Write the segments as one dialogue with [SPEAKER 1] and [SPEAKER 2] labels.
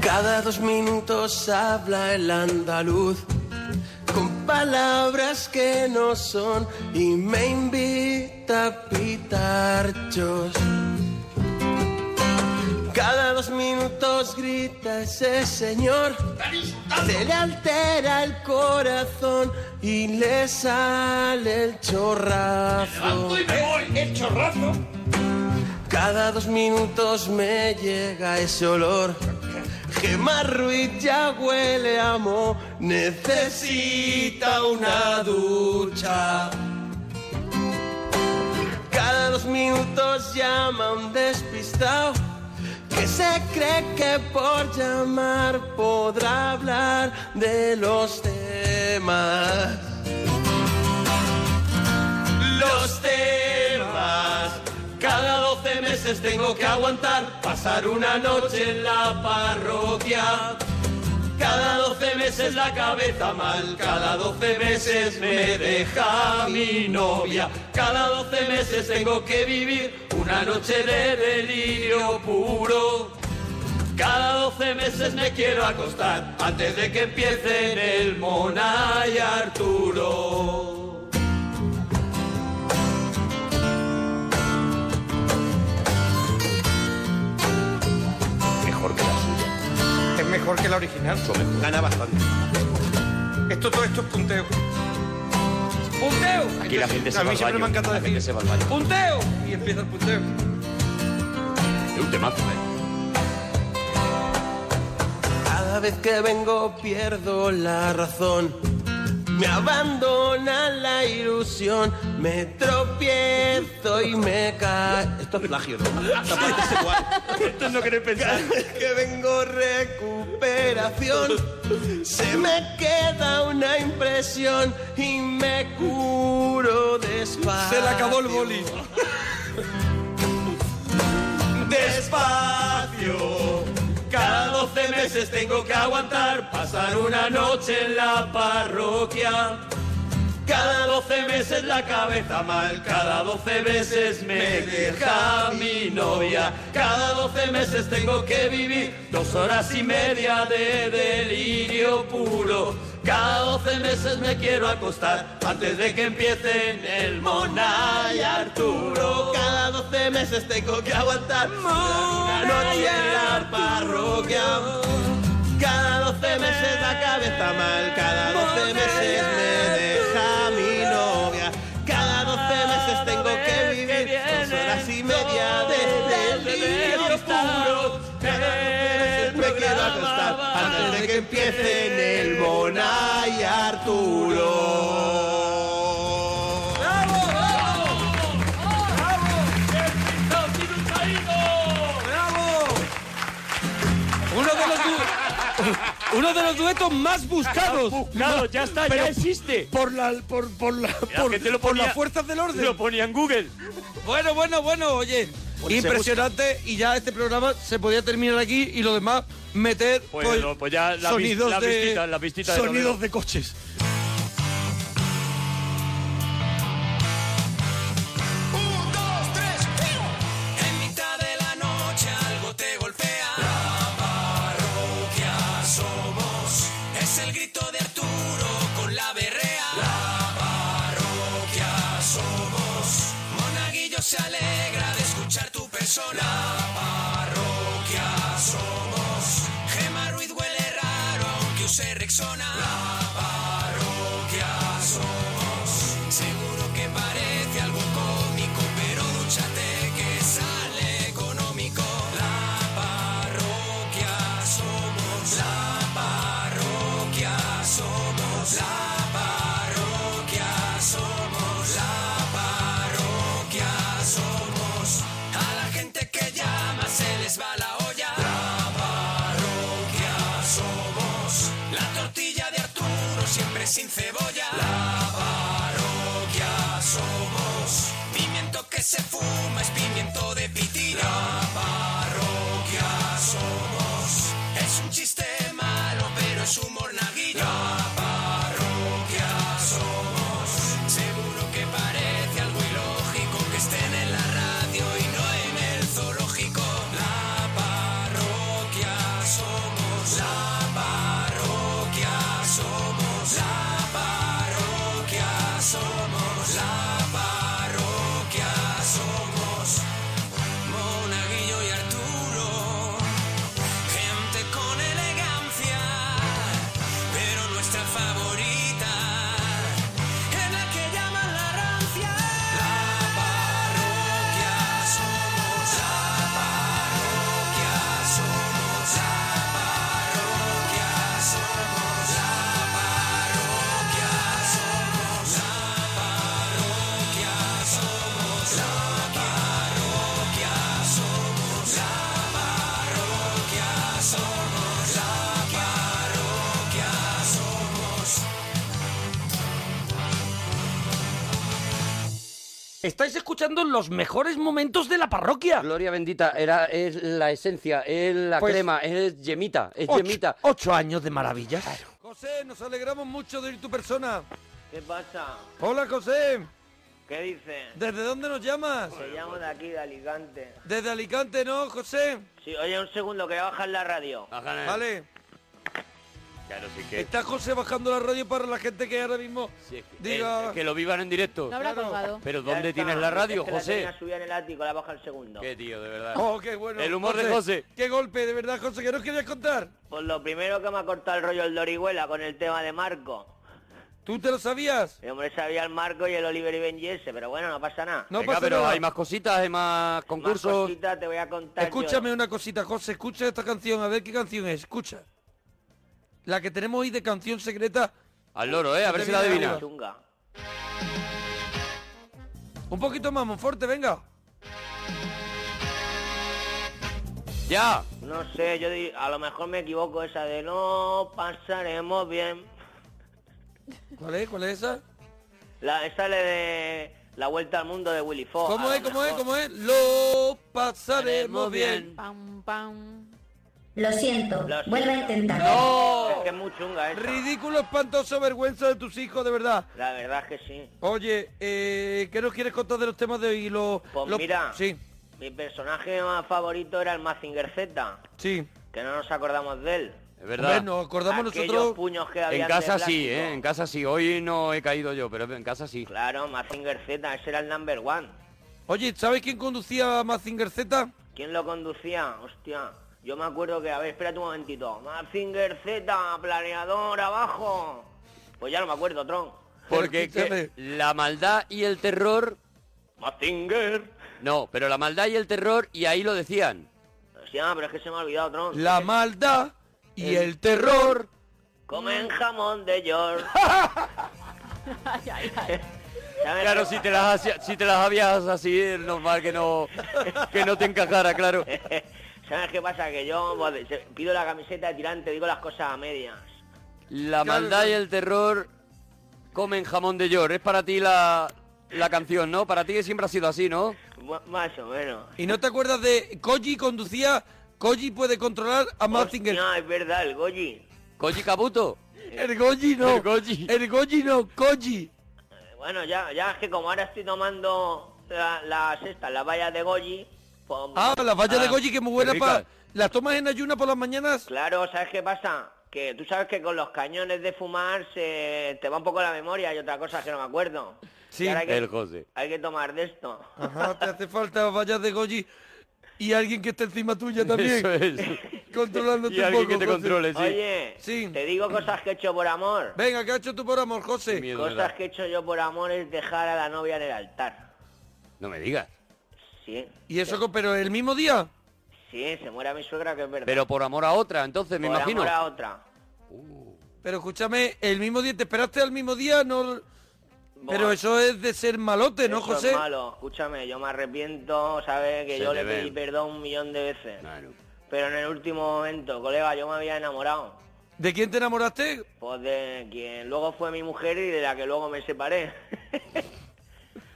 [SPEAKER 1] Cada dos minutos habla el andaluz con palabras que no son y me invita a pitarchos. Cada dos minutos grita ese señor, se le altera el corazón y le sale el chorrazo.
[SPEAKER 2] El chorrazo.
[SPEAKER 1] Cada dos minutos me llega ese olor. Gemma Ruiz ya huele a mo, necesita una ducha. Cada dos minutos llama un despistado que se cree que por llamar podrá hablar de los temas. Los temas. Cada 12 meses tengo que aguantar pasar una noche en la parroquia. Cada 12 meses la cabeza mal, cada 12 meses me deja mi novia. Cada 12 meses tengo que vivir una noche de delirio puro. Cada 12 meses me quiero acostar antes de que empiecen el Mona y Arturo.
[SPEAKER 2] Mejor que la suya. Es mejor que la original. Gana bastante. Esto, todo esto es punteo. ¡Punteo!
[SPEAKER 3] Aquí la gente se
[SPEAKER 2] A
[SPEAKER 3] va
[SPEAKER 2] mí
[SPEAKER 3] al
[SPEAKER 2] siempre
[SPEAKER 3] baño.
[SPEAKER 2] me encanta
[SPEAKER 3] La gente
[SPEAKER 2] decir
[SPEAKER 3] se va al baño.
[SPEAKER 2] ¡Punteo! Y empieza el punteo.
[SPEAKER 3] Es un temazo, ¿eh?
[SPEAKER 1] Cada vez que vengo pierdo la razón. Me abandona la ilusión, me tropiezo y me cae. Esto es plagio, ¿no? Esta parte es igual.
[SPEAKER 3] Esto no queréis pensar.
[SPEAKER 1] Cada vez que vengo recuperación, se me queda una impresión y me curo despacio.
[SPEAKER 2] Se le acabó el boli.
[SPEAKER 1] Despacio, cada 12 meses tengo que aguantar pasar una noche en la parroquia. Cada 12 meses la cabeza mal, cada 12 meses me deja mi novia. Cada 12 meses tengo que vivir dos horas y media de delirio puro. Cada 12 meses me quiero acostar antes de que empiecen el Mona y Arturo. Cada 12 meses tengo que aguantar una noche en la parroquia. Cada 12 meses la cabeza mal, cada 12 meses me deja mi novia. Cada 12 meses tengo que vivir dos horas y media de delirio puro. Cada 12 meses me quiero acostar antes de que empiecen el Mona y Arturo.
[SPEAKER 2] ¡Bravo! Uno de los, du- uno de los duetos más buscados.
[SPEAKER 3] Claro, ya está,
[SPEAKER 2] Pero-
[SPEAKER 3] ya existe.
[SPEAKER 2] Por, la, por, por, la, por,
[SPEAKER 3] gente lo
[SPEAKER 2] por
[SPEAKER 3] ponía-
[SPEAKER 2] las fuerzas del orden.
[SPEAKER 3] Lo ponía en Google.
[SPEAKER 2] Bueno, bueno, bueno, oye.
[SPEAKER 3] Pues se
[SPEAKER 2] impresionante. Y ya este programa se podía terminar aquí y lo demás meter
[SPEAKER 3] Pues lo- pues ya la vis-
[SPEAKER 2] sonidos
[SPEAKER 3] la
[SPEAKER 2] de,
[SPEAKER 3] vistita- la vistita de
[SPEAKER 2] sonidos
[SPEAKER 3] Rodrigo.
[SPEAKER 2] de coches.
[SPEAKER 4] Un, dos, tres, En mitad de la noche algo te golpea. La parroquia somos. Es el grito de Arturo con la berrea. La parroquia somos. Monaguillo se alegra de escuchar tu persona. La parroquia somos. Gema Ruiz huele raro aunque use Rexona. La parroquia somos. Seguro que parece algo cómico, pero dúchate que sale económico. La parroquia somos. La parroquia somos. La parroquia somos. La parroquia somos. A la gente que llama se les va la olla. La parroquia somos. La tortilla de Arturo siempre sin cebolla. La parroquia somos. Pimiento que se fuma es pimiento de pitilla. La parroquia somos. Es un chiste malo, pero es un monaguillo. La parroquia somos. Seguro que parece algo ilógico que estén en la radio y no en el zoológico. La parroquia somos.
[SPEAKER 5] Estáis escuchando los mejores momentos de la parroquia.
[SPEAKER 3] Gloria bendita, era, es la esencia, es la
[SPEAKER 5] Pues-
[SPEAKER 3] crema, es yemita, es
[SPEAKER 5] Ocho-
[SPEAKER 3] yemita.
[SPEAKER 5] Ocho años de maravillas.
[SPEAKER 2] José, nos alegramos mucho de ir tu persona.
[SPEAKER 6] ¿Qué pasa?
[SPEAKER 2] Hola, José.
[SPEAKER 6] ¿Qué dices?
[SPEAKER 2] ¿Desde dónde nos llamas?
[SPEAKER 6] Te llamo de aquí, de Alicante.
[SPEAKER 2] Desde Alicante, ¿no, José?
[SPEAKER 6] Sí, oye, un segundo, que voy a bajar la radio.
[SPEAKER 2] Vale.
[SPEAKER 7] Claro, sí que.
[SPEAKER 2] Está José bajando la radio para la gente que ahora mismo
[SPEAKER 3] Sí, es que-
[SPEAKER 2] diga...
[SPEAKER 3] es que lo vivan en directo.
[SPEAKER 8] No habrá
[SPEAKER 2] Claro.
[SPEAKER 8] colgado.
[SPEAKER 3] Pero
[SPEAKER 6] Ya
[SPEAKER 3] ¿dónde
[SPEAKER 6] está.
[SPEAKER 3] tienes la radio,
[SPEAKER 6] Es que
[SPEAKER 3] José?
[SPEAKER 6] La tenía subida en el ático, la baja el segundo.
[SPEAKER 3] Qué tío, de verdad.
[SPEAKER 2] Oh, qué bueno.
[SPEAKER 3] El humor de José.
[SPEAKER 2] Qué golpe, de verdad, José, que nos querías contar.
[SPEAKER 6] Pues lo primero que me ha cortado el rollo el Dorihuela con el tema de Marco.
[SPEAKER 2] ¿Tú te lo sabías?
[SPEAKER 6] El hombre sabía el Marco y el Oliver y Ben Yese, pero bueno, no pasa nada.
[SPEAKER 2] No
[SPEAKER 3] Venga,
[SPEAKER 2] pasa
[SPEAKER 3] pero
[SPEAKER 2] nada.
[SPEAKER 3] hay más cositas, hay más
[SPEAKER 6] Más
[SPEAKER 3] concursos.
[SPEAKER 6] cositas te voy a contar yo.
[SPEAKER 2] Escúchame una cosita, José, escucha esta canción, a ver qué canción es, escucha. La que tenemos hoy de canción secreta,
[SPEAKER 3] Al loro, ¿eh? A ver si la
[SPEAKER 2] viene
[SPEAKER 3] adivina.
[SPEAKER 2] ahora.
[SPEAKER 6] Chunga.
[SPEAKER 2] un poquito más, Monforte, venga.
[SPEAKER 3] ¡Ya!
[SPEAKER 6] No sé, yo di- a lo mejor me equivoco esa de no pasaremos bien.
[SPEAKER 2] ¿Cuál es? ¿Cuál es esa?
[SPEAKER 6] La, esa le de la vuelta al mundo de Willy Fox.
[SPEAKER 2] ¿Cómo
[SPEAKER 6] a
[SPEAKER 2] es?
[SPEAKER 6] lo
[SPEAKER 2] ¿Cómo es?
[SPEAKER 6] Oh, ah, mejor.
[SPEAKER 2] ¿Cómo es? Lo pasaremos
[SPEAKER 3] Pasaremos
[SPEAKER 2] bien.
[SPEAKER 3] bien.
[SPEAKER 8] Pam, pam.
[SPEAKER 9] Lo siento,
[SPEAKER 6] Lo
[SPEAKER 9] vuelve a
[SPEAKER 6] siento.
[SPEAKER 9] intentarlo.
[SPEAKER 6] Es que es muy chunga esa.
[SPEAKER 2] Ridículo, espantoso, vergüenza de tus hijos, de verdad.
[SPEAKER 6] La verdad es que sí.
[SPEAKER 2] Oye, eh, ¿qué nos quieres contar de los temas de hoy? Lo,
[SPEAKER 6] Pues
[SPEAKER 2] lo-
[SPEAKER 6] mira,
[SPEAKER 2] Sí,
[SPEAKER 6] mi personaje más favorito era el Mazinger Z,
[SPEAKER 2] sí.
[SPEAKER 6] que no nos acordamos de él.
[SPEAKER 3] Es verdad.
[SPEAKER 2] Hombre, nos acordamos
[SPEAKER 6] Aquellos
[SPEAKER 2] nosotros...
[SPEAKER 6] puños que habían
[SPEAKER 3] en
[SPEAKER 6] de
[SPEAKER 3] casa sí,
[SPEAKER 6] plástico.
[SPEAKER 3] ¿eh? En casa sí. Hoy no he caído yo, pero en casa sí.
[SPEAKER 6] Claro, Mazinger Z, ese era el number one.
[SPEAKER 2] Oye, ¿sabes quién conducía a Mazinger Z?
[SPEAKER 6] ¿Quién lo conducía? Hostia, yo me acuerdo que... A ver, espérate un momentito. Mazinger Z, planeador abajo. Pues ya no me acuerdo, Tron.
[SPEAKER 3] Porque que
[SPEAKER 2] escúchame.
[SPEAKER 3] la maldad y el terror...
[SPEAKER 6] Mazinger.
[SPEAKER 3] No, pero la maldad y el terror, y ahí lo decían.
[SPEAKER 6] Sí, ah, pero es que se me ha olvidado, Tron.
[SPEAKER 2] La maldad y el terror.
[SPEAKER 6] Comen jamón de York.
[SPEAKER 8] Ay, ay, ay.
[SPEAKER 6] Ya me
[SPEAKER 3] Claro,
[SPEAKER 6] acuerdo.
[SPEAKER 3] si te las, hacía- si te las habías así, es normal que no, que no te encajara, claro.
[SPEAKER 6] ¿Sabes qué pasa? Que yo pues, se- pido la camiseta de tirante, digo las cosas a medias.
[SPEAKER 3] La maldad y el terror comen jamón de york. Es para ti la, la canción, ¿no? Para ti siempre ha sido así, ¿no?
[SPEAKER 6] Mu- Más o menos.
[SPEAKER 2] ¿Y no te acuerdas de Koji conducía? Koji puede controlar a Mazinger.
[SPEAKER 6] Hostia, es verdad, el Goyi.
[SPEAKER 3] Koji Kabuto.
[SPEAKER 2] El Koji no.
[SPEAKER 3] El Koji.
[SPEAKER 2] El Koji no, Koji.
[SPEAKER 6] Eh, Bueno, ya, ya es que como ahora estoy tomando la- las estas, las vallas de Goyi, pues,
[SPEAKER 2] Ah, las vallas de
[SPEAKER 3] Ah,
[SPEAKER 2] Koji que muy
[SPEAKER 3] qué
[SPEAKER 2] buena
[SPEAKER 3] rica.
[SPEAKER 2] para... ¿Las tomas en ayuna por las mañanas?
[SPEAKER 6] claro, ¿sabes qué pasa? Que tú sabes que con los cañones de fumar se te va un poco la memoria y otra cosa que no me acuerdo.
[SPEAKER 2] Sí.
[SPEAKER 6] Y ahora hay, que,
[SPEAKER 3] El José.
[SPEAKER 6] hay que tomar de esto.
[SPEAKER 2] Ajá, te hace falta vallas de Koji y alguien que esté encima tuya también.
[SPEAKER 3] Eso es.
[SPEAKER 2] Controlándote
[SPEAKER 3] Y
[SPEAKER 2] un
[SPEAKER 3] alguien
[SPEAKER 2] poco.
[SPEAKER 3] que te
[SPEAKER 2] José.
[SPEAKER 3] controle, sí.
[SPEAKER 6] Oye,
[SPEAKER 2] Sí.
[SPEAKER 6] te digo cosas que he hecho por amor.
[SPEAKER 2] Venga, ¿qué has hecho tú por amor,
[SPEAKER 3] Qué
[SPEAKER 2] José?
[SPEAKER 3] miedo me
[SPEAKER 6] Cosas
[SPEAKER 3] da.
[SPEAKER 6] que he hecho yo por amor es dejar a la novia en el altar.
[SPEAKER 3] No me digas.
[SPEAKER 6] Sí,
[SPEAKER 2] ¿Y eso, co- pero el mismo día?
[SPEAKER 6] sí, se muera mi suegra, que es verdad.
[SPEAKER 3] Pero por amor a otra, entonces, me
[SPEAKER 6] Por
[SPEAKER 3] imagino.
[SPEAKER 6] amor a otra.
[SPEAKER 2] Uh. Pero escúchame, el mismo día, ¿te esperaste al mismo día? No... Pero
[SPEAKER 6] Buah,
[SPEAKER 2] eso es de ser malote, ¿no,
[SPEAKER 6] eso
[SPEAKER 2] José?
[SPEAKER 6] Es malo. Escúchame, yo me arrepiento, ¿sabes? Que
[SPEAKER 3] Se
[SPEAKER 6] yo
[SPEAKER 3] te
[SPEAKER 6] le
[SPEAKER 3] ve.
[SPEAKER 6] pedí perdón un millón de veces.
[SPEAKER 3] Claro.
[SPEAKER 6] Pero en el último momento, colega, yo me había enamorado.
[SPEAKER 2] ¿De quién te enamoraste?
[SPEAKER 6] Pues de quien luego fue mi mujer y de la que luego me separé.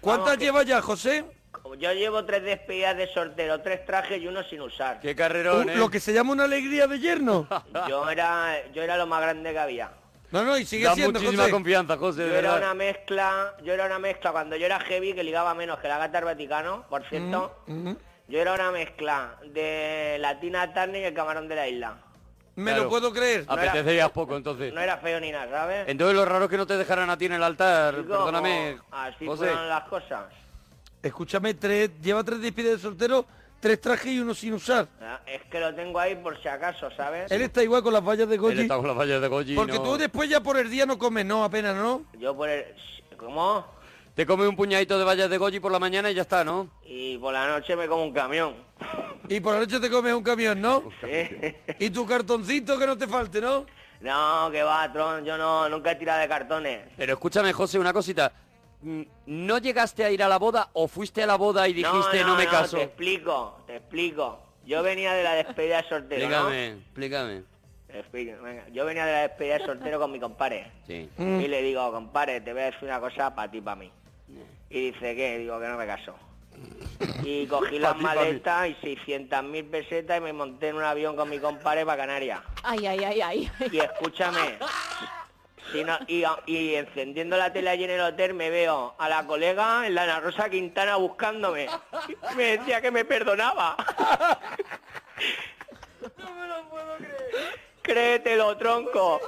[SPEAKER 2] ¿Cuántas
[SPEAKER 6] Vamos, que-
[SPEAKER 2] llevas ya, José?
[SPEAKER 6] Como yo llevo tres despedidas de soltero, tres trajes y uno sin usar.
[SPEAKER 3] Qué
[SPEAKER 2] Uh,
[SPEAKER 3] carrerón, ¿eh?
[SPEAKER 2] Lo que se llama una alegría de yerno.
[SPEAKER 6] Yo era, yo era lo más grande que había.
[SPEAKER 2] No, no, y sigue
[SPEAKER 3] Da
[SPEAKER 2] siendo,
[SPEAKER 3] muchísima
[SPEAKER 2] José.
[SPEAKER 3] confianza, José, de
[SPEAKER 6] Yo era una
[SPEAKER 3] verdad.
[SPEAKER 6] mezcla, yo era una mezcla cuando yo era heavy que ligaba menos que la gata del Vaticano,
[SPEAKER 3] Mm.
[SPEAKER 6] por cierto.
[SPEAKER 2] Mm,
[SPEAKER 6] Yo era una mezcla de Latina Turner y el camarón de la isla.
[SPEAKER 2] Me
[SPEAKER 3] Claro.
[SPEAKER 2] lo puedo creer.
[SPEAKER 6] Ah.
[SPEAKER 3] Apetecerías poco, entonces.
[SPEAKER 6] No era feo ni nada, ¿sabes?
[SPEAKER 3] Entonces lo raro es que no te dejaran a ti en el altar,
[SPEAKER 6] Chico,
[SPEAKER 3] perdóname,
[SPEAKER 6] como Así
[SPEAKER 3] José.
[SPEAKER 6] fueron las cosas.
[SPEAKER 2] Escúchame, tres, lleva tres despides de soltero, tres trajes y uno sin usar.
[SPEAKER 6] Ah, Es que lo tengo ahí por si acaso, ¿sabes?
[SPEAKER 2] Él está igual con las vallas de
[SPEAKER 3] Él
[SPEAKER 2] Goji.
[SPEAKER 3] está con las vallas de Goji,
[SPEAKER 2] Porque
[SPEAKER 3] no-
[SPEAKER 2] tú después ya por el día no comes, no, apenas, ¿no?
[SPEAKER 6] Yo por el... ¿Cómo?
[SPEAKER 3] Te comes un puñadito de vallas de Goji por la mañana y ya está, ¿no?
[SPEAKER 6] Y por la noche me como un camión.
[SPEAKER 2] Y por la noche te comes un camión, ¿no?
[SPEAKER 6] ¿Eh?
[SPEAKER 2] Y tu cartoncito que no te falte, ¿no?
[SPEAKER 6] no, que va, Tron. Yo no, nunca he tirado de cartones.
[SPEAKER 3] Pero escúchame, José, una cosita. Mm, ¿No llegaste a ir a la boda o fuiste a la boda y dijiste no, me caso?
[SPEAKER 6] te explico, te explico. Yo venía de la despedida de soltero, ¿no?
[SPEAKER 3] Explícame, explícame.
[SPEAKER 6] Explica, venga. Yo venía de la despedida de soltero con mi compadre.
[SPEAKER 3] Sí.
[SPEAKER 2] Mm,
[SPEAKER 6] Y le digo, compadre, te voy a decir una cosa para ti, para mí. Y dice, ¿qué? Digo, que no me caso. Y cogí las maletas y 600.000 pesetas y me monté en un avión con mi compadre para Canarias.
[SPEAKER 10] Ay, ay, ay, ay.
[SPEAKER 6] Y escúchame, si no- y, y encendiendo la tele allí en el hotel me veo a la colega en la Ana Rosa Quintana buscándome. Me decía que me perdonaba. Créetelo, tronco.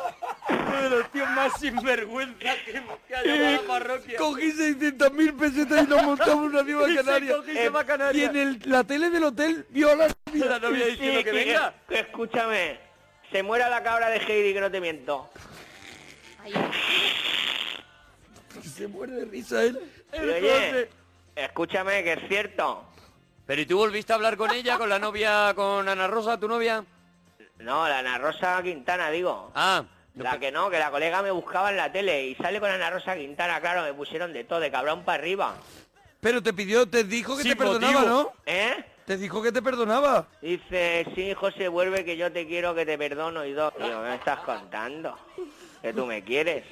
[SPEAKER 3] Uno de los tíos más sinvergüenza que, que
[SPEAKER 4] Eh,
[SPEAKER 3] ha llamado a la parroquia.
[SPEAKER 2] Cogí 600.000 pesetas y nos montamos un avión a
[SPEAKER 3] Y se
[SPEAKER 2] Canarias.
[SPEAKER 3] cogió y se va
[SPEAKER 4] Eh,
[SPEAKER 3] a Canarias.
[SPEAKER 2] Y en el- la tele del hotel vio a la novia.
[SPEAKER 3] La novia diciendo
[SPEAKER 6] Sí,
[SPEAKER 3] que
[SPEAKER 6] que-
[SPEAKER 3] venga.
[SPEAKER 6] que escúchame, se muera la cabra de Heidi, que no te miento.
[SPEAKER 10] Ay, ay.
[SPEAKER 2] Y se muere de risa él.
[SPEAKER 6] Y oye, escúchame, que es cierto.
[SPEAKER 3] Pero ¿y tú volviste a hablar con ella, con la novia, con Ana Rosa, tu novia?
[SPEAKER 6] No, la Ana Rosa Quintana, digo.
[SPEAKER 3] Ah, no,
[SPEAKER 6] La
[SPEAKER 3] pe-
[SPEAKER 6] que no, que la colega me buscaba en la tele y sale con Ana Rosa Quintana, claro, me pusieron de todo, de cabrón para arriba.
[SPEAKER 2] Pero te pidió, te dijo que
[SPEAKER 3] Sin
[SPEAKER 2] te perdonaba,
[SPEAKER 3] motivo.
[SPEAKER 6] ¿Eh?
[SPEAKER 2] ¿no? Te dijo que te perdonaba.
[SPEAKER 6] Dice, sí, José, vuelve que yo te quiero, que te perdono y dos. Digo, ¿qué me estás contando? Que tú me quieres.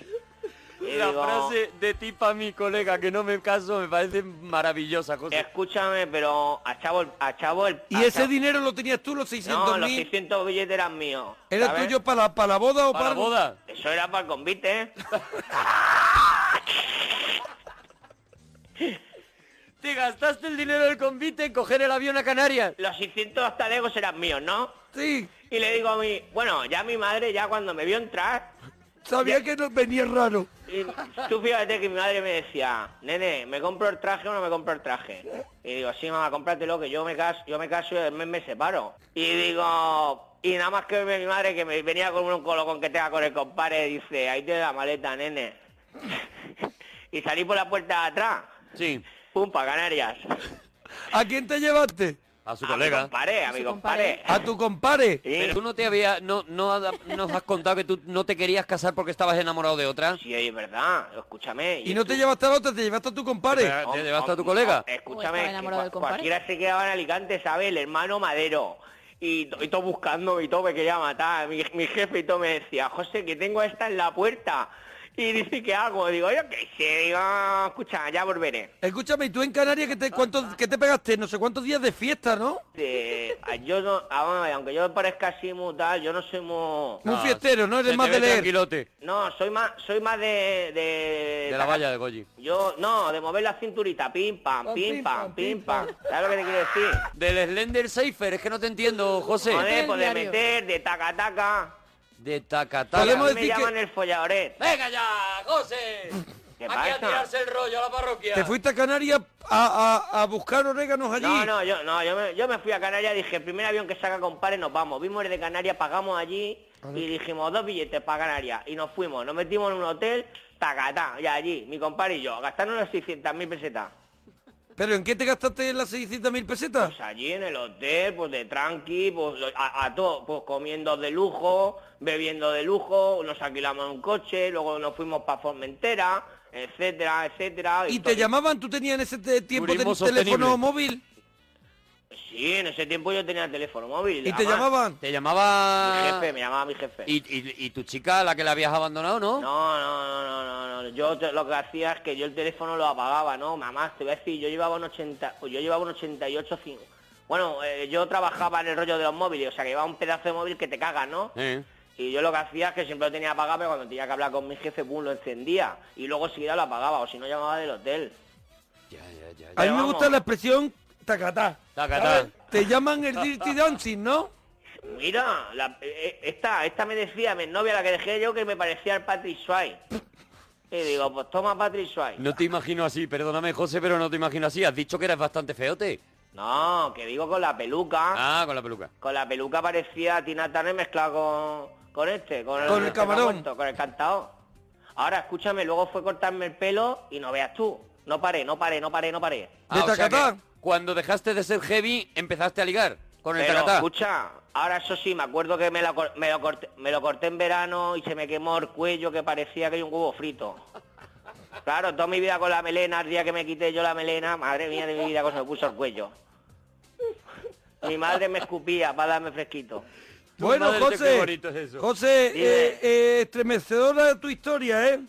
[SPEAKER 6] Y
[SPEAKER 3] la
[SPEAKER 6] digo,
[SPEAKER 3] frase de ti para mi colega que no me caso me parece maravillosa, José.
[SPEAKER 6] Escúchame, pero a Chavo, a Chavo el...
[SPEAKER 2] Y
[SPEAKER 6] a
[SPEAKER 2] ese
[SPEAKER 6] Chavo-
[SPEAKER 2] dinero lo tenías tú, los 600.000.
[SPEAKER 6] No, los 600 billetes eran míos.
[SPEAKER 2] ¿Era
[SPEAKER 6] ¿sabes?
[SPEAKER 2] tuyo para la, para la boda o para,
[SPEAKER 3] Para la boda.
[SPEAKER 6] Eso era para el convite, ¿eh?
[SPEAKER 3] Te gastaste el dinero del convite en coger el avión a Canarias.
[SPEAKER 6] Los 600 talegos eran míos, ¿no?
[SPEAKER 2] Sí,
[SPEAKER 6] Y le digo a mi... Bueno, ya mi madre, ya cuando me vio entrar...
[SPEAKER 2] sabía que no, venía raro.
[SPEAKER 6] y tú fíjate que mi madre me decía, nene, ¿me compro el traje o no me compro el traje? Y digo, sí, mamá, cómpratelo, que yo me caso, yo me caso y al mes me separo. Y digo, y nada más que mi madre que me venía con un colo con que tenga con el compadre, dice, ahí tiene la maleta, nene. y salí por la puerta de atrás,
[SPEAKER 3] Sí.
[SPEAKER 6] pum, para Canarias.
[SPEAKER 2] ¿A quién te llevaste?
[SPEAKER 3] A su
[SPEAKER 6] A mi
[SPEAKER 3] colega.
[SPEAKER 6] compadre, a
[SPEAKER 10] Su
[SPEAKER 6] mi
[SPEAKER 10] compadre.
[SPEAKER 6] compadre.
[SPEAKER 2] A tu compadre.
[SPEAKER 6] Sí.
[SPEAKER 3] Pero tú no te había, no, no ha- nos has contado que tú no te querías casar porque estabas enamorado de otra.
[SPEAKER 6] Sí, es verdad, escúchame.
[SPEAKER 2] Y no te llevaste a la otra, te llevaste a tu compadre.
[SPEAKER 3] Te
[SPEAKER 6] Hom-
[SPEAKER 3] llevaste a tu
[SPEAKER 6] hom-
[SPEAKER 3] colega.
[SPEAKER 10] ¿O
[SPEAKER 6] hom- Escúchame,
[SPEAKER 10] estaba
[SPEAKER 6] que
[SPEAKER 10] enamorado del
[SPEAKER 6] cua-
[SPEAKER 10] compadre?
[SPEAKER 6] cualquiera se quedaba en Alicante, ¿sabes? El hermano Madero. Y, to- y todo buscando, y todo me quería matar. Mi, mi jefe y todo me decía, José, que tengo a esta en la puerta. Y dice, ¿qué hago? Digo, yo qué sé, digo, "Ah, escucha, ya volveré.
[SPEAKER 2] Escúchame, ¿y tú en Canarias que te, cuántos, que te pegaste? No sé cuántos días de fiesta, ¿no?
[SPEAKER 6] Eh, yo no, ah, aunque yo parezca así muy tal, yo no soy muy...
[SPEAKER 2] Un fiestero, ¿no? Eres
[SPEAKER 3] Se te
[SPEAKER 2] más
[SPEAKER 3] ve
[SPEAKER 2] de leer.
[SPEAKER 3] tranquilote.
[SPEAKER 6] No, soy más, soy más de... De,
[SPEAKER 3] De la valla de Goyi.
[SPEAKER 6] Yo, no, de mover la cinturita, pim, pam, pim, pam, pim, pam. ¿Sabes lo que te quiero decir?
[SPEAKER 3] Del Slender Safer, es que no te entiendo, José.
[SPEAKER 6] Joder, pues de
[SPEAKER 10] Diario.
[SPEAKER 6] meter, de taca taca.
[SPEAKER 3] De taca
[SPEAKER 2] Podemos-
[SPEAKER 6] A mí
[SPEAKER 2] decir
[SPEAKER 6] me
[SPEAKER 2] que-
[SPEAKER 6] llaman el folladoret.
[SPEAKER 3] ¡Venga ya, José!
[SPEAKER 6] ¿Qué
[SPEAKER 3] Aquí a
[SPEAKER 6] pasa?
[SPEAKER 3] tirarse el rollo a la parroquia.
[SPEAKER 2] Te fuiste a Canarias a, a- a buscar oréganos allí.
[SPEAKER 6] No, no, yo, no, yo me, yo me fui a Canarias, dije, el primer avión que saca compadre, nos vamos. Vimos el de Canarias, pagamos allí y dijimos dos billetes para Canarias. Y nos fuimos, nos metimos en un hotel, tacatá, y allí, mi compadre y yo, gastaron unos 600.000 pesetas.
[SPEAKER 2] ¿Pero en qué te gastaste las 600.000 pesetas?
[SPEAKER 6] Pues allí en el hotel, pues de tranqui, pues lo- a, a todo, pues comiendo de lujo, bebiendo de lujo, nos alquilamos un coche, luego nos fuimos para Formentera, etcétera, etcétera.
[SPEAKER 2] ¿Y
[SPEAKER 6] todo-
[SPEAKER 2] te llamaban? ¿Tú tenías en ese te- tiempo
[SPEAKER 3] Turismo
[SPEAKER 2] ten-
[SPEAKER 3] sostenible.
[SPEAKER 2] teléfono móvil?
[SPEAKER 6] Sí, en ese tiempo yo tenía teléfono móvil.
[SPEAKER 2] ¿Y te
[SPEAKER 6] además,
[SPEAKER 2] llamaban?
[SPEAKER 3] Te
[SPEAKER 6] Mi
[SPEAKER 3] llamaba...
[SPEAKER 6] jefe, me llamaba mi jefe.
[SPEAKER 3] ¿Y, y- y tu chica, la que la habías abandonado, ¿no?
[SPEAKER 6] No, no, no, no, no, no. Yo te- lo que hacía es que yo el teléfono lo apagaba, ¿no? Mamá, te voy a decir, yo llevaba un 80, yo llevaba un 88, cin- bueno, eh, yo trabajaba en el rollo de los móviles, o sea, que llevaba un pedazo de móvil que te cagas, ¿no?
[SPEAKER 3] Eh.
[SPEAKER 6] Y yo lo que hacía es que siempre lo tenía apagado, pero cuando tenía que hablar con mi jefe, pum, lo encendía. Y luego enseguida lo apagaba, o si no llamaba del hotel.
[SPEAKER 3] Ya, ya, ya,
[SPEAKER 2] A
[SPEAKER 3] ya.
[SPEAKER 2] mí me
[SPEAKER 6] vamos.
[SPEAKER 2] gusta la expresión tacatá.
[SPEAKER 3] Tacatá.
[SPEAKER 2] ¿Sabes? Te llaman el Dirty Dancing, ¿no?
[SPEAKER 6] Mira, la- eh, esta, esta me decía, mi novia, la que dejé yo, que me parecía al Patrick Swayze. Y digo, pues toma Patrick Swayze.
[SPEAKER 3] No te imagino así, perdóname, José, pero no te imagino así. Has dicho que eras bastante feote.
[SPEAKER 6] No, que digo con la peluca.
[SPEAKER 3] Ah, con la peluca.
[SPEAKER 6] Con la peluca parecía Tina Turner mezclada con, con este, con el,
[SPEAKER 2] Con el
[SPEAKER 6] que me ha
[SPEAKER 2] camarón.
[SPEAKER 6] muerto, con el cantao. Ahora, escúchame, luego fue cortarme el pelo y no veas tú. No paré, no paré, no paré, no paré.
[SPEAKER 2] ¿De
[SPEAKER 3] Ah, o sea
[SPEAKER 2] tacatá?
[SPEAKER 3] que cuando dejaste de ser heavy, empezaste a ligar con el
[SPEAKER 6] Pero
[SPEAKER 3] tacatá.
[SPEAKER 6] escucha, ahora eso sí, me acuerdo que me, la cor- me lo corté, me lo corté en verano y se me quemó el cuello que parecía que hay un huevo frito. Claro, toda mi vida con la melena, el día que me quité yo la melena, madre mía de mi vida, cómo se me puso el cuello. Mi madre me escupía para darme fresquito.
[SPEAKER 3] Tu
[SPEAKER 2] Bueno,
[SPEAKER 3] madre, qué
[SPEAKER 2] José,
[SPEAKER 3] bonito es eso.
[SPEAKER 2] José,
[SPEAKER 6] Dime.
[SPEAKER 2] eh, eh, estremecedora tu historia, ¿eh?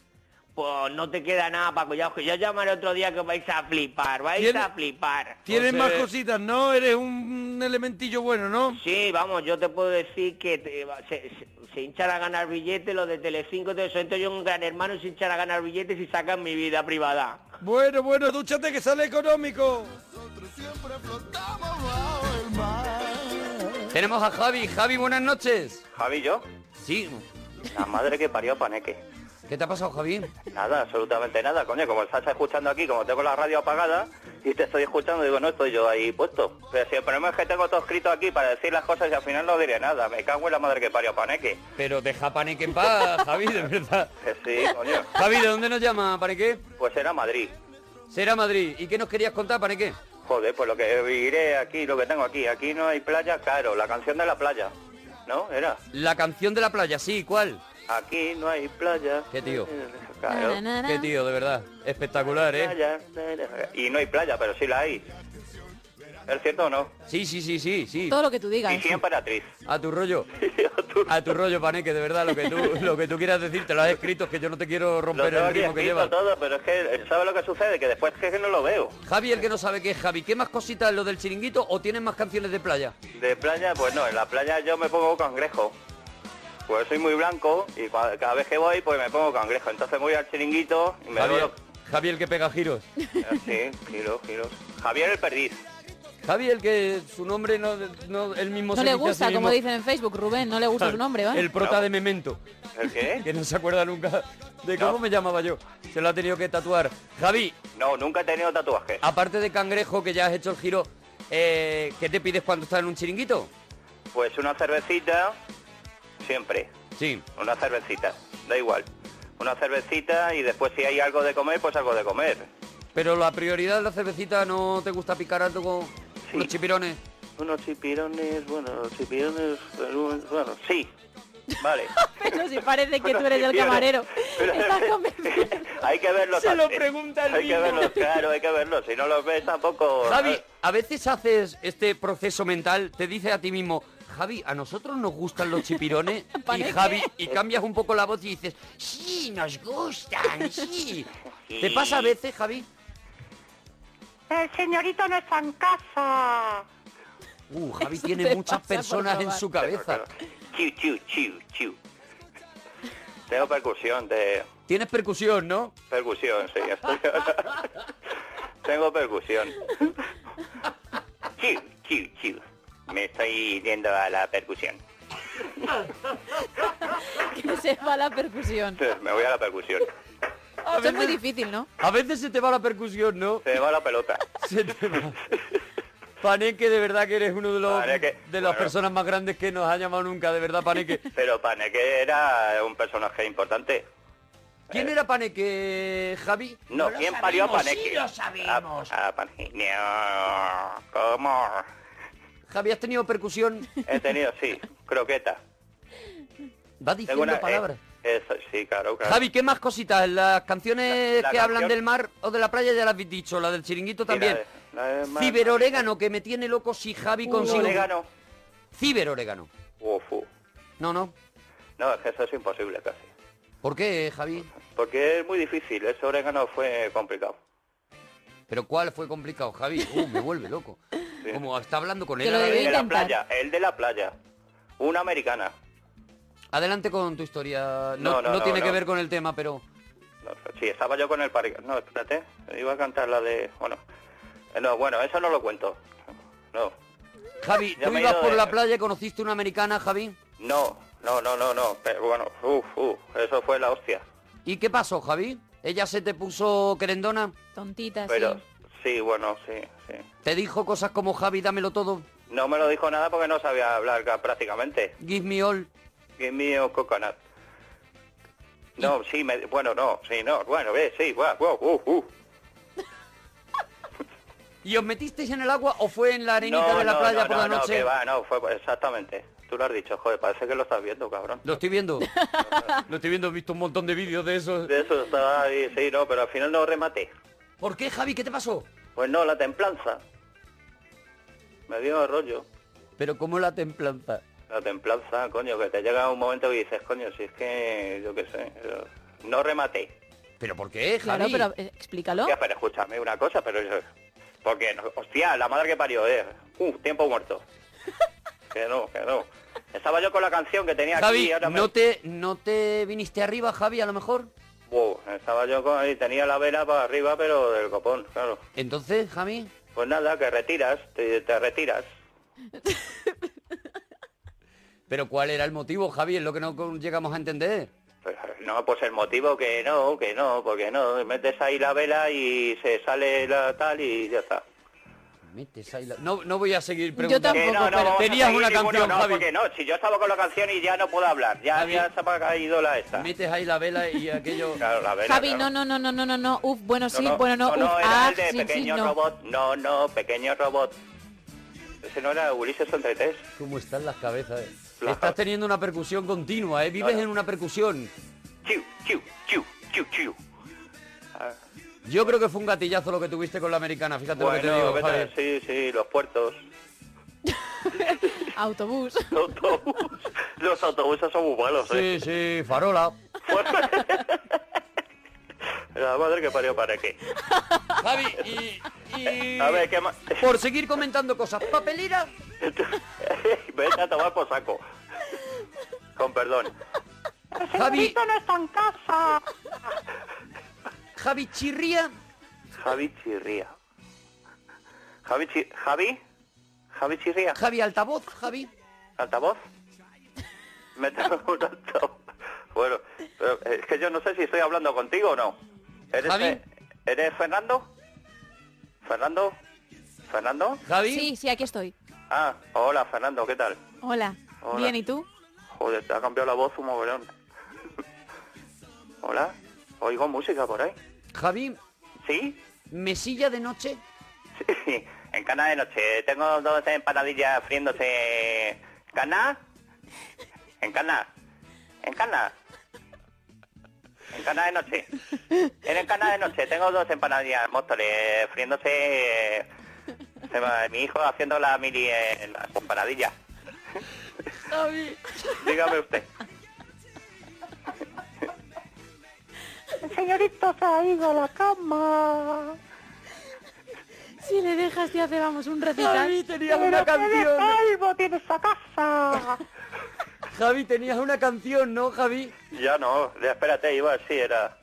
[SPEAKER 6] pues no te queda nada, Paco. Ya, os- ya os llamaré otro día que os vais a flipar, vais
[SPEAKER 2] ¿Tiene-
[SPEAKER 6] a flipar. Pues, eh,
[SPEAKER 2] Tienes más
[SPEAKER 6] Entonces-
[SPEAKER 2] cositas, ¿no? Eres un elementillo bueno, ¿no?
[SPEAKER 6] Sí, vamos, yo te puedo decir que te- se, se- se hinchan a ganar billetes, los de Telecinco, todo eso. Entro yo en un gran hermano y se hinchan a ganar billetes y sacan mi vida privada.
[SPEAKER 2] Bueno, bueno, dúchate que sale económico.
[SPEAKER 3] Tenemos a Javi. Javi, buenas noches.
[SPEAKER 11] Javi, ¿yo?
[SPEAKER 3] Sí.
[SPEAKER 11] La madre que parió a Paneque.
[SPEAKER 3] ¿Qué te ha pasado, Javi?
[SPEAKER 11] Nada, absolutamente nada, coño. Como estás escuchando aquí, como tengo la radio apagada y te estoy escuchando, digo, no estoy yo ahí puesto. Pero si el problema es que tengo todo escrito aquí para decir las cosas y al final no diré nada. Me cago en la madre que parió a Paneque.
[SPEAKER 3] Pero deja Paneque en paz, Javi, de verdad.
[SPEAKER 11] Que Eh, sí, coño.
[SPEAKER 3] Javi, ¿de dónde nos llama, Paneque?
[SPEAKER 11] Pues era Madrid.
[SPEAKER 3] Será Madrid. ¿Y qué nos querías contar, Paneque?
[SPEAKER 11] Joder, pues lo que iré aquí, lo que tengo aquí. Aquí no hay playa, claro. La canción de la playa. ¿No? Era.
[SPEAKER 3] La canción de la playa, sí, ¿cuál?
[SPEAKER 11] Aquí no hay playa.
[SPEAKER 3] Qué tío.
[SPEAKER 11] Claro.
[SPEAKER 3] Qué tío, de verdad. Espectacular, ¿eh?
[SPEAKER 11] Playa. Y no hay playa, pero sí la hay. ¿Es cierto o no?
[SPEAKER 3] Sí, sí, sí, sí, sí.
[SPEAKER 10] Todo lo que tú digas.
[SPEAKER 11] Y sí, emperatriz.
[SPEAKER 3] A tu rollo. A tu rollo, Paneque, de verdad, lo que tú, lo que tú quieras decir, te lo has escrito, es que yo no te quiero
[SPEAKER 11] Lo
[SPEAKER 3] romper
[SPEAKER 11] tengo
[SPEAKER 3] el
[SPEAKER 11] aquí
[SPEAKER 3] ritmo que
[SPEAKER 11] escrito
[SPEAKER 3] llevas.
[SPEAKER 11] todo, pero es que, ¿sabes lo que sucede? Que después es que no lo veo.
[SPEAKER 3] Javi, el que no sabe qué es Javi, ¿qué más cositas es lo del chiringuito o tienes más canciones de playa?
[SPEAKER 11] De playa, pues no, en la playa yo me pongo cangrejo. Pues soy muy blanco y cua- cada vez que voy, pues me pongo cangrejo. Entonces voy al chiringuito y me
[SPEAKER 3] Javi,
[SPEAKER 11] doy
[SPEAKER 3] Javi, el que pega giros.
[SPEAKER 11] los- Sí, giros, giros. Javier el perdiz.
[SPEAKER 3] Javi, el que su nombre no, no él mismo
[SPEAKER 10] No
[SPEAKER 3] se
[SPEAKER 10] le
[SPEAKER 3] dice a sí
[SPEAKER 10] gusta, como
[SPEAKER 3] mismo.
[SPEAKER 10] dicen en Facebook, Rubén, no le gusta su nombre, ¿vale?
[SPEAKER 3] El prota de Memento,
[SPEAKER 11] ¿El qué?
[SPEAKER 3] que no se acuerda nunca de cómo me llamaba yo. Se lo ha tenido que tatuar. Javi,
[SPEAKER 11] No, nunca he tenido tatuajes.
[SPEAKER 3] aparte de cangrejo que ya has hecho el giro, eh, ¿qué te pides cuando estás en un chiringuito?
[SPEAKER 11] Pues una cervecita, siempre.
[SPEAKER 3] Sí.
[SPEAKER 11] Una cervecita, da igual. Una cervecita y después si hay algo de comer, pues algo de comer.
[SPEAKER 3] Pero la prioridad de la cervecita no te gusta picar algo con los chipirones.
[SPEAKER 11] Unos chipirones, bueno, los chipirones, pues, bueno, sí. Vale.
[SPEAKER 10] Pero si parece que
[SPEAKER 11] Pero
[SPEAKER 10] tú eres
[SPEAKER 11] sí,
[SPEAKER 10] el
[SPEAKER 11] pero-
[SPEAKER 10] camarero.
[SPEAKER 11] pero-
[SPEAKER 10] Estás convencido.
[SPEAKER 11] Hay que verlos.
[SPEAKER 3] Se lo
[SPEAKER 11] antes.
[SPEAKER 3] pregunta el
[SPEAKER 11] Hay que
[SPEAKER 3] niño.
[SPEAKER 11] verlos, claro, hay que verlos. Si no los ves tampoco. eh,
[SPEAKER 3] Javi, a veces haces este proceso mental, te dices a ti mismo, Javi, a nosotros nos gustan los chipirones y
[SPEAKER 10] Parece.
[SPEAKER 3] Javi, y cambias un poco la voz y dices, sí, nos gustan, sí.
[SPEAKER 11] Sí.
[SPEAKER 3] ¿Te pasa a veces, Javi?
[SPEAKER 12] El señorito no está en casa.
[SPEAKER 3] Uh, Javi
[SPEAKER 10] Eso
[SPEAKER 3] tiene
[SPEAKER 10] te
[SPEAKER 3] muchas
[SPEAKER 10] pasa por
[SPEAKER 3] personas en
[SPEAKER 10] probar.
[SPEAKER 3] su cabeza.
[SPEAKER 11] Chiu, chiu, chiu, chiu. Tengo percusión de.
[SPEAKER 3] Tienes percusión, ¿no?
[SPEAKER 11] Percusión, sí. estoy- Tengo percusión. Chiu, chiu, chiu. Me estoy yendo a la percusión.
[SPEAKER 10] Que sepa la percusión.
[SPEAKER 11] Entonces, me voy a la percusión.
[SPEAKER 3] A
[SPEAKER 10] Esto es muy
[SPEAKER 3] veces,
[SPEAKER 10] difícil, ¿no?
[SPEAKER 3] a veces se te va la percusión, ¿no?
[SPEAKER 11] Se me va la pelota.
[SPEAKER 3] Se te va. Paneque, de verdad que eres uno de los
[SPEAKER 11] Paneque,
[SPEAKER 3] de las
[SPEAKER 11] bueno.
[SPEAKER 3] personas más grandes que nos ha llamado nunca, de verdad, Paneque.
[SPEAKER 11] Pero Paneque era un personaje importante.
[SPEAKER 3] ¿Quién era Paneque, Javi?
[SPEAKER 11] No, ¿quién parió a Paneque? Sí, lo sabemos. A, a Paneque. No, ¿Cómo?
[SPEAKER 3] Javi, ¿has tenido percusión?
[SPEAKER 11] He tenido, sí, croqueta.
[SPEAKER 3] Va diciendo
[SPEAKER 11] eh,
[SPEAKER 3] palabras.
[SPEAKER 11] eso, sí, claro, claro.
[SPEAKER 3] Javi, ¿qué más cositas? Las canciones
[SPEAKER 11] La- la
[SPEAKER 3] que hablan
[SPEAKER 11] canción-
[SPEAKER 3] del mar o de la playa ya las habéis dicho, la del chiringuito
[SPEAKER 11] Sí, la
[SPEAKER 3] también.
[SPEAKER 11] de- la de Mar-
[SPEAKER 3] Ciberorégano, que me tiene loco si Javi
[SPEAKER 11] Un
[SPEAKER 3] consigue...
[SPEAKER 11] orégano.
[SPEAKER 3] Ciberorégano.
[SPEAKER 11] Uf, uf.
[SPEAKER 3] No, no.
[SPEAKER 11] No, es que eso es imposible casi.
[SPEAKER 3] ¿Por qué, Javi?
[SPEAKER 11] Porque es muy difícil, ese orégano fue complicado.
[SPEAKER 3] ¿Pero cuál fue complicado, Javi? Uh, me vuelve loco. Como está hablando con
[SPEAKER 10] Que
[SPEAKER 3] él.
[SPEAKER 10] lo
[SPEAKER 3] ahora
[SPEAKER 10] debí
[SPEAKER 11] El de
[SPEAKER 3] mismo.
[SPEAKER 11] la
[SPEAKER 10] intentar.
[SPEAKER 11] playa, el de la playa. Una americana.
[SPEAKER 3] Adelante con tu historia. No,
[SPEAKER 11] No, no,
[SPEAKER 3] no
[SPEAKER 11] no,
[SPEAKER 3] tiene
[SPEAKER 11] no.
[SPEAKER 3] que ver con el tema, pero...
[SPEAKER 11] No, sí, estaba yo con el parque. No, espérate, iba a cantar la de... Bueno, Eh, no, bueno, eso no lo cuento. No,
[SPEAKER 3] Javi,
[SPEAKER 11] Ya
[SPEAKER 3] tú
[SPEAKER 11] me he
[SPEAKER 3] ibas
[SPEAKER 11] ido
[SPEAKER 3] por
[SPEAKER 11] de-
[SPEAKER 3] la playa y conociste una americana, Javi.
[SPEAKER 11] no, no, no, no, no. Pero bueno, uf, uf, eso fue la hostia.
[SPEAKER 3] ¿Y qué pasó, Javi? ¿Ella se te puso querendona?
[SPEAKER 10] Tontita,
[SPEAKER 11] Pero
[SPEAKER 10] ¿Ah, sí.
[SPEAKER 11] sí, bueno, sí, sí.
[SPEAKER 3] ¿Te dijo cosas como Javi, dámelo todo?
[SPEAKER 11] No me lo dijo nada porque no sabía hablar ca- prácticamente.
[SPEAKER 3] Give me all.
[SPEAKER 11] Give me a coconut. No, sí, me- bueno, no, sí, no, bueno, eh, sí, guau, guau, uh, uh.
[SPEAKER 3] ¿Y os metisteis en el agua o fue en la arenita
[SPEAKER 11] No,
[SPEAKER 3] de la
[SPEAKER 11] no,
[SPEAKER 3] playa
[SPEAKER 11] no,
[SPEAKER 3] por
[SPEAKER 11] no,
[SPEAKER 3] la
[SPEAKER 11] no,
[SPEAKER 3] noche?
[SPEAKER 11] que va, no, fue exactamente. Tú lo has dicho, joder, parece que lo estás viendo, cabrón.
[SPEAKER 3] Lo estoy viendo. Lo estoy viendo, he visto un montón de vídeos de eso.
[SPEAKER 11] De eso estaba ahí, sí, no, pero al final no rematé.
[SPEAKER 3] ¿Por qué, Javi? ¿Qué te pasó?
[SPEAKER 11] Pues no, la templanza. Me dio rollo.
[SPEAKER 3] Pero como la templanza.
[SPEAKER 11] La templanza, coño, que te llega un momento que dices, coño, si es que, yo qué sé, yo- no rematé.
[SPEAKER 3] ¿Pero por qué,
[SPEAKER 10] Claro,
[SPEAKER 3] Javi?
[SPEAKER 10] pero eh, explícalo.
[SPEAKER 11] Ya, pero escúchame una cosa, pero eso... Porque, no- hostia, la madre que parió, eh. Uh, tiempo muerto. que no, que no. Estaba yo con la canción que tenía aquí
[SPEAKER 3] Javi,
[SPEAKER 11] y ahora me-
[SPEAKER 3] ¿no te, ¿no te viniste arriba, Javi, a lo mejor?
[SPEAKER 11] Buh, estaba yo con... y tenía la vela para arriba, pero del copón, claro.
[SPEAKER 3] Entonces, Javi...
[SPEAKER 11] Pues nada, que retiras, te, te retiras.
[SPEAKER 3] ¿Pero cuál era el motivo, Javi? Es lo que no con- llegamos a entender.
[SPEAKER 11] No, pues el motivo que no, que no, porque no. Metes ahí la vela y se sale la tal y ya está.
[SPEAKER 3] Metes ahí la- no, no voy a seguir preguntando.
[SPEAKER 11] Que Eh, no, no, vamos a
[SPEAKER 3] Tenías
[SPEAKER 11] seguir
[SPEAKER 3] una
[SPEAKER 11] ninguno,
[SPEAKER 3] canción,
[SPEAKER 11] no,
[SPEAKER 3] Javi.
[SPEAKER 11] porque no, si yo estaba con la canción y ya no puedo hablar. Ya, ya se ha caído la esta.
[SPEAKER 3] Metes ahí la vela y aquello...
[SPEAKER 11] Claro, la vela.
[SPEAKER 10] Javi,
[SPEAKER 11] claro.
[SPEAKER 10] no, no, no, no, no, no, no. Uf, bueno, sí,
[SPEAKER 11] no,
[SPEAKER 10] bueno, no,
[SPEAKER 11] no,
[SPEAKER 10] uf,
[SPEAKER 11] no, era
[SPEAKER 10] ah,
[SPEAKER 11] el de
[SPEAKER 10] sí, sí,
[SPEAKER 11] pequeño
[SPEAKER 10] no.
[SPEAKER 11] robot. No, no, pequeño robot. Ese no era Ulises 33.
[SPEAKER 3] ¿Cómo están las cabezas? eh? Estás teniendo una percusión continua, ¿eh? Vives
[SPEAKER 11] Claro.
[SPEAKER 3] en una percusión.
[SPEAKER 11] Chiu, chiu, chiu, chiu, chiu. Ah,
[SPEAKER 3] Yo creo que fue un gatillazo lo que tuviste con la americana, fíjate lo que te
[SPEAKER 11] Bueno,
[SPEAKER 3] digo,
[SPEAKER 11] vete a-
[SPEAKER 3] Javi.
[SPEAKER 11] sí, sí, los puertos.
[SPEAKER 10] Autobús.
[SPEAKER 11] Los autobuses son muy malos, ¿eh?
[SPEAKER 3] Sí, sí, farola.
[SPEAKER 11] La madre que parió para qué.
[SPEAKER 3] Javi, y... y-
[SPEAKER 11] A ver, ¿qué más?
[SPEAKER 3] Por seguir comentando cosas. Papelera,
[SPEAKER 11] Vete a tomar por saco. Con perdón.
[SPEAKER 3] Javi,
[SPEAKER 12] no está en casa.
[SPEAKER 3] Javi Chirría.
[SPEAKER 11] Javi Chirría. Javi Chi- Javi. Javi Chirría.
[SPEAKER 3] Javi Altavoz, Javi.
[SPEAKER 11] ¿Altavoz? Me tengo un altavoz. Bueno, pero eh, es que yo no sé si estoy hablando contigo o no. ¿Eres,
[SPEAKER 3] Javi.
[SPEAKER 11] Fe- ¿eres Fernando? ¿Fernando? ¿Fernando?
[SPEAKER 3] Javi.
[SPEAKER 10] Sí, sí, aquí estoy.
[SPEAKER 11] Ah, hola Fernando, ¿qué tal?
[SPEAKER 10] Hola.
[SPEAKER 11] Hola.
[SPEAKER 10] Bien, ¿y tú?
[SPEAKER 11] Joder, te ha cambiado la voz un mogollón. Hola, oigo música por ahí.
[SPEAKER 3] Javi,
[SPEAKER 11] ¿Sí?
[SPEAKER 3] mesilla de noche.
[SPEAKER 11] Sí, en cana de noche. Tengo dos empanadillas friéndose. ¿Cana? ¿En cana? ¿En cana? En cana de noche. En el cana de noche tengo dos empanadillas móstoles friéndose. eh, se va- Mi hijo haciendo la mili en las empanadillas.
[SPEAKER 10] Javi.
[SPEAKER 11] Dígame usted.
[SPEAKER 12] El señorito se ha ido a la cama.
[SPEAKER 10] Si le dejas, te hace, vamos, un recital.
[SPEAKER 3] Javi, tenías
[SPEAKER 12] Pero
[SPEAKER 3] una
[SPEAKER 12] qué de
[SPEAKER 3] canción.
[SPEAKER 12] polvo tiene esa casa.
[SPEAKER 3] Javi, tenías una canción, ¿no, Javi?
[SPEAKER 11] Ya no, ya, espérate, iba así, era...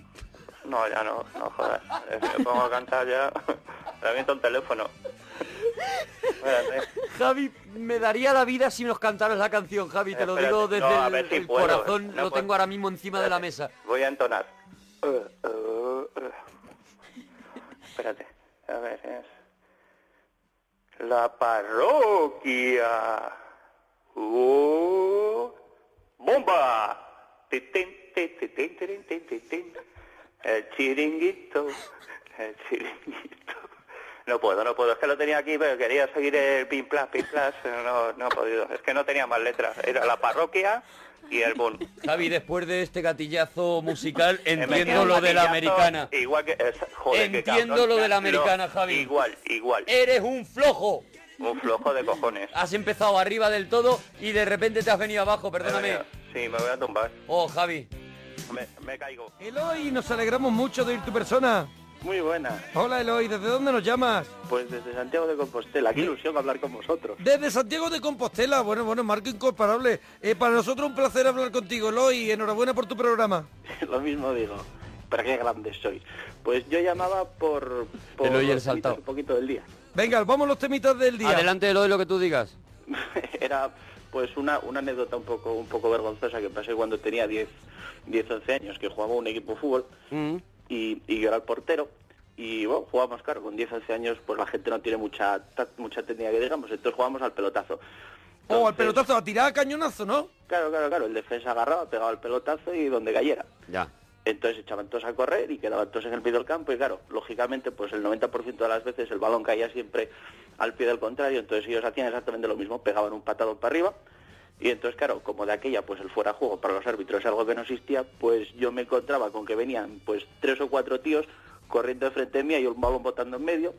[SPEAKER 11] No, ya no, no jodas. Eh, Me pongo a cantar ya, le aviento el teléfono. Espérate.
[SPEAKER 3] Javi, me daría la vida si nos cantaras la canción, Javi. Te lo
[SPEAKER 11] Espérate,
[SPEAKER 3] digo
[SPEAKER 11] no,
[SPEAKER 3] desde
[SPEAKER 11] a
[SPEAKER 3] el,
[SPEAKER 11] ver si
[SPEAKER 3] el
[SPEAKER 11] puedo,
[SPEAKER 3] corazón.
[SPEAKER 11] no
[SPEAKER 3] lo
[SPEAKER 11] puedo.
[SPEAKER 3] tengo ahora mismo encima de la mesa.
[SPEAKER 11] Voy a entonar. Eh, eh, eh. Espérate, a ver, es... La parroquia. Oh, ¡Bomba! Ti, tin, ti, ti, tin, tirin, tin, ti, tin. El chiringuito, el chiringuito. No puedo, no puedo. Es que lo tenía aquí, pero quería seguir el pin plas, pin plas. pero No, no he podido. Es que no tenía más letras. Era la parroquia y el boom.
[SPEAKER 3] Javi, después de este gatillazo musical,
[SPEAKER 11] Me
[SPEAKER 3] entiendo
[SPEAKER 11] quedo
[SPEAKER 3] lo de la
[SPEAKER 11] gatillazo,
[SPEAKER 3] americana.
[SPEAKER 11] Igual que... es- joder, qué
[SPEAKER 3] Entiendo
[SPEAKER 11] cabrón.
[SPEAKER 3] lo de la americana, Javi.
[SPEAKER 11] Igual, igual.
[SPEAKER 3] Eres un flojo.
[SPEAKER 11] Un flojo de cojones.
[SPEAKER 3] Has empezado arriba del todo y de repente te has venido abajo, perdóname.
[SPEAKER 11] Sí, me voy a tumbar.
[SPEAKER 3] Oh, Javi.
[SPEAKER 11] Me, me caigo.
[SPEAKER 2] Eloy, nos alegramos mucho de ir tu persona.
[SPEAKER 11] Muy buena.
[SPEAKER 2] Hola Eloy, ¿desde dónde nos llamas?
[SPEAKER 11] Pues desde Santiago de Compostela, qué ilusión hablar con vosotros.
[SPEAKER 2] Desde Santiago de Compostela. Bueno, bueno, marco incomparable. Eh, para nosotros un placer hablar contigo, Eloy. Enhorabuena por tu programa.
[SPEAKER 11] Lo mismo digo. Pero qué grandes sois. Pues yo llamaba por... por
[SPEAKER 3] Eloy el
[SPEAKER 11] los temitas
[SPEAKER 3] saltao.
[SPEAKER 11] Un poquito del día.
[SPEAKER 2] Venga, vamos a los temitas del día.
[SPEAKER 3] Adelante, Eloy, lo que tú digas.
[SPEAKER 11] Era pues una, una anécdota un poco un poco vergonzosa que pasé cuando tenía 10, 10 11 años, que jugaba un equipo de fútbol
[SPEAKER 13] Mm.
[SPEAKER 11] y, y yo era el portero. Y bueno, jugábamos, claro, con 10, 11 años, pues la gente no tiene mucha ta- mucha técnica que digamos, entonces jugábamos al pelotazo.
[SPEAKER 2] Oh, al pelotazo, a tirar a cañonazo, ¿no?
[SPEAKER 11] Claro, claro, claro, el defensa agarraba, pegaba el pelotazo y donde cayera.
[SPEAKER 3] Ya.
[SPEAKER 11] Entonces echaban todos a correr y quedaban todos en el medio del campo y claro, lógicamente pues el 90% de las veces el balón caía siempre al pie del contrario, entonces ellos hacían exactamente lo mismo, pegaban un patadón para arriba y entonces claro, como de aquella pues el fuera juego para los árbitros es algo que no existía, pues yo me encontraba con que venían pues tres o cuatro tíos corriendo de frente mía y un balón botando en medio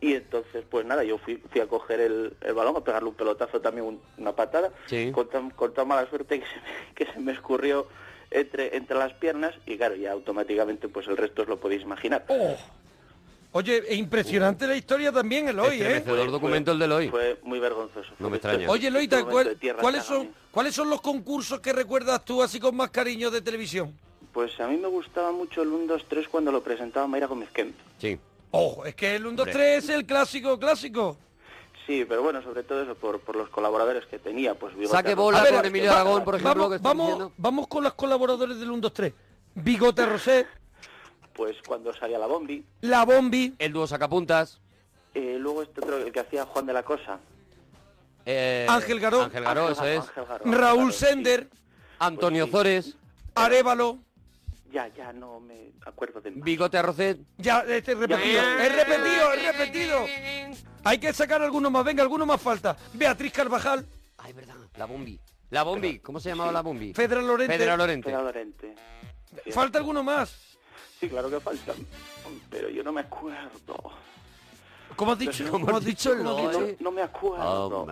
[SPEAKER 11] y entonces pues nada, yo fui, fui a coger el, el balón, a pegarle un pelotazo también, un- una patada,
[SPEAKER 14] Pues,
[SPEAKER 3] Sí.
[SPEAKER 11] con, tan, con tan mala suerte que se me- que se me escurrió
[SPEAKER 13] entre, entre las piernas y claro, ya automáticamente pues el resto os lo podéis imaginar.
[SPEAKER 2] Oh. Oye, e impresionante la historia también, Eloy, ¿eh?
[SPEAKER 13] documento el de hoy. Fue muy vergonzoso.
[SPEAKER 3] No me extraña.
[SPEAKER 2] Oye, Eloy, ¿te
[SPEAKER 13] Documento de
[SPEAKER 2] acuer-
[SPEAKER 13] tierra
[SPEAKER 2] ¿cuáles
[SPEAKER 13] sagrada.
[SPEAKER 2] son, ¿cuáles son los concursos que recuerdas tú así con más cariño de televisión?
[SPEAKER 13] Pues a mí me gustaba mucho el 1, 2, 3 cuando lo presentaba Mayra Gómez Kemp.
[SPEAKER 3] Sí.
[SPEAKER 2] Ojo, es que el 1, 2,
[SPEAKER 13] Hombre.
[SPEAKER 2] 3 es el clásico, clásico.
[SPEAKER 13] Sí, pero bueno, sobre todo eso por, por los colaboradores que tenía. pues Bigote Ro-
[SPEAKER 2] A ver, va-
[SPEAKER 13] que
[SPEAKER 2] Vamos,
[SPEAKER 13] está
[SPEAKER 2] vamos, vamos con los colaboradores del 1, 2, 3. Bigote Rosé,
[SPEAKER 13] Pues cuando salía la bombi.
[SPEAKER 2] La Bombi.
[SPEAKER 3] El dúo Sacapuntas.
[SPEAKER 13] Eh, luego este otro, el que hacía Juan de la Cosa.
[SPEAKER 2] Ángel Garó.
[SPEAKER 3] eh, Ángel Garó, eso es.
[SPEAKER 2] Raúl Sender.
[SPEAKER 3] Antonio
[SPEAKER 13] Pues
[SPEAKER 3] Zores.
[SPEAKER 2] Arevalo.
[SPEAKER 13] Ya, ya, no me acuerdo de
[SPEAKER 3] Bigote Arrocet.
[SPEAKER 2] Ya, este es repetido. Es repetido, es repetido. Hay que sacar alguno más. Venga, alguno más falta. Beatriz Carvajal.
[SPEAKER 3] La Bombi. La Bombi. ¿Cómo se llamaba la Bombi?
[SPEAKER 2] Fedra Lorente.
[SPEAKER 3] Fedra Lorente.
[SPEAKER 2] Falta alguno más.
[SPEAKER 13] Sí, claro que faltan. Pero yo no me acuerdo.
[SPEAKER 2] ¿Cómo has dicho?
[SPEAKER 13] Pero-
[SPEAKER 2] ¿Cómo has dicho?
[SPEAKER 13] No,
[SPEAKER 2] ¿Cómo has
[SPEAKER 13] no,
[SPEAKER 2] dicho?
[SPEAKER 13] no me acuerdo.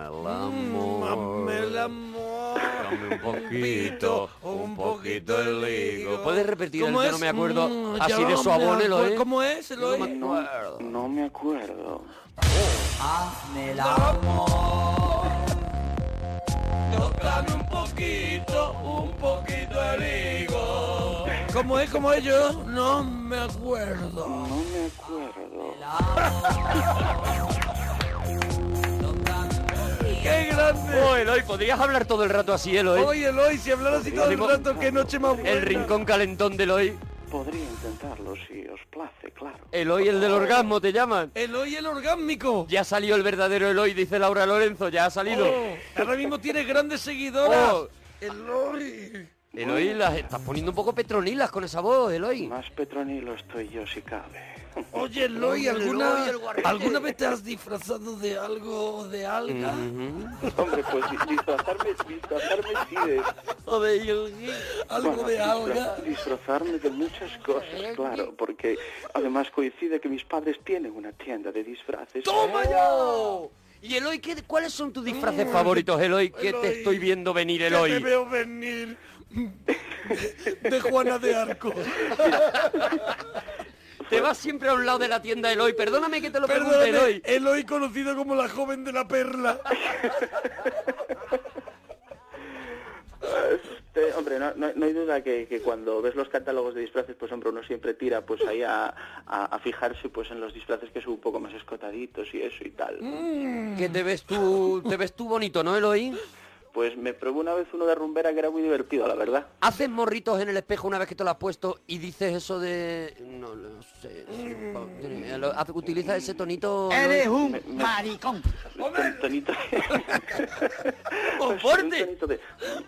[SPEAKER 2] El amor.
[SPEAKER 3] Un poquito, un poquito el ligo. ¿Puedes repetir el
[SPEAKER 2] ¿Cómo
[SPEAKER 3] que no
[SPEAKER 2] es?
[SPEAKER 3] me acuerdo?
[SPEAKER 2] Mm,
[SPEAKER 3] Así
[SPEAKER 2] ya
[SPEAKER 3] de
[SPEAKER 2] no
[SPEAKER 3] su
[SPEAKER 2] me
[SPEAKER 3] abonelo,
[SPEAKER 2] acuerdo.
[SPEAKER 3] ¿eh?
[SPEAKER 2] ¿Cómo es? Eloy?
[SPEAKER 13] No me acuerdo.
[SPEAKER 4] Oh. Hazme el amor. Tócame un poquito, un poquito el higo.
[SPEAKER 2] ¿Cómo es? ¿Cómo es? Yo no me acuerdo. No
[SPEAKER 13] me acuerdo.
[SPEAKER 2] ¡Qué grande!
[SPEAKER 3] Oh, Eloy, podrías hablar todo el rato así, Eloy.
[SPEAKER 2] Oye, Eloy, si hablaras así todo el rato, qué noche más buena.
[SPEAKER 3] El rincón calentón de Eloy.
[SPEAKER 13] Podría intentarlo si os place, claro.
[SPEAKER 3] Eloy, el del orgasmo, te llaman.
[SPEAKER 2] Eloy, el orgásmico.
[SPEAKER 3] Ya salió el verdadero Eloy, dice Laura Lorenzo, ya ha salido.
[SPEAKER 2] Oh, ahora mismo tienes grandes seguidoras.
[SPEAKER 3] Oh.
[SPEAKER 2] Eloy.
[SPEAKER 3] Eloy, las estás poniendo un poco petronilas con esa voz, Eloy.
[SPEAKER 13] Más petronilo estoy yo si cabe.
[SPEAKER 2] Oye, Eloy,
[SPEAKER 13] Eloy,
[SPEAKER 2] ¿alguna,
[SPEAKER 13] el guarrete.
[SPEAKER 2] ¿alguna vez te has disfrazado de algo o de alga?
[SPEAKER 13] Hombre, pues disfrazarme, disfrazarme sí de...
[SPEAKER 3] O de Yogi.
[SPEAKER 2] Algo de alga.
[SPEAKER 13] Disfrazarme de muchas cosas, claro, porque además coincide que mis padres tienen una tienda de disfraces.
[SPEAKER 3] ¡Toma ya! Y Eloy, ¿qué- ¿cuáles son tus disfraces favoritos, Eloy? ¿Qué te estoy viendo venir,
[SPEAKER 2] Mm. Que te
[SPEAKER 3] Eloy?
[SPEAKER 2] veo venir de Juana de Arco.
[SPEAKER 3] Te vas siempre a un lado de la tienda, Eloy. Perdóname que te lo pregunte,
[SPEAKER 2] Perdóname,
[SPEAKER 3] Eloy.
[SPEAKER 2] Eloy conocido como la joven de la perla.
[SPEAKER 13] Este, hombre, no, no- no hay duda que, que cuando ves los catálogos de disfraces, pues hombre, uno siempre tira pues ahí a, a- a fijarse pues en los disfraces que son un poco más escotaditos y eso y tal.
[SPEAKER 3] Que te ves tú, te ves tú bonito, ¿no, Eloy?
[SPEAKER 13] Pues me probé una vez uno de rumbera que era muy divertido, la verdad.
[SPEAKER 3] Haces morritos en el espejo una vez que te lo has puesto y dices eso de... No lo sé. Eloy, haz- Utiliza ese tonito... Eloy.
[SPEAKER 4] maricón.
[SPEAKER 13] Un tonito Un tonito de...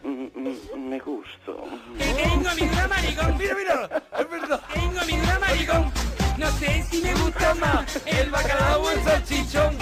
[SPEAKER 13] mm, mm, mm, Me gusto.
[SPEAKER 4] Tengo mi una maricón. Mira, mira. Es verdad. Tengo mi una maricón. No sé si me gusta más el bacalao o el salchichón.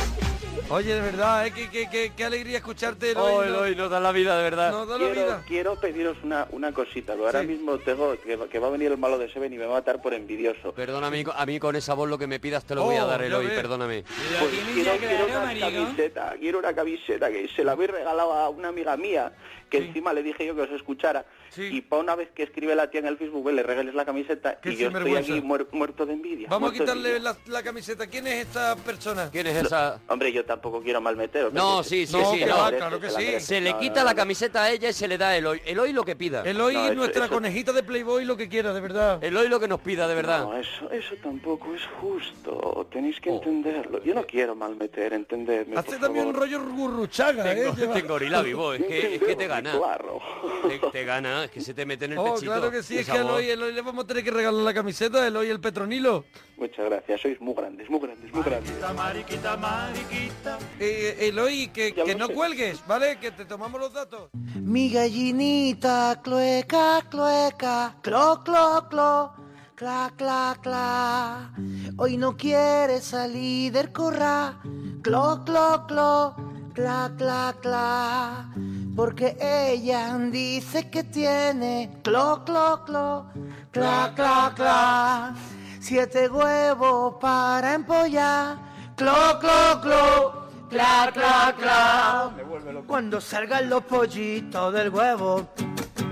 [SPEAKER 2] Oye, de verdad, ¿eh? qué, qué- qué- qué alegría escucharte, Eloy.
[SPEAKER 3] Oh, Eloy, nos da la vida, de verdad.
[SPEAKER 2] Nos da la
[SPEAKER 13] Quiero,
[SPEAKER 2] vida.
[SPEAKER 13] quiero pediros una, una cosita, porque ahora mismo tengo que, que va a venir el malo de Seven y me va a matar por envidioso.
[SPEAKER 3] Perdona, a mí, a mí con esa voz lo que me pidas te lo voy a
[SPEAKER 13] Oh,
[SPEAKER 3] dar,
[SPEAKER 13] ya
[SPEAKER 3] Eloy,
[SPEAKER 13] ves.
[SPEAKER 3] perdóname.
[SPEAKER 13] Pues quiero, quiero una camiseta, quiero una camiseta que se la habéis regalado a una amiga mía, que encima le dije yo que os escuchara, y para una vez que escribe la tía en el Facebook, pues, le regales la camiseta
[SPEAKER 2] Qué
[SPEAKER 13] y yo estoy
[SPEAKER 2] sinvergüenza.
[SPEAKER 13] aquí muer- muerto de envidia.
[SPEAKER 2] Vamos a
[SPEAKER 13] muerto de
[SPEAKER 2] quitarle
[SPEAKER 13] envidia.
[SPEAKER 2] la, la camiseta. ¿Quién es esta persona?
[SPEAKER 3] ¿Quién es esa?
[SPEAKER 13] Hombre, yo tampoco quiero malmeteros.
[SPEAKER 3] No,
[SPEAKER 13] porque
[SPEAKER 3] sí,
[SPEAKER 13] se-
[SPEAKER 3] sí,
[SPEAKER 13] se
[SPEAKER 3] sí.
[SPEAKER 13] la
[SPEAKER 3] no.
[SPEAKER 13] merece, se la merece.
[SPEAKER 3] Se le
[SPEAKER 13] No,
[SPEAKER 3] quita
[SPEAKER 13] no,
[SPEAKER 3] la
[SPEAKER 13] no.
[SPEAKER 3] camiseta a ella y se le da a Eloy. Eloy lo que pida.
[SPEAKER 2] Eloy,
[SPEAKER 13] No, eso-
[SPEAKER 2] nuestra
[SPEAKER 13] eso-
[SPEAKER 2] conejita de Playboy, lo que quiera, de verdad.
[SPEAKER 3] Eloy lo que nos pida, de verdad.
[SPEAKER 13] No, eso, eso tampoco es justo. Tenéis
[SPEAKER 3] Oh.
[SPEAKER 13] que entenderlo. Yo no quiero malmeter, entenderme. por
[SPEAKER 2] Hace también un
[SPEAKER 13] favor.
[SPEAKER 2] rollo gurruchaga, ¿eh?
[SPEAKER 3] Tengo,
[SPEAKER 2] Lleva-
[SPEAKER 3] tengo gorila vivo, es que, es que te gana.
[SPEAKER 13] Claro.
[SPEAKER 3] Te, te gana, es que se te mete en el
[SPEAKER 2] Oh,
[SPEAKER 3] pechito.
[SPEAKER 2] claro que sí, es
[SPEAKER 3] esa
[SPEAKER 2] que a
[SPEAKER 3] voz.
[SPEAKER 2] Eloy, Eloy le vamos a tener que regalar la camiseta, Eloy el Petronilo.
[SPEAKER 13] Muchas gracias, sois muy grandes, muy grandes, muy grandes.
[SPEAKER 2] Mariquita, mariquita. Eh, Eloy, que, que no cuelgues, ¿vale? Que te tomamos los datos.
[SPEAKER 15] Mm. Mi gallinita clueca, clueca, clo, clo, clo, cla, cla, cla. Hoy no quiere salir del corral, clo, clo, clo, cla, cla, cla. Porque ella dice que tiene, clo, clo, clo, cla, cla, cla. Siete huevos para empollar, clo, clo, clo, cla, cla, cla. Cuando salgan los pollitos del huevo,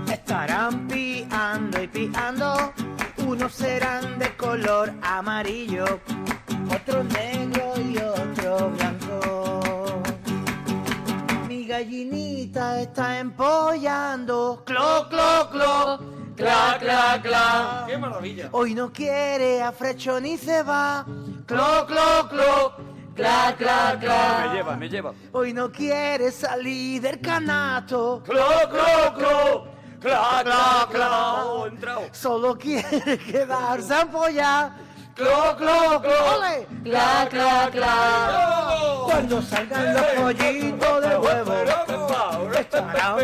[SPEAKER 15] eh,
[SPEAKER 16] estarán piando y piando. Unos serán de color amarillo, otros negro y otros blanco.
[SPEAKER 15] Mi gallinita está empollando. Clo, clo, clo. Cla, cla, cla.
[SPEAKER 2] ¡Qué maravilla!
[SPEAKER 15] Hoy no quiere a Frechón y se va. Clo, clo, clo. Cla, cla,
[SPEAKER 3] Me
[SPEAKER 15] cla.
[SPEAKER 3] lleva, me lleva.
[SPEAKER 15] Hoy no quiere salir del canato.
[SPEAKER 3] Clo, clo, clo.
[SPEAKER 4] Cla, cla, cla.
[SPEAKER 15] Solo quiere quedarse ampollado.
[SPEAKER 4] Clo, clo, clo.
[SPEAKER 15] Ole. Cla, cla, cla. Cuando salgan los pollitos de huevo, estarán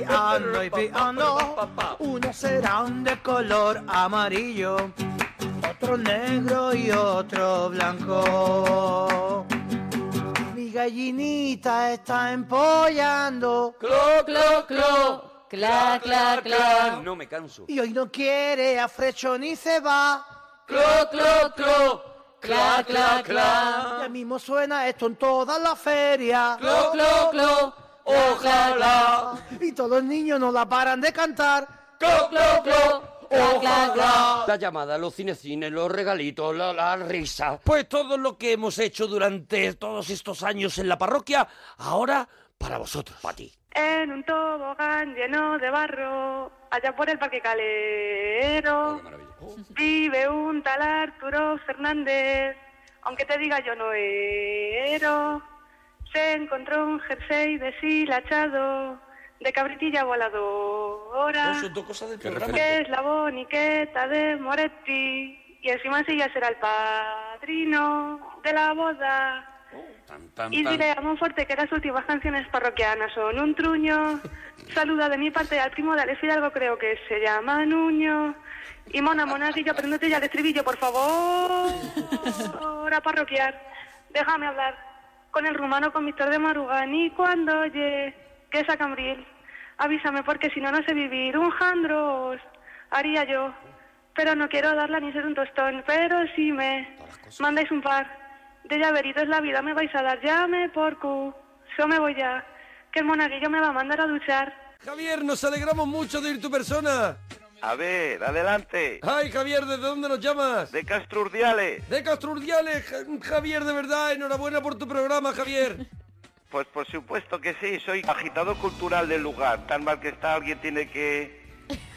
[SPEAKER 15] piando y piando.
[SPEAKER 16] Unos serán de color amarillo, otros negro y otro blanco.
[SPEAKER 15] Mi gallinita está empollando. Clo, clo, clo. Cla, cla, cla.
[SPEAKER 3] No me canso.
[SPEAKER 15] Y hoy no quiere a Frechón y se va.
[SPEAKER 3] Clo, clo, clo. Cla, cla, cla.
[SPEAKER 15] Ya mismo suena esto en toda la feria.
[SPEAKER 4] Clo, clo, clo. Ojalá.
[SPEAKER 15] Y todos los niños no la paran de cantar.
[SPEAKER 4] Clo, clo, clo.
[SPEAKER 15] Ojalá.
[SPEAKER 3] La llamada, los cinecines, los regalitos, la, la risa.
[SPEAKER 2] Pues todo lo que hemos hecho durante todos estos años en la parroquia, ahora para vosotros. Para ti.
[SPEAKER 10] En un tobogán lleno de barro, allá por el Parque Calero, vive un tal Arturo Fernández, aunque te diga yo no ero. Se encontró un jersey deshilachado, de cabritilla voladora,
[SPEAKER 2] Son dos cosas del programa.
[SPEAKER 10] que es la boniqueta de Moretti, y encima sí ya será el padrino de la boda. Y dile a Monforte que las últimas canciones parroquianas son un truño. Saluda de mi parte al primo de Alex Hidalgo, creo que se llama Nuño. Y Mona Monaguillo, apréndete ya el estribillo, por favor. Ahora parroquiar. Déjame hablar con el rumano conductor de Marugán. Y cuando oye que es a Cambril, avísame porque si no, no sé vivir. Un jandros haría yo. Pero no quiero darla ni ser un tostón. Pero si me mandáis un par de llaveritos la vida me vais a dar. Llame por cu. Yo me voy ya. Que el monaguillo me va a mandar a duchar.
[SPEAKER 2] Javier, nos alegramos mucho de ir tu persona.
[SPEAKER 17] A ver, adelante.
[SPEAKER 2] Ay, Javier, ¿desde dónde nos llamas?
[SPEAKER 17] De Castrurdiales.
[SPEAKER 2] De Castrurdiales, Ja- Javier, de verdad, enhorabuena por tu programa, Javier.
[SPEAKER 17] Pues por supuesto que sí, soy agitador cultural del lugar. Tan mal que está, alguien tiene que,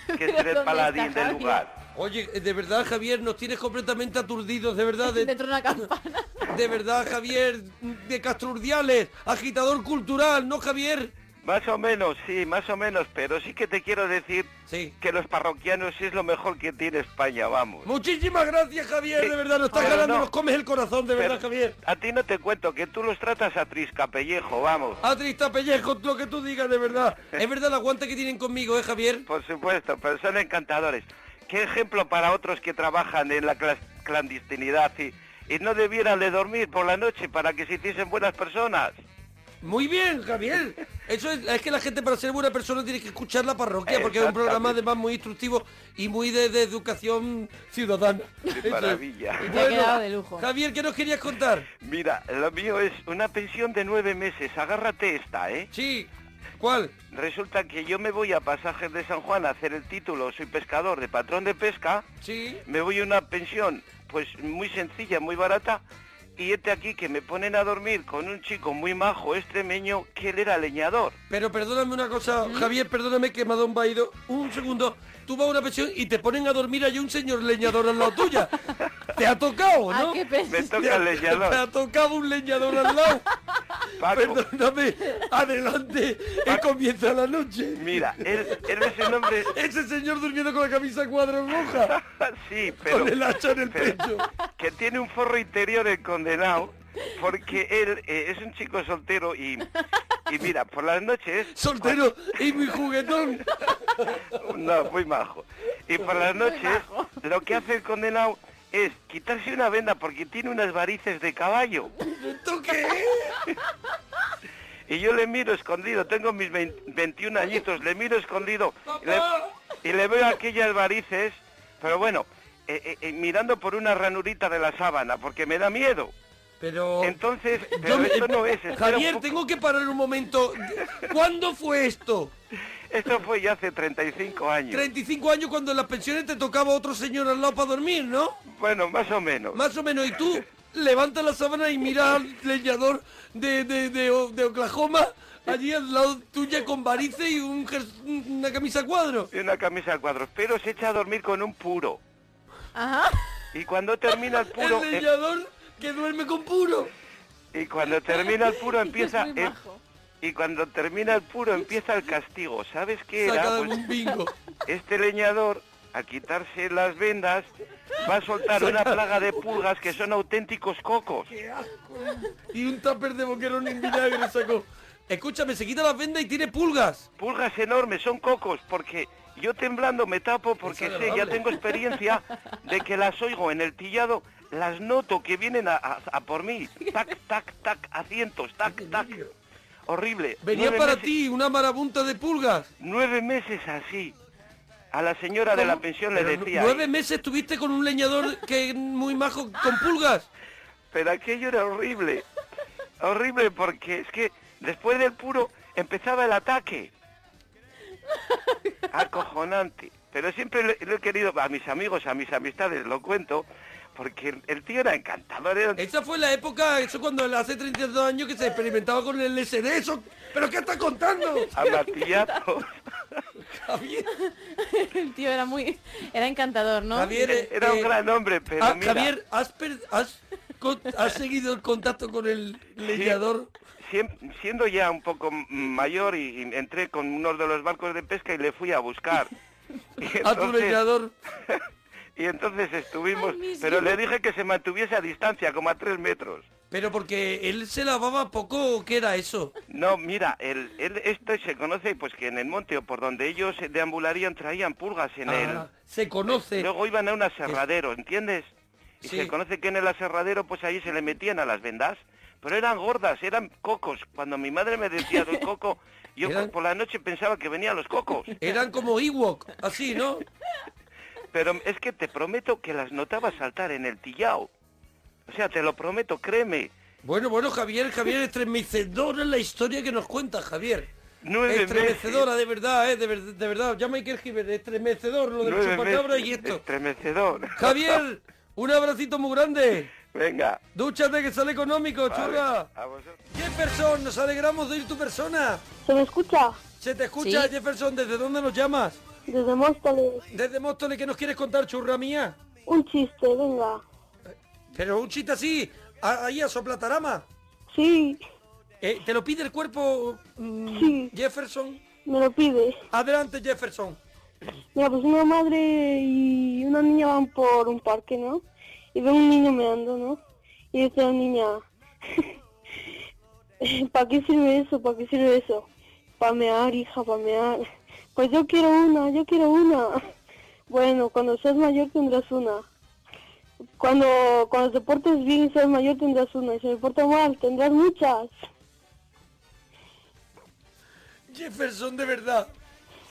[SPEAKER 17] que ser el paladín del lugar.
[SPEAKER 2] Oye, eh, de verdad, Javier, nos tienes completamente aturdidos, de verdad. De... Dentro una campana. De verdad, Javier, de Castrurdiales, agitador cultural, ¿no, Javier?
[SPEAKER 17] Más o menos, sí, más o menos, pero sí que te quiero decir que los parroquianos es lo mejor que tiene España, vamos.
[SPEAKER 2] Muchísimas gracias, Javier, de verdad, nos estás
[SPEAKER 17] Pero
[SPEAKER 2] ganando,
[SPEAKER 17] no.
[SPEAKER 2] nos comes el corazón, de verdad,
[SPEAKER 17] Pero
[SPEAKER 2] Javier.
[SPEAKER 17] A ti no te cuento, que tú los tratas a triscapellejo, vamos.
[SPEAKER 2] A Tristapellejo, lo que tú digas, de verdad. Es verdad el aguante que tienen conmigo, ¿eh, Javier?
[SPEAKER 17] Por supuesto, pero son encantadores. Qué ejemplo para otros que trabajan en la clas- clandestinidad y, y no debieran de dormir por la noche para que se hiciesen buenas personas.
[SPEAKER 2] Muy bien, Javier. Eso es, es que la gente para ser buena persona tiene que escuchar la parroquia, porque es un programa además muy instructivo y muy de, de educación ciudadana. Eso es.
[SPEAKER 17] maravilla.
[SPEAKER 2] Y
[SPEAKER 17] Te ha
[SPEAKER 2] bueno,
[SPEAKER 17] quedado de lujo.
[SPEAKER 2] Javier, ¿qué nos querías contar?
[SPEAKER 17] Mira, lo mío es una pensión de nueve meses. Agárrate esta, ¿eh?
[SPEAKER 2] Sí. ¿Cuál?
[SPEAKER 17] Resulta que yo me voy a Pasajes de San Juan a hacer el título. Soy pescador de patrón de pesca.
[SPEAKER 2] Sí.
[SPEAKER 17] Me voy a una pensión, pues muy sencilla, muy barata. Y este aquí que me ponen a dormir con un chico muy majo extremeño que él era leñador.
[SPEAKER 2] Pero perdóname una cosa, Javier, perdóname que me ha dado un vaído. Un segundo, tú vas a una pensión y te ponen a dormir hay un señor leñador al lado tuya. Te ha tocado, ¿no?
[SPEAKER 17] Me
[SPEAKER 2] Te
[SPEAKER 17] toca
[SPEAKER 2] ha-
[SPEAKER 17] el leñador.
[SPEAKER 2] Te ha tocado un leñador al lado. Perdóname, adelante, que comienza la noche.
[SPEAKER 17] Mira, él, él es el hombre...
[SPEAKER 2] Ese señor durmiendo con la camisa cuadros roja.
[SPEAKER 17] Sí, pero...
[SPEAKER 2] Con el hacha en el pecho.
[SPEAKER 17] Que tiene un forro interior el condenado, porque él eh, es un chico soltero y... Y mira, por las noches...
[SPEAKER 2] Soltero y muy juguetón.
[SPEAKER 17] No, muy majo. Y por las
[SPEAKER 4] Muy
[SPEAKER 17] noches, lo que hace el condenado es quitarse una venda porque tiene unas varices de caballo.
[SPEAKER 2] ¿Tú qué?
[SPEAKER 17] Y yo le miro escondido, tengo mis 20 21 añitos, le miro escondido y le, y le veo aquellas varices, pero bueno, eh, eh, eh, mirando por una ranurita de la sábana, porque me da miedo.
[SPEAKER 2] Pero...
[SPEAKER 17] Entonces,
[SPEAKER 2] Yo
[SPEAKER 17] pero
[SPEAKER 2] me-
[SPEAKER 17] esto no es... espera un
[SPEAKER 2] Javier,
[SPEAKER 17] poco.
[SPEAKER 2] tengo que parar un momento. ¿Cuándo fue esto?
[SPEAKER 17] Eso fue ya hace 35 años.
[SPEAKER 2] 35 años cuando en las pensiones te tocaba otro señor al lado para dormir, ¿no?
[SPEAKER 17] Bueno, más o menos.
[SPEAKER 2] Más o menos. Y tú levantas la sábana y miras al leñador de, de, de, O- de Oklahoma allí al lado tuya con varices y un jer- una camisa a cuadros.
[SPEAKER 17] Y una camisa a cuadros. Pero se echa a dormir con un puro. Y cuando termina el puro... eh,
[SPEAKER 2] El leñador que duerme con puro.
[SPEAKER 17] Y cuando termina el puro empieza...
[SPEAKER 2] muy
[SPEAKER 17] em- y cuando termina el puro empieza el castigo. ¿Sabes qué era?
[SPEAKER 2] Saca de
[SPEAKER 17] Pues,
[SPEAKER 2] un bingo.
[SPEAKER 17] Este leñador, al quitarse las vendas, va a soltar una
[SPEAKER 2] Saca-
[SPEAKER 17] plaga de pulgas que son auténticos cocos.
[SPEAKER 2] Y un tupper de boquerón en vinagre sacó. Escúchame, se quita las vendas y tiene pulgas.
[SPEAKER 17] Pulgas enormes, son cocos, porque yo temblando me tapo porque
[SPEAKER 2] Es
[SPEAKER 17] sé, ya
[SPEAKER 2] agradable.
[SPEAKER 17] tengo experiencia de que las oigo en el tillado, las noto que vienen a, a- a por mí. Tac, tac, tac, a cientos, tac, tac. Horrible.
[SPEAKER 2] Venía
[SPEAKER 17] Nueve
[SPEAKER 2] para
[SPEAKER 17] meses-
[SPEAKER 2] ti una marabunta de pulgas.
[SPEAKER 17] Nueve meses así. A la señora de la pensión le
[SPEAKER 2] Pero nu-
[SPEAKER 17] decía... ¿eh?
[SPEAKER 2] Nueve meses estuviste con un leñador que es muy majo con pulgas.
[SPEAKER 17] Pero aquello era horrible. Horrible porque es que después del puro empezaba el ataque. Acojonante. Pero siempre lo, lo he querido, a mis amigos, a mis amistades, lo cuento, porque el, el tío era encantador. Era un-
[SPEAKER 2] Esa fue la época, eso cuando hace 32 años que se experimentaba con el LSD. Eso, ¿Pero qué estás contando?
[SPEAKER 17] A martillazos.
[SPEAKER 10] El tío era muy... Era encantador, ¿no?
[SPEAKER 11] Eh,
[SPEAKER 2] eh,
[SPEAKER 17] era un gran hombre, pero
[SPEAKER 2] Ah,
[SPEAKER 17] mira,
[SPEAKER 2] Javier, ¿has, per- has con- has seguido el contacto con el leñador?
[SPEAKER 17] siem- siendo ya un poco mm, mayor y, y entré con uno de los barcos de pesca y le fui a buscar. Y
[SPEAKER 2] A tu
[SPEAKER 17] entonces-
[SPEAKER 2] leñador.
[SPEAKER 17] Y entonces estuvimos,
[SPEAKER 2] Ay, mis
[SPEAKER 17] pero le
[SPEAKER 2] vidas.
[SPEAKER 17] dije que se mantuviese a distancia, como a tres metros.
[SPEAKER 2] Pero porque él se lavaba poco o qué era eso.
[SPEAKER 17] No, mira, el, el- esto se conoce pues que en el monte o por donde ellos deambularían traían pulgas en él.
[SPEAKER 2] Ah,
[SPEAKER 17] Eh,
[SPEAKER 2] Se conoce.
[SPEAKER 17] Luego iban a un aserradero, ¿entiendes? Y
[SPEAKER 2] Sí.
[SPEAKER 17] se conoce que en el aserradero pues ahí se le metían a las vendas. Pero eran gordas, eran cocos. Cuando mi madre me decía del coco, yo pues, por la noche pensaba que venían los cocos.
[SPEAKER 2] Eran como Ewok, así, ¿no?
[SPEAKER 17] Pero es que te prometo que las notaba saltar en el tillao. O sea, te lo prometo, créeme.
[SPEAKER 2] Bueno, bueno, Javier, Javier, estremecedora la historia que nos cuenta, Javier.
[SPEAKER 17] Nueve
[SPEAKER 2] estremecedora, de verdad, eh, de, ver- de verdad. Ya Michael Giver, estremecedor, lo de los
[SPEAKER 17] Nueve
[SPEAKER 2] chupacabras
[SPEAKER 17] meses,
[SPEAKER 2] y esto.
[SPEAKER 17] Estremecedor.
[SPEAKER 2] Javier, un abracito muy grande.
[SPEAKER 17] Venga.
[SPEAKER 2] Dúchate que sale económico,
[SPEAKER 17] Vale,
[SPEAKER 2] churra.
[SPEAKER 17] a vosotros.
[SPEAKER 2] Jefferson, nos alegramos de ir tu persona.
[SPEAKER 18] ¿Se me escucha?
[SPEAKER 2] Se te escucha,
[SPEAKER 18] Sí.
[SPEAKER 2] Jefferson, ¿desde dónde nos llamas?
[SPEAKER 18] Desde Móstoles.
[SPEAKER 2] Desde Móstoles, ¿qué nos quieres contar, churra mía?
[SPEAKER 18] Un chiste, venga.
[SPEAKER 2] Pero un chiste así, a- ahí a soplatarama. Eh,
[SPEAKER 18] Sí.
[SPEAKER 2] ¿Te lo pide el cuerpo, mm, Jefferson?
[SPEAKER 18] Me lo pide.
[SPEAKER 2] Adelante, Jefferson.
[SPEAKER 18] Mira, pues una madre y una niña van por un parque, ¿no? Y ve un niño meando, ¿no? Y dice la niña, ¿para qué sirve eso? ¿Para qué sirve eso? Para mear, hija, para mear. Pues yo quiero una, yo quiero una. Bueno, cuando seas mayor tendrás una. Cuando, cuando te portes bien y seas mayor tendrás una. Y si me porto mal, tendrás muchas.
[SPEAKER 2] Jefferson, de verdad.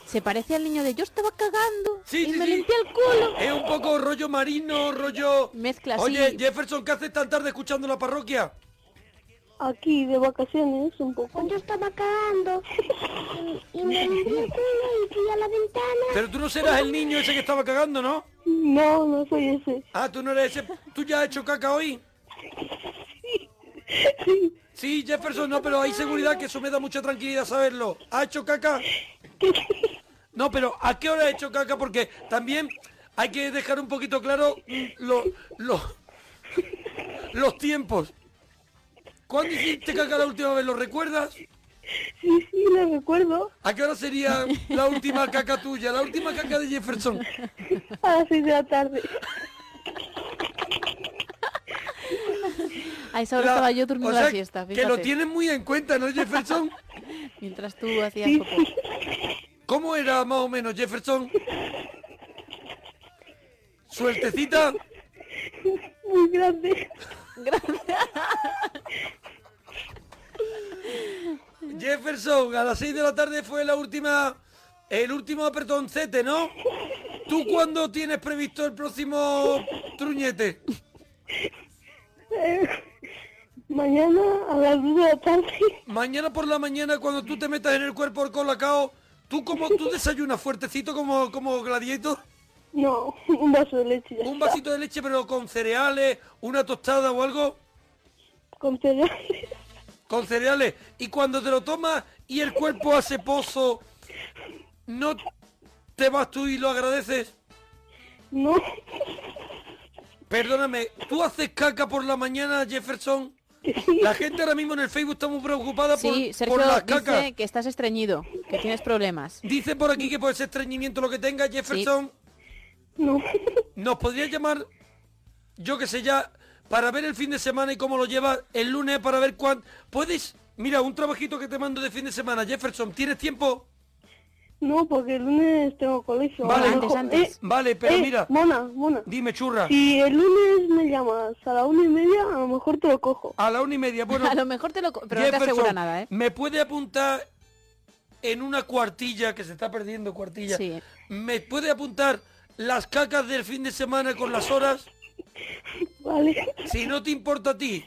[SPEAKER 10] Se parece al niño de yo estaba cagando.
[SPEAKER 2] Sí,
[SPEAKER 10] y
[SPEAKER 2] sí,
[SPEAKER 10] me
[SPEAKER 2] sí.
[SPEAKER 10] limpié el culo.
[SPEAKER 2] Es un poco rollo marino, rollo...
[SPEAKER 10] Mezcla así.
[SPEAKER 2] Oye, Jefferson, ¿qué haces tan tarde escuchando la parroquia?
[SPEAKER 18] Aquí de vacaciones un poco.
[SPEAKER 19] Yo estaba cagando y, y me limpié el culo y fui a la ventana.
[SPEAKER 2] Pero tú no serás el niño ese que estaba cagando, ¿no?
[SPEAKER 18] No, no soy ese.
[SPEAKER 2] Ah, tú no eres ese. ¿Tú ya has hecho caca hoy? Sí, Jefferson, no, pero hay seguridad que eso me da mucha tranquilidad saberlo. ¿Ha hecho caca? No, pero ¿a qué hora ha hecho caca? Porque también hay que dejar un poquito claro mm, lo- lo- los tiempos. ¿Cuándo hiciste caca la última vez? ¿Lo recuerdas?
[SPEAKER 18] Sí, sí, lo recuerdo.
[SPEAKER 2] ¿A qué hora sería la última caca tuya? La última caca de Jefferson.
[SPEAKER 18] A las seis de la tarde.
[SPEAKER 10] A esa hora
[SPEAKER 2] La-
[SPEAKER 10] estaba yo durmiendo
[SPEAKER 2] o sea,
[SPEAKER 10] la siesta,
[SPEAKER 2] Que lo
[SPEAKER 10] fíjate.
[SPEAKER 2] tienes muy en cuenta, ¿no, Jefferson?
[SPEAKER 10] Mientras tú hacías
[SPEAKER 2] Sí.
[SPEAKER 10] popó.
[SPEAKER 2] ¿Cómo era más o menos, Jefferson? Sueltecita.
[SPEAKER 18] Muy grande.
[SPEAKER 2] Jefferson, a las 6 de la tarde fue la última, el último apretoncete, ¿no? ¿Tú cuándo tienes previsto el próximo truñete?
[SPEAKER 18] Eh, mañana a las 2 de la tarde.
[SPEAKER 2] Mañana por la mañana, cuando tú te metas en el cuerpo el colacao, ¿Tú, como, ¿Tú desayunas fuertecito como, como gladiator?
[SPEAKER 18] No, un vaso de leche. ya
[SPEAKER 2] ¿Un
[SPEAKER 18] está.
[SPEAKER 2] vasito de leche pero con cereales, una tostada o algo?
[SPEAKER 18] Con cereales.
[SPEAKER 2] Con cereales. Y cuando te lo tomas y el cuerpo hace pozo, ¿no te vas tú y lo agradeces?
[SPEAKER 18] No.
[SPEAKER 2] Perdóname, ¿tú haces caca por la mañana, Jefferson? La gente ahora mismo en el Facebook está muy preocupada por-
[SPEAKER 20] Sí,
[SPEAKER 2] por,
[SPEAKER 20] Sergio
[SPEAKER 2] las
[SPEAKER 20] dice
[SPEAKER 2] cacas.
[SPEAKER 20] que estás estreñido, que tienes problemas.
[SPEAKER 2] Dice por aquí que por ese estreñimiento lo que tenga Jefferson. Nos podría llamar, yo que sé ya, para ver el fin de semana y cómo lo lleva el lunes, para ver cuán... ¿Puedes? Mira, un trabajito que te mando de fin de semana, Jefferson. ¿Tienes tiempo?
[SPEAKER 18] No, porque el lunes tengo colegio.
[SPEAKER 2] Vale,
[SPEAKER 18] Ojo, eh,
[SPEAKER 2] vale, pero
[SPEAKER 18] eh,
[SPEAKER 2] mira,
[SPEAKER 18] Mona, mona.
[SPEAKER 2] dime churra.
[SPEAKER 18] eh, Si el lunes me llamas a la una y media, a lo mejor te lo cojo.
[SPEAKER 2] A la una y media, bueno.
[SPEAKER 20] a lo mejor te lo... co- Pero no te
[SPEAKER 2] Jefferson,
[SPEAKER 20] asegura nada, ¿eh?
[SPEAKER 2] ¿Me puede apuntar en una cuartilla, que se está perdiendo cuartilla?
[SPEAKER 20] Sí.
[SPEAKER 2] ¿Me puede apuntar las cacas del fin de semana con las horas?
[SPEAKER 18] Vale.
[SPEAKER 2] Si no te importa a ti.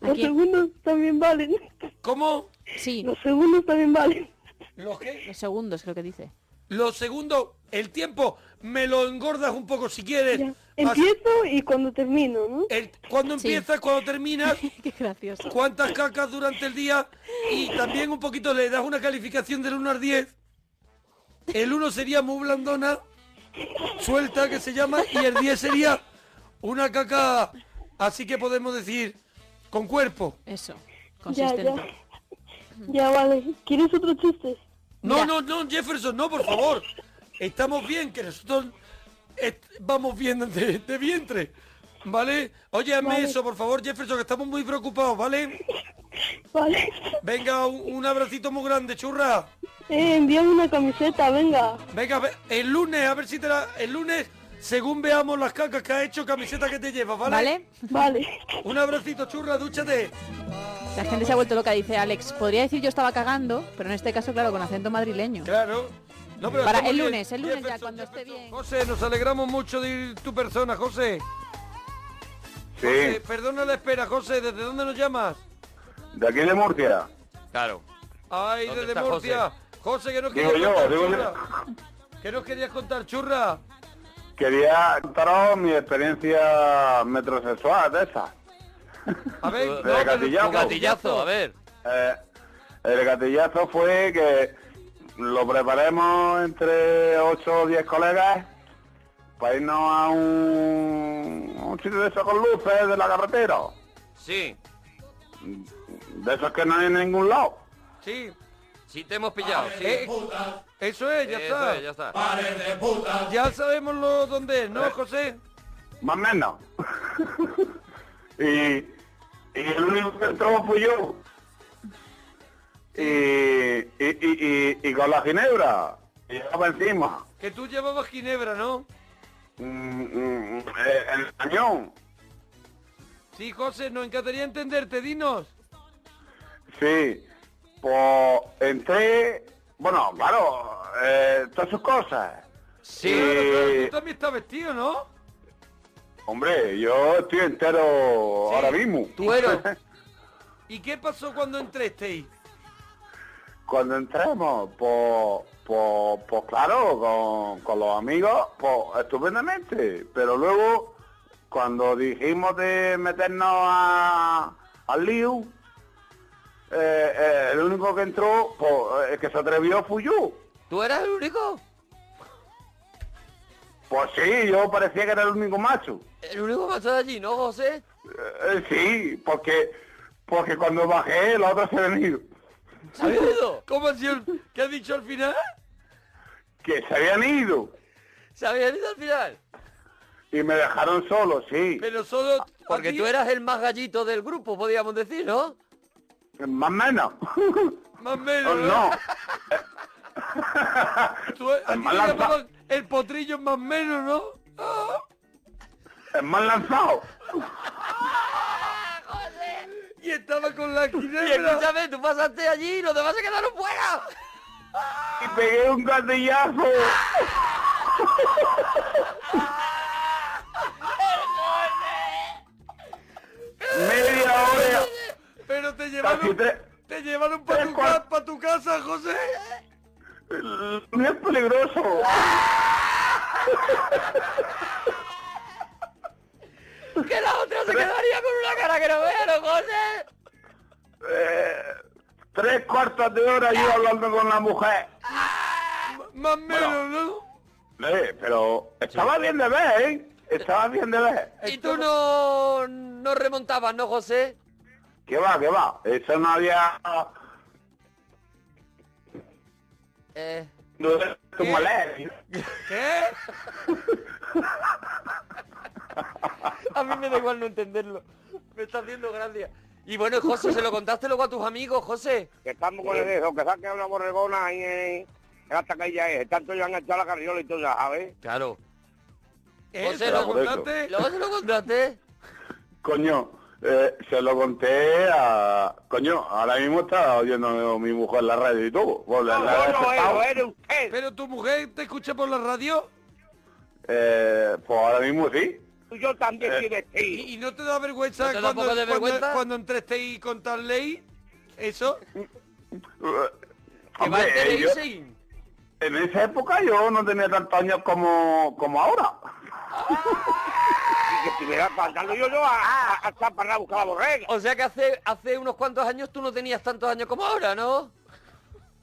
[SPEAKER 18] Los segundos también valen.
[SPEAKER 2] ¿Cómo?
[SPEAKER 20] Sí.
[SPEAKER 18] Los segundos también valen.
[SPEAKER 2] ¿Los qué?
[SPEAKER 20] Los segundos, creo que dice.
[SPEAKER 2] Lo segundo, el tiempo, me lo engordas un poco si quieres.
[SPEAKER 18] Empiezo y cuando termino, ¿no?
[SPEAKER 2] Cuando empiezas, cuando terminas,
[SPEAKER 20] Qué gracioso.
[SPEAKER 2] cuántas cacas durante el día y también un poquito le das una calificación del 1 al 10. El 1 sería muy blandona, suelta que se llama, y el 10 sería una caca, así que podemos decir, con cuerpo.
[SPEAKER 20] Eso,
[SPEAKER 18] Ya, ya. Ya, vale. ¿Quieres otro chiste?
[SPEAKER 2] No, no, no, Jefferson, no, por favor. Estamos bien, que nosotros est- vamos bien de, de vientre. ¿Vale? Oye, hazme
[SPEAKER 18] Vale.
[SPEAKER 2] eso, por favor, Jefferson, que estamos muy preocupados, ¿vale?
[SPEAKER 18] Vale.
[SPEAKER 2] Venga, un, un abracito muy grande, churra.
[SPEAKER 18] Eh, envíame una camiseta, venga.
[SPEAKER 2] Venga, ve- el lunes, a ver si te la... El lunes, según veamos las cacas que ha hecho, camiseta que te llevas, ¿vale?
[SPEAKER 20] Vale.
[SPEAKER 18] Vale.
[SPEAKER 2] Un abracito, churra, dúchate.
[SPEAKER 20] La gente se ha vuelto loca, dice Alex. Podría decir yo estaba cagando, pero en este caso, claro, con acento madrileño.
[SPEAKER 2] Claro. No, pero
[SPEAKER 20] Para
[SPEAKER 2] estamos
[SPEAKER 20] el
[SPEAKER 2] bien.
[SPEAKER 20] lunes, el lunes ya,
[SPEAKER 2] Jefferson,
[SPEAKER 20] cuando esté bien.
[SPEAKER 2] José, nos alegramos mucho de ir tu persona, José. José, perdona la espera, José, ¿desde dónde nos llamas?
[SPEAKER 21] De aquí de Murcia.
[SPEAKER 3] Claro.
[SPEAKER 2] Ay,
[SPEAKER 21] ¿Dónde
[SPEAKER 2] desde
[SPEAKER 21] está
[SPEAKER 2] Murcia. José? que nos
[SPEAKER 21] Digo
[SPEAKER 2] querías
[SPEAKER 21] yo,
[SPEAKER 2] contar,
[SPEAKER 21] digo
[SPEAKER 2] churra. ¿Qué nos querías contar, churra?
[SPEAKER 21] Quería contaros mi experiencia metrosexual de esa.
[SPEAKER 2] A ver, no,
[SPEAKER 21] el
[SPEAKER 2] pero-
[SPEAKER 21] gatillazo.
[SPEAKER 3] a ver.
[SPEAKER 21] Eh, el gatillazo fue que lo preparemos entre 8 o 10 colegas para irnos a un, a un sitio de esos con luces de la carretera.
[SPEAKER 3] Sí,
[SPEAKER 21] De esos que no hay en ningún lado.
[SPEAKER 2] sí.
[SPEAKER 3] Sí te hemos pillado, sí.
[SPEAKER 2] Eh, eso es, ya
[SPEAKER 3] Eso
[SPEAKER 2] está.
[SPEAKER 3] es, ya está.
[SPEAKER 2] Ya sabemos lo, dónde es, ¿no, José?
[SPEAKER 21] Eh, Más o menos. y, y el único que entró fui yo. Y, y, y, y- y con la ginebra. Y estaba encima.
[SPEAKER 2] Que tú llevabas Ginebra, ¿no?
[SPEAKER 21] Mm, mm, eh, en el cañón.
[SPEAKER 2] Sí, José, nos encantaría entenderte, dinos.
[SPEAKER 21] Sí. Pues entré. Bueno, claro, eh, todas sus cosas. Sí.
[SPEAKER 2] Tú también estás vestido, ¿no?
[SPEAKER 21] hombre, yo estoy entero ahora mismo.
[SPEAKER 2] ¿Y qué pasó cuando entrasteis?
[SPEAKER 21] cuando entremos, pues, pues, pues claro, con, con los amigos, pues estupendamente. Pero luego, cuando dijimos de meternos a- al lío, eh, eh, el único que entró, pues, eh, el que se atrevió fui yo.
[SPEAKER 3] ¿Tú eras el único?
[SPEAKER 21] Pues sí, yo parecía que era el único macho.
[SPEAKER 3] El único macho de allí, ¿no, José?
[SPEAKER 21] Eh, sí, porque porque cuando bajé, los otros se han ido.
[SPEAKER 2] ¿Cómo ha sido? el- ¿Qué has dicho al final?
[SPEAKER 21] Que se habían ido.
[SPEAKER 3] ¿Se habían ido al final?
[SPEAKER 21] Y me dejaron solo, sí.
[SPEAKER 2] Pero solo...
[SPEAKER 3] Ah, Porque tú eras el más gallito del grupo, podríamos decir, ¿no?
[SPEAKER 21] Más o menos.
[SPEAKER 2] Más o menos.
[SPEAKER 21] Oh, no.
[SPEAKER 2] Tú, a ti te
[SPEAKER 21] lanza-
[SPEAKER 2] llamaban el potrillo más o menos, ¿no?
[SPEAKER 21] Es más lanzado.
[SPEAKER 2] Y estaba con la ginebra.
[SPEAKER 3] Y escúchame, tú pasaste allí y los demás se quedaron fuera.
[SPEAKER 21] Y pegué un gatillazo. Media hora.
[SPEAKER 2] Pero te llevaron... Te llevaron para tu, ca- pa tu casa, José.
[SPEAKER 21] No es peligroso.
[SPEAKER 4] Que la otra se quedaría con una cara que no vea, ¿no, José?
[SPEAKER 21] Eh, tres cuartas de hora yo hablando con la mujer.
[SPEAKER 2] Más o menos, ¿no?
[SPEAKER 21] Eh, pero estaba bien de ver, ¿eh? Estaba bien de ver.
[SPEAKER 3] Y tú no, no remontabas, ¿no, José?
[SPEAKER 21] Que va, que va. Eso no había...
[SPEAKER 3] Eh,
[SPEAKER 21] No era como leer.
[SPEAKER 3] ¿Qué? a mí me da igual no entenderlo. Me está haciendo gracia. Y bueno, José, ¿se lo contaste luego a tus amigos, José?
[SPEAKER 11] Que estamos con el eso, que saque una borregona ahí en, en la taquilla es. Tanto ya han echado la carriola y todo ya, ¿sabes?
[SPEAKER 3] Claro.
[SPEAKER 11] José, ¿lo
[SPEAKER 21] contaste?
[SPEAKER 3] ¿Luego se lo contaste?
[SPEAKER 21] Coño, eh, se lo conté a... Coño, ahora mismo está oyendo mi mujer en la radio y todo. Pues,
[SPEAKER 2] Ah,
[SPEAKER 21] la- la-
[SPEAKER 2] no, usted. Pero tu mujer te escucha por la radio.
[SPEAKER 21] eh, pues ahora mismo sí.
[SPEAKER 2] Yo también
[SPEAKER 21] Eh.
[SPEAKER 2] ¿Y, y no te da vergüenza,
[SPEAKER 21] ¿No te da un
[SPEAKER 2] cuando,
[SPEAKER 21] poco de
[SPEAKER 2] cuando-
[SPEAKER 21] vergüenza?
[SPEAKER 2] cuando entrasteis con tal ley? ¿Eso?
[SPEAKER 21] Hombre, eh, yo- en esa época yo no tenía tantos años como, como ahora.
[SPEAKER 11] Y que estuviera faltando yo yo a, a, a chaparrar a buscar la borrega.
[SPEAKER 3] O sea que hace, hace unos cuantos años tú no tenías tantos años como ahora, ¿no?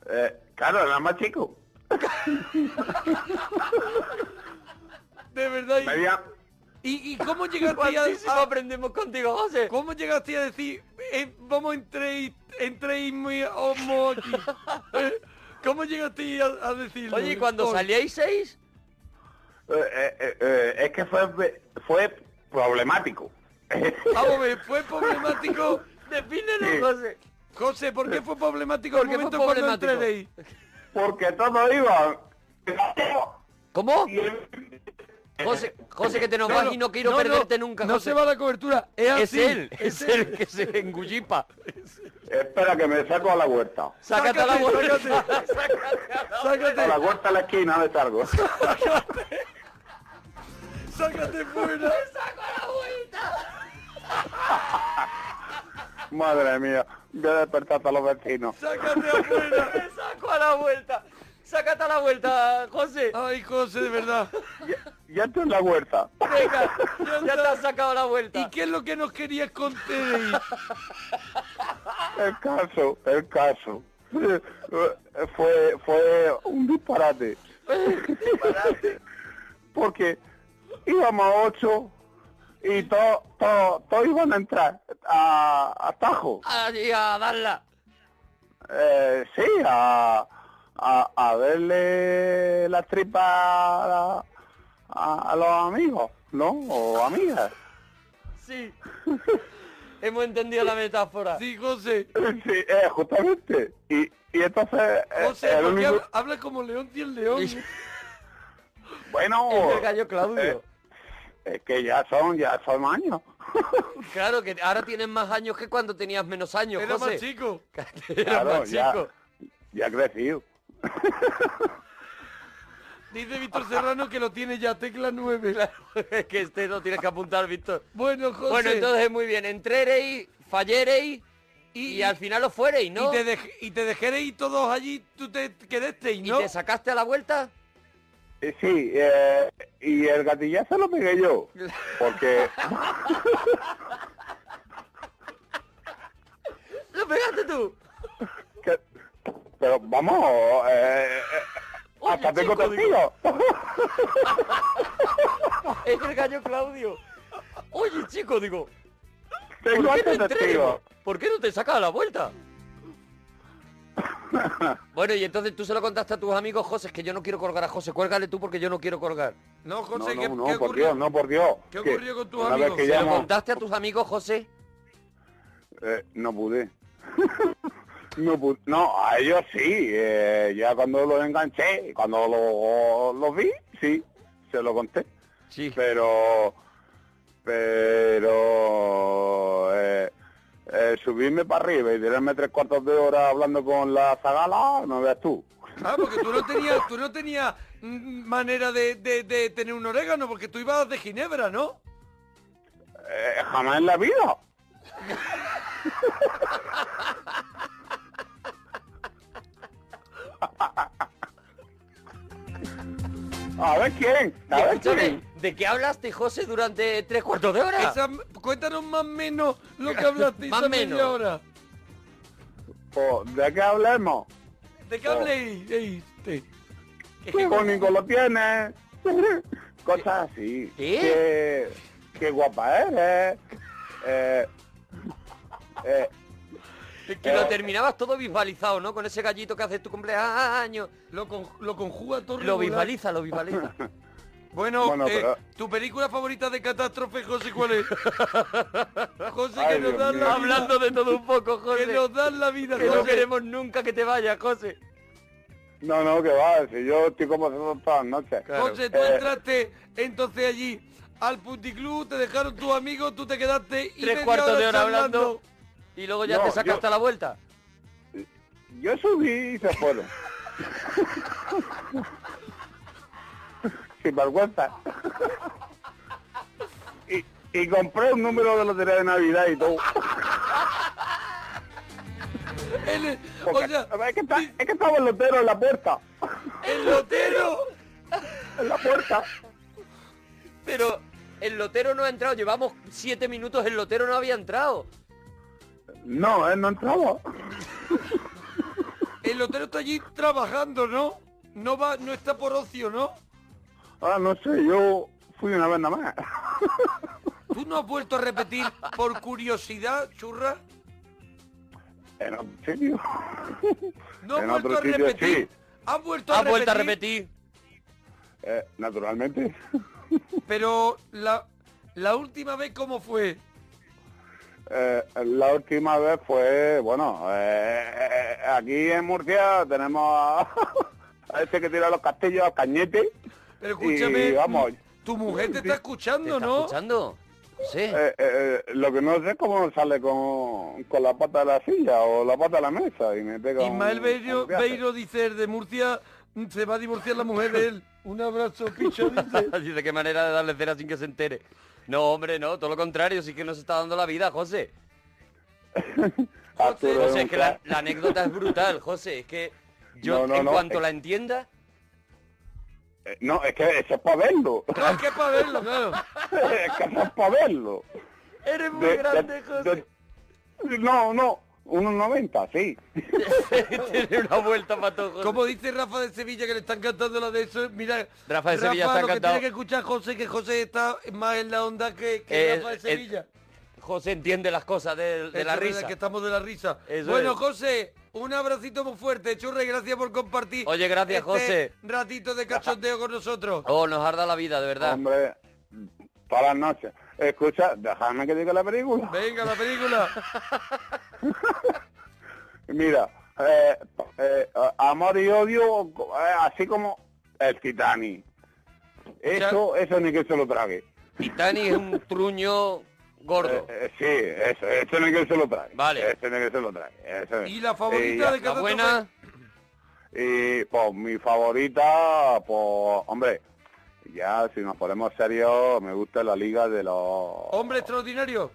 [SPEAKER 21] Eh, claro, era más chico.
[SPEAKER 2] De verdad. y- ¿Y, y cómo llegaste
[SPEAKER 3] Cuantísimo
[SPEAKER 2] a,
[SPEAKER 3] aprendemos contigo, José.
[SPEAKER 2] ¿Cómo llegaste a decir, eh, vamos, entréis, entréis muy homo aquí? Eh, ¿Cómo llegaste a, a decirlo?
[SPEAKER 3] Oye, ¿y cuando
[SPEAKER 2] Por-
[SPEAKER 3] salíais seis?
[SPEAKER 21] Eh, eh, eh, eh, es que fue, fue problemático.
[SPEAKER 2] Vamos a ver, fue problemático. Defínelo, José. José, ¿por qué fue problemático el
[SPEAKER 21] ¿Por qué fue
[SPEAKER 2] momento cuando
[SPEAKER 21] problemático?
[SPEAKER 2] entraréis?
[SPEAKER 21] Porque todos iban.
[SPEAKER 3] ¿Cómo? José, José, que te nos vas y no quiero perderte nunca,
[SPEAKER 2] No
[SPEAKER 3] José.
[SPEAKER 2] se va la cobertura. Es,
[SPEAKER 3] Es
[SPEAKER 2] así,
[SPEAKER 3] él, es él que se engullipa.
[SPEAKER 21] Espera que me saco a la huerta.
[SPEAKER 3] Sácate a la vuelta.
[SPEAKER 21] A la huerta a la esquina me salgo.
[SPEAKER 2] Sácate fuera.
[SPEAKER 4] saco la vuelta.
[SPEAKER 21] Madre mía, voy a despertar a los vecinos.
[SPEAKER 2] Sácate afuera.
[SPEAKER 3] Me saco a la vuelta. Sácate a la vuelta, José.
[SPEAKER 2] Ay, José, de verdad.
[SPEAKER 21] Ya estoy en la huerta.
[SPEAKER 3] Venga, ya, te has sacado la vuelta.
[SPEAKER 2] ¿Y qué es lo que nos querías contar ahí?
[SPEAKER 21] El caso, el caso. Eh, Fue, fue un disparate. Porque íbamos a ocho y todos to, todos iban a entrar a, a Tajo.
[SPEAKER 4] Ah,
[SPEAKER 3] Ahí a darla.
[SPEAKER 21] Eh, sí, a, a, a verle las tripas a, a- a los amigos, ¿no? O amigas.
[SPEAKER 3] Sí. Hemos entendido la metáfora.
[SPEAKER 2] Sí, José.
[SPEAKER 21] Sí, eh, justamente. Y, y entonces... eh,
[SPEAKER 2] José, ¿por
[SPEAKER 21] el
[SPEAKER 2] qué
[SPEAKER 21] único-
[SPEAKER 2] habla- habla como León y el León?
[SPEAKER 21] Bueno...
[SPEAKER 3] Es el gallo Claudio.
[SPEAKER 21] eh, es que ya son, ya son años.
[SPEAKER 3] Claro, que ahora tienes más años que cuando tenías menos años,
[SPEAKER 2] Era
[SPEAKER 3] José.
[SPEAKER 2] más chico.
[SPEAKER 3] Era
[SPEAKER 21] Claro,
[SPEAKER 3] más
[SPEAKER 21] ya,
[SPEAKER 3] chico.
[SPEAKER 21] ya ha crecido.
[SPEAKER 2] Dice Víctor Serrano que lo tiene ya, tecla 9.
[SPEAKER 3] es que este no tienes que apuntar, Víctor.
[SPEAKER 2] Bueno, José.
[SPEAKER 3] Bueno, entonces muy bien. Entrereis, fallereis y, al final os fuereis, ¿no?
[SPEAKER 2] Y te, dej- y te dejaréis todos allí, tú te quedasteis, ¿no?
[SPEAKER 3] ¿Y te sacaste a la vuelta?
[SPEAKER 21] Eh, Sí, eh, y el gatillazo lo pegué yo. Porque...
[SPEAKER 3] ¡Lo pegaste tú!
[SPEAKER 21] que- pero vamos, eh, eh, hasta tengo
[SPEAKER 3] chico,
[SPEAKER 21] testigos.
[SPEAKER 3] Es el gallo Claudio. Oye, chico, digo.
[SPEAKER 21] Tengo
[SPEAKER 3] ¿por qué
[SPEAKER 21] hasta
[SPEAKER 3] no entré?
[SPEAKER 21] testigos.
[SPEAKER 3] ¿Por qué no te sacas a la vuelta? bueno, y entonces tú se lo contaste a tus amigos, José, es que yo no quiero colgar a José. Cuélgale tú porque yo no quiero colgar.
[SPEAKER 2] No,
[SPEAKER 21] No, no, no, por Dios, no, por Dios.
[SPEAKER 3] ¿Qué
[SPEAKER 21] Que
[SPEAKER 3] ocurrió con tus
[SPEAKER 21] una vez
[SPEAKER 3] amigos?
[SPEAKER 21] que
[SPEAKER 3] ¿Se lo
[SPEAKER 21] llamo-
[SPEAKER 3] contaste a tus amigos, José?
[SPEAKER 21] Eh, no pude. no pu- No, a ellos sí. eh, ya cuando los enganché, cuando lo- los vi, sí, se lo conté.
[SPEAKER 3] Sí.
[SPEAKER 21] Pero, pero eh, eh, subirme para arriba y tirarme tres cuartos de hora hablando con la zagala, no veas tú.
[SPEAKER 2] Ah, porque tú no tenías, tú no tenías mm, manera de, de- de tener un orégano, porque tú ibas de Ginebra, ¿no?
[SPEAKER 21] Eh, jamás en la vida. A ver quién, a ver
[SPEAKER 3] Escúchame,
[SPEAKER 21] quién.
[SPEAKER 3] ¿De qué hablaste, José, durante tres cuartos de hora?
[SPEAKER 2] Esa- cuéntanos más o menos lo que hablaste
[SPEAKER 3] Más
[SPEAKER 2] esa
[SPEAKER 3] menos.
[SPEAKER 2] media hora.
[SPEAKER 21] Pues, ¿De qué hablemos?
[SPEAKER 2] ¿De qué habléis? Ey, este, te-
[SPEAKER 21] Con Nicolás tienes. Cosas así.
[SPEAKER 2] ¿Eh?
[SPEAKER 21] Que, que guapa eres. Eh, eh,
[SPEAKER 3] Que lo terminabas todo visualizado, ¿no? Con ese gallito que haces tu cumpleaños.
[SPEAKER 2] Lo, conjuga todo
[SPEAKER 3] Oh. Lo
[SPEAKER 2] regular.
[SPEAKER 3] visualiza, lo visualiza.
[SPEAKER 2] Bueno,
[SPEAKER 3] Bueno,
[SPEAKER 2] eh,
[SPEAKER 3] pero-
[SPEAKER 2] ¿tu película favorita de catástrofe, José, cuál es? José, que
[SPEAKER 3] Ay,
[SPEAKER 2] nos
[SPEAKER 3] Dios
[SPEAKER 2] dan
[SPEAKER 3] mío.
[SPEAKER 2] la
[SPEAKER 3] Hablando
[SPEAKER 2] vida.
[SPEAKER 3] de todo un poco, José.
[SPEAKER 2] Que nos dan la vida,
[SPEAKER 3] Que no
[SPEAKER 2] José.
[SPEAKER 3] queremos nunca que te vayas, José.
[SPEAKER 21] no, no, que va, si yo estoy como todas las noches.
[SPEAKER 2] José, tú
[SPEAKER 21] Eh,
[SPEAKER 2] entraste entonces allí al puticlub, te dejaron tus amigos, tú te quedaste y
[SPEAKER 3] Tres
[SPEAKER 2] media
[SPEAKER 3] cuartos de hora
[SPEAKER 2] charlando.
[SPEAKER 3] hablando. Y luego ya
[SPEAKER 21] No,
[SPEAKER 3] te sacaste
[SPEAKER 21] yo-
[SPEAKER 3] a la vuelta.
[SPEAKER 21] Yo subí y se fueron. Sin vergüenza. Y, y compré un número de lotería de Navidad y todo. Porque- es, que está- es que estaba el lotero en la puerta.
[SPEAKER 2] ¡El lotero!
[SPEAKER 21] En la puerta.
[SPEAKER 3] Pero el lotero no ha entrado. Llevamos siete minutos, el lotero no había entrado.
[SPEAKER 21] No, él no entraba.
[SPEAKER 2] El lotero está allí trabajando, ¿no? No va, no está por ocio, ¿no?
[SPEAKER 21] Ahora Ah, no sé, yo fui una vez nada más.
[SPEAKER 2] ¿Tú no has vuelto a repetir por curiosidad, churra?
[SPEAKER 21] En otro sitio.
[SPEAKER 2] No has
[SPEAKER 21] en
[SPEAKER 2] vuelto a
[SPEAKER 21] otro sitio sí.
[SPEAKER 2] repetir. Has vuelto a
[SPEAKER 21] Has
[SPEAKER 2] repetir.
[SPEAKER 21] vuelto a
[SPEAKER 3] repetir.
[SPEAKER 21] Eh, naturalmente.
[SPEAKER 2] Pero la, la última vez, ¿cómo fue?
[SPEAKER 21] Eh, la última vez fue, bueno, eh, eh, eh, aquí en Murcia tenemos a, a este que tira los castillos a Cañete.
[SPEAKER 2] Pero escúchame,
[SPEAKER 21] y vamos.
[SPEAKER 2] Tu mujer te está escuchando, ¿no?
[SPEAKER 3] escuchando? Sí.
[SPEAKER 21] Eh, lo que no sé es cómo sale con, con la pata de la silla o la pata de la mesa y me pega un-
[SPEAKER 2] Ismael Beiro,
[SPEAKER 21] un viaje.
[SPEAKER 2] Beiro dice, "El de Murcia mm, se va a divorciar la mujer de él. Un abrazo, picho, dice.
[SPEAKER 3] Dice qué manera de darle cera sin que se entere. No, hombre, no, todo lo contrario, sí que nos está dando la vida, José. José,
[SPEAKER 21] Arturo,
[SPEAKER 3] José, es que la,
[SPEAKER 21] nunca.
[SPEAKER 3] la anécdota es brutal, José, es que yo
[SPEAKER 21] No, no,
[SPEAKER 3] en
[SPEAKER 21] no,
[SPEAKER 3] cuanto
[SPEAKER 21] es-
[SPEAKER 3] la entienda,
[SPEAKER 21] Eh, No, es que eso es para verlo.
[SPEAKER 2] es que para verlo, claro.
[SPEAKER 21] es que eso es para verlo.
[SPEAKER 3] eres
[SPEAKER 21] De- de- de- no, no, unos 90, sí.
[SPEAKER 3] Tiene una vuelta para todo, José.
[SPEAKER 2] Como dice Rafa de Sevilla que le están cantando la de eso, mira,
[SPEAKER 3] Rafa de Sevilla está
[SPEAKER 2] lo que
[SPEAKER 3] encantado.
[SPEAKER 2] tiene que escuchar José, que José está más en la onda que, que
[SPEAKER 3] Eh,
[SPEAKER 2] Rafa de
[SPEAKER 3] eh,
[SPEAKER 2] Sevilla.
[SPEAKER 3] José entiende las cosas de, de
[SPEAKER 2] Eso
[SPEAKER 3] la
[SPEAKER 2] es verdad,
[SPEAKER 3] risa.
[SPEAKER 2] que estamos de la risa.
[SPEAKER 3] Eso
[SPEAKER 2] bueno,
[SPEAKER 3] es.
[SPEAKER 2] José, un abracito muy fuerte, churre, gracias por compartir.
[SPEAKER 3] Oye, gracias,
[SPEAKER 2] este
[SPEAKER 3] José.
[SPEAKER 2] Ratito de cachondeo con nosotros.
[SPEAKER 3] Oh, nos arda la vida, de verdad.
[SPEAKER 21] Hombre, todas las noches. Escucha, déjame que diga la película.
[SPEAKER 2] Venga, la película.
[SPEAKER 21] Mira, eh, eh, amor y odio, eh, así como el Titanic. Eso, eso ni que se lo trague.
[SPEAKER 3] Titanic es un truño gordo.
[SPEAKER 21] Eh, eh, sí, eso, eso ni que se lo trague.
[SPEAKER 3] Vale.
[SPEAKER 21] Eso ni que se lo trague. eso es.
[SPEAKER 2] ¿Y la favorita
[SPEAKER 21] Y-
[SPEAKER 2] de cada
[SPEAKER 21] Y pues mi favorita, pues hombre, ya si nos ponemos serios, me gusta la liga de los...
[SPEAKER 2] Hombre extraordinario.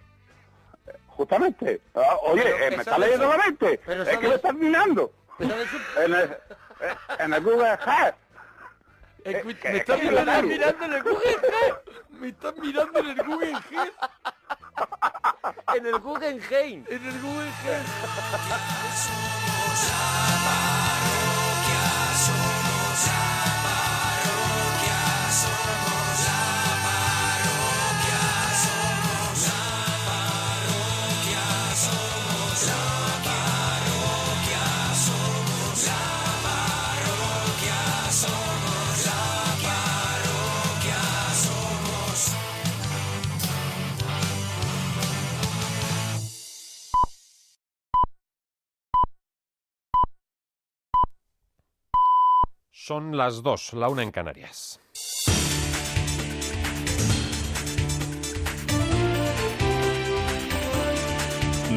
[SPEAKER 21] Justamente. Ah, oye,
[SPEAKER 2] Pero
[SPEAKER 21] eh,
[SPEAKER 2] que
[SPEAKER 21] me está
[SPEAKER 2] sabes-
[SPEAKER 21] leyendo la mente.
[SPEAKER 2] pero
[SPEAKER 21] es que
[SPEAKER 2] sabes-
[SPEAKER 21] lo estás mirando. En el, eh, en el Google Earth. Eh,
[SPEAKER 2] Escu-
[SPEAKER 21] que-
[SPEAKER 2] Eh, me está
[SPEAKER 21] que-
[SPEAKER 2] mirando,
[SPEAKER 21] claro.
[SPEAKER 2] mirando en el Guggenheim. Me está mirando en el Guggenheim.
[SPEAKER 3] En el Guggenheim.
[SPEAKER 2] En el Guggenheim.
[SPEAKER 4] Son las dos, la una en Canarias.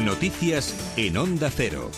[SPEAKER 18] Noticias en Onda Cero.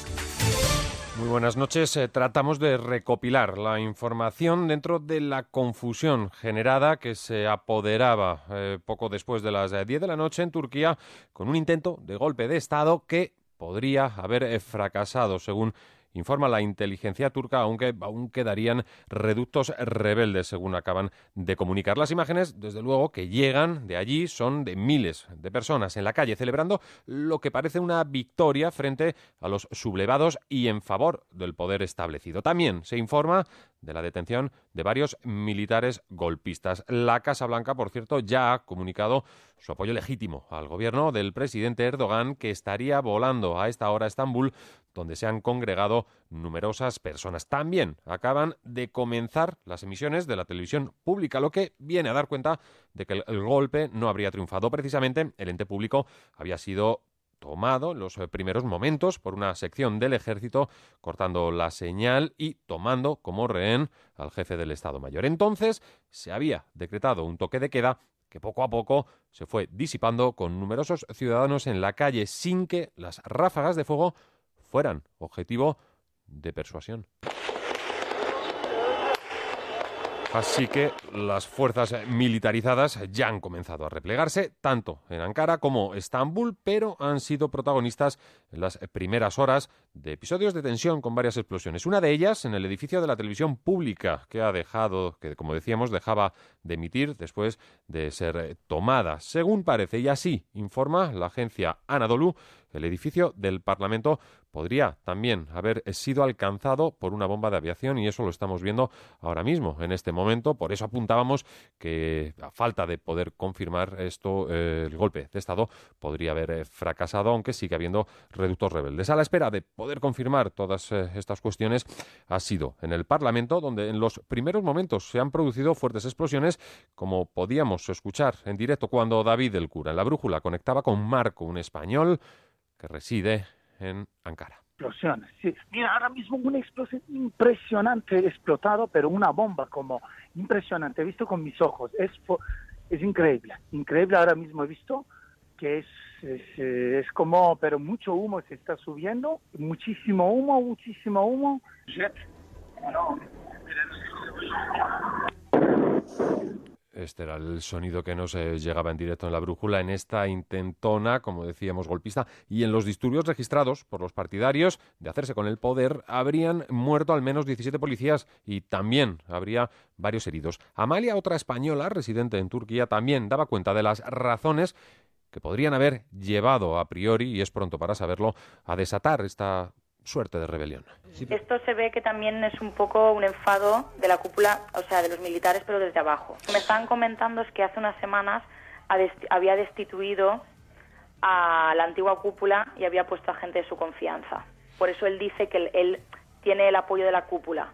[SPEAKER 4] Muy buenas noches. Eh, tratamos de recopilar la información dentro de la confusión generada que se apoderaba eh, poco después de las eh, 10 de la noche en Turquía con un intento de golpe de Estado que podría haber eh, fracasado, según
[SPEAKER 18] informa la inteligencia turca, aunque aún quedarían reductos rebeldes, según acaban de comunicar. Las imágenes, desde luego, que llegan de allí son de miles de personas en la calle celebrando lo que parece una victoria frente a los sublevados y en favor del poder establecido. También se informa de la detención de varios militares golpistas. La Casa Blanca, por cierto, ya ha comunicado su apoyo legítimo al gobierno del presidente Erdogan, que estaría volando a esta hora a Estambul, donde se han congregado numerosas personas. También acaban de comenzar las emisiones de la televisión pública, lo que viene a dar cuenta de que el, el golpe no habría triunfado. Precisamente, el ente público había sido tomado en los eh, primeros momentos por una sección del ejército, cortando la señal y tomando como rehén al jefe del Estado Mayor. Entonces se había decretado un toque de queda que poco a poco se fue disipando con numerosos ciudadanos en la calle sin que las ráfagas de fuego fueran objetivo de persuasión. Así que las fuerzas militarizadas ya han comenzado a replegarse, tanto en Ankara como Estambul, pero han sido protagonistas en las primeras horas de episodios de tensión con varias explosiones. Una de ellas en el edificio de la televisión pública, que ha dejado, que como decíamos, dejaba de emitir después de ser eh, tomada. Según parece, y así informa la agencia Anadolu, el edificio del Parlamento podría también haber sido alcanzado por una bomba de aviación y eso lo estamos viendo ahora mismo, en este momento. Por eso apuntábamos que, a falta de poder confirmar esto, eh, el golpe de Estado podría haber eh, fracasado, aunque sigue habiendo reductos rebeldes. A la espera de poder confirmar todas eh, estas cuestiones, ha sido en el Parlamento, donde en los primeros momentos se han producido fuertes explosiones, como podíamos escuchar en directo cuando David, el cura, en la brújula conectaba con Marco, un español que reside en Ankara.
[SPEAKER 22] Explosiones, sí. Mira, ahora mismo una explosión impresionante, explotado, pero una bomba como impresionante, he visto con mis ojos, es, es increíble, increíble ahora mismo he visto que es, es, eh, es como, pero mucho humo se está subiendo, muchísimo humo, muchísimo humo. Jet.
[SPEAKER 18] Este era el sonido que nos eh, llegaba en directo en la brújula en esta intentona, como decíamos, golpista. Y en los disturbios registrados por los partidarios de hacerse con el poder, habrían muerto al menos 17 policías y también habría varios heridos. Amalia, otra española residente en Turquía, también daba cuenta de las razones que podrían haber llevado a priori, y es pronto para saberlo, a desatar esta suerte de rebelión.
[SPEAKER 23] Esto se ve que también es un poco un enfado de la cúpula, o sea, de los militares, pero desde abajo. Lo que me estaban comentando es que hace unas semanas ha desti- había destituido a la antigua cúpula y había puesto a gente de su confianza. Por eso él dice que él- él tiene el apoyo de la cúpula.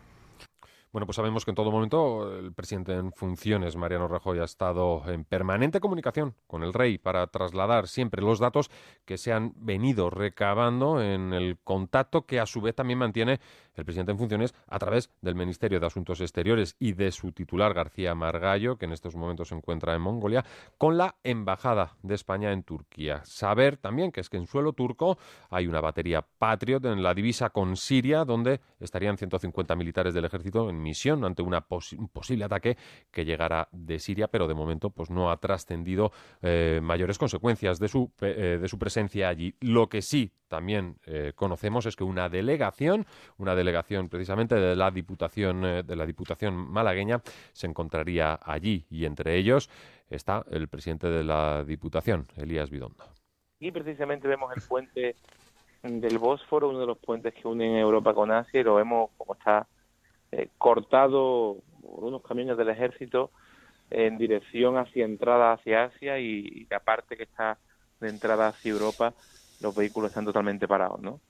[SPEAKER 18] Bueno, pues sabemos que en todo momento el presidente en funciones, Mariano Rajoy, ha estado en permanente comunicación con el rey para trasladar siempre los datos que se han venido recabando en el contacto que a su vez también mantiene el presidente en funciones a través del Ministerio de Asuntos Exteriores y de su titular García Margallo, que en estos momentos se encuentra en Mongolia, con la Embajada de España en Turquía. Saber también que es que en suelo turco hay una batería Patriot en la divisa con Siria, donde estarían 150 militares del ejército en misión ante una posi- un posible ataque que llegara de Siria, pero de momento pues no ha trascendido eh, mayores consecuencias de su, pe- eh, de su presencia allí. Lo que sí también eh, conocemos es que una delegación, una delegación precisamente de la Diputación eh, de la Diputación malagueña se encontraría allí y entre ellos está el presidente de la Diputación, Elías Bidondo.
[SPEAKER 13] Aquí precisamente vemos el puente del Bósforo, uno de los puentes que unen Europa con Asia, y lo vemos como está eh, cortado por unos camiones del ejército en dirección hacia entrada hacia Asia y, y la parte que está de entrada hacia Europa, los vehículos están totalmente parados, ¿no?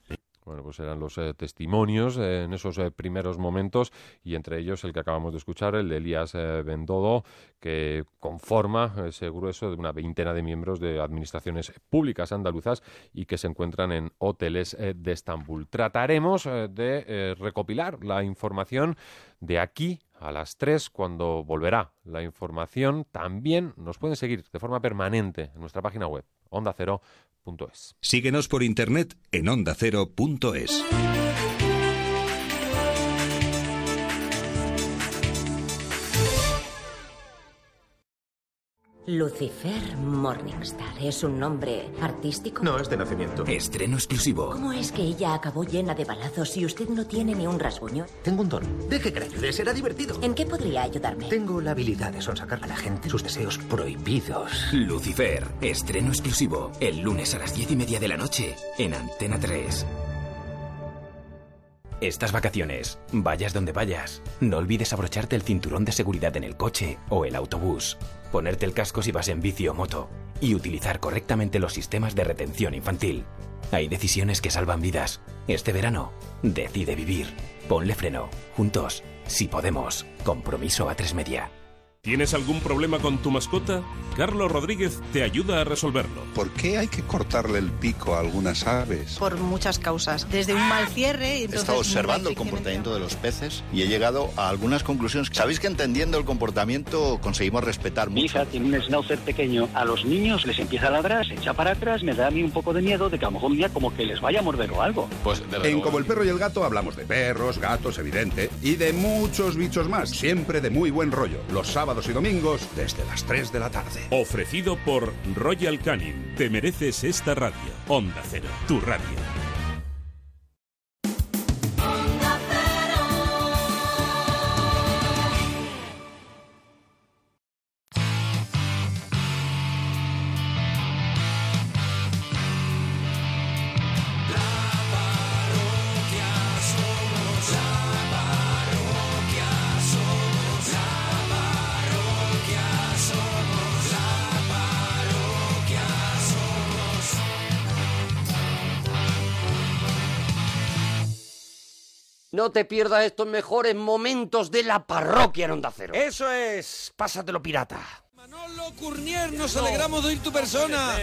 [SPEAKER 18] Bueno, pues eran los eh, testimonios eh, en esos eh, primeros momentos y entre ellos el que acabamos de escuchar, el de Elías eh, Bendodo, que conforma eh, ese grueso de una veintena de miembros de administraciones públicas andaluzas y que se encuentran en hoteles eh, de Estambul. Trataremos eh, de eh, recopilar la información de aquí a las 3 cuando volverá la información. También nos pueden seguir de forma permanente en nuestra página web, ondacero.es.
[SPEAKER 24] Síguenos por internet en ondacero.es. Lucifer Morningstar es un nombre artístico.
[SPEAKER 25] No es de nacimiento. Estreno exclusivo.
[SPEAKER 24] ¿Cómo es que ella acabó llena de balazos y usted no tiene ni un rasguño?
[SPEAKER 25] Tengo un don. Deje que le ayude, será divertido.
[SPEAKER 24] ¿En qué podría ayudarme?
[SPEAKER 25] Tengo la habilidad de sonsacar a la gente sus deseos prohibidos.
[SPEAKER 26] Lucifer, estreno exclusivo, el lunes a las diez y media de la noche, en Antena 3. Estas vacaciones, vayas donde vayas, no olvides abrocharte el cinturón de seguridad en el coche o el autobús, ponerte el casco si vas en bici o moto y utilizar correctamente los sistemas de retención infantil. Hay decisiones que salvan vidas. Este verano, decide vivir. Ponle freno. Juntos, si podemos. Compromiso a tres media.
[SPEAKER 27] ¿Tienes algún problema con tu mascota? Carlos Rodríguez te ayuda a resolverlo.
[SPEAKER 28] ¿Por qué hay que cortarle el pico a algunas aves?
[SPEAKER 29] por muchas causas. Desde un mal cierre. y
[SPEAKER 13] He
[SPEAKER 29] Entonces,
[SPEAKER 13] estado observando el comportamiento de los peces y he llegado a algunas conclusiones. Sabéis que entendiendo el comportamiento conseguimos respetar mucho.
[SPEAKER 30] Mi hija tiene un schnauzer pequeño. A los niños les empieza a ladrar, se echa para atrás. Me da a mí un poco de miedo de que a lo mejor un día como que les vaya a morder o algo.
[SPEAKER 28] Pues en Como el perro y el gato hablamos de perros, gatos, evidente, y de muchos bichos más, siempre de muy buen rollo, los sábados y domingos desde las 3 de la tarde.
[SPEAKER 27] Ofrecido por Royal Canin. Te mereces esta radio. Onda Cero, tu radio.
[SPEAKER 4] parroquia somos la parroquia somos la parroquia somos la parroquia somos
[SPEAKER 31] No te pierdas estos mejores momentos de la parroquia en Onda Cero.
[SPEAKER 2] Eso es, pásatelo pirata. Manolo Curnier, nos alegramos de oír tu persona.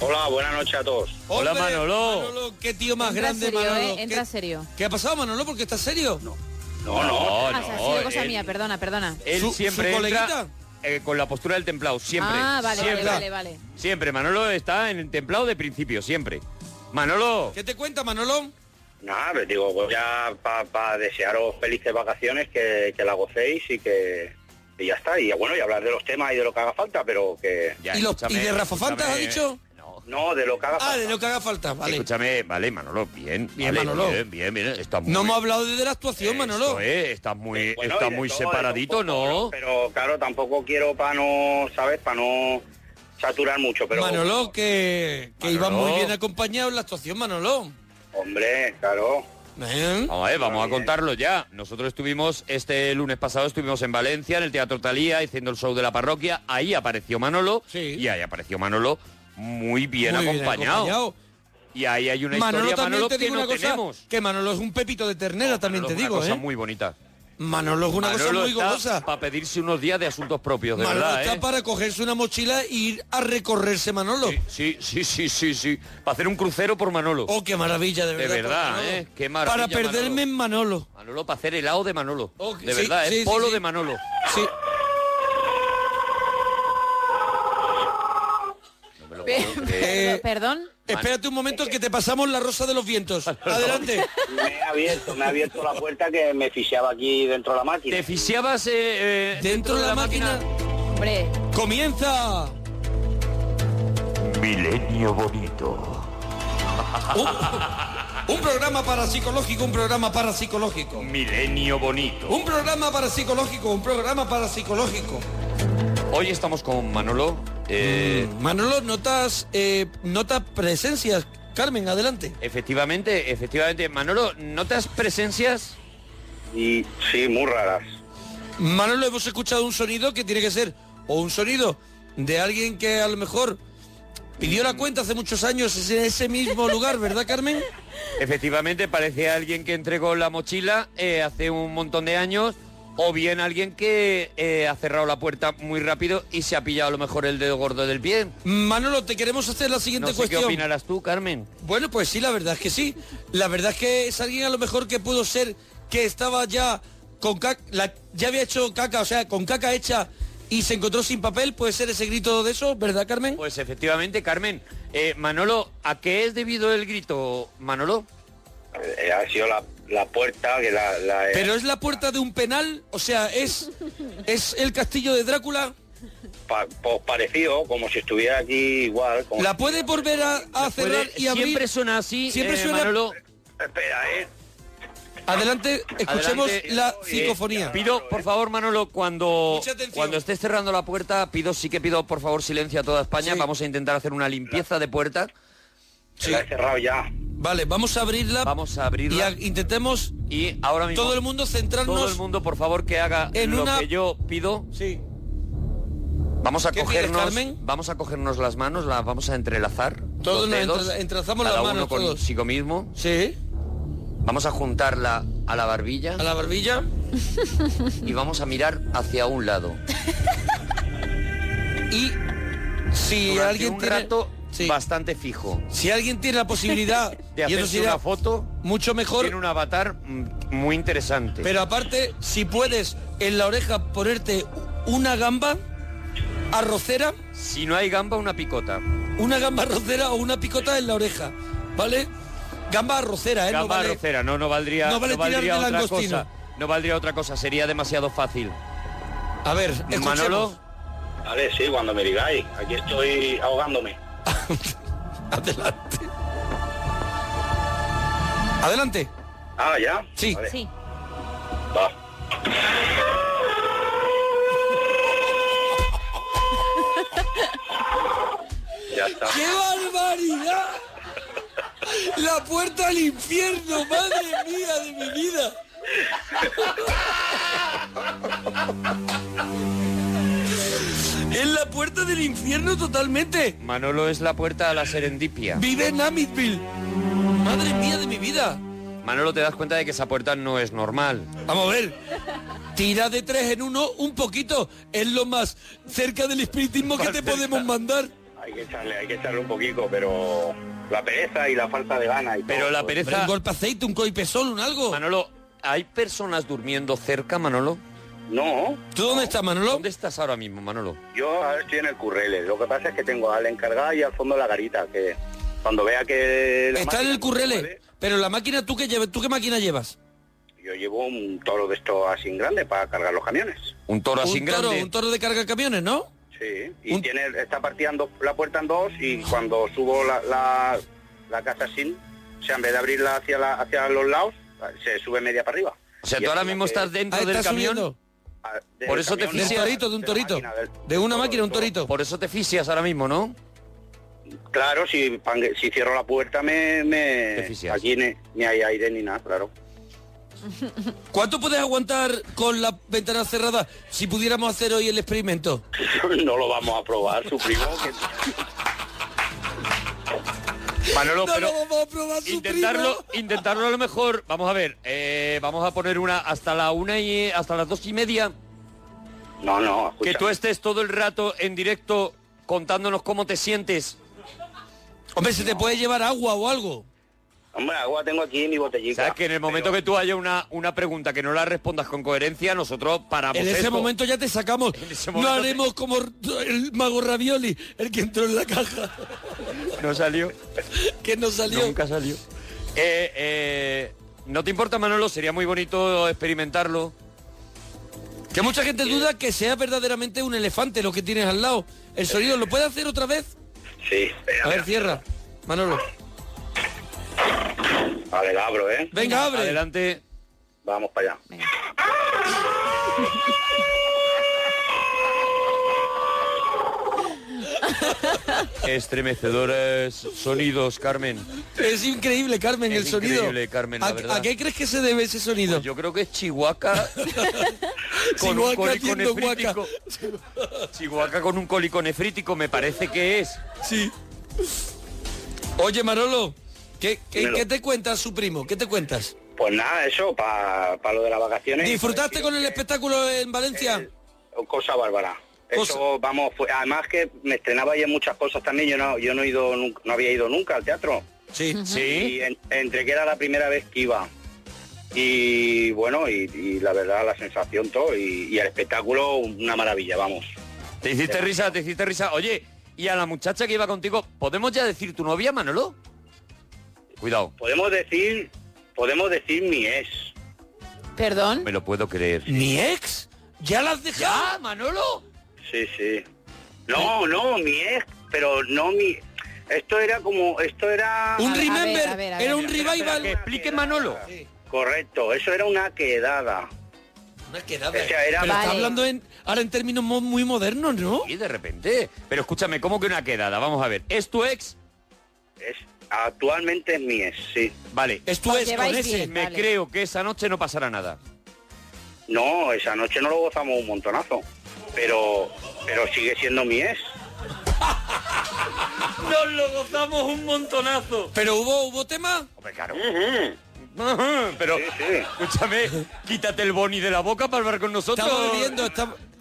[SPEAKER 32] Hola, buenas noches a todos.
[SPEAKER 2] Hombre, Manolo, qué tío más
[SPEAKER 8] Entra
[SPEAKER 2] grande,
[SPEAKER 8] serio,
[SPEAKER 2] Manolo.
[SPEAKER 8] ¿eh?
[SPEAKER 2] ¿Qué-
[SPEAKER 8] Entra serio.
[SPEAKER 2] ¿Qué ha pasado, Manolo? ¿Por qué estás serio? No.
[SPEAKER 8] No,
[SPEAKER 3] no,
[SPEAKER 8] Ah, o sea, ha sido cosa
[SPEAKER 3] él-
[SPEAKER 8] mía, perdona, perdona.
[SPEAKER 3] Él
[SPEAKER 8] Su-
[SPEAKER 3] siempre
[SPEAKER 8] su
[SPEAKER 3] entra
[SPEAKER 8] coleguita.
[SPEAKER 3] eh, con la postura del templado, siempre.
[SPEAKER 8] Ah, vale,
[SPEAKER 3] siempre.
[SPEAKER 8] vale, vale, vale.
[SPEAKER 3] Siempre, Manolo está en el templado de principio, siempre. Manolo.
[SPEAKER 2] ¿Qué te cuenta, Manolo?
[SPEAKER 32] Nada, pues digo, voy a para desearos felices vacaciones, que, que la gocéis y que y ya está. Y bueno, y hablar de los temas y de lo que haga falta, pero que...
[SPEAKER 2] ¿Y, los- y de Rafa Fantas ha dicho?
[SPEAKER 32] No, de lo que haga
[SPEAKER 2] Ah, de lo que haga falta, vale.
[SPEAKER 3] Escúchame, vale, Manolo, bien.
[SPEAKER 2] Bien,
[SPEAKER 3] vale,
[SPEAKER 2] Manolo.
[SPEAKER 3] Bien, bien, bien. Está muy,
[SPEAKER 2] No hemos hablado de la actuación, Manolo.
[SPEAKER 3] Eso es, está muy,
[SPEAKER 32] Eh, bueno,
[SPEAKER 3] está
[SPEAKER 32] y de
[SPEAKER 3] muy
[SPEAKER 32] todo,
[SPEAKER 3] separadito, ¿no?
[SPEAKER 32] Pero claro, tampoco quiero para no, ¿sabes? Para no saturar mucho, pero...
[SPEAKER 2] Manolo, que, que iba
[SPEAKER 32] Manolo.
[SPEAKER 2] muy bien acompañado en la actuación, Manolo.
[SPEAKER 32] Hombre, claro.
[SPEAKER 3] Vamos, a ver, vamos a contarlo ya. Nosotros estuvimos, este lunes pasado estuvimos en Valencia, en el Teatro Talía, haciendo el show de la parroquia. Ahí apareció Manolo y ahí apareció Manolo muy bien,
[SPEAKER 2] Muy bien
[SPEAKER 3] acompañado.
[SPEAKER 2] acompañado.
[SPEAKER 3] Y ahí hay una
[SPEAKER 2] Manolo
[SPEAKER 3] historia,
[SPEAKER 2] también
[SPEAKER 3] Manolo,
[SPEAKER 2] te digo
[SPEAKER 3] que
[SPEAKER 2] una
[SPEAKER 3] no
[SPEAKER 2] cosa,
[SPEAKER 3] tenemos.
[SPEAKER 2] que Manolo es un pepito de ternera, también te
[SPEAKER 3] Manolo es
[SPEAKER 2] digo,
[SPEAKER 3] una cosa
[SPEAKER 2] ¿eh?
[SPEAKER 3] muy bonita.
[SPEAKER 2] Manolo es una cosa muy golosa.
[SPEAKER 3] Para pedirse unos días de asuntos propios, de
[SPEAKER 2] Manolo
[SPEAKER 3] verdad,
[SPEAKER 2] está
[SPEAKER 3] ¿eh?
[SPEAKER 2] para cogerse una mochila e ir a recorrerse Manolo.
[SPEAKER 3] Sí, sí, sí, sí, sí. Para hacer un crucero por Manolo.
[SPEAKER 2] Oh, qué maravilla, de verdad.
[SPEAKER 3] De verdad,
[SPEAKER 2] Manolo.
[SPEAKER 3] ¿eh? Qué maravilla,
[SPEAKER 2] Para perderme en Manolo.
[SPEAKER 3] Manolo, Manolo para hacer helado de Manolo.
[SPEAKER 2] Oh,
[SPEAKER 3] de
[SPEAKER 2] sí,
[SPEAKER 3] verdad,
[SPEAKER 2] sí,
[SPEAKER 3] es
[SPEAKER 2] sí,
[SPEAKER 3] polo
[SPEAKER 2] sí. Mm.
[SPEAKER 3] de Manolo.
[SPEAKER 2] Sí.
[SPEAKER 8] Pe- Perdón.
[SPEAKER 2] Espérate un momento que te pasamos la rosa de los vientos. Adelante.
[SPEAKER 32] Me ha abierto, me ha abierto la puerta que me fiseaba aquí dentro de la máquina.
[SPEAKER 3] ¿Te fiseabas
[SPEAKER 2] eh, dentro de la máquina?
[SPEAKER 8] Hombre,
[SPEAKER 2] ¡Comienza!
[SPEAKER 28] Milenio bonito.
[SPEAKER 2] Un programa parapsicológico, un programa parapsicológico.
[SPEAKER 3] Milenio bonito.
[SPEAKER 2] Un programa parapsicológico, un programa parapsicológico.
[SPEAKER 3] Hoy estamos con Manolo. eh,
[SPEAKER 2] Mm, Manolo, notas, eh, notas presencias. Carmen, adelante.
[SPEAKER 3] Efectivamente, efectivamente. Manolo, ¿notas presencias?
[SPEAKER 32] Y sí, muy raras.
[SPEAKER 2] Manolo, hemos escuchado un sonido que tiene que ser o un sonido de alguien que a lo mejor pidió la cuenta hace muchos años en ese mismo lugar, ¿verdad, Carmen?
[SPEAKER 3] Efectivamente, parece alguien que entregó la mochila eh, hace un montón de años. O bien alguien que eh, ha cerrado la puerta muy rápido y se ha pillado a lo mejor el dedo gordo del pie.
[SPEAKER 2] Manolo, te queremos hacer la siguiente
[SPEAKER 3] No sé
[SPEAKER 2] cuestión.
[SPEAKER 3] qué opinarás tú, Carmen.
[SPEAKER 2] Bueno, pues sí, la verdad es que sí. La verdad es que es alguien a lo mejor que pudo ser que estaba ya con caca, la- ya había hecho caca, o sea, con caca hecha y se encontró sin papel, puede ser ese grito de eso, ¿verdad, Carmen?
[SPEAKER 3] Pues efectivamente, Carmen. Eh, Manolo, ¿a qué es debido el grito, Manolo?
[SPEAKER 32] Eh, ha sido la, la puerta que la... la eh,
[SPEAKER 3] eh.
[SPEAKER 32] he-
[SPEAKER 2] Pero es la puerta de un penal, o sea, es es el castillo de Drácula.
[SPEAKER 32] pa- pues parecido, como si estuviera aquí igual. Como
[SPEAKER 2] ¿La puede volver a, a cerrar y abrir?
[SPEAKER 32] siempre
[SPEAKER 2] suena así, Siempre
[SPEAKER 32] eh,
[SPEAKER 2] suena...
[SPEAKER 32] Manolo. Espera, eh.
[SPEAKER 2] Adelante, escuchemos
[SPEAKER 3] Adelante.
[SPEAKER 2] la
[SPEAKER 3] Eh,
[SPEAKER 2] psicofonía.
[SPEAKER 3] Pido, por favor, Manolo, cuando, cuando estés cerrando la puerta, pido, sí que pido, por favor, silencio a toda España. Vamos a intentar hacer una limpieza de puerta.
[SPEAKER 32] La he cerrado ya.
[SPEAKER 2] Vale, vamos a abrirla.
[SPEAKER 3] Vamos a abrirla.
[SPEAKER 2] Y a- intentemos
[SPEAKER 3] y ahora mismo
[SPEAKER 2] todo el mundo centrarnos-
[SPEAKER 3] Todo el mundo, por favor, que haga
[SPEAKER 2] en
[SPEAKER 3] lo
[SPEAKER 2] una-
[SPEAKER 3] que yo pido.
[SPEAKER 2] Sí.
[SPEAKER 3] Vamos a
[SPEAKER 2] ¿Qué pides,
[SPEAKER 3] cogernos,
[SPEAKER 2] Carmen?
[SPEAKER 3] vamos a cogernos las manos, las vamos a entrelazar.
[SPEAKER 2] Todos
[SPEAKER 3] los
[SPEAKER 2] nos
[SPEAKER 3] dedos,
[SPEAKER 2] entrela- entrelazamos
[SPEAKER 3] cada
[SPEAKER 2] las manos,
[SPEAKER 3] uno
[SPEAKER 2] todos.
[SPEAKER 3] consigo mismo.
[SPEAKER 2] Sí.
[SPEAKER 3] Vamos a juntarla a la barbilla. A
[SPEAKER 2] la barbilla.
[SPEAKER 3] Y vamos a mirar hacia un lado.
[SPEAKER 2] Y si alguien
[SPEAKER 3] un
[SPEAKER 2] tiene-
[SPEAKER 3] rato bastante fijo.
[SPEAKER 2] Si alguien tiene la posibilidad
[SPEAKER 3] de
[SPEAKER 2] y eso
[SPEAKER 3] hacerse
[SPEAKER 2] sería
[SPEAKER 3] una foto,
[SPEAKER 2] mucho mejor.
[SPEAKER 3] Tiene un avatar mm, muy interesante.
[SPEAKER 2] Pero aparte, si puedes en la oreja ponerte una gamba arrocera.
[SPEAKER 3] Si no hay gamba, una picota.
[SPEAKER 2] Una gamba arrocera o una picota en la oreja, ¿vale? Gamba arrocera, ¿eh? No
[SPEAKER 3] Gamba
[SPEAKER 2] vale-
[SPEAKER 3] arrocera, no, no valdría,
[SPEAKER 2] No vale
[SPEAKER 3] valdría
[SPEAKER 2] tirar de
[SPEAKER 3] otra
[SPEAKER 2] langostino.
[SPEAKER 3] cosa. No valdría otra cosa, sería demasiado fácil.
[SPEAKER 2] A ver,
[SPEAKER 3] Manolo,
[SPEAKER 32] Vale, sí, cuando me digáis. Aquí estoy ahogándome.
[SPEAKER 2] Adelante. Adelante.
[SPEAKER 32] Ah, ¿ya?
[SPEAKER 2] Sí.
[SPEAKER 32] Vale.
[SPEAKER 2] Sí.
[SPEAKER 32] Va. Ya está.
[SPEAKER 2] ¡Qué barbaridad! La puerta al infierno, madre mía de mi vida. Es la puerta del infierno totalmente.
[SPEAKER 3] Manolo es la puerta a la serendipia.
[SPEAKER 2] Vive en Amitville. Madre mía de mi vida.
[SPEAKER 3] Manolo, te das cuenta de que esa puerta no es normal.
[SPEAKER 2] Vamos a ver. Tira de tres en uno un poquito. Es lo más cerca del espiritismo que te podemos mandar.
[SPEAKER 32] Hay que echarle, hay que echarle un poquito, pero la pereza y la falta de ganas y todo, pues.
[SPEAKER 2] Un golpe aceite, un coipesol, un algo.
[SPEAKER 3] Manolo, ¿hay personas durmiendo cerca, Manolo?
[SPEAKER 32] No.
[SPEAKER 2] ¿Tú dónde estás, Manolo?
[SPEAKER 3] ¿Dónde estás ahora mismo, Manolo?
[SPEAKER 32] Yo ahora estoy en el currele. Lo que pasa es que tengo a la encargada y al fondo la garita, que cuando vea que... la
[SPEAKER 2] Está en
[SPEAKER 32] máquina
[SPEAKER 2] el currele. Pero la máquina, ¿tú qué, llevas? ¿tú qué máquina llevas?
[SPEAKER 32] Yo llevo un toro de estos así grande para cargar los camiones.
[SPEAKER 3] Un toro
[SPEAKER 2] un toro, un toro de carga de camiones, ¿no?
[SPEAKER 32] Sí. Y tiene, está partida en dos- la puerta en dos y cuando subo la, la, la casa sin, o sea, en vez de abrirla hacia, la, hacia los lados, se sube media para arriba.
[SPEAKER 3] O sea,
[SPEAKER 32] Y
[SPEAKER 3] tú ahora
[SPEAKER 32] es la
[SPEAKER 3] mismo
[SPEAKER 32] que-
[SPEAKER 3] estás dentro Ah, del estás camión. subiendo.
[SPEAKER 32] Ah, del
[SPEAKER 3] Por eso te
[SPEAKER 32] camión, no,
[SPEAKER 3] fijas.
[SPEAKER 32] de la máquina, del-
[SPEAKER 3] De una máquina,
[SPEAKER 32] un torito.
[SPEAKER 3] Por eso te fisias ahora mismo, ¿no?
[SPEAKER 32] Claro, si, pangue- si cierro la puerta me... me aquí ni, ni hay aire ni nada, claro.
[SPEAKER 2] ¿Cuánto puedes aguantar con la ventana cerrada si pudiéramos hacer hoy el experimento?
[SPEAKER 32] no lo vamos a probar, su primo.
[SPEAKER 3] Manolo,
[SPEAKER 2] No
[SPEAKER 3] pero
[SPEAKER 2] lo vamos a probar, su
[SPEAKER 3] intentarlo,
[SPEAKER 2] primo.
[SPEAKER 3] intentarlo a lo mejor. Vamos a ver, eh, vamos a poner una hasta la una y hasta las dos y media.
[SPEAKER 32] No, no, escucha.
[SPEAKER 3] Que tú estés todo el rato en directo contándonos cómo te sientes.
[SPEAKER 2] Hombre, se te puede llevar agua o algo.
[SPEAKER 32] Hombre, agua tengo aquí en mi botellita.
[SPEAKER 3] Sabes que en el momento que tú haya una, una pregunta que no la respondas con coherencia, nosotros paramos
[SPEAKER 2] en ese
[SPEAKER 3] esto.
[SPEAKER 2] momento ya te sacamos. No
[SPEAKER 3] momento-
[SPEAKER 2] haremos como el mago Ravioli, el que entró en la caja.
[SPEAKER 3] No salió.
[SPEAKER 2] que no salió?
[SPEAKER 3] Nunca salió. Eh, eh, ¿No te importa, Manolo? Sería muy bonito experimentarlo.
[SPEAKER 2] Que mucha gente duda que sea verdaderamente un elefante lo que tienes al lado. El sonido, ¿lo puede hacer otra vez?
[SPEAKER 32] Sí.
[SPEAKER 3] eh,
[SPEAKER 2] A ver, cierra. Manolo.
[SPEAKER 32] Vale, la abro, ¿eh?
[SPEAKER 2] Venga, abre.
[SPEAKER 3] Adelante.
[SPEAKER 32] Vamos para allá.
[SPEAKER 3] Estremecedores sonidos, Carmen.
[SPEAKER 2] Es increíble, Carmen,
[SPEAKER 3] Es
[SPEAKER 2] el sonido.
[SPEAKER 3] increíble, Carmen, la
[SPEAKER 2] ¿A,
[SPEAKER 3] verdad. Pues
[SPEAKER 2] a qué crees que se debe ese sonido?
[SPEAKER 3] yo creo que es Chihuahua. con un
[SPEAKER 2] Chihuahua
[SPEAKER 3] coli- con
[SPEAKER 2] haciendo guaca.
[SPEAKER 3] efrítico. Chihuahua con un colicón efrítico, me parece que es.
[SPEAKER 2] Sí. Oye, Manolo, ¿qué, qué,
[SPEAKER 32] Dímelo.
[SPEAKER 2] qué te cuentas su primo? ¿Qué te cuentas?
[SPEAKER 32] Pues nada, eso, para lo de las vacaciones.
[SPEAKER 2] ¿Disfrutaste con el espectáculo en Valencia?
[SPEAKER 32] Eh, Cosa bárbara. Eso, vamos, fue- además que me estrenaba ahí en muchas cosas también, yo no, yo no he ido nunca- no había ido nunca al teatro.
[SPEAKER 2] Sí,
[SPEAKER 32] Y en- entre que era la primera vez que iba. Y bueno, y, y la verdad, la sensación todo, y, y el espectáculo, una maravilla, vamos.
[SPEAKER 3] Te hiciste risa, te hiciste risa. Oye, y a la muchacha que iba contigo, ¿podemos ya decir tu novia, Manolo? Cuidado.
[SPEAKER 32] Podemos decir, podemos decir mi ex.
[SPEAKER 33] Perdón.
[SPEAKER 3] Me lo puedo creer.
[SPEAKER 2] ¿Mi ex? ¿Ya la has dejado?
[SPEAKER 3] Manolo?
[SPEAKER 32] Sí, sí. No, no, mi ex, pero no mi... Esto era como, esto era...
[SPEAKER 34] Un A ver, remember, a ver, a ver, era un
[SPEAKER 32] Espera, espera,
[SPEAKER 34] revival.
[SPEAKER 32] Que explique Manolo. Correcto, eso era una quedada.
[SPEAKER 2] Una quedada.
[SPEAKER 32] O sea, era-
[SPEAKER 2] Pero está
[SPEAKER 32] Vale.
[SPEAKER 2] hablando en, ahora en términos mo- muy modernos, ¿no?
[SPEAKER 3] Y de repente. Pero escúchame, ¿cómo que una quedada? Vamos a ver. ¿Es tu ex?
[SPEAKER 32] Es, actualmente es mi ex, sí.
[SPEAKER 3] Vale. ¿Es tu
[SPEAKER 34] Pues
[SPEAKER 32] Os
[SPEAKER 3] ex
[SPEAKER 32] lleváis
[SPEAKER 3] con ese?
[SPEAKER 32] bien,
[SPEAKER 3] Me
[SPEAKER 32] vale.
[SPEAKER 3] creo que esa noche no pasará nada.
[SPEAKER 32] No, esa noche no lo gozamos un montonazo, pero, pero sigue siendo mi ex.
[SPEAKER 2] Nos lo gozamos un montonazo. Pero hubo, hubo tema.
[SPEAKER 3] Hombre, claro. Pero, escúchame, quítate el boni de la boca para hablar con nosotros.
[SPEAKER 32] Estamos
[SPEAKER 2] bebiendo,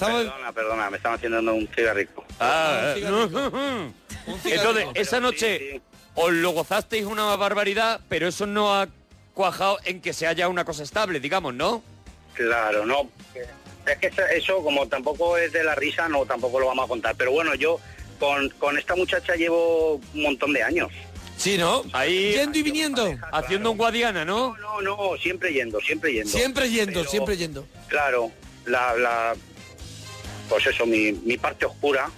[SPEAKER 32] Perdona, perdona, me están haciendo un cigarrico.
[SPEAKER 3] Ah,
[SPEAKER 32] Un
[SPEAKER 3] eh. Entonces, esa noche os lo gozasteis una barbaridad, pero eso no ha cuajado en que se haya una cosa estable, digamos, ¿no?
[SPEAKER 32] Claro, no. Es que eso- eso, como tampoco es de la risa, no, tampoco lo vamos a contar. Pero bueno, yo con, con esta muchacha llevo un montón de años.
[SPEAKER 2] Sí, ¿no?
[SPEAKER 3] Ahí.
[SPEAKER 2] Yendo y viniendo.
[SPEAKER 3] Haciendo un guadiana, ¿no?
[SPEAKER 32] No, no, siempre yendo, siempre yendo.
[SPEAKER 2] Siempre yendo,
[SPEAKER 32] Pero,
[SPEAKER 2] siempre yendo.
[SPEAKER 32] Claro, la, la, pues eso, mi, mi parte oscura.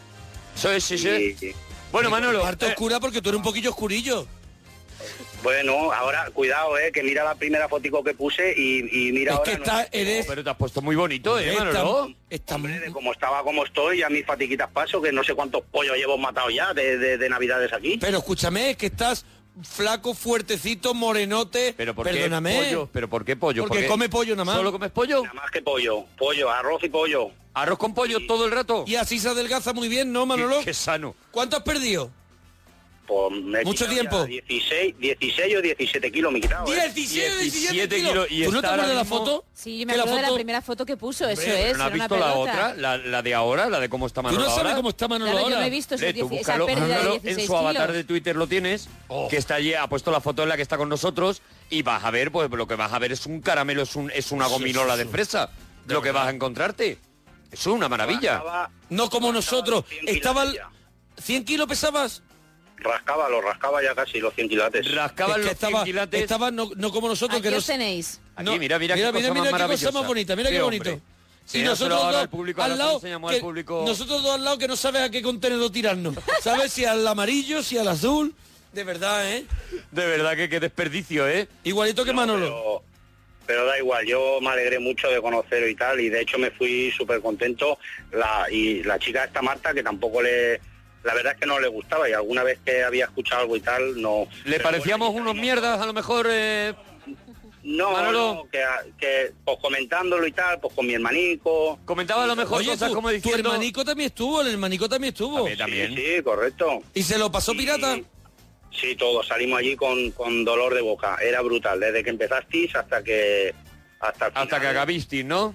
[SPEAKER 3] Sí, sí, sí. Bueno, Manolo. eh.
[SPEAKER 2] Parte oscura porque tú eres un poquillo oscurillo.
[SPEAKER 32] Bueno, ahora, cuidado, eh, que mira la primera fotico que puse y, y mira ahora... no-
[SPEAKER 2] eres...
[SPEAKER 3] pero te has puesto muy bonito, ¿eh,
[SPEAKER 32] Hombre,
[SPEAKER 3] Manolo?
[SPEAKER 32] Hombre, de como estaba, como estoy, ya mis fatiguitas paso, que no sé cuántos pollos llevo matado ya de, de- de navidades aquí.
[SPEAKER 2] Pero escúchame, es que estás flaco, fuertecito, morenote.
[SPEAKER 3] Pero ¿por
[SPEAKER 2] Perdóname.
[SPEAKER 3] qué pollo? ¿Pero por qué pollo?
[SPEAKER 2] Porque come pollo nada más.
[SPEAKER 3] ¿Solo comes pollo?
[SPEAKER 32] Nada más que pollo, pollo, arroz y pollo.
[SPEAKER 3] ¿Arroz con pollo todo el rato?
[SPEAKER 2] Y así se adelgaza muy bien, ¿no, Manolo?
[SPEAKER 3] Qué, qué sano.
[SPEAKER 2] ¿Cuánto has perdido?
[SPEAKER 32] Pues me he
[SPEAKER 2] Mucho
[SPEAKER 32] quitado
[SPEAKER 2] tiempo.
[SPEAKER 32] ya 16, 16 o 17 kilos me he quitado. ¿eh?
[SPEAKER 2] 17,
[SPEAKER 3] 17 kilos. Y
[SPEAKER 2] ¿Tú no te
[SPEAKER 3] está ahora
[SPEAKER 2] acuerdas de la
[SPEAKER 3] mismo-
[SPEAKER 2] foto?
[SPEAKER 20] Sí, yo me
[SPEAKER 2] ¿Que la
[SPEAKER 20] acuerdo de la
[SPEAKER 2] foto?
[SPEAKER 20] primera foto que puso, eso
[SPEAKER 3] Pero
[SPEAKER 20] es.
[SPEAKER 3] ¿No has
[SPEAKER 20] era una
[SPEAKER 3] visto la
[SPEAKER 20] pelota.
[SPEAKER 3] otra? La, la de ahora, la de cómo está Manolo
[SPEAKER 2] no sabes
[SPEAKER 3] ahora.
[SPEAKER 2] cómo está Manolo
[SPEAKER 20] Claro, yo no
[SPEAKER 3] ahora.
[SPEAKER 20] he visto esos
[SPEAKER 3] Ve, tú
[SPEAKER 20] 10 esa
[SPEAKER 3] búscalo.
[SPEAKER 20] pérdida de
[SPEAKER 3] Manolo, en
[SPEAKER 20] 16
[SPEAKER 3] su avatar
[SPEAKER 20] kilos.
[SPEAKER 3] de Twitter lo tienes,
[SPEAKER 2] Oh.
[SPEAKER 3] que está allí, ha puesto la foto en la que está con nosotros y vas a ver, pues lo que vas a ver es un caramelo, es, un, es una
[SPEAKER 2] Sí, sí,
[SPEAKER 3] gominola
[SPEAKER 2] sí.
[SPEAKER 3] de fresa, lo que vas a encontrarte. Es una maravilla.
[SPEAKER 2] No como nosotros. Estaba... 100 kilos pesabas.
[SPEAKER 32] Rascaba, lo rascaba ya casi los 100 kilates.
[SPEAKER 3] Rascaba
[SPEAKER 2] Es que estaba, estaba no, no como nosotros
[SPEAKER 20] Aquí
[SPEAKER 2] que
[SPEAKER 20] os
[SPEAKER 2] nos-
[SPEAKER 20] tenéis.
[SPEAKER 3] Aquí,
[SPEAKER 2] no-
[SPEAKER 3] mira,
[SPEAKER 2] mira,
[SPEAKER 3] mira, qué
[SPEAKER 2] mira,
[SPEAKER 3] cosa
[SPEAKER 2] mira
[SPEAKER 3] más
[SPEAKER 2] qué cosa más
[SPEAKER 3] maravillosa.
[SPEAKER 2] bonita, mira
[SPEAKER 3] Sí,
[SPEAKER 2] qué
[SPEAKER 3] hombre.
[SPEAKER 2] bonito.
[SPEAKER 3] Sí, dárselo ahora al público, ahora
[SPEAKER 2] al
[SPEAKER 3] se lo
[SPEAKER 2] lado,
[SPEAKER 3] enseñamos
[SPEAKER 2] que
[SPEAKER 3] al público.
[SPEAKER 2] nosotros dos al lado que no sabes a qué contenedor tirarnos. ¿Sabes si al amarillo, si al azul? De verdad, ¿eh?
[SPEAKER 3] De verdad que qué desperdicio, ¿eh?
[SPEAKER 2] Igualito que Manolo.
[SPEAKER 32] Pero, pero da igual, yo me alegré mucho de conoceros y tal, y de hecho me fui súper contento. La, y la chica esta Marta, que tampoco le... La verdad es que no le gustaba y alguna vez que había escuchado algo y tal, no...
[SPEAKER 3] Le
[SPEAKER 32] Pero
[SPEAKER 3] parecíamos unos mierdas, a lo mejor... eh,
[SPEAKER 32] No,
[SPEAKER 3] Manolo.
[SPEAKER 32] no, que, que, pues comentándolo y tal, pues con mi hermanico.
[SPEAKER 3] Comentaba a lo mejor
[SPEAKER 2] Oye, tu, tu hermanico también estuvo, el hermanico también estuvo.
[SPEAKER 32] Sí, sí, correcto.
[SPEAKER 2] ¿Y se lo pasó pirata?
[SPEAKER 32] Sí, todos salimos allí con, con dolor de boca. Era brutal, desde que empezasteis hasta que... Hasta, el
[SPEAKER 3] Hasta que
[SPEAKER 32] final.
[SPEAKER 3] acabisteis, ¿no?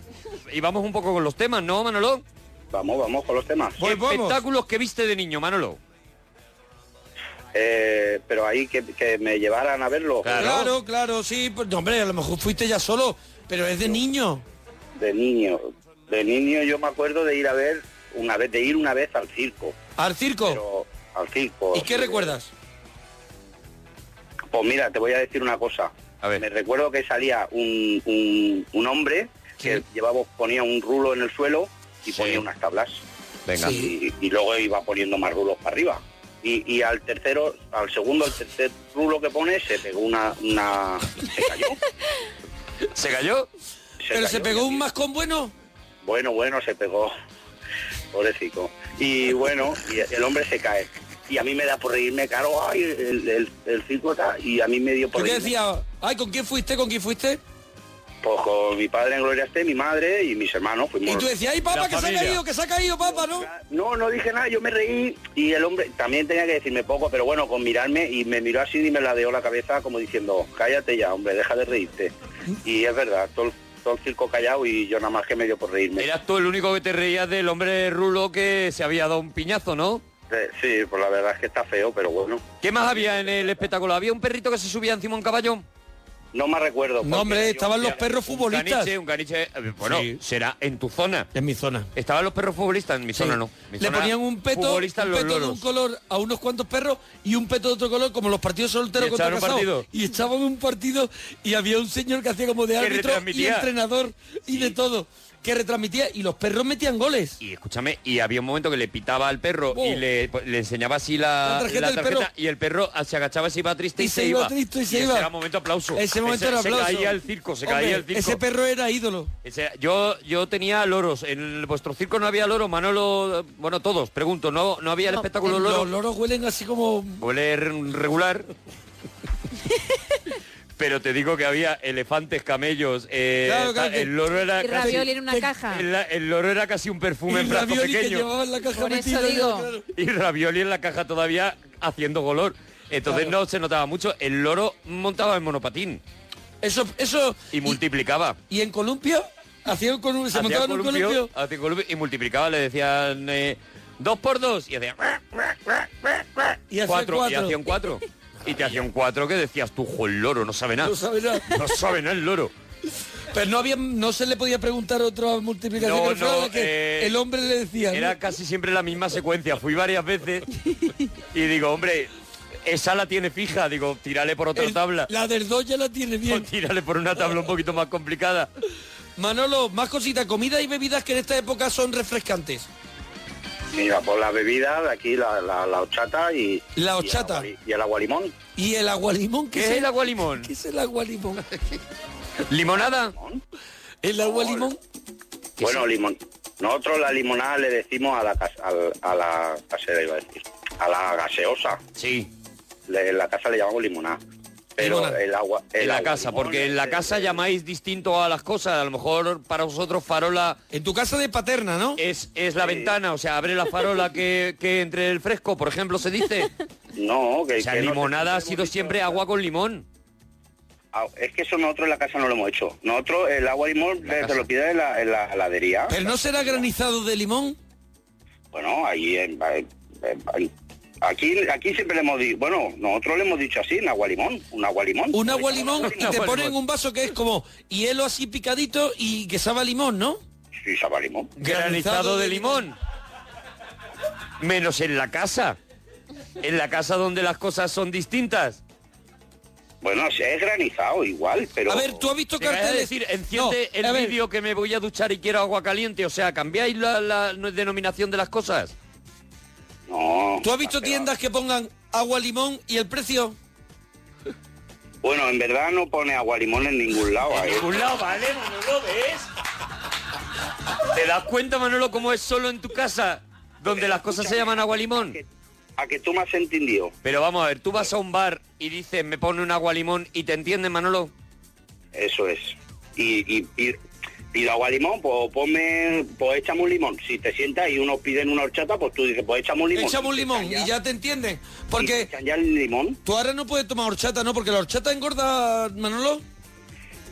[SPEAKER 3] Y vamos un poco con los temas, ¿no, Manolo?
[SPEAKER 32] Vamos, vamos con los temas.
[SPEAKER 3] ¿Qué
[SPEAKER 2] Pues
[SPEAKER 3] espectáculos que viste de niño, Manolo?
[SPEAKER 32] Eh, pero ahí que, que me llevaran a verlo.
[SPEAKER 2] Claro, claro, sí. pues, no, hombre, a lo mejor fuiste ya solo, pero es de niño.
[SPEAKER 32] De niño. De niño yo me acuerdo de ir a ver una vez, de ir una vez al circo.
[SPEAKER 2] ¿Al circo?
[SPEAKER 32] al circo.
[SPEAKER 2] ¿Y qué recuerdas?
[SPEAKER 32] Pues mira, te voy a decir una cosa. Me recuerdo que salía un, un- un hombre que llevaba, ponía un rulo en el suelo y ponía unas tablas.
[SPEAKER 3] Venga.
[SPEAKER 32] Y, y luego iba poniendo más rulos para arriba. Y, y al tercero, al segundo, al tercer rulo que pone, se pegó una... una se cayó.
[SPEAKER 3] ¿Se cayó?
[SPEAKER 2] ¿Pero se pegó un mascón bueno?
[SPEAKER 32] Bueno, bueno, se pegó. Pobrecito. Y bueno, y el hombre se cae. Y a mí me da por reírme, caro, ay, el, el, el circo está, y a mí me dio por
[SPEAKER 2] ¿Por qué
[SPEAKER 32] reírme.
[SPEAKER 2] decía? Ay, ¿con quién fuiste? ¿Con quién fuiste?
[SPEAKER 32] Pues con mi padre en Gloria esté, mi madre y mis hermanos fuimos.
[SPEAKER 2] Y tú decías, ay, papá, que se ha caído, que se ha caído, papá, ¿no?
[SPEAKER 32] No, no dije nada, yo me reí y el hombre también tenía que decirme poco, pero bueno, con mirarme y me miró así y me ladeó la cabeza como diciendo, cállate ya, hombre, deja de reírte. Y es verdad, todo el, todo el circo callado y yo nada más que me dio por reírme.
[SPEAKER 3] Eras tú el único que te reías del hombre rulo que se había dado un piñazo, ¿no?
[SPEAKER 32] Eh, Sí, pues la verdad es que está feo, pero bueno.
[SPEAKER 3] ¿Qué más había en el espectáculo? ¿Había un perrito que se subía encima de un caballo?
[SPEAKER 32] No me recuerdo.
[SPEAKER 2] No, hombre, estaban los perros futbolistas.
[SPEAKER 3] Caniche, un caniche. eh, Bueno, será en tu zona.
[SPEAKER 2] En mi zona.
[SPEAKER 3] Estaban los perros futbolistas, en mi zona no. Mi
[SPEAKER 2] Le
[SPEAKER 3] zona,
[SPEAKER 2] ponían un peto, un
[SPEAKER 3] futbolistas los
[SPEAKER 2] peto de un
[SPEAKER 3] loros.
[SPEAKER 2] color a unos cuantos perros y un peto de otro color, como los partidos solteros
[SPEAKER 3] Y
[SPEAKER 2] contra
[SPEAKER 3] echaban un
[SPEAKER 2] casados.
[SPEAKER 3] partido.
[SPEAKER 2] Y echaban un partido y había un señor que hacía como de
[SPEAKER 3] Que
[SPEAKER 2] árbitro y
[SPEAKER 3] retransmitía.
[SPEAKER 2] entrenador y de todo. que retransmitía y los perros metían goles.
[SPEAKER 3] Y escúchame, y había un momento que le pitaba al perro
[SPEAKER 2] Oh.
[SPEAKER 3] y le, pues, le enseñaba así la,
[SPEAKER 2] La tarjeta del perro.
[SPEAKER 3] y el perro ah, se agachaba, este se iba triste y,
[SPEAKER 2] Y se iba triste y se iba.
[SPEAKER 3] Ese era momento aplauso.
[SPEAKER 2] Ese momento
[SPEAKER 3] Ese-
[SPEAKER 2] era aplauso.
[SPEAKER 3] Se caía el circo, se
[SPEAKER 2] Hombre,
[SPEAKER 3] caía el circo.
[SPEAKER 2] Ese perro era ídolo.
[SPEAKER 3] Ese- yo, yo tenía loros. En el- vuestro circo no había loros, Manolo. Bueno, todos, pregunto. ¿No, no había el espectáculo loro?
[SPEAKER 2] Los loros huelen así como...
[SPEAKER 3] Huele re- regular. Pero te digo que había elefantes, camellos. eh,
[SPEAKER 2] Claro, claro,
[SPEAKER 3] ta-
[SPEAKER 2] que-
[SPEAKER 3] el loro era
[SPEAKER 20] Y
[SPEAKER 3] casi-
[SPEAKER 20] ravioli en una caja.
[SPEAKER 3] el la- el loro era casi un perfume en brazo
[SPEAKER 2] ravioli que
[SPEAKER 3] pequeño.
[SPEAKER 2] llevaba en la caja
[SPEAKER 20] Por eso
[SPEAKER 2] metido,
[SPEAKER 20] digo.
[SPEAKER 2] claro.
[SPEAKER 3] Y ravioli en la caja todavía haciendo color. Entonces no se notaba mucho. El loro montaba en monopatín.
[SPEAKER 2] Eso, eso.
[SPEAKER 3] Y multiplicaba.
[SPEAKER 2] ¿Y en columpio? Hacían colu- se montaba en un columpio.
[SPEAKER 3] hacía columpio y multiplicaba, le decían eh, dos por dos y hacía
[SPEAKER 2] Y hacía
[SPEAKER 3] y
[SPEAKER 2] cuatro.
[SPEAKER 3] hacía un cuatro. Y te hacía un cuatro que decías tú, jo, el loro, no sabe nada.
[SPEAKER 2] No sabe nada.
[SPEAKER 3] No sabe nada el loro.
[SPEAKER 2] Pero no había, no se le podía preguntar otra multiplicación
[SPEAKER 3] No,
[SPEAKER 2] que no fuera
[SPEAKER 3] no,
[SPEAKER 2] la que
[SPEAKER 3] eh,
[SPEAKER 2] el hombre le decía. ¿no?
[SPEAKER 3] Era casi siempre la misma secuencia. Fui varias veces y digo, hombre, esa la tiene fija. Digo, tírale por otra tabla.
[SPEAKER 2] La del dos ya la tiene bien.
[SPEAKER 3] O tírale por una tabla un poquito más complicada.
[SPEAKER 2] Manolo, más cositas, comida y bebidas que en esta época son refrescantes.
[SPEAKER 32] Mira, por la bebida de aquí, la, la, la horchata y...
[SPEAKER 2] La
[SPEAKER 32] y el
[SPEAKER 2] horchata.
[SPEAKER 32] agua- Y el agua limón.
[SPEAKER 2] ¿Y el agualimón?
[SPEAKER 3] ¿Qué es el agualimón?
[SPEAKER 2] ¿Qué es el agualimón?
[SPEAKER 3] ¿Limonada?
[SPEAKER 2] ¿El agualimón?
[SPEAKER 32] Bueno, limón. Nosotros la limonada le decimos a la, cas- al- a la casera, iba a decir, a la gaseosa.
[SPEAKER 3] Sí.
[SPEAKER 32] en la casa le llamamos limonada. Pero
[SPEAKER 3] Limonada.
[SPEAKER 32] el agua... el
[SPEAKER 3] en la
[SPEAKER 32] agua
[SPEAKER 3] casa,
[SPEAKER 32] limón
[SPEAKER 3] porque en
[SPEAKER 32] es-
[SPEAKER 3] la casa llamáis distinto a las cosas. A lo mejor para vosotros farola...
[SPEAKER 2] En tu casa de paterna, ¿no?
[SPEAKER 3] Es, es la ventana, o sea, abre la farola que, que entre el fresco, por ejemplo, se dice.
[SPEAKER 32] No, que...
[SPEAKER 3] O sea,
[SPEAKER 32] que no-
[SPEAKER 3] limonada ha sido siempre agua con limón.
[SPEAKER 32] Ah, Es que eso nosotros en la casa no lo hemos hecho. Nosotros el agua limón eh, se lo pide en la, en la heladería.
[SPEAKER 2] ¿Pero no será granizado de limón?
[SPEAKER 32] Bueno, ahí en- en- en- aquí aquí siempre le hemos dicho, bueno, nosotros le hemos dicho así, un agua limón, un agua limón.
[SPEAKER 2] Un agualimón y te
[SPEAKER 32] Agua
[SPEAKER 2] ponen
[SPEAKER 32] limón.
[SPEAKER 2] un vaso que es como hielo así picadito y que sabe a limón, ¿no?
[SPEAKER 32] Sí, sabe a limón.
[SPEAKER 3] Granizado de limón. Menos en la casa. En la casa donde las cosas son distintas.
[SPEAKER 32] Bueno, sí, es granizado igual, pero
[SPEAKER 3] A ver,
[SPEAKER 2] ¿Tú has visto
[SPEAKER 3] Te voy a
[SPEAKER 2] carteles?
[SPEAKER 3] decir, enciende
[SPEAKER 2] No, a
[SPEAKER 3] el
[SPEAKER 2] ver.
[SPEAKER 3] vídeo que me voy a duchar y quiero agua caliente. O sea, ¿cambiáis la, la denominación de las cosas?
[SPEAKER 32] no.
[SPEAKER 2] ¿Tú has visto tiendas que pongan agua limón y el precio?
[SPEAKER 32] Bueno, en verdad no pone agua limón en ningún lado. eh. ahí.
[SPEAKER 3] Un lado, ¿vale, Manolo? ¿Ves? ¿Te das cuenta, Manolo, cómo es solo en tu casa? Donde las cosas se llaman agua limón.
[SPEAKER 32] A que tú me has entendido.
[SPEAKER 3] Pero vamos a ver, tú vas a un bar y dices, me pone un agua limón y te entienden, Manolo.
[SPEAKER 32] Eso es. Y, y, y pido agua limón, pues ponme, pues échame un limón. Si te sientas y unos piden una horchata, pues tú dices, pues échame un limón.
[SPEAKER 2] Echamos
[SPEAKER 32] Y
[SPEAKER 2] un
[SPEAKER 32] te
[SPEAKER 2] limón
[SPEAKER 32] callas.
[SPEAKER 2] y ya te entienden. Porque
[SPEAKER 32] ya el limón.
[SPEAKER 2] tú ahora no puedes tomar horchata, ¿no? Porque la horchata engorda, Manolo.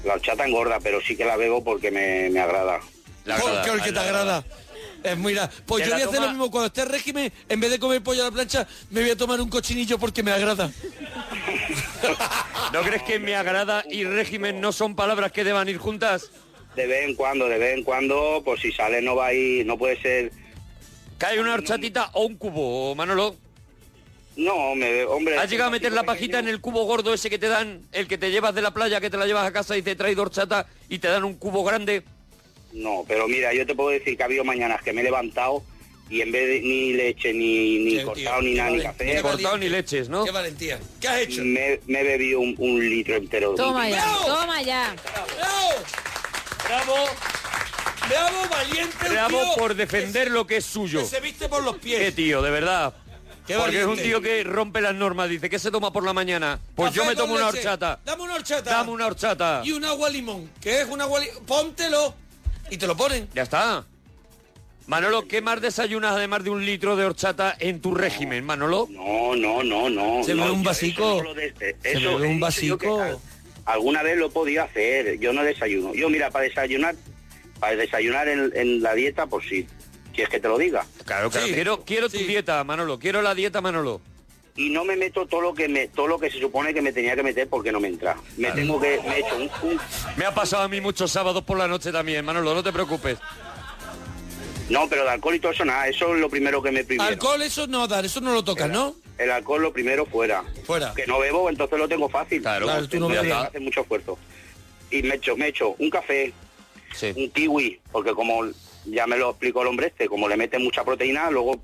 [SPEAKER 32] La horchata engorda, pero sí que la bebo porque me, me agrada.
[SPEAKER 2] Joder, creo que te agrada. Es muy gra- Pues
[SPEAKER 32] Te
[SPEAKER 2] yo
[SPEAKER 32] la
[SPEAKER 2] voy a hacer
[SPEAKER 32] toma-
[SPEAKER 2] lo mismo. Cuando esté en régimen, en vez de comer pollo a la plancha, me voy a tomar un cochinillo porque me agrada.
[SPEAKER 3] ¿No crees que me agrada y régimen no son palabras que deban ir juntas?
[SPEAKER 32] De vez en cuando, de vez en cuando, pues si sale no va a ir, no puede ser.
[SPEAKER 3] ¿Cae una horchatita o un cubo, Manolo?
[SPEAKER 32] No, me, hombre.
[SPEAKER 3] ¿Has llegado a meter la pajita en el cubo gordo ese que te dan? El que te llevas de la playa, que te la llevas a casa y te traes de horchata y te dan un cubo grande.
[SPEAKER 32] No, pero mira, yo te puedo decir que ha habido mañanas que me he levantado y en vez de ni leche, ni, ni cortado, ni nada, ni café.
[SPEAKER 3] Ni cortado ni leches, ¿no? Qué
[SPEAKER 2] valentía. ¿Qué has hecho?
[SPEAKER 32] Me, me he bebido un, un litro entero. de
[SPEAKER 20] Toma
[SPEAKER 32] un-
[SPEAKER 20] ya, toma ya.
[SPEAKER 2] ¡Bravo! ¡Bravo, valiente! un
[SPEAKER 3] Bravo
[SPEAKER 2] tío
[SPEAKER 3] por defender lo que es suyo.
[SPEAKER 2] que se viste por los pies.
[SPEAKER 3] Qué tío, de verdad.
[SPEAKER 2] Qué
[SPEAKER 3] Porque es un
[SPEAKER 2] valiente.
[SPEAKER 3] tío que rompe las normas. Dice, ¿qué se toma por la mañana? Pues
[SPEAKER 2] Café
[SPEAKER 3] yo me
[SPEAKER 2] con
[SPEAKER 3] tomo una
[SPEAKER 2] leche.
[SPEAKER 3] horchata.
[SPEAKER 2] Dame una horchata.
[SPEAKER 3] Dame una horchata.
[SPEAKER 2] Y un agua limón. ¿Qué es un agua limón? Póntelo. Y te lo ponen.
[SPEAKER 3] Ya está. Manolo, ¿qué más desayunas además de un litro de horchata en tu régimen, Manolo?
[SPEAKER 32] No, no, no, no.
[SPEAKER 3] Se
[SPEAKER 32] no,
[SPEAKER 3] bebe un
[SPEAKER 32] yo
[SPEAKER 3] vasico.
[SPEAKER 32] eso no lo de- eh,
[SPEAKER 3] Se
[SPEAKER 32] eso
[SPEAKER 3] bebe un
[SPEAKER 32] he dicho yo que al- Alguna vez lo podía hacer. Yo no desayuno. Yo, mira, para desayunar, para desayunar en, en la dieta, por si quieres que te lo diga.
[SPEAKER 3] Claro, claro. Quiero, quiero tu dieta, Manolo. Quiero la dieta, Manolo.
[SPEAKER 32] Y no me meto todo lo que me, todo lo que se supone que me tenía que meter porque no me entra. Me tengo que, me he hecho un, un-
[SPEAKER 3] Me ha pasado a mí muchos sábados por la noche también, Manolo. No te preocupes.
[SPEAKER 32] no, pero de alcohol y todo eso nada. Eso es lo primero que me primero.
[SPEAKER 2] Alcohol, eso no dar, eso no lo tocas, ¿no?
[SPEAKER 32] El alcohol lo primero fuera.
[SPEAKER 2] Fuera.
[SPEAKER 32] Que no bebo, entonces lo tengo fácil.
[SPEAKER 3] Claro, Claro, tú no
[SPEAKER 32] Tengo que
[SPEAKER 3] bebes.
[SPEAKER 32] hacer mucho esfuerzo. Y me echo, me echo un café, un kiwi, porque como ya me lo explicó el hombre este, como le mete mucha proteína, luego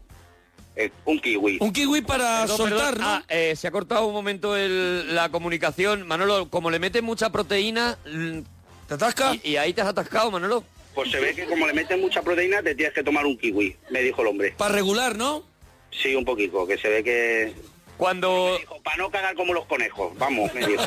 [SPEAKER 32] eh, un kiwi.
[SPEAKER 2] kiwi para soltar, ¿no?
[SPEAKER 3] Ah, eh, se ha cortado un momento el- la comunicación. Manolo, como le metes mucha proteína... ¿Te
[SPEAKER 2] atasca?
[SPEAKER 3] Y, y ahí te has atascado, Manolo.
[SPEAKER 32] Pues se ve que como le meten mucha proteína te tienes que tomar un kiwi, me dijo el hombre.
[SPEAKER 2] Para regular, ¿no?
[SPEAKER 32] Sí, un poquito, que se ve que...
[SPEAKER 3] Cuando...
[SPEAKER 32] para no cagar como los conejos, vamos, me dijo.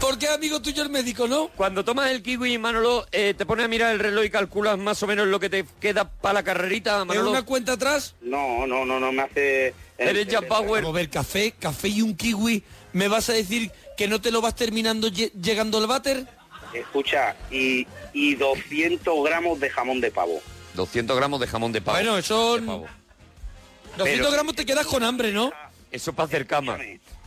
[SPEAKER 2] ¿Por qué amigo tuyo el médico, no?
[SPEAKER 3] Cuando tomas el kiwi, Manolo, eh, te pones a mirar el reloj y calculas más o menos lo que te queda para la carrerita, Manolo.
[SPEAKER 2] una cuenta atrás?
[SPEAKER 32] No, no, no, no me hace...
[SPEAKER 3] Eres Jack Bauer.
[SPEAKER 2] Vamos a ver, café, café y un kiwi. ¿Me vas a decir que no te lo vas terminando lle- llegando al váter?
[SPEAKER 32] Escucha, y, y 200 gramos de jamón de pavo.
[SPEAKER 3] 200 gramos de jamón de pavo.
[SPEAKER 2] Bueno, eso... 200 gramos te quedas con hambre, ¿no?
[SPEAKER 3] Eso para hacer cama.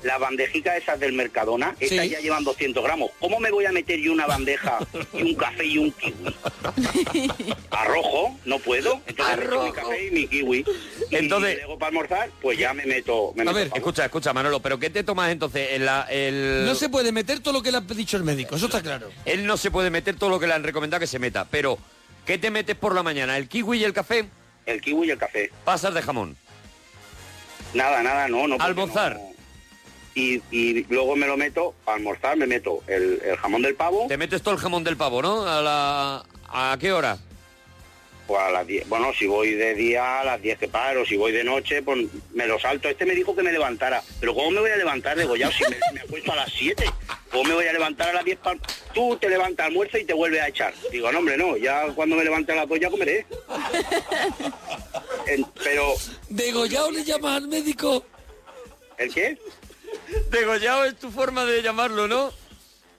[SPEAKER 32] Las bandejitas esas del Mercadona, estas
[SPEAKER 2] Sí.
[SPEAKER 32] ya llevan 200 gramos. ¿Cómo me voy a meter yo una bandeja y un café y un kiwi? Arrojo, no puedo. Entonces me echo mi café y mi kiwi. Entonces, y luego para almorzar, pues ya me meto. Me
[SPEAKER 3] a
[SPEAKER 32] meto
[SPEAKER 3] ver,
[SPEAKER 32] pavo.
[SPEAKER 3] escucha, escucha, Manolo, ¿pero qué te tomas entonces? En la- el...
[SPEAKER 2] No se puede meter todo lo que le ha dicho el médico, eso está claro.
[SPEAKER 3] Él no se puede meter todo lo que le han recomendado que se meta, pero ¿qué te metes por la mañana? ¿El kiwi y el café?
[SPEAKER 32] El kiwi y el café.
[SPEAKER 3] Pasas de jamón.
[SPEAKER 32] Nada, nada, no, no. porque
[SPEAKER 3] Almorzar.
[SPEAKER 32] no. Y, y luego me lo meto, para almorzar me meto el, el jamón del pavo,
[SPEAKER 3] Te metes todo el jamón del pavo, ¿no? ¿A, la... ¿A qué hora?
[SPEAKER 32] pues a las 10. Bueno, si voy de día a las 10 que paro, si voy de noche, pues me lo salto. Este me dijo que me levantara, pero ¿cómo me voy a levantar, degollado, si me, me acuesto a las 7? ¿Cómo me voy a levantar a las 10? pa- Tú te levantas almuerzo y te vuelves a echar. Digo, no, hombre, no, ya cuando me levante a las 2 ya comeré. En- pero,
[SPEAKER 2] ¿Degollado le llamas al médico?
[SPEAKER 32] ¿el qué?
[SPEAKER 3] Degollado es tu forma de llamarlo, ¿no?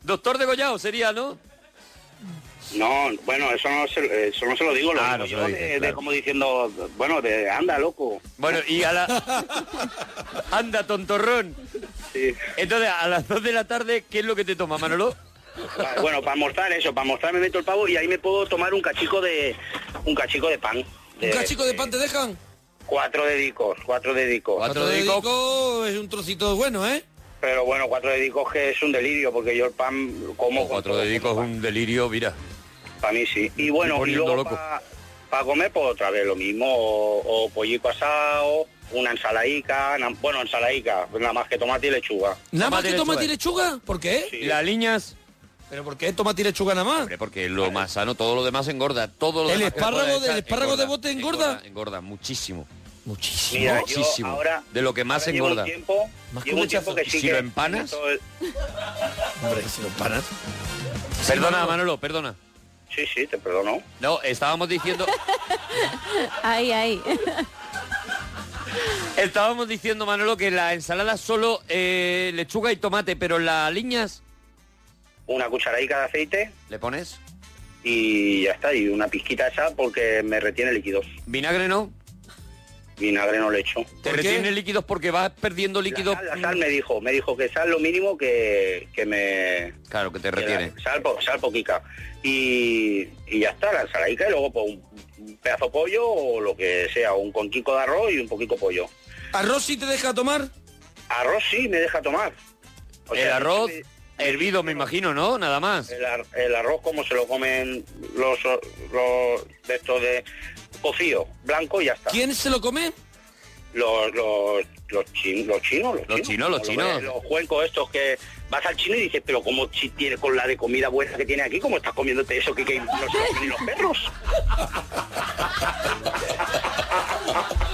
[SPEAKER 3] Doctor degollado sería, ¿no?
[SPEAKER 32] No, bueno, eso no se, eso no se lo digo, lo digo
[SPEAKER 3] Ah, no se
[SPEAKER 32] yo
[SPEAKER 3] lo
[SPEAKER 32] de-
[SPEAKER 3] dices,
[SPEAKER 32] de
[SPEAKER 3] claro.
[SPEAKER 32] como diciendo, bueno, de anda, loco.
[SPEAKER 3] Bueno, y a la... Anda, tontorrón. Entonces, a las 2 de la tarde, ¿qué es lo que te toma, Manolo?
[SPEAKER 32] Pa- Ah, Bueno, para almorzar eso, para almorzar me meto el pavo y ahí me puedo tomar un cachico de un cachico de pan. De,
[SPEAKER 2] ¿Un cachico de pan te dejan?
[SPEAKER 32] Cuatro dedicos, cuatro dedicos.
[SPEAKER 2] Cuatro dedicos es un trocito bueno, ¿eh?
[SPEAKER 32] Pero bueno, cuatro dedicos que es un delirio, porque yo el pan como...
[SPEAKER 3] Oh, Cuatro dedicos, un delirio, mira.
[SPEAKER 32] Para mí sí. Y bueno,
[SPEAKER 3] Estoy
[SPEAKER 32] y
[SPEAKER 3] poniendo
[SPEAKER 32] luego
[SPEAKER 3] loco.
[SPEAKER 32] para comer, pues otra vez lo mismo, o, o pollico asado, una ensaladica, na- bueno, ensaladica, nada más que tomate y lechuga.
[SPEAKER 2] ¿Nada más que tomate y lechuga? ¿Por qué?
[SPEAKER 3] Las líneas...
[SPEAKER 2] ¿Pero por qué tomate y lechuga nada más?
[SPEAKER 3] Porque lo más sano, todo lo demás engorda. Todo lo
[SPEAKER 2] ¿El
[SPEAKER 3] demás que
[SPEAKER 2] espárrago
[SPEAKER 3] pueda
[SPEAKER 2] de- el
[SPEAKER 3] echar
[SPEAKER 2] espárrago de bote engorda?
[SPEAKER 3] engorda? Engorda muchísimo.
[SPEAKER 2] Muchísimo.
[SPEAKER 32] Mira, yo
[SPEAKER 3] muchísimo.
[SPEAKER 32] ahora-
[SPEAKER 3] de lo que más
[SPEAKER 32] ahora llevo un
[SPEAKER 3] engorda.
[SPEAKER 32] tiempo-
[SPEAKER 3] Más
[SPEAKER 32] llevo
[SPEAKER 3] que
[SPEAKER 32] un tiempo
[SPEAKER 3] lechazo.
[SPEAKER 32] que sí
[SPEAKER 3] ¿Y si
[SPEAKER 32] que-
[SPEAKER 3] lo empanas?
[SPEAKER 32] todo el-
[SPEAKER 2] Hombre, si lo paras.
[SPEAKER 3] Perdona, Manolo, perdona.
[SPEAKER 32] Sí, sí, te perdono.
[SPEAKER 3] No, estábamos diciendo,
[SPEAKER 20] Ahí, ahí.
[SPEAKER 3] estábamos diciendo, Manolo, que la ensalada solo eh, lechuga y tomate, pero las líneas
[SPEAKER 32] Una cucharadica de aceite
[SPEAKER 3] le pones
[SPEAKER 32] y ya está, y una pizquita esa porque me retiene líquidos.
[SPEAKER 3] vinagre, ¿no?
[SPEAKER 32] Vinagre no le echo.
[SPEAKER 3] Te retiene líquidos porque vas perdiendo líquidos.
[SPEAKER 32] La sal me dijo, me dijo que sal lo mínimo que, que me...
[SPEAKER 3] Claro, que te retiene.
[SPEAKER 32] que la- Sal, po- sal poquica. Y, y ya está, la ensaladica y luego pues, un, un pedazo de pollo o lo que sea, un conquico de arroz y un poquito de pollo.
[SPEAKER 2] ¿Arroz sí te deja tomar?
[SPEAKER 32] Arroz sí me deja tomar.
[SPEAKER 3] el arroz hervido, me imagino, ¿no? Nada más.
[SPEAKER 32] El, ar- el arroz como se lo comen los, los de estos de cocido, blanco y ya está.
[SPEAKER 2] ¿Quién se lo come?
[SPEAKER 32] Los, los, los, chin- los chinos, los,
[SPEAKER 3] Los chinos, los
[SPEAKER 32] Como
[SPEAKER 3] chinos.
[SPEAKER 32] Los, cuencos estos que vas al chino y dices, pero como si tiene con la de comida buena que tiene aquí, ¿cómo estás comiéndote eso que, que no se lo comen ni los perros?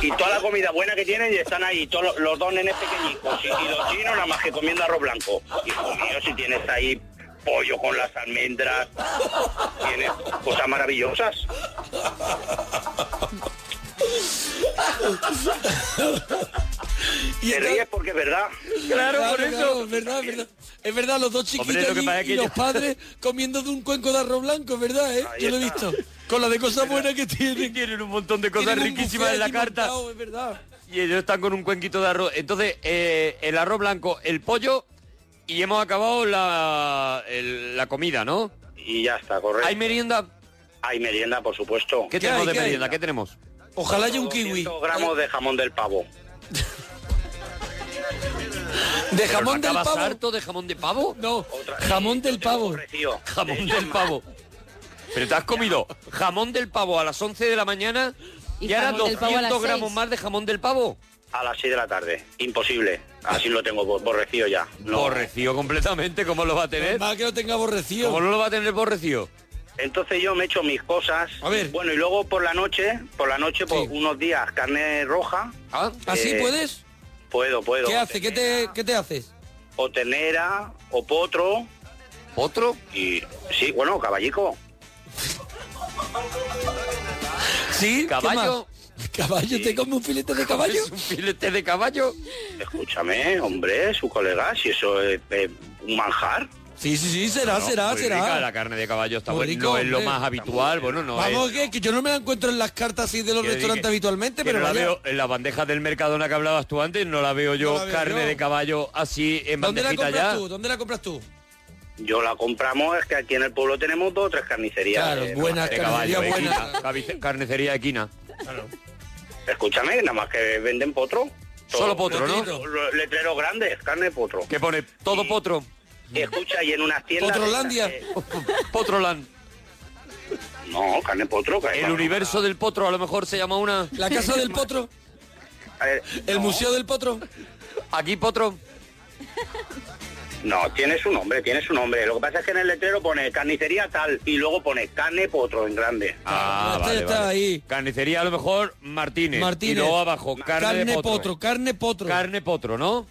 [SPEAKER 32] y toda la comida buena que tienen y están ahí, todos los, los dos nenes pequeñicos y, y los chinos nada más que comiendo arroz blanco. Hijo mío, si tienes ahí pollo con las almendras, tienes cosas maravillosas.
[SPEAKER 2] Te
[SPEAKER 32] ríes porque es verdad.
[SPEAKER 2] Claro, por eso. es verdad, es verdad. Es verdad, los dos chiquitos
[SPEAKER 32] Hombre, lo que
[SPEAKER 2] allí
[SPEAKER 32] pasa es
[SPEAKER 2] y
[SPEAKER 32] que
[SPEAKER 2] los
[SPEAKER 32] yo-
[SPEAKER 2] padres comiendo de un cuenco de arroz blanco, es verdad, ¿eh?
[SPEAKER 32] Ahí
[SPEAKER 2] Yo lo he
[SPEAKER 32] está.
[SPEAKER 2] visto. Con la de cosas buenas que tienen.
[SPEAKER 3] Tienen un montón de cosas
[SPEAKER 2] Tienen un
[SPEAKER 3] riquísimas
[SPEAKER 2] buffet
[SPEAKER 3] en la
[SPEAKER 2] allí
[SPEAKER 3] carta.
[SPEAKER 2] montado,
[SPEAKER 32] eh.
[SPEAKER 2] es verdad.
[SPEAKER 3] Y ellos están con un cuenquito de arroz. Entonces, eh, el arroz blanco, el pollo y hemos acabado la, el- la comida, ¿no?
[SPEAKER 32] Y ya está, correcto.
[SPEAKER 3] ¿Hay merienda?
[SPEAKER 32] Hay merienda, por supuesto.
[SPEAKER 3] ¿Qué, tenemos de merienda? ¿Qué tenemos?
[SPEAKER 2] Ojalá haya un kiwi.
[SPEAKER 32] 200 gramos de jamón del pavo.
[SPEAKER 2] ¿De jamón del
[SPEAKER 3] acabas
[SPEAKER 2] pavo?
[SPEAKER 3] harto de jamón de pavo?
[SPEAKER 2] No, jamón del pavo.
[SPEAKER 32] Tío,
[SPEAKER 3] Jamón del pavo. Pero te has comido jamón del pavo a las 11 de la mañana y,
[SPEAKER 20] Y
[SPEAKER 3] ahora
[SPEAKER 20] jamón del pavo a las
[SPEAKER 3] 200 gramos
[SPEAKER 20] seis.
[SPEAKER 3] más de jamón del pavo.
[SPEAKER 32] A las 6 de la tarde. Imposible. Así lo tengo bo- borrecido ya. No.
[SPEAKER 3] Borrecido completamente, ¿cómo lo va a tener?
[SPEAKER 32] Normal
[SPEAKER 3] que lo tenga borrecido. ¿Cómo no lo va a tener borrecido?
[SPEAKER 32] Entonces yo me echo mis cosas. Bueno, y luego por la noche, por la noche, por unos días, carne roja.
[SPEAKER 2] ¿Ah? ¿Así
[SPEAKER 32] Eh,
[SPEAKER 2] puedes?
[SPEAKER 32] Puedo, puedo.
[SPEAKER 2] ¿Qué hace? ¿Qué te, ¿Qué te haces?
[SPEAKER 32] O ternera, o potro.
[SPEAKER 3] ¿Potro?
[SPEAKER 32] Y, sí, bueno, caballico.
[SPEAKER 2] ¿Sí?
[SPEAKER 32] ¿Caballo?
[SPEAKER 2] ¿Caballo? ¿Te come un filete de caballo?
[SPEAKER 3] ¿Un filete de caballo?
[SPEAKER 32] Escúchame, hombre, su colega, si eso es, es un manjar.
[SPEAKER 2] Sí, sí, sí, será,
[SPEAKER 3] No,
[SPEAKER 2] será,
[SPEAKER 3] muy
[SPEAKER 2] será.
[SPEAKER 3] rica la carne de caballo está
[SPEAKER 2] Muy
[SPEAKER 3] buena.
[SPEAKER 2] rico,
[SPEAKER 3] No es lo
[SPEAKER 2] hombre.
[SPEAKER 3] más habitual, bueno, no
[SPEAKER 2] Vamos,
[SPEAKER 3] es.
[SPEAKER 2] que, que yo no me la encuentro en las cartas así de los
[SPEAKER 3] Quiero decir
[SPEAKER 2] restaurantes
[SPEAKER 3] que-
[SPEAKER 2] habitualmente,
[SPEAKER 3] que
[SPEAKER 2] pero
[SPEAKER 3] no la
[SPEAKER 2] vaya.
[SPEAKER 3] veo en las bandejas del Mercadona que hablabas tú antes, no la veo yo
[SPEAKER 2] No la veo
[SPEAKER 3] carne
[SPEAKER 2] yo.
[SPEAKER 3] de caballo así en
[SPEAKER 2] ¿Dónde la
[SPEAKER 3] bandejita
[SPEAKER 2] compras
[SPEAKER 3] ya.
[SPEAKER 2] tú? ¿Dónde la compras tú?
[SPEAKER 32] Yo la compramos, es que aquí en el pueblo tenemos dos o tres carnicerías.
[SPEAKER 3] Claro,
[SPEAKER 32] eh,
[SPEAKER 3] buena
[SPEAKER 32] nada más que-
[SPEAKER 3] carnicería, buena. Cabice- ¿eh? Carnicería de quina.
[SPEAKER 32] Escúchame, nada más que venden potro.
[SPEAKER 3] Solo potro, ¿no?
[SPEAKER 32] Lo- lo- Letreros grandes, carne de potro.
[SPEAKER 3] Que pone todo potro.
[SPEAKER 32] Y escucha, y en unas tiendas...
[SPEAKER 3] Potrolandia. Potroland.
[SPEAKER 32] No, carne potro.
[SPEAKER 3] El universo del potro a lo mejor se llama una.
[SPEAKER 2] ¿La casa del potro?
[SPEAKER 3] ¿El museo
[SPEAKER 2] del potro?
[SPEAKER 3] Aquí potro.
[SPEAKER 32] No, tiene su nombre, tiene su nombre. Lo que pasa es que en el letrero pone carnicería tal y luego pone carne potro en grande.
[SPEAKER 3] Ah,
[SPEAKER 2] Este
[SPEAKER 3] vale,
[SPEAKER 2] está
[SPEAKER 3] vale.
[SPEAKER 2] ahí.
[SPEAKER 3] Carnicería a lo mejor Martínez.
[SPEAKER 2] Martínez.
[SPEAKER 3] Y luego abajo, carne, de potro.
[SPEAKER 2] carne potro.
[SPEAKER 3] Carne potro, ¿no?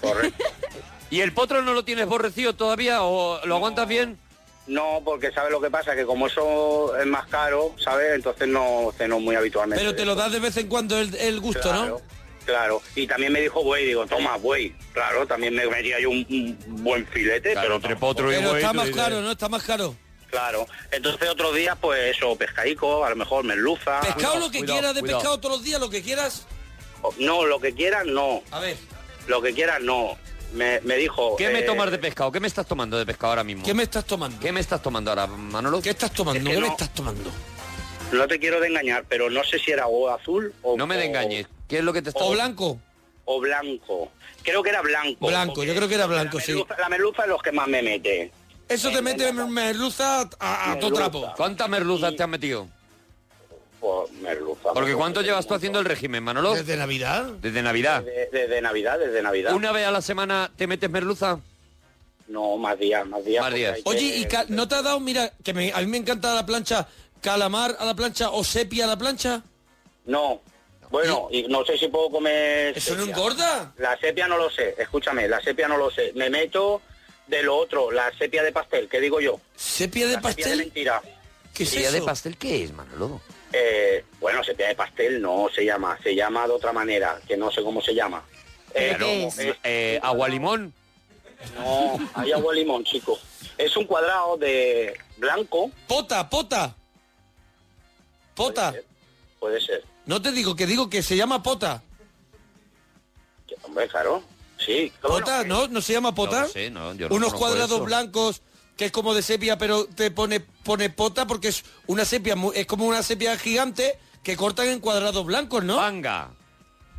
[SPEAKER 3] Correcto. ¿Y el potro no lo tienes borrecido todavía o lo aguantas bien?
[SPEAKER 32] No, porque sabes lo que pasa, que como eso es más caro, ¿sabes? Entonces no ceno muy habitualmente.
[SPEAKER 2] Pero te lo das de vez en cuando el, el gusto, ¿no?
[SPEAKER 32] Claro, y también me dijo buey, digo, toma, buey. Claro, también me metía yo un, un buen filete, pero entre
[SPEAKER 3] potro
[SPEAKER 2] Pero está más caro, ¿no? Está más caro.
[SPEAKER 32] Claro, entonces otros días, pues eso, pescadico, a lo mejor merluza.
[SPEAKER 2] Pescado lo que quieras, de pescado todos los días, lo que quieras.
[SPEAKER 32] No, lo que quieras, no.
[SPEAKER 2] A ver.
[SPEAKER 32] Lo que quieras, no. Me, me dijo...
[SPEAKER 3] ¿Qué me
[SPEAKER 32] eh,
[SPEAKER 3] tomas de pescado? ¿Qué me estás tomando de pescado ahora mismo? ¿Qué
[SPEAKER 2] me estás tomando?
[SPEAKER 3] ¿Qué me estás tomando ahora, Manolo? ¿Qué
[SPEAKER 2] estás tomando?
[SPEAKER 32] Es que ¿Qué me no. estás
[SPEAKER 2] tomando?
[SPEAKER 32] No te quiero de engañar, pero no sé si era o azul o...
[SPEAKER 3] No me de engañes. ¿Qué es lo que te está
[SPEAKER 32] O
[SPEAKER 2] blanco.
[SPEAKER 32] O blanco. Creo que era blanco.
[SPEAKER 2] Blanco, yo creo que era blanco, sí.
[SPEAKER 32] La merluza es los que más me mete.
[SPEAKER 2] Eso te mete merluza a- a, a todo
[SPEAKER 32] Merluza.
[SPEAKER 2] trapo.
[SPEAKER 3] ¿Cuántas merluzas te has metido?
[SPEAKER 32] Pues merluza.
[SPEAKER 3] Porque ¿cuánto llevas tú haciendo el régimen, Manolo?
[SPEAKER 2] ¿Desde Navidad?
[SPEAKER 3] Desde Navidad.
[SPEAKER 32] Desde, desde Navidad, desde Navidad.
[SPEAKER 3] ¿Una vez a la semana te metes merluza?
[SPEAKER 32] No, más días, más días.
[SPEAKER 3] Más días.
[SPEAKER 2] Oye, ¿y
[SPEAKER 3] eh,
[SPEAKER 2] ca- no te has dado, mira, que me- a mí me encanta la plancha, calamar a la plancha o sepia a la plancha?
[SPEAKER 32] No. Bueno, y no sé si puedo comer... ¿Eso no
[SPEAKER 2] engorda?
[SPEAKER 32] La sepia no lo sé, escúchame, la sepia no lo sé. Me meto de lo otro, la sepia de pastel, ¿qué digo yo?
[SPEAKER 2] ¿Sepia
[SPEAKER 32] La
[SPEAKER 2] de
[SPEAKER 32] Sepia de
[SPEAKER 2] pastel?
[SPEAKER 32] mentira.
[SPEAKER 2] ¿Qué es
[SPEAKER 3] ¿Día de
[SPEAKER 2] eso?
[SPEAKER 3] pastel qué es, Manolo?
[SPEAKER 32] Eh, bueno, sepia de pastel no se llama, se llama de otra manera, que no sé cómo se llama. Eh,
[SPEAKER 3] Claro,
[SPEAKER 32] no, es-
[SPEAKER 3] eh, agua limón.
[SPEAKER 32] no, hay agua limón, chico. Es un cuadrado de blanco,
[SPEAKER 2] Pota, pota.
[SPEAKER 3] eh.
[SPEAKER 2] Pota.
[SPEAKER 32] puede ser.
[SPEAKER 2] No te digo que digo que se llama pota.
[SPEAKER 32] Hombre, claro, sí.
[SPEAKER 2] ¿Pota? ¿No? ¿No se llama pota?
[SPEAKER 3] No lo sé, no, yo no
[SPEAKER 2] Unos
[SPEAKER 3] conozco
[SPEAKER 2] cuadrados
[SPEAKER 3] eso.
[SPEAKER 2] blancos que es como de sepia, pero te pone, pone pota porque es una sepia, mu- es como una sepia gigante que cortan en cuadrados blancos, ¿no?
[SPEAKER 3] Panga.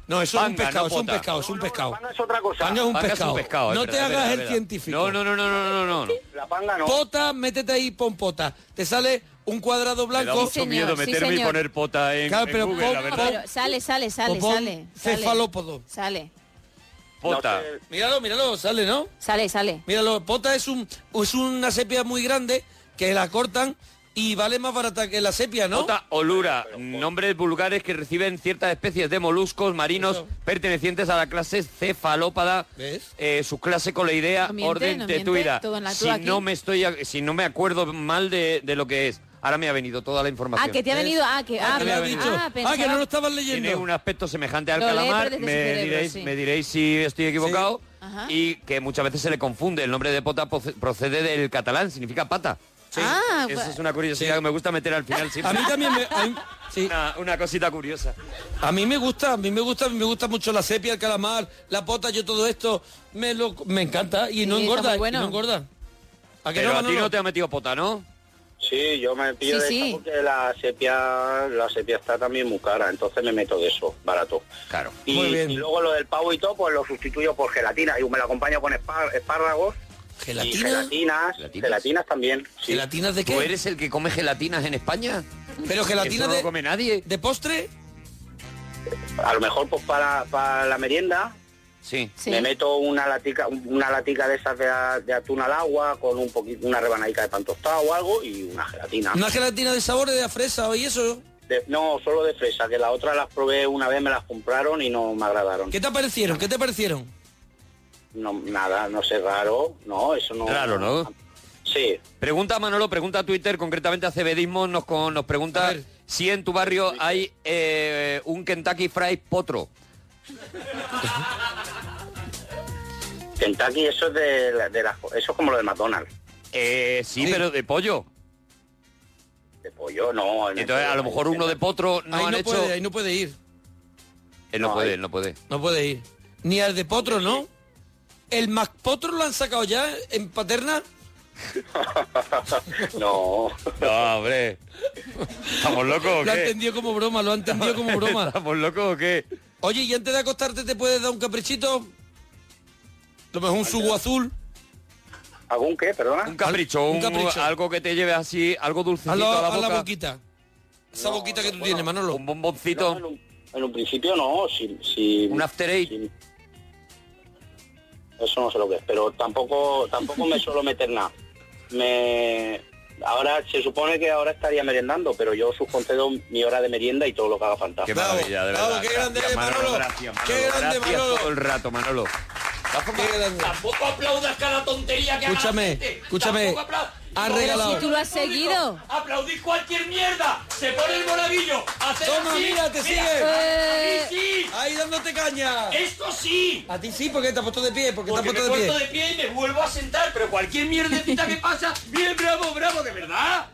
[SPEAKER 2] No, eso es un
[SPEAKER 3] Panga,
[SPEAKER 2] pescado,
[SPEAKER 3] no
[SPEAKER 2] es un
[SPEAKER 3] pota.
[SPEAKER 2] pescado, es un pescado. Panga
[SPEAKER 32] es otra cosa.
[SPEAKER 2] es un
[SPEAKER 3] Panga es
[SPEAKER 2] pescado.
[SPEAKER 3] un pescado, es
[SPEAKER 2] no te
[SPEAKER 3] verdad, es
[SPEAKER 2] hagas
[SPEAKER 3] verdad,
[SPEAKER 2] el
[SPEAKER 3] es verdad.
[SPEAKER 2] científico.
[SPEAKER 3] No, no, no, no, no, no, no.
[SPEAKER 32] La panga no.
[SPEAKER 2] Pota, métete ahí y pon pota. Te sale un cuadrado
[SPEAKER 3] Me da
[SPEAKER 2] blanco.
[SPEAKER 3] mucho miedo meterme y poner pota en,
[SPEAKER 2] Claro,
[SPEAKER 3] en
[SPEAKER 2] pero
[SPEAKER 3] Google,
[SPEAKER 2] pon-
[SPEAKER 3] la
[SPEAKER 20] No,
[SPEAKER 3] verdad.
[SPEAKER 20] pero sale, sale, sale,
[SPEAKER 2] Popón
[SPEAKER 20] sale. sale.
[SPEAKER 2] cefalópodo.
[SPEAKER 20] Sale,
[SPEAKER 3] Pota.
[SPEAKER 2] Míralo, míralo, sale, ¿no?
[SPEAKER 20] sale, sale.
[SPEAKER 2] Míralo, pota es un es una sepia muy grande que la cortan y vale más barata que la sepia, ¿no?
[SPEAKER 3] Pota olura, nombres vulgares que reciben ciertas especies de moluscos marinos pertenecientes a la clase cefalópada, eh, su clase coleidea,
[SPEAKER 20] No miente,
[SPEAKER 3] orden
[SPEAKER 20] no miente,
[SPEAKER 3] tetuida.
[SPEAKER 20] todo en la
[SPEAKER 3] Si
[SPEAKER 20] tuya aquí.
[SPEAKER 3] no me estoy, a- si no me acuerdo mal de, de lo que es, ahora me ha venido toda la información.
[SPEAKER 20] Ah, que te ha venido. Ah, que, ah,
[SPEAKER 3] que me
[SPEAKER 20] ah,
[SPEAKER 3] ha venido.
[SPEAKER 20] ah, pensaba-
[SPEAKER 2] estabas leyendo.
[SPEAKER 3] Tiene un aspecto semejante al
[SPEAKER 20] Lo lee,
[SPEAKER 3] calamar.
[SPEAKER 20] pero desde
[SPEAKER 3] Me
[SPEAKER 20] su cerebro,
[SPEAKER 3] diréis,
[SPEAKER 20] sí.
[SPEAKER 3] me diréis si estoy equivocado.
[SPEAKER 20] Ajá.
[SPEAKER 3] Y que muchas veces se le confunde. El nombre de pota poce- procede del catalán, significa pata.
[SPEAKER 20] Ah,
[SPEAKER 3] Esa
[SPEAKER 20] pues-
[SPEAKER 3] es una curiosidad que me gusta meter al final siempre.
[SPEAKER 2] A mí también me- a mí-
[SPEAKER 3] una, una cosita curiosa.
[SPEAKER 2] A mí me gusta, a mí me gusta, a mí me gusta mucho la sepia, el calamar, la pota, yo todo esto me lo- me encanta y no
[SPEAKER 20] Sí, está
[SPEAKER 2] engorda,
[SPEAKER 20] muy bueno.
[SPEAKER 2] y no engorda. ¿A que
[SPEAKER 3] Pero
[SPEAKER 2] no,
[SPEAKER 3] a ti
[SPEAKER 2] Manolo?
[SPEAKER 3] no te ha metido pota, ¿no?
[SPEAKER 32] Sí, yo me pillo
[SPEAKER 3] Sí,
[SPEAKER 32] de
[SPEAKER 3] sí.
[SPEAKER 32] esa porque la sepia, la sepia está también muy cara, entonces me meto de eso, barato.
[SPEAKER 3] Claro.
[SPEAKER 32] Y, y luego lo del pavo y todo, pues lo sustituyo por gelatina y me lo acompaño con espá- espárragos Y gelatinas, gelatinas, también. sí.
[SPEAKER 3] ¿Gelatinas de qué? ¿Tú eres el que come gelatinas en España?
[SPEAKER 2] Pero gelatina
[SPEAKER 3] Eso no
[SPEAKER 2] de,
[SPEAKER 3] lo come nadie.
[SPEAKER 2] de postre.
[SPEAKER 32] A lo mejor pues para, para la merienda.
[SPEAKER 3] Sí.
[SPEAKER 32] Me meto una latica, una latica de esas de, a- de atún al agua con un poquito, una rebanadica de pan tostado o algo y una gelatina.
[SPEAKER 2] Una gelatina de sabor de fresa y eso.
[SPEAKER 32] De- no, solo de fresa, que la otra las probé una vez, me las compraron y no me agradaron.
[SPEAKER 2] ¿Qué te parecieron? ¿Qué te parecieron?
[SPEAKER 32] No, nada, no sé, raro, no, eso no.
[SPEAKER 3] Claro, ¿no?
[SPEAKER 32] Sí.
[SPEAKER 3] Pregunta Manolo, pregunta a Twitter, concretamente a Cebedismo, nos, con- nos pregunta si en tu barrio hay eh, un Kentucky Fried Potro.
[SPEAKER 32] Kentucky, eso es de, la- de la- eso es como lo de McDonald's.
[SPEAKER 3] Eh, sí, pero de pollo.
[SPEAKER 32] De pollo, no. en-
[SPEAKER 3] Entonces, a lo mejor uno de potro no
[SPEAKER 2] ahí
[SPEAKER 3] han
[SPEAKER 2] no
[SPEAKER 3] hecho...
[SPEAKER 2] puede, ahí no puede ir.
[SPEAKER 3] Él no, puede, él no puede.
[SPEAKER 2] No puede ir. Ni al de Potro, ¿no? ¿El Mac Potro lo han sacado ya en Paterna?
[SPEAKER 32] No.
[SPEAKER 3] No, hombre. ¿Estamos locos o
[SPEAKER 2] Lo ha
[SPEAKER 3] qué?
[SPEAKER 2] entendido como broma, lo ha entendido como broma.
[SPEAKER 3] ¿Estamos locos o qué?
[SPEAKER 2] Oye, ¿y antes de acostarte te puedes dar un caprichito? A lo mejor un sugo azul.
[SPEAKER 32] ¿Algún qué, perdona?
[SPEAKER 3] Un capricho,
[SPEAKER 2] Un
[SPEAKER 3] un-
[SPEAKER 2] capricho.
[SPEAKER 3] algo que te lleve así, algo dulcecito
[SPEAKER 2] A, la-
[SPEAKER 3] a la
[SPEAKER 2] a
[SPEAKER 3] boca.
[SPEAKER 2] la boquita. Esa boquita que tú tienes, Manolo.
[SPEAKER 3] Un bomboncito.
[SPEAKER 32] No, en, un, en un principio no, si... si
[SPEAKER 3] Un after eight.
[SPEAKER 32] si- eso no sé lo que es, pero tampoco, tampoco me suelo meter nada. Me... Ahora, se supone que ahora estaría merendando, pero yo susconcedo mi hora de merienda y todo lo que haga falta.
[SPEAKER 3] Qué maravilla, de verdad. grande Manolo. Gracias, Manolo. Qué grande Manolo. Todo el rato, Manolo.
[SPEAKER 4] Tampoco aplaudas cada tontería que haga la
[SPEAKER 2] Escúchame,
[SPEAKER 4] gente.
[SPEAKER 2] escúchame.
[SPEAKER 4] Tampoco apla-
[SPEAKER 2] Ha
[SPEAKER 4] Pero
[SPEAKER 2] regalado.
[SPEAKER 4] tú lo has seguido. Aplaudís cualquier mierda. Se pone el monaguillo. Hacer
[SPEAKER 2] Toma,
[SPEAKER 4] así,
[SPEAKER 2] mira, te sigue.
[SPEAKER 4] A mí sí.
[SPEAKER 2] Ahí dándote caña.
[SPEAKER 4] Esto sí.
[SPEAKER 2] A ti sí, porque te has puesto de pie, porque,
[SPEAKER 4] Porque
[SPEAKER 2] te
[SPEAKER 4] me
[SPEAKER 2] has
[SPEAKER 4] he
[SPEAKER 2] puesto de
[SPEAKER 4] puesto
[SPEAKER 2] pie.
[SPEAKER 4] de pie y me vuelvo a sentar. Pero cualquier mierdecita que pasa, bien bravo, bravo, de verdad.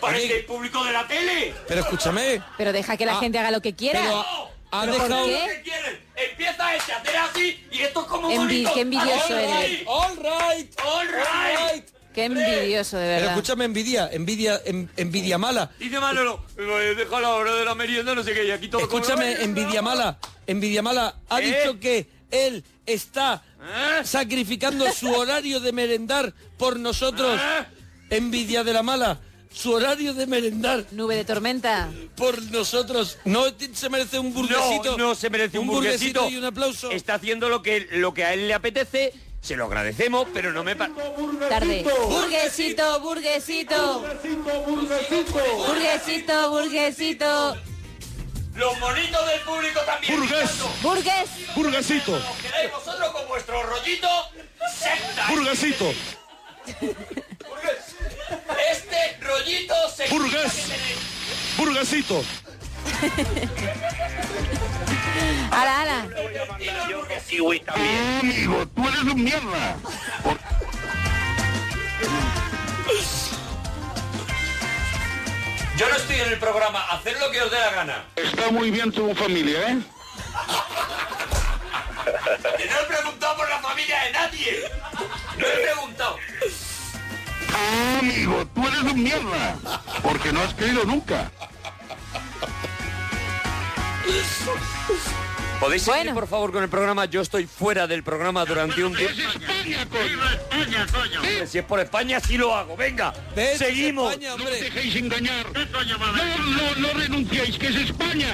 [SPEAKER 4] Parece el público de la tele.
[SPEAKER 2] Pero escúchame.
[SPEAKER 8] Pero deja que la
[SPEAKER 2] Ah,
[SPEAKER 8] gente haga lo que quiera.
[SPEAKER 2] pero ha
[SPEAKER 8] ¿Pero por
[SPEAKER 2] dejado-
[SPEAKER 8] qué?
[SPEAKER 4] Empieza este a hacer así y esto es como
[SPEAKER 8] Envi-
[SPEAKER 4] bonito.
[SPEAKER 8] qué envidioso
[SPEAKER 4] All
[SPEAKER 8] eres.
[SPEAKER 4] right,
[SPEAKER 2] All right.
[SPEAKER 4] all right.
[SPEAKER 8] Qué envidioso, de
[SPEAKER 2] Pero
[SPEAKER 8] verdad.
[SPEAKER 2] escúchame, envidia, envidia, en- envidia mala.
[SPEAKER 4] Dice Manolo, eh, deja la hora de la merienda, no sé qué, y aquí todo...
[SPEAKER 2] Escúchame, envidia mala, envidia mala. Ha
[SPEAKER 4] ¿Eh?
[SPEAKER 2] dicho que él está sacrificando su horario de merendar por nosotros.
[SPEAKER 4] ¿Eh?
[SPEAKER 2] Envidia de la mala, su horario de merendar
[SPEAKER 8] Nube de tormenta.
[SPEAKER 2] por nosotros. No ti- se merece un burguesito.
[SPEAKER 3] No, no se merece un,
[SPEAKER 2] burguesito.
[SPEAKER 3] burguesito.
[SPEAKER 2] y un aplauso.
[SPEAKER 3] Está haciendo lo que, lo que a él le apetece. Se lo agradecemos, pero no me... pa-
[SPEAKER 8] Tarde. Burguesito, burguesito. Burguesito, burguesito.
[SPEAKER 4] Los monitos del público también. Burgués.
[SPEAKER 8] Burgues.
[SPEAKER 4] Burguesito. queréis vosotros con vuestro rollito. Secta.
[SPEAKER 21] Burguesito.
[SPEAKER 4] Este rollito se.
[SPEAKER 21] Burgués. Burguesito.
[SPEAKER 8] Ala, ala.
[SPEAKER 21] Amigo, tú eres un mierda.
[SPEAKER 4] Yo no estoy en el programa. Haced lo que os dé la gana.
[SPEAKER 21] Está muy bien tu familia, ¿eh?
[SPEAKER 4] Que no he preguntado por la familia de nadie. No he preguntado.
[SPEAKER 21] Amigo, tú eres un mierda. Porque no has creído nunca.
[SPEAKER 3] ¿Podéis seguir, por favor, con el programa? Yo estoy fuera del programa durante un tiempo. Hombre, Si es por España, sí lo hago. Venga, seguimos.
[SPEAKER 21] No os dejéis engañar. No, no, no renunciéis, que es España.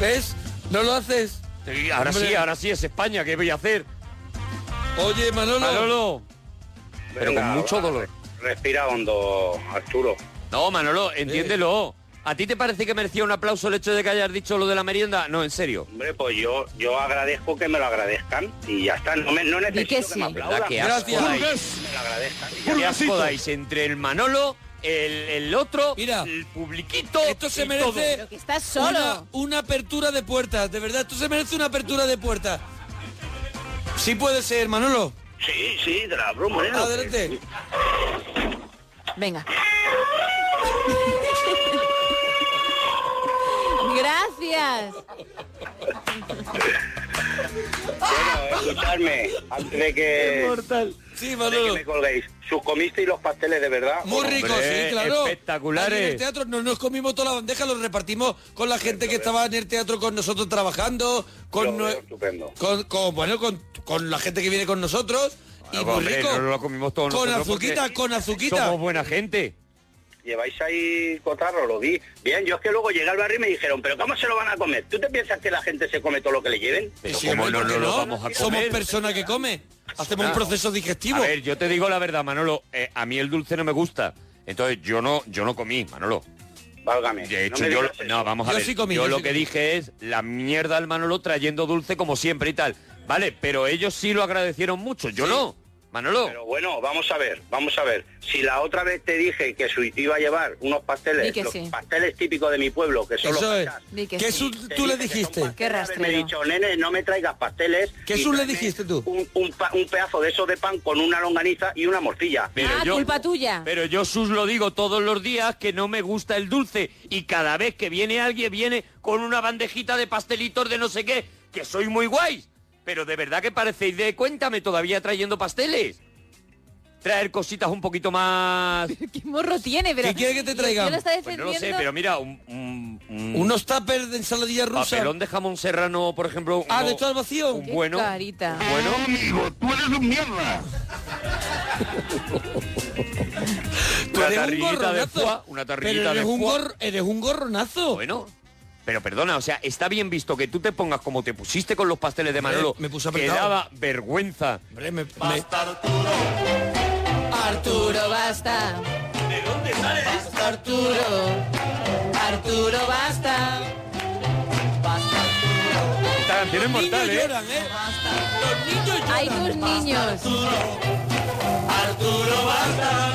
[SPEAKER 2] ¿Ves? No lo haces.
[SPEAKER 3] Sí, Ahora sí,
[SPEAKER 2] Hombre.
[SPEAKER 3] ahora sí es España. ¿Qué voy a hacer?
[SPEAKER 2] Oye, Manolo.
[SPEAKER 3] Manolo. Pero
[SPEAKER 32] Venga,
[SPEAKER 3] con mucho
[SPEAKER 32] va,
[SPEAKER 3] dolor.
[SPEAKER 32] Respira hondo, Arturo.
[SPEAKER 3] No, Manolo, entiéndelo. ¿A ti te parece que merecía un aplauso el hecho de que hayas dicho lo de la merienda? No, en serio.
[SPEAKER 32] Hombre, pues yo, yo agradezco que me lo agradezcan y ya está. No, me, no necesito que, me aplaudan.
[SPEAKER 3] ¿Verdad? Qué asco dais.
[SPEAKER 32] Me lo agradezcan.
[SPEAKER 3] Qué asco dais entre el Manolo, el, el otro, el publiquito
[SPEAKER 2] Esto se
[SPEAKER 3] y todo.
[SPEAKER 2] merece
[SPEAKER 8] Pero que estás solo.
[SPEAKER 2] Una, una apertura de puertas, de verdad, esto se merece una apertura de puertas. Sí puede ser, Manolo.
[SPEAKER 32] Sí, sí, te la ¿eh? abro, hombre.
[SPEAKER 2] Adelante.
[SPEAKER 8] Venga. Gracias.
[SPEAKER 32] Bueno, escuchadme, antes de que,
[SPEAKER 2] Sí,
[SPEAKER 32] de que me colguéis. ¿Sus comisteis los pasteles de verdad?
[SPEAKER 2] Muy rico, sí, claro. Ahí En el
[SPEAKER 3] Espectaculares.
[SPEAKER 2] teatro no nos comimos toda la bandeja, los repartimos con la gente que estaba en el teatro con nosotros trabajando, con,
[SPEAKER 32] Lo veo
[SPEAKER 2] nue-
[SPEAKER 32] estupendo.
[SPEAKER 2] con, con- bueno, con, con la gente que viene con nosotros
[SPEAKER 3] Y hombre,
[SPEAKER 2] burrico.
[SPEAKER 3] no lo comimos todos
[SPEAKER 2] Con
[SPEAKER 3] nosotros porque
[SPEAKER 2] azuquita, con azuquita.
[SPEAKER 3] Somos buena gente.
[SPEAKER 32] Lleváis ahí cotarro, lo vi. Bien, yo es que luego llegué al barrio y me dijeron, pero ¿cómo se lo van a comer? ¿Tú te piensas que la gente se come todo lo que le lleven?
[SPEAKER 3] Pero ¿cómo no, no lo vamos a
[SPEAKER 2] Somos
[SPEAKER 3] comer?
[SPEAKER 2] personas que come. Hacemos un
[SPEAKER 3] Ah.
[SPEAKER 2] proceso digestivo.
[SPEAKER 3] A ver, yo te digo la verdad, Manolo. eh, a mí el dulce no me gusta. Entonces yo no, yo no comí, Manolo.
[SPEAKER 32] Válgame.
[SPEAKER 3] De hecho,
[SPEAKER 32] no me
[SPEAKER 3] yo,
[SPEAKER 32] digas
[SPEAKER 3] no, vamos a
[SPEAKER 2] Yo
[SPEAKER 3] ver.
[SPEAKER 2] sí comí,
[SPEAKER 3] yo,
[SPEAKER 2] yo
[SPEAKER 3] lo
[SPEAKER 2] sí
[SPEAKER 3] que dije es la mierda al Manolo trayendo dulce como siempre y tal. Vale, pero ellos sí lo agradecieron mucho. Yo no. Manolo.
[SPEAKER 32] Pero bueno, vamos a ver, vamos a ver. Si la otra vez te dije que su iba a llevar unos
[SPEAKER 8] Di
[SPEAKER 32] pasteles,
[SPEAKER 8] que
[SPEAKER 32] los
[SPEAKER 8] sí.
[SPEAKER 32] pasteles típicos de mi pueblo, que son
[SPEAKER 2] Eso
[SPEAKER 32] los
[SPEAKER 2] es.
[SPEAKER 32] cachas,
[SPEAKER 8] Di que
[SPEAKER 2] ¿Qué
[SPEAKER 8] sí.
[SPEAKER 2] su- tú le dijiste?
[SPEAKER 8] Qué
[SPEAKER 32] me he
[SPEAKER 8] rastrero.
[SPEAKER 32] dicho, nene, no me traigas pasteles.
[SPEAKER 2] ¿Qué
[SPEAKER 32] y
[SPEAKER 2] sus le
[SPEAKER 32] tráeme
[SPEAKER 2] dijiste tú?
[SPEAKER 32] Un, un pa- un pedazo de eso de pan con una longaniza y una morcilla.
[SPEAKER 3] Pero
[SPEAKER 8] ah,
[SPEAKER 3] yo,
[SPEAKER 8] culpa tuya.
[SPEAKER 3] Pero yo sus lo digo todos los días que no me gusta el dulce y cada vez que viene alguien viene con una bandejita de pastelitos de no sé qué, que soy muy guays. Pero de verdad que parecéis de cuéntame todavía trayendo pasteles. Traer cositas un poquito más...
[SPEAKER 8] ¿Qué morro tiene? Pero
[SPEAKER 2] ¿Qué quiere que te traiga?
[SPEAKER 8] Yo lo está
[SPEAKER 3] Pues
[SPEAKER 8] defendiendo.
[SPEAKER 3] no lo sé, pero mira, un, un- un
[SPEAKER 2] Unos tuppers de ensaladilla rusa.
[SPEAKER 3] papelón de jamón serrano, por ejemplo.
[SPEAKER 2] Ah,
[SPEAKER 3] uno-
[SPEAKER 2] de todo al vacío.
[SPEAKER 3] un bueno.
[SPEAKER 8] Carita.
[SPEAKER 3] Bueno,
[SPEAKER 26] Tú eres un mierda.
[SPEAKER 2] Tú
[SPEAKER 3] una
[SPEAKER 2] eres un
[SPEAKER 3] tarrillita de
[SPEAKER 2] gorronazo.
[SPEAKER 3] foie, una
[SPEAKER 2] Pero
[SPEAKER 3] tarrillita de
[SPEAKER 2] eres un,
[SPEAKER 3] foie.
[SPEAKER 2] gorro- eres un gorronazo.
[SPEAKER 3] Bueno, pero perdona, o sea, está bien visto que tú te pongas como te pusiste con los pasteles de
[SPEAKER 2] Hombre,
[SPEAKER 3] Manolo.
[SPEAKER 2] me puse
[SPEAKER 3] que
[SPEAKER 2] apretado.
[SPEAKER 3] daba vergüenza.
[SPEAKER 2] Hombre, me- me-
[SPEAKER 8] Arturo, basta.
[SPEAKER 4] ¿De dónde sale esto?
[SPEAKER 8] Arturo. Arturo, basta. Basta.
[SPEAKER 3] Esta canción es
[SPEAKER 2] Los niños
[SPEAKER 3] mortal, ¿eh?
[SPEAKER 2] lloran, ¿eh? Los niños lloran.
[SPEAKER 8] Hay tus niños.
[SPEAKER 4] Arturo Basta.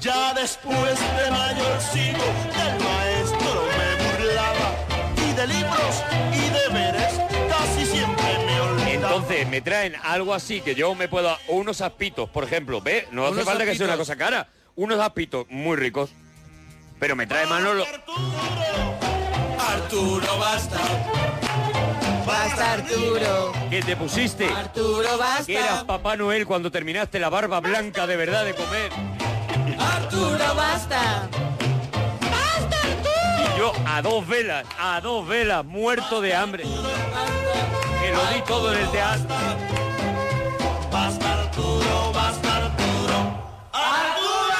[SPEAKER 4] Ya después de mayorcito, del maestro me burlaba. Y de libros y deberes casi siempre me olvidaba.
[SPEAKER 3] Entonces me traen algo así que yo me pueda o unos aspitos, por ejemplo, ¿ves? No hace
[SPEAKER 2] Unos
[SPEAKER 3] falta que sea una
[SPEAKER 2] aspitos.
[SPEAKER 3] cosa cara. Unos aspitos muy ricos. Pero me trae Manolo.
[SPEAKER 4] Arturo Basta.
[SPEAKER 8] Basta, Arturo.
[SPEAKER 3] ¿Qué te pusiste?
[SPEAKER 8] Arturo,
[SPEAKER 3] Que eras
[SPEAKER 8] basta.
[SPEAKER 3] Papá Noel cuando terminaste la barba blanca de verdad de comer.
[SPEAKER 8] Arturo, basta.
[SPEAKER 3] Y yo a dos velas, a dos velas, muerto de hambre. Que lo di todo en el teatro.
[SPEAKER 4] Basta Arturo, basta Arturo. Arturo.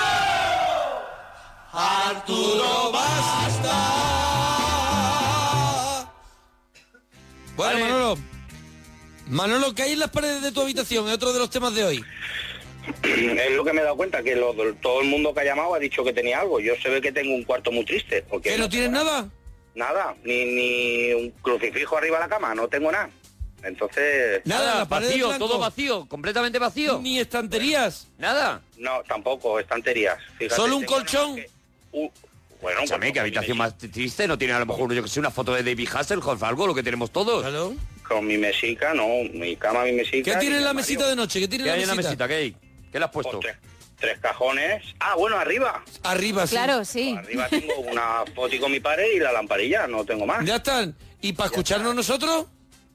[SPEAKER 4] Arturo basta.
[SPEAKER 2] Bueno,
[SPEAKER 3] Vale.
[SPEAKER 2] Manolo. Manolo, ¿qué hay en las paredes de tu habitación? Es otro de los temas de hoy.
[SPEAKER 32] Es lo que me he dado cuenta, que lo- todo el mundo que ha llamado ha dicho que tenía algo. Yo se ve que tengo un cuarto muy triste. Porque
[SPEAKER 2] ¿Que no tienes nada?
[SPEAKER 32] Nada, ni, ni un crucifijo arriba de la cama, no tengo nada. Entonces,
[SPEAKER 2] Nada, la pared
[SPEAKER 3] vacío,
[SPEAKER 2] de blanco.
[SPEAKER 3] todo vacío, completamente vacío.
[SPEAKER 2] Ni estanterías.
[SPEAKER 3] Nada.
[SPEAKER 32] no, tampoco, estanterías. Fíjate,
[SPEAKER 2] Solo un
[SPEAKER 32] tengo nada
[SPEAKER 2] colchón.
[SPEAKER 32] más que- un- Uh, bueno, un
[SPEAKER 3] Escúchame,
[SPEAKER 32] colchón
[SPEAKER 3] qué habitación más triste no tiene a lo mejor, yo que sé, una foto de David Hasselhoff, algo, lo que tenemos todos.
[SPEAKER 2] Claro.
[SPEAKER 32] Con mi mesica, no, mi cama, mi mesica.
[SPEAKER 2] ¿Qué
[SPEAKER 32] y
[SPEAKER 2] tiene en
[SPEAKER 32] mi
[SPEAKER 2] la
[SPEAKER 32] armario.
[SPEAKER 2] mesita de noche? ¿Qué tiene
[SPEAKER 3] ¿Qué
[SPEAKER 2] en
[SPEAKER 3] hay en
[SPEAKER 2] la
[SPEAKER 3] la
[SPEAKER 2] mesita?
[SPEAKER 3] mesita? ¿Qué hay? ¿Qué le has
[SPEAKER 32] Pues
[SPEAKER 3] puesto?
[SPEAKER 32] tres, tres cajones. Ah, bueno, arriba.
[SPEAKER 2] Arriba, sí.
[SPEAKER 8] Claro, sí.
[SPEAKER 32] Arriba tengo una foto con mi padre y la lamparilla, no tengo más.
[SPEAKER 2] Ya están. ¿Y para escucharnos nosotros?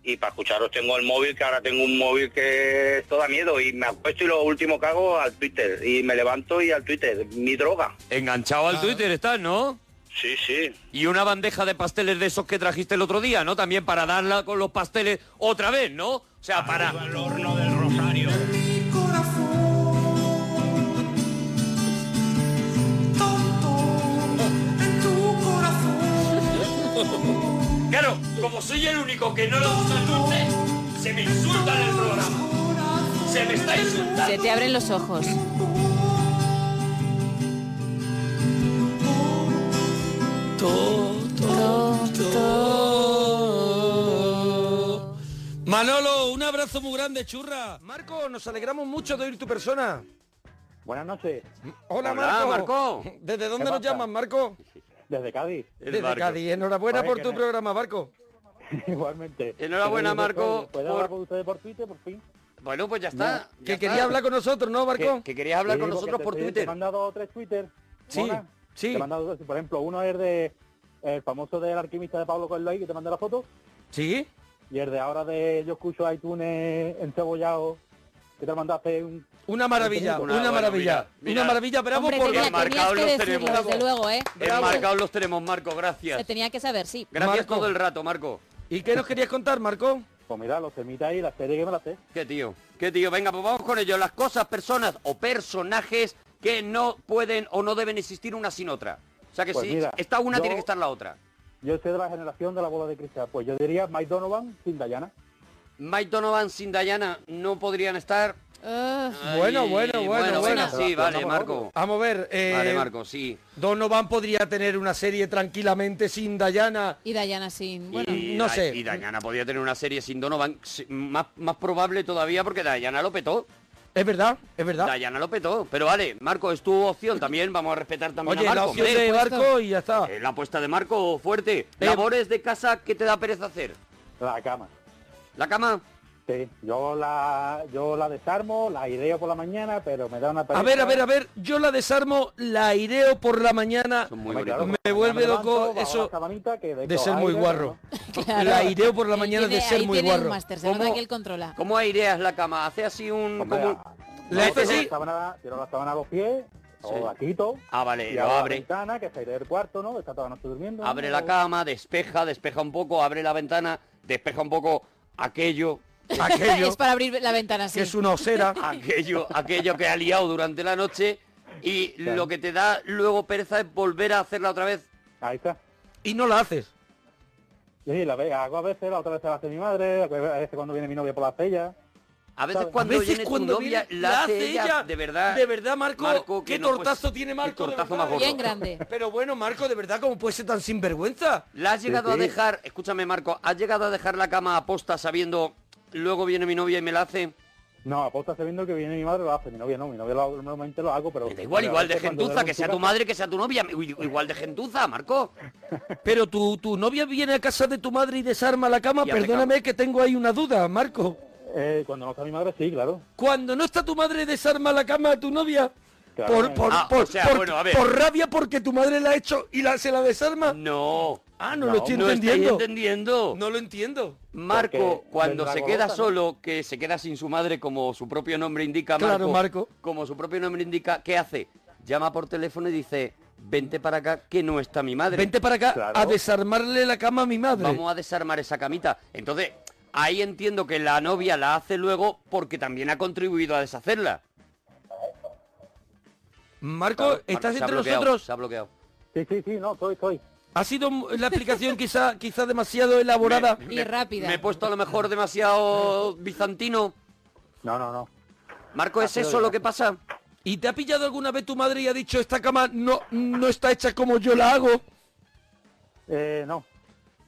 [SPEAKER 32] Y para escucharos tengo el móvil, que ahora tengo un móvil que todo da miedo. Y me apuesto y lo último que hago al Twitter. Y me levanto y al Twitter. Mi droga.
[SPEAKER 3] Enganchado al Twitter estás, ¿no?
[SPEAKER 32] Sí, sí.
[SPEAKER 3] Y una bandeja de pasteles de esos que trajiste el otro día, ¿no? También para darla con los pasteles otra vez, ¿no? O sea, para...
[SPEAKER 26] Al horno del Rosario.
[SPEAKER 3] Claro, como soy el único que no le gusta el dulce, se me insulta en el programa. Se me está insultando.
[SPEAKER 35] Se te abren los ojos.
[SPEAKER 2] Manolo, un abrazo muy grande, churra.
[SPEAKER 36] Marco, nos alegramos mucho de oír tu persona.
[SPEAKER 14] Buenas noches,
[SPEAKER 36] Hola,
[SPEAKER 3] Hola,
[SPEAKER 36] Marco.
[SPEAKER 3] Marco.
[SPEAKER 36] ¿Desde dónde
[SPEAKER 14] ¿Qué
[SPEAKER 36] nos
[SPEAKER 14] pasa?
[SPEAKER 36] llaman, Marco?
[SPEAKER 14] desde Cádiz,
[SPEAKER 3] El
[SPEAKER 36] Desde
[SPEAKER 3] Marco.
[SPEAKER 36] Cádiz. Enhorabuena
[SPEAKER 14] Joder,
[SPEAKER 36] por
[SPEAKER 14] que
[SPEAKER 36] tu
[SPEAKER 14] no-
[SPEAKER 36] programa, Marco.
[SPEAKER 14] igualmente.
[SPEAKER 3] Enhorabuena, Marco,
[SPEAKER 14] ¿Puedo hablar
[SPEAKER 3] por-
[SPEAKER 14] con ustedes por Twitter, por fin?
[SPEAKER 3] Bueno, pues ya está.
[SPEAKER 36] Que quería hablar con nosotros, ¿no, Marco?
[SPEAKER 3] Que, que querías hablar
[SPEAKER 14] Sí,
[SPEAKER 3] con
[SPEAKER 14] porque
[SPEAKER 3] nosotros
[SPEAKER 14] te-
[SPEAKER 3] por
[SPEAKER 14] te- Te he
[SPEAKER 3] Twitter.
[SPEAKER 14] mandado tres Twitter.
[SPEAKER 36] Sí,
[SPEAKER 14] Mona.
[SPEAKER 36] sí.
[SPEAKER 14] Te he mandado dos. Por ejemplo, uno es de el famoso del alquimista de Pablo Coelho ahí, que te mandé la foto.
[SPEAKER 36] ¿Sí?
[SPEAKER 14] Y el de ahora de yo escucho iTunes encebollado, que te mandaste un...
[SPEAKER 36] Una maravilla, una,
[SPEAKER 3] Una- bueno,
[SPEAKER 36] maravilla.
[SPEAKER 3] mira, mira.
[SPEAKER 36] Una maravilla, bravo
[SPEAKER 8] Hombre,
[SPEAKER 36] por...
[SPEAKER 3] tenía-
[SPEAKER 36] Marco.
[SPEAKER 8] tenía, tenías
[SPEAKER 3] enmarcados
[SPEAKER 8] que
[SPEAKER 3] los
[SPEAKER 8] decirlo,
[SPEAKER 3] tenemos.
[SPEAKER 8] desde luego, ¿eh?
[SPEAKER 3] Enmarcados los tenemos, Marco,
[SPEAKER 8] Lo
[SPEAKER 3] gracias.
[SPEAKER 8] tenía que saber, sí.
[SPEAKER 3] Gracias
[SPEAKER 36] Marco.
[SPEAKER 3] todo el rato, Marco.
[SPEAKER 36] ¿Y qué nos querías contar, Marco?
[SPEAKER 14] Pues mira, los temitas y las series que me las sé.
[SPEAKER 3] ¿Qué tío? ¿Qué tío? Venga, pues vamos con ello. Las cosas, personas o personajes que no pueden o no deben existir una sin otra. O sea que
[SPEAKER 14] Pues
[SPEAKER 3] si
[SPEAKER 14] mira,
[SPEAKER 3] está una,
[SPEAKER 14] yo-
[SPEAKER 3] tiene que estar la otra.
[SPEAKER 14] Yo soy de la generación de la bola de cristal. Pues yo diría Mike Donovan sin Dayana.
[SPEAKER 3] Mike Donovan sin Diana no podrían estar.
[SPEAKER 8] Ah.
[SPEAKER 3] Ay,
[SPEAKER 2] Bueno, bueno, bueno, bueno.
[SPEAKER 3] Sí, vale, Marco.
[SPEAKER 2] Vamos a ver. eh,
[SPEAKER 3] Vale, Marco, sí.
[SPEAKER 2] Donovan podría tener una serie tranquilamente sin Dayana.
[SPEAKER 8] Y Dayana sin... Bueno,
[SPEAKER 3] y,
[SPEAKER 2] no
[SPEAKER 3] Da-
[SPEAKER 2] sé.
[SPEAKER 3] Y Dayana podía tener una serie sin Donovan si- más, más probable todavía porque Dayana lo petó.
[SPEAKER 2] Es verdad, es verdad.
[SPEAKER 3] Dayana lo petó. Pero vale, Marco, es tu opción también. Vamos a respetar también
[SPEAKER 2] Oye,
[SPEAKER 3] a Marco.
[SPEAKER 2] la opción
[SPEAKER 3] hombre.
[SPEAKER 2] de Eh, barco y ya está.
[SPEAKER 3] Eh, La apuesta de Marco, fuerte. Labores de casa, ¿qué te da pereza hacer?
[SPEAKER 14] La cama.
[SPEAKER 3] ¿La cama?
[SPEAKER 14] Sí, yo la, yo la desarmo, la ideo por la mañana, pero me da una
[SPEAKER 2] A ver, a ver, a ver, yo la desarmo, la aireo por la mañana, me vuelve loco eso de ser muy guarro.
[SPEAKER 8] Claro.
[SPEAKER 2] La aireo por la
[SPEAKER 8] Él
[SPEAKER 2] mañana de
[SPEAKER 8] tiene-
[SPEAKER 2] ser
[SPEAKER 8] ahí
[SPEAKER 2] muy
[SPEAKER 8] tiene un
[SPEAKER 2] guarro.
[SPEAKER 8] máster, se nota que él controla.
[SPEAKER 3] ¿Cómo aireas la cama? ¿Hace así un... como un-
[SPEAKER 14] La
[SPEAKER 3] No,
[SPEAKER 14] tiro
[SPEAKER 3] sí.
[SPEAKER 14] ah, la sábana, tiro la sábana a los pies, o la quito.
[SPEAKER 3] Ah, vale,
[SPEAKER 14] y
[SPEAKER 3] lo
[SPEAKER 14] abro la
[SPEAKER 3] abre.
[SPEAKER 14] ventana, que está del cuarto, ¿no? Está toda la noche durmiendo. ¿no?
[SPEAKER 3] Abre la cama, despeja, despeja un poco, abre la ventana, despeja un poco aquello...
[SPEAKER 8] es para abrir la ventana, sí.
[SPEAKER 3] Aquello, aquello que ha liado durante la noche y
[SPEAKER 8] Claro.
[SPEAKER 3] lo que te da luego pereza es volver a hacerla otra vez.
[SPEAKER 14] Ahí está.
[SPEAKER 2] Y no la haces.
[SPEAKER 14] Sí, la ve- hago a veces, la otra vez la hace mi madre, a veces cuando viene mi novia por la feria.
[SPEAKER 3] A veces
[SPEAKER 14] ¿sabes?
[SPEAKER 3] cuando viene tu novia, la hace ella, de verdad.
[SPEAKER 2] De verdad, Marco,
[SPEAKER 3] Marco, que
[SPEAKER 2] qué
[SPEAKER 3] no, pues,
[SPEAKER 2] tortazo tiene Marco. de
[SPEAKER 3] tortazo
[SPEAKER 2] verdad.
[SPEAKER 3] más gordo. Bien
[SPEAKER 8] grande.
[SPEAKER 2] Pero bueno, Marco, de verdad, ¿cómo puede ser tan sinvergüenza?
[SPEAKER 3] ¿La has llegado a dejar, escúchame Marco, has llegado a dejar la cama aposta sabiendo luego viene mi novia y me la hace?
[SPEAKER 14] No, aposta sabiendo que viene mi madre, lo hace mi novia, no, mi novia lo- normalmente lo hago, pero...
[SPEAKER 3] Igual, igual de
[SPEAKER 14] Cuando duermo
[SPEAKER 3] gentuza,
[SPEAKER 14] en
[SPEAKER 3] que
[SPEAKER 14] su
[SPEAKER 3] sea tu
[SPEAKER 14] casa-
[SPEAKER 3] madre, que sea tu novia, i- igual de gentuza, Marco.
[SPEAKER 2] Pero tu, tu novia viene a casa de tu madre y desarma la cama,
[SPEAKER 3] Y hace
[SPEAKER 2] perdóname que tengo ahí una duda, Marco.
[SPEAKER 14] Eh, cuando no está mi madre, sí, claro.
[SPEAKER 2] Cuando no está tu madre desarma la cama a tu novia.
[SPEAKER 14] Claro.
[SPEAKER 2] Por, por-
[SPEAKER 14] Ah,
[SPEAKER 2] por-
[SPEAKER 14] o sea,
[SPEAKER 2] por-
[SPEAKER 14] bueno, a ver.
[SPEAKER 2] por rabia porque tu madre la ha hecho y la, se la desarma.
[SPEAKER 3] No.
[SPEAKER 2] Ah, no, lo estoy
[SPEAKER 3] no estáis
[SPEAKER 2] entendiendo.
[SPEAKER 3] entendiendo.
[SPEAKER 2] No lo entiendo.
[SPEAKER 3] Marco,
[SPEAKER 2] Porque
[SPEAKER 3] cuando
[SPEAKER 2] vendrá
[SPEAKER 3] se
[SPEAKER 2] golosa,
[SPEAKER 3] queda
[SPEAKER 2] ¿no?
[SPEAKER 3] solo, que se queda sin su madre, como su propio nombre indica,
[SPEAKER 2] Claro, Marco.
[SPEAKER 3] Como su propio nombre indica, ¿qué hace? Llama por teléfono y dice, vente para acá, que no está mi madre.
[SPEAKER 2] Vente para acá a desarmarle la cama a mi madre.
[SPEAKER 3] Vamos a desarmar esa camita. Entonces, ahí entiendo que la novia la hace luego porque también ha contribuido a deshacerla.
[SPEAKER 2] Marco,
[SPEAKER 3] Claro, Marco,
[SPEAKER 2] ¿estás
[SPEAKER 3] se ha
[SPEAKER 2] entre
[SPEAKER 3] bloqueado,
[SPEAKER 2] nosotros?
[SPEAKER 3] Se ha bloqueado.
[SPEAKER 14] Sí, sí, sí, no, estoy, estoy.
[SPEAKER 2] Ha sido la explicación quizá, quizá demasiado elaborada.
[SPEAKER 3] Me- Me he puesto a lo mejor demasiado bizantino.
[SPEAKER 14] No, no, no.
[SPEAKER 3] Marco, ¿es
[SPEAKER 2] sido
[SPEAKER 3] eso lo
[SPEAKER 2] bizantino.
[SPEAKER 3] que pasa?
[SPEAKER 2] ¿Y te ha pillado alguna vez tu madre y ha dicho esta cama no, no está hecha como yo la hago?
[SPEAKER 14] Eh, no.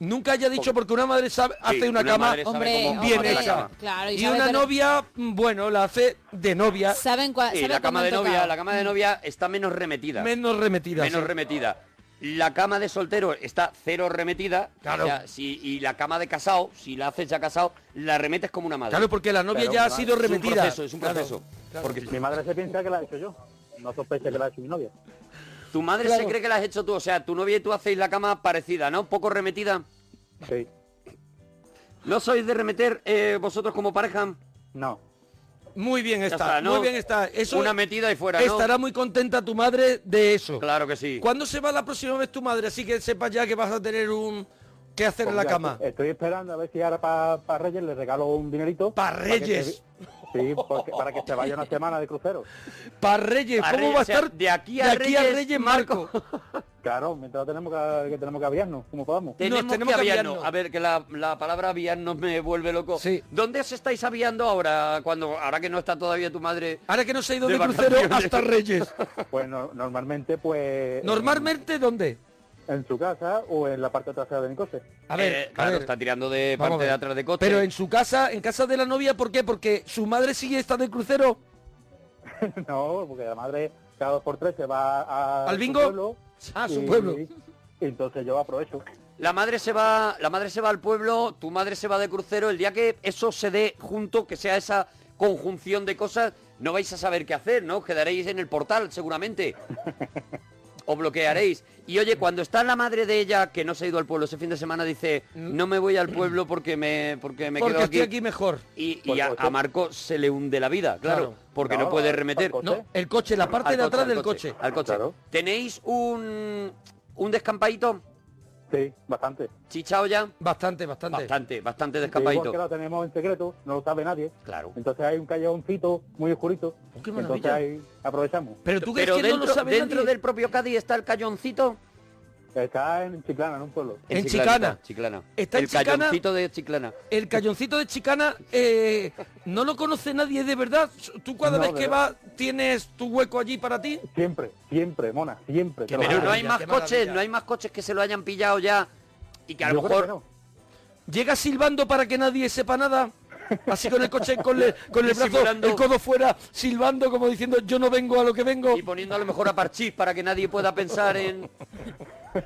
[SPEAKER 2] Nunca haya dicho porque una madre sabe, hace una,
[SPEAKER 3] una
[SPEAKER 2] cama
[SPEAKER 3] madre sabe Hombre, cómo
[SPEAKER 2] bien
[SPEAKER 3] hacer la
[SPEAKER 2] hecha.
[SPEAKER 3] cama.
[SPEAKER 8] Claro, y
[SPEAKER 2] y
[SPEAKER 8] sabe,
[SPEAKER 2] una
[SPEAKER 8] pero-
[SPEAKER 2] novia, mm, bueno, la hace de novia.
[SPEAKER 8] Saben cua-
[SPEAKER 3] Sí,
[SPEAKER 8] saben
[SPEAKER 3] la cama
[SPEAKER 8] cuándo
[SPEAKER 3] de
[SPEAKER 8] han
[SPEAKER 3] novia,
[SPEAKER 8] tocado. Mm.
[SPEAKER 3] la cama de novia está menos remetida.
[SPEAKER 2] Menos remetida,
[SPEAKER 3] Menos
[SPEAKER 2] sí.
[SPEAKER 3] remetida. La cama de soltero está cero remetida.
[SPEAKER 2] Claro.
[SPEAKER 3] o sea, si, y la cama de casado, si la haces ya casado, la remetes como una madre.
[SPEAKER 2] Claro, porque la novia ya ha sido
[SPEAKER 3] Es un
[SPEAKER 2] remetida.
[SPEAKER 3] proceso, es un
[SPEAKER 2] Claro,
[SPEAKER 3] proceso. Porque
[SPEAKER 14] Mi madre se piensa que la he hecho yo. No sospecha que la ha hecho mi novia.
[SPEAKER 3] tu madre se
[SPEAKER 14] Claro.
[SPEAKER 3] cree que la has hecho tú. O sea, tu novia y tú hacéis la cama parecida, ¿no? Poco remetida.
[SPEAKER 14] Sí.
[SPEAKER 3] ¿No sois de remeter eh, vosotros como pareja?
[SPEAKER 14] No.
[SPEAKER 2] Muy bien está,
[SPEAKER 3] está, ¿no?
[SPEAKER 2] muy bien está. Eso
[SPEAKER 3] Una metida y fuera, ¿no?
[SPEAKER 2] Estará muy contenta tu madre de eso.
[SPEAKER 3] Claro que sí.
[SPEAKER 2] ¿Cuándo se va la próxima vez tu madre? Así que sepas ya que vas a tener un... que hacer
[SPEAKER 14] Pues
[SPEAKER 2] en la
[SPEAKER 14] mira,
[SPEAKER 2] cama?
[SPEAKER 14] estoy- Estoy esperando a ver si ahora para Reyes le regalo un dinerito. ¿Para
[SPEAKER 2] Reyes?
[SPEAKER 14] que se- sí, porque- para que se vaya una semana de crucero.
[SPEAKER 2] Para Reyes,
[SPEAKER 14] Pa'
[SPEAKER 2] ¿cómo
[SPEAKER 14] Reyes,
[SPEAKER 2] va a
[SPEAKER 14] o sea,
[SPEAKER 2] estar?
[SPEAKER 14] de aquí a Reyes,
[SPEAKER 2] Marco.
[SPEAKER 14] Claro, mientras tenemos que, que tenemos que aviarnos, como podamos.
[SPEAKER 3] Tenemos, que aviarnos. A ver, que la, la palabra aviarnos me vuelve loco. ¿Dónde os estáis aviando ahora, cuando ahora que no está todavía tu madre?
[SPEAKER 2] Ahora que no se ha ido
[SPEAKER 3] De
[SPEAKER 2] de, crucero
[SPEAKER 3] vacaciones.
[SPEAKER 2] hasta Reyes.
[SPEAKER 14] Pues no- normalmente, pues...
[SPEAKER 2] ¿Normalmente dónde?
[SPEAKER 14] En su casa o en la parte trasera de mi coche.
[SPEAKER 2] A ver,
[SPEAKER 3] Eh,
[SPEAKER 2] a
[SPEAKER 3] claro,
[SPEAKER 2] ver.
[SPEAKER 3] está tirando de
[SPEAKER 2] Vamos
[SPEAKER 3] parte
[SPEAKER 2] a
[SPEAKER 3] de
[SPEAKER 2] ver.
[SPEAKER 3] atrás de coche.
[SPEAKER 2] Pero en su casa, en casa de la novia, ¿por qué? Porque su madre sigue está de crucero.
[SPEAKER 14] no, porque la madre cada dos por tres se va a,
[SPEAKER 2] ¿Al
[SPEAKER 14] su
[SPEAKER 2] bingo?
[SPEAKER 14] pueblo
[SPEAKER 2] Ah, su
[SPEAKER 14] y-
[SPEAKER 2] pueblo.
[SPEAKER 14] y entonces yo aprovecho.
[SPEAKER 3] La madre se va, la madre se va al pueblo, tu madre se va de crucero. El día que eso se dé junto, que sea esa conjunción de cosas, no vais a saber qué hacer, ¿no? Quedaréis en el portal seguramente. O bloquearéis. Y oye, cuando está la madre de ella, que no se ha ido al pueblo ese fin de semana, dice, no me voy al pueblo porque me, porque
[SPEAKER 2] Mm.
[SPEAKER 3] me
[SPEAKER 2] porque
[SPEAKER 3] quedo
[SPEAKER 2] estoy aquí mejor.
[SPEAKER 3] Y,
[SPEAKER 14] Pues
[SPEAKER 3] y a, a Marco se le hunde la vida, claro,
[SPEAKER 2] Claro.
[SPEAKER 3] porque no,
[SPEAKER 2] No,
[SPEAKER 3] puede
[SPEAKER 2] al-
[SPEAKER 3] remeter.
[SPEAKER 2] al coche. No, el coche, la parte
[SPEAKER 3] Al
[SPEAKER 2] de atrás
[SPEAKER 3] al
[SPEAKER 2] del
[SPEAKER 3] Al coche. ¿Tenéis un, un descampadito?
[SPEAKER 14] Sí, bastante.
[SPEAKER 3] ¿Chichao ya?
[SPEAKER 2] Bastante, bastante.
[SPEAKER 3] Bastante, bastante
[SPEAKER 14] Igual
[SPEAKER 3] descapadito.
[SPEAKER 14] que la tenemos en secreto, no lo sabe nadie.
[SPEAKER 3] Claro.
[SPEAKER 14] Entonces hay un callejoncito muy oscurito.
[SPEAKER 2] Oh,
[SPEAKER 3] qué maravilla.
[SPEAKER 14] entonces ahí aprovechamos.
[SPEAKER 3] Pero dentro, dentro del propio Cádiz está el calloncito.
[SPEAKER 14] Está en Chiclana, en un pueblo.
[SPEAKER 2] En Chiclana.
[SPEAKER 3] Chiclana.
[SPEAKER 2] Está en
[SPEAKER 3] el
[SPEAKER 2] Chiclana.
[SPEAKER 3] calloncito de Chiclana.
[SPEAKER 2] El calloncito de Chicana eh, no lo conoce nadie de verdad. Tú cada
[SPEAKER 14] No,
[SPEAKER 2] vez
[SPEAKER 14] de
[SPEAKER 2] que
[SPEAKER 14] verdad.
[SPEAKER 2] vas tienes tu hueco allí para ti.
[SPEAKER 14] Siempre, siempre, mona, siempre. te lo
[SPEAKER 3] Pero
[SPEAKER 14] juro.
[SPEAKER 3] no hay más coches, no hay más coches que se lo hayan pillado ya y que a lo
[SPEAKER 14] Yo creo
[SPEAKER 3] mejor...
[SPEAKER 14] que no.
[SPEAKER 2] Llega silbando para que nadie sepa nada. Así con el coche, con, le- con el brazo,
[SPEAKER 3] Disimulando.
[SPEAKER 2] el codo fuera, silbando como diciendo yo no vengo a lo que vengo. Y
[SPEAKER 3] poniendo a lo mejor a parchís para que nadie pueda pensar en...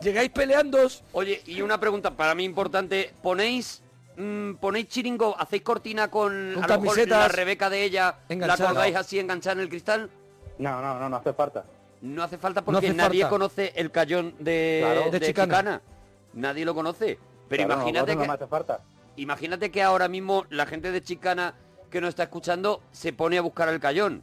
[SPEAKER 2] Llegáis peleando.
[SPEAKER 3] Oye, y una pregunta para mí importante. ¿Ponéis mm, ponéis chiringo, hacéis cortina con,
[SPEAKER 14] Con
[SPEAKER 3] a lo mejor
[SPEAKER 14] camisetas.
[SPEAKER 3] la Rebeca de ella,
[SPEAKER 14] Enganchada.
[SPEAKER 3] la colgáis
[SPEAKER 14] No.
[SPEAKER 3] así enganchada en el cristal?
[SPEAKER 14] No, no, no, no hace falta.
[SPEAKER 3] No hace falta
[SPEAKER 14] No
[SPEAKER 3] porque
[SPEAKER 14] hace
[SPEAKER 3] nadie
[SPEAKER 14] falta.
[SPEAKER 3] conoce el cayón
[SPEAKER 2] Eh,
[SPEAKER 3] de,
[SPEAKER 14] Claro.
[SPEAKER 3] de
[SPEAKER 14] De
[SPEAKER 3] Chicana.
[SPEAKER 14] Chicana.
[SPEAKER 3] Nadie lo conoce. Pero
[SPEAKER 14] Claro, no,
[SPEAKER 3] imagínate
[SPEAKER 14] no, no
[SPEAKER 3] que...
[SPEAKER 14] me hace falta.
[SPEAKER 3] Imagínate que ahora mismo la gente de Chicana que nos está escuchando se pone a buscar el cayón.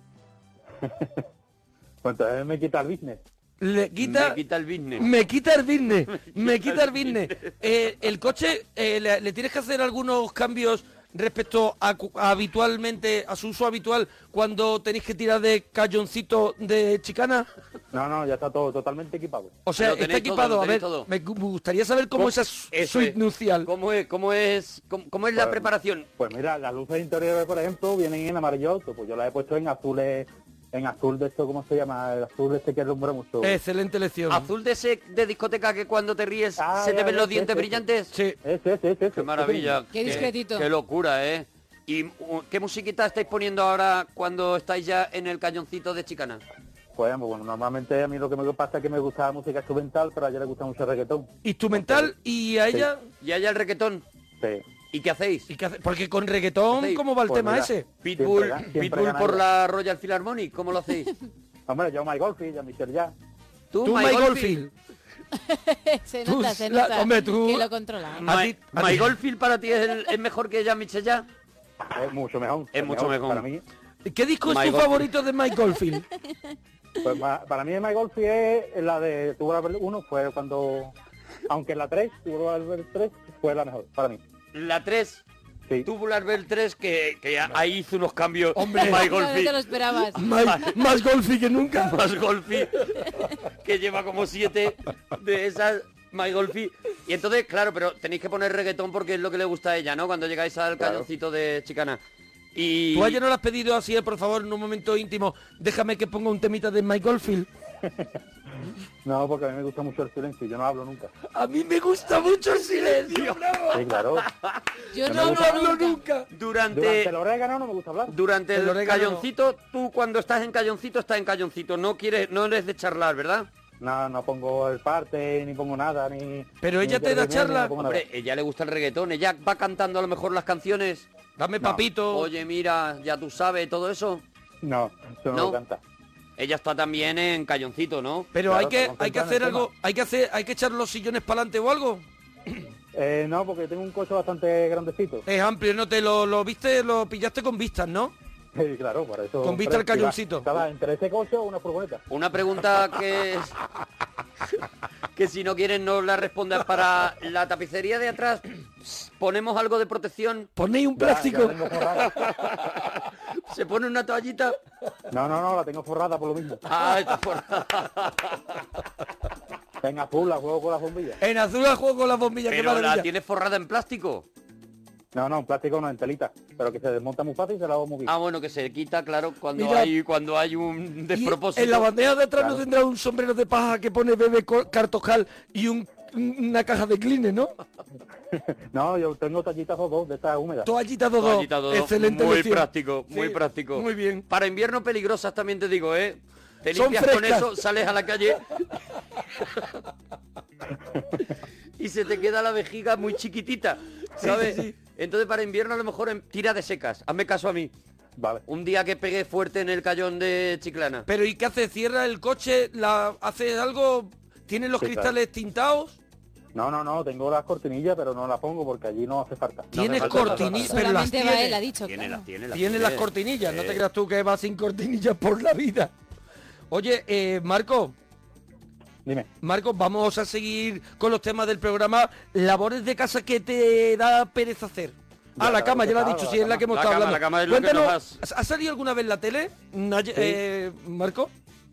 [SPEAKER 14] Pues entonces me quita el business.
[SPEAKER 2] Le quita,
[SPEAKER 3] Me quita el business.
[SPEAKER 2] Me quita el business, me quita el business. Eh, el coche, eh, le, le tienes que hacer algunos cambios respecto a, cu- a habitualmente, a su uso habitual, cuando tenéis que tirar de calloncito de chicana.
[SPEAKER 14] No, no, ya está todo totalmente equipado.
[SPEAKER 2] O sea,
[SPEAKER 3] Ah, Lo
[SPEAKER 2] está
[SPEAKER 3] tenéis todo,
[SPEAKER 2] equipado.
[SPEAKER 3] lo
[SPEAKER 2] a ver,
[SPEAKER 3] tenéis todo.
[SPEAKER 2] me gu- me gustaría saber cómo,
[SPEAKER 3] ¿Cómo-
[SPEAKER 2] es su- su
[SPEAKER 3] eso es.
[SPEAKER 2] nupcial.
[SPEAKER 3] ¿Cómo es, cómo es, cómo, cómo es la
[SPEAKER 14] Pues-
[SPEAKER 3] preparación?
[SPEAKER 14] Pues mira, las luces interiores, por ejemplo, vienen en amarillo alto. Pues yo las he puesto en azules, en azul de esto, ¿cómo se llama? El azul este que alumbra mucho.
[SPEAKER 2] Excelente lección.
[SPEAKER 3] Azul de ese de discoteca que cuando te ríes se te
[SPEAKER 14] Ah, ya,
[SPEAKER 3] ven
[SPEAKER 14] ya,
[SPEAKER 3] los
[SPEAKER 14] sí,
[SPEAKER 3] dientes
[SPEAKER 14] sí, sí.
[SPEAKER 3] brillantes.
[SPEAKER 2] Sí.
[SPEAKER 14] Ese, ese, ese.
[SPEAKER 3] Qué maravilla.
[SPEAKER 14] Qué discretito.
[SPEAKER 3] Qué locura, ¿eh? ¿Y uh, qué musiquita estáis poniendo ahora cuando estáis ya en el cañoncito de Chicana?
[SPEAKER 14] Pues bueno, normalmente a mí lo que me pasa es que me gusta la música instrumental, pero a ella le gusta mucho el reggaetón.
[SPEAKER 2] Instrumental y a
[SPEAKER 14] Sí.
[SPEAKER 2] ella.
[SPEAKER 3] ¿Y a ella el reggaetón?
[SPEAKER 14] Sí.
[SPEAKER 3] ¿Y qué hacéis?
[SPEAKER 2] Porque con reggaetón,
[SPEAKER 3] hacéis?
[SPEAKER 2] ¿cómo va el
[SPEAKER 3] Pues
[SPEAKER 2] tema
[SPEAKER 3] mira,
[SPEAKER 2] ese?
[SPEAKER 3] Pitbull,
[SPEAKER 14] Siempre ga- siempre
[SPEAKER 3] Pitbull
[SPEAKER 14] ganando.
[SPEAKER 3] por la Royal Philharmonic, ¿cómo lo hacéis?
[SPEAKER 14] Hombre, yo My Golfi, ya Michelle ya.
[SPEAKER 3] Tú, Tú, My My Goldfield.
[SPEAKER 8] se
[SPEAKER 3] Tú,
[SPEAKER 8] nota, se
[SPEAKER 3] la-
[SPEAKER 8] nota.
[SPEAKER 3] hombre, tú-
[SPEAKER 8] Que lo controla. ¿eh?
[SPEAKER 3] My, My Goldfield para ti es, el- es mejor que ella Michelle ya.
[SPEAKER 14] Es mucho mejor.
[SPEAKER 3] Es mucho mejor.
[SPEAKER 14] Pues, Para mí.
[SPEAKER 2] ¿Qué disco
[SPEAKER 14] My
[SPEAKER 2] es tu
[SPEAKER 14] Goldfield.
[SPEAKER 2] favorito de Mike Goldfield?
[SPEAKER 14] Pues ma- para mí My Golfi es la de Tuvo la 1, fue cuando... Aunque la 3, Tuvo la 3, fue la mejor para mí.
[SPEAKER 3] La 3. Tubular Bell 3 que, que a- ahí hizo unos cambios.
[SPEAKER 2] Hombre.
[SPEAKER 3] My
[SPEAKER 8] No, no
[SPEAKER 3] Goldfield.
[SPEAKER 8] te lo esperabas.
[SPEAKER 2] Más- más golfi que nunca.
[SPEAKER 3] Más golfi. Que lleva como siete de esas. My Golfi. Y entonces, claro, pero tenéis que poner reggaetón porque es lo que le gusta a ella, ¿no? Cuando llegáis al
[SPEAKER 2] Claro.
[SPEAKER 3] calloncito de Chicana. Y...
[SPEAKER 2] Tú ayer no lo has pedido así, eh, por favor, en un momento íntimo. Déjame que ponga un temita de Mike Goldfield.
[SPEAKER 14] No, porque a mí me gusta mucho el silencio, yo no hablo nunca.
[SPEAKER 2] A mí me gusta mucho el silencio.
[SPEAKER 14] Sí, claro.
[SPEAKER 8] Yo
[SPEAKER 14] no
[SPEAKER 2] no
[SPEAKER 14] hablo
[SPEAKER 2] hablo nunca.
[SPEAKER 3] Durante,
[SPEAKER 14] Durante el orégano no me gusta hablar.
[SPEAKER 3] durante
[SPEAKER 14] el
[SPEAKER 3] el,
[SPEAKER 14] orégano
[SPEAKER 3] calloncito, tú cuando estás en calloncito, estás en calloncito. No quieres, no eres de charlar, ¿verdad?
[SPEAKER 14] No, no pongo el parte, ni pongo nada, ni...
[SPEAKER 2] Pero
[SPEAKER 14] ni
[SPEAKER 2] ella te da
[SPEAKER 14] intervención, ni
[SPEAKER 2] charla.
[SPEAKER 14] no pongo nada.
[SPEAKER 3] Hombre, ella le gusta el reggaetón, ella va cantando a lo mejor las canciones.
[SPEAKER 2] Dame papito.
[SPEAKER 3] Oye, mira, ya tú sabes, todo eso.
[SPEAKER 14] No, eso no,
[SPEAKER 3] No.
[SPEAKER 14] me encanta.
[SPEAKER 3] Ella está también en calloncito, ¿no?
[SPEAKER 2] Pero hay que hay que hacer algo, hay que hacer, hay que echar los sillones para adelante o algo.
[SPEAKER 14] Eh, no, porque tengo un coche bastante grandecito.
[SPEAKER 2] Es amplio, no te lo, lo viste, lo pillaste con vistas, ¿no?
[SPEAKER 14] Sí, claro, por eso...
[SPEAKER 2] Con vista al
[SPEAKER 14] Pero,
[SPEAKER 2] calloncito.
[SPEAKER 14] Estaba entre ese coche o una furgoneta.
[SPEAKER 3] Una pregunta que es- que si no quieren no la respondas para la tapicería de atrás. Ponemos algo de protección. Ah,
[SPEAKER 2] Ponéis un
[SPEAKER 14] Ya,
[SPEAKER 2] plástico.
[SPEAKER 14] ya tengo forrada.
[SPEAKER 3] Se pone una toallita.
[SPEAKER 14] No, no, no, la tengo forrada por lo mismo.
[SPEAKER 3] Ah, está forrada.
[SPEAKER 14] En azul la juego con las bombillas.
[SPEAKER 2] En azul al juego con las bombillas, qué
[SPEAKER 3] Pero la
[SPEAKER 2] maravilla.
[SPEAKER 3] tienes forrada en plástico.
[SPEAKER 14] No, no, en plástico no, en telita. Pero que se desmonta muy fácil y se la hago muy bien.
[SPEAKER 3] Ah, bueno, que se quita, claro, cuando
[SPEAKER 2] Mira.
[SPEAKER 3] hay cuando hay un despropósito.
[SPEAKER 2] En la bandeja de atrás no tendrá un sombrero de paja que pone bebé co- cartojal y un- una caja de clines, ¿no?
[SPEAKER 14] No, yo tengo toallitas o dos de estas húmedas.
[SPEAKER 2] Toallitas Dodó.
[SPEAKER 3] Toallita Dodó.
[SPEAKER 2] Excelente
[SPEAKER 3] Muy
[SPEAKER 2] lección.
[SPEAKER 3] práctico, muy
[SPEAKER 2] Sí,
[SPEAKER 3] práctico.
[SPEAKER 2] muy bien.
[SPEAKER 3] Para invierno peligrosas también te digo, ¿eh? Te
[SPEAKER 2] Son
[SPEAKER 3] limpias con
[SPEAKER 2] frescas.
[SPEAKER 3] eso, sales a la calle y se te queda la vejiga muy chiquitita, ¿sabes? Entonces para invierno a lo mejor en- tira de secas. Hazme caso a mí.
[SPEAKER 14] Vale.
[SPEAKER 3] Un día que pegué fuerte en el cayón de Chiclana.
[SPEAKER 2] Pero ¿y qué hace? ¿Cierra el coche? La, ¿Hace algo? ¿Tienen los
[SPEAKER 14] Sí, claro.
[SPEAKER 2] cristales tintados?
[SPEAKER 14] No, no, no, tengo las cortinillas, pero no las pongo porque allí no hace falta.
[SPEAKER 2] Tienes cortinillas, pero las
[SPEAKER 8] Solamente va
[SPEAKER 2] tiene.
[SPEAKER 8] él, ha dicho. claro.
[SPEAKER 2] Tiene las cortinillas, no te creas tú que vas sin cortinillas por la vida. Oye, eh, Marco,
[SPEAKER 14] Dime.
[SPEAKER 2] Marcos, vamos a seguir con los temas del programa. Labores de casa que te da pereza hacer.
[SPEAKER 3] Ya,
[SPEAKER 2] Ah, la
[SPEAKER 3] la
[SPEAKER 2] cama, ya lo
[SPEAKER 3] cama,
[SPEAKER 2] has dicho,
[SPEAKER 3] la
[SPEAKER 2] sí, es la que hemos
[SPEAKER 3] cama.
[SPEAKER 2] estado
[SPEAKER 3] La cama,
[SPEAKER 2] hablando.
[SPEAKER 3] la cama es lo que
[SPEAKER 2] Cuéntanos,
[SPEAKER 3] nos
[SPEAKER 2] ¿ha salido alguna vez en la tele, Nay- eh, Marco?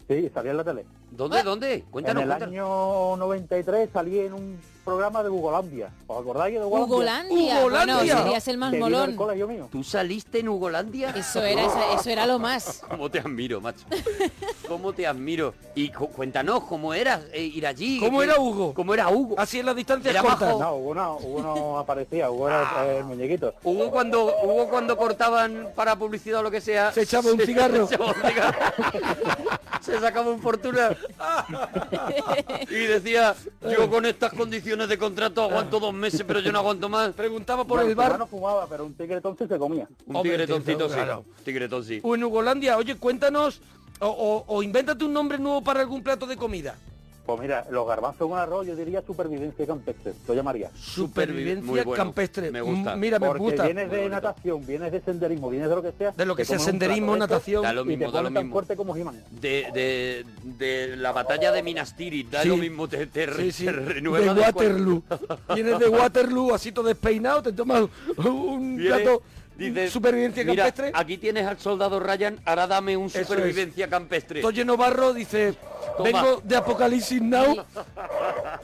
[SPEAKER 14] Sí, salía en la tele.
[SPEAKER 3] ¿Dónde, dónde? Cuéntanos,
[SPEAKER 14] en el
[SPEAKER 3] cuéntanos.
[SPEAKER 14] año 93 salí en un programa de Ugolandia. ¿Os acordáis de
[SPEAKER 8] Ugolandia.
[SPEAKER 14] Ugolandia?
[SPEAKER 8] Bueno, serías el más
[SPEAKER 14] Que vino
[SPEAKER 8] molón.
[SPEAKER 14] colegio mío.
[SPEAKER 3] ¿Tú saliste en Ugolandia?
[SPEAKER 8] Eso era, esa- eso era lo más.
[SPEAKER 3] ¿Cómo te admiro, macho? ¿Cómo te admiro? Y cu- cuéntanos, ¿cómo era eh, ir allí?
[SPEAKER 14] ¿Cómo era
[SPEAKER 2] Hugo?
[SPEAKER 3] ¿Cómo era Hugo?
[SPEAKER 2] Así en la distancia
[SPEAKER 3] era bajo.
[SPEAKER 14] No, Hugo no, Hugo no aparecía, Hugo era el, el muñequito.
[SPEAKER 3] Ah. Hugo cuando, Hugo cuando cortaban para publicidad o lo que sea...
[SPEAKER 14] Se echaba un cigarro.
[SPEAKER 3] Se, echaba un cigarro. Se sacaba un fortuna. y decía, yo con estas condiciones de contrato aguanto dos meses, pero yo no aguanto más.
[SPEAKER 2] Preguntaba
[SPEAKER 14] Bueno, cubano fumaba, pero un tigre entonces se comía.
[SPEAKER 3] Un tigretoncito sí.
[SPEAKER 2] claro.
[SPEAKER 3] un Tigretón sí.
[SPEAKER 2] O Pues en Ugolandia, oye, cuéntanos, o, o- o invéntate un nombre nuevo para algún plato de comida.
[SPEAKER 14] Pues mira, los garbanzos con arroz yo diría supervivencia campestre, lo llamaría.
[SPEAKER 2] Supervivencia Muy bueno, campestre. me gusta. M- mira, me
[SPEAKER 14] Porque
[SPEAKER 2] gusta.
[SPEAKER 14] vienes
[SPEAKER 2] Muy
[SPEAKER 14] de
[SPEAKER 2] bonito.
[SPEAKER 14] natación, vienes de senderismo, vienes de lo que sea.
[SPEAKER 2] De lo que
[SPEAKER 14] te
[SPEAKER 2] sea,
[SPEAKER 14] comes un
[SPEAKER 2] senderismo,
[SPEAKER 14] plato de estos
[SPEAKER 2] natación. Da lo
[SPEAKER 14] y
[SPEAKER 3] mismo,
[SPEAKER 14] te
[SPEAKER 3] da lo
[SPEAKER 14] pones tan
[SPEAKER 3] mismo.
[SPEAKER 14] fuerte como He-Man.
[SPEAKER 3] De, de, de la batalla de Minas Tirith, da lo mismo, te, te, re- te renueva
[SPEAKER 2] de
[SPEAKER 3] de cual-
[SPEAKER 2] Waterloo. Vienes de Waterloo, así todo despeinado, te tomas un
[SPEAKER 3] Viene,
[SPEAKER 2] plato
[SPEAKER 3] dice,
[SPEAKER 2] supervivencia
[SPEAKER 3] "Mira,
[SPEAKER 2] campestre.
[SPEAKER 3] aquí tienes al soldado Ryan, ahora dame un
[SPEAKER 2] Eso es.
[SPEAKER 3] supervivencia campestre.
[SPEAKER 2] Todo lleno barro, dice,
[SPEAKER 3] Toma.
[SPEAKER 2] vengo de Apocalipsis Now.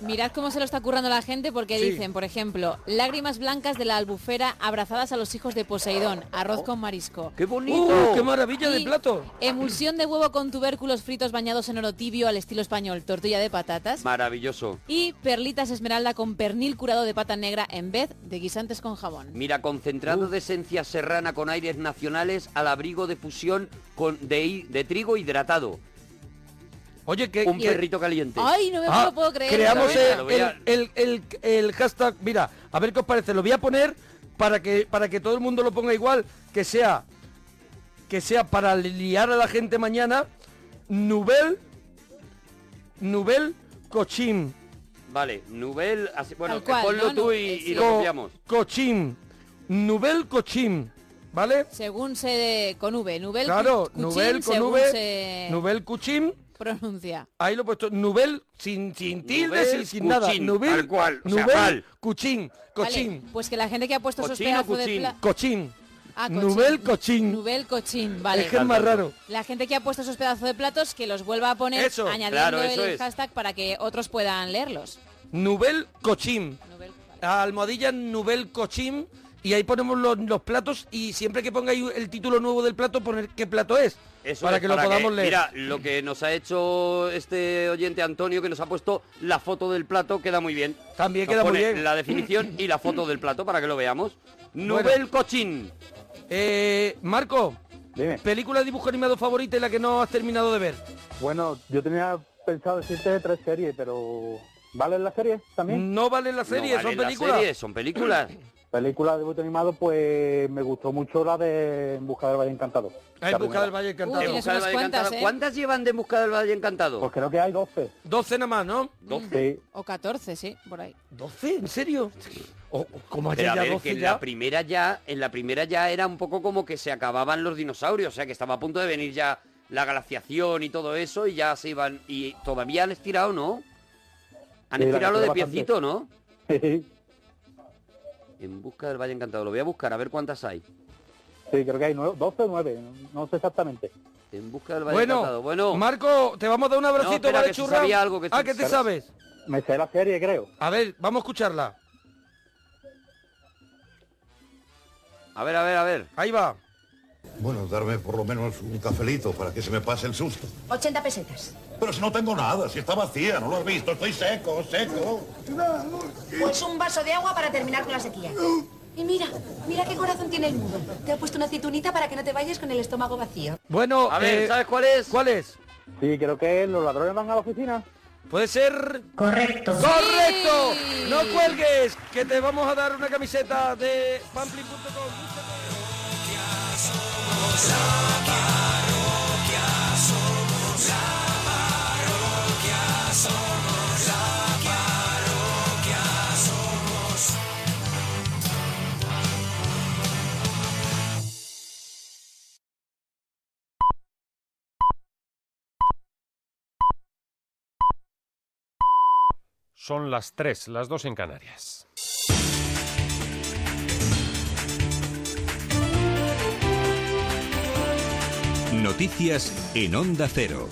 [SPEAKER 8] Mirad cómo se lo está currando la gente porque
[SPEAKER 2] Sí.
[SPEAKER 8] dicen, por ejemplo, lágrimas blancas de la albufera abrazadas a los hijos de Poseidón, arroz con marisco.
[SPEAKER 3] ¡Qué bonito!
[SPEAKER 2] ¡Uh, ¡Qué maravilla de
[SPEAKER 8] Y-
[SPEAKER 2] plato!
[SPEAKER 8] Emulsión de huevo con tubérculos fritos bañados en oro tibio al estilo español, tortilla de patatas.
[SPEAKER 3] Maravilloso.
[SPEAKER 8] Y perlitas esmeralda con pernil curado de pata negra en vez de guisantes con jabón.
[SPEAKER 3] Mira, concentrado de esencia serrana con aires nacionales al abrigo de fusión con, de, hi- de trigo hidratado.
[SPEAKER 2] Oye, que...
[SPEAKER 3] Un
[SPEAKER 2] y-
[SPEAKER 3] perrito caliente.
[SPEAKER 8] Ay, no me
[SPEAKER 2] Ah,
[SPEAKER 8] lo puedo creer.
[SPEAKER 2] Creamos
[SPEAKER 3] Venga,
[SPEAKER 2] el,
[SPEAKER 3] lo voy a-
[SPEAKER 2] el- el- el hashtag, mira, a ver qué os parece, lo voy a poner para que, para que todo el mundo lo ponga igual, que sea, que sea para liar a la gente mañana, Nubel, Nubel Cochín.
[SPEAKER 3] Vale, Nubel... así- bueno,
[SPEAKER 8] Tal cual,
[SPEAKER 3] ponlo
[SPEAKER 8] ¿no?
[SPEAKER 3] tú
[SPEAKER 8] Nu-
[SPEAKER 3] y,
[SPEAKER 8] eh,
[SPEAKER 3] y
[SPEAKER 8] sí.
[SPEAKER 3] lo copiamos.
[SPEAKER 2] Cochín, Nubel Cochín, ¿vale?
[SPEAKER 8] Según se... con V, Nubel
[SPEAKER 2] claro,
[SPEAKER 8] cu-
[SPEAKER 2] Nubel
[SPEAKER 8] cuchín,
[SPEAKER 2] con
[SPEAKER 8] según
[SPEAKER 2] V,
[SPEAKER 8] se
[SPEAKER 2] Nubel Cochín.
[SPEAKER 8] pronuncia.
[SPEAKER 2] Ahí lo he puesto, Nubel sin, sin tildes
[SPEAKER 8] Nubel
[SPEAKER 2] y sin nada.
[SPEAKER 8] Cuchín,
[SPEAKER 2] Nubel,
[SPEAKER 3] tal cual, o sea,
[SPEAKER 2] Nubel
[SPEAKER 3] mal.
[SPEAKER 2] Cuchín, Cochín.
[SPEAKER 8] Vale, pues que la gente que ha puesto esos
[SPEAKER 2] Cochín o
[SPEAKER 8] pedazos de...
[SPEAKER 2] cuchín.
[SPEAKER 8] pla-
[SPEAKER 2] Cochín.
[SPEAKER 8] Ah, cochín.
[SPEAKER 2] Nubel cochín.
[SPEAKER 8] Nubel cochín, vale.
[SPEAKER 2] Es que es más raro.
[SPEAKER 8] La gente que ha puesto esos pedazos de platos que los vuelva a poner
[SPEAKER 2] Eso,
[SPEAKER 8] añadiendo
[SPEAKER 2] claro, eso
[SPEAKER 8] el
[SPEAKER 2] es.
[SPEAKER 8] hashtag para que otros puedan leerlos.
[SPEAKER 2] Nubel cochín. Almohadilla Nubel cochín. Y ahí ponemos los, los platos y siempre que pongáis el título nuevo del plato, poner qué plato es.
[SPEAKER 3] Eso
[SPEAKER 2] para
[SPEAKER 3] es,
[SPEAKER 2] que lo podamos leer.
[SPEAKER 3] Mira, lo que nos ha hecho este oyente Antonio, que nos ha puesto la foto del plato, queda muy bien.
[SPEAKER 2] También
[SPEAKER 3] Nos
[SPEAKER 2] queda muy
[SPEAKER 3] pone
[SPEAKER 2] bien.
[SPEAKER 3] La definición y la foto del plato para que lo veamos. Nubel Cochín.
[SPEAKER 2] Eh, Marco,
[SPEAKER 14] Dime.
[SPEAKER 2] película de dibujo animado favorita y la que no has terminado de ver.
[SPEAKER 14] Bueno, yo tenía pensado decirte de tres series, pero ¿valen las series
[SPEAKER 3] ¿Mm?
[SPEAKER 14] también?
[SPEAKER 2] No valen las series, son películas.
[SPEAKER 3] son películas.
[SPEAKER 14] Película de debut animado, pues me gustó mucho la de En busca del Valle Encantado.
[SPEAKER 2] Ah, En busca del Valle Encantado.
[SPEAKER 3] En Busca del Valle
[SPEAKER 2] ¿eh?
[SPEAKER 8] ¿eh?
[SPEAKER 3] Encantado. ¿Cuántas llevan de En Busca del Valle Encantado?
[SPEAKER 14] Pues creo que hay 12.
[SPEAKER 2] 12 nada más, ¿no?
[SPEAKER 14] 12.
[SPEAKER 8] O 14, sí, por ahí.
[SPEAKER 2] ¿12? ¿En serio? O- ¿Cómo
[SPEAKER 3] Pero
[SPEAKER 2] Oh, haya
[SPEAKER 3] a
[SPEAKER 2] ya
[SPEAKER 3] ver,
[SPEAKER 2] 12
[SPEAKER 3] que en
[SPEAKER 2] ya?
[SPEAKER 3] la primera ya, en la primera ya era un poco como que se acababan los dinosaurios, o sea que estaba a punto de venir ya la glaciación y todo eso, y ya se iban, y todavía han estirado, ¿no? Han
[SPEAKER 14] Sí, la
[SPEAKER 3] estirado lo de
[SPEAKER 14] bastante.
[SPEAKER 3] piecito, ¿no?
[SPEAKER 14] Sí,
[SPEAKER 3] En busca del Valle Encantado, lo voy a buscar, a ver cuántas hay.
[SPEAKER 14] creo que hay nueve- 12 o 9, no sé exactamente.
[SPEAKER 3] En busca del Valle
[SPEAKER 2] Bueno,
[SPEAKER 3] Encantado. Bueno,
[SPEAKER 2] Marco, te vamos a dar un abracito,
[SPEAKER 3] No, espera,
[SPEAKER 2] ¿vale,
[SPEAKER 3] que se
[SPEAKER 2] churra?
[SPEAKER 3] sabía algo que-
[SPEAKER 2] ah, ¿qué te
[SPEAKER 3] Pero-
[SPEAKER 2] sabes?
[SPEAKER 14] Me sé la serie, creo.
[SPEAKER 2] A ver, vamos a escucharla.
[SPEAKER 3] A ver, a ver, a ver.
[SPEAKER 2] Ahí va.
[SPEAKER 15] Bueno, darme por lo menos un cafelito para que se me pase el susto.
[SPEAKER 17] 80 pesetas.
[SPEAKER 15] Pero si no tengo nada, si está vacía, no lo has visto, estoy seco, seco.
[SPEAKER 17] Pues un vaso de agua para terminar con la sequía. Y mira, mira qué corazón tiene el mudo. Te ha puesto una aceitunita para que no te vayas con el estómago vacío.
[SPEAKER 2] Bueno,
[SPEAKER 17] A ver,
[SPEAKER 2] ¿sabes cuál es? ¿Cuál es?
[SPEAKER 14] Sí, creo que los ladrones van a la oficina.
[SPEAKER 2] Puede ser...
[SPEAKER 17] Correcto.
[SPEAKER 2] ¡Correcto! ¡No cuelgues! Que te vamos a dar una camiseta de pamplin.com.
[SPEAKER 4] parroquia somos, la parroquia somos, la parroquia somos.
[SPEAKER 18] Son las 3, las 2 en Canarias.
[SPEAKER 37] Noticias en Onda Cero.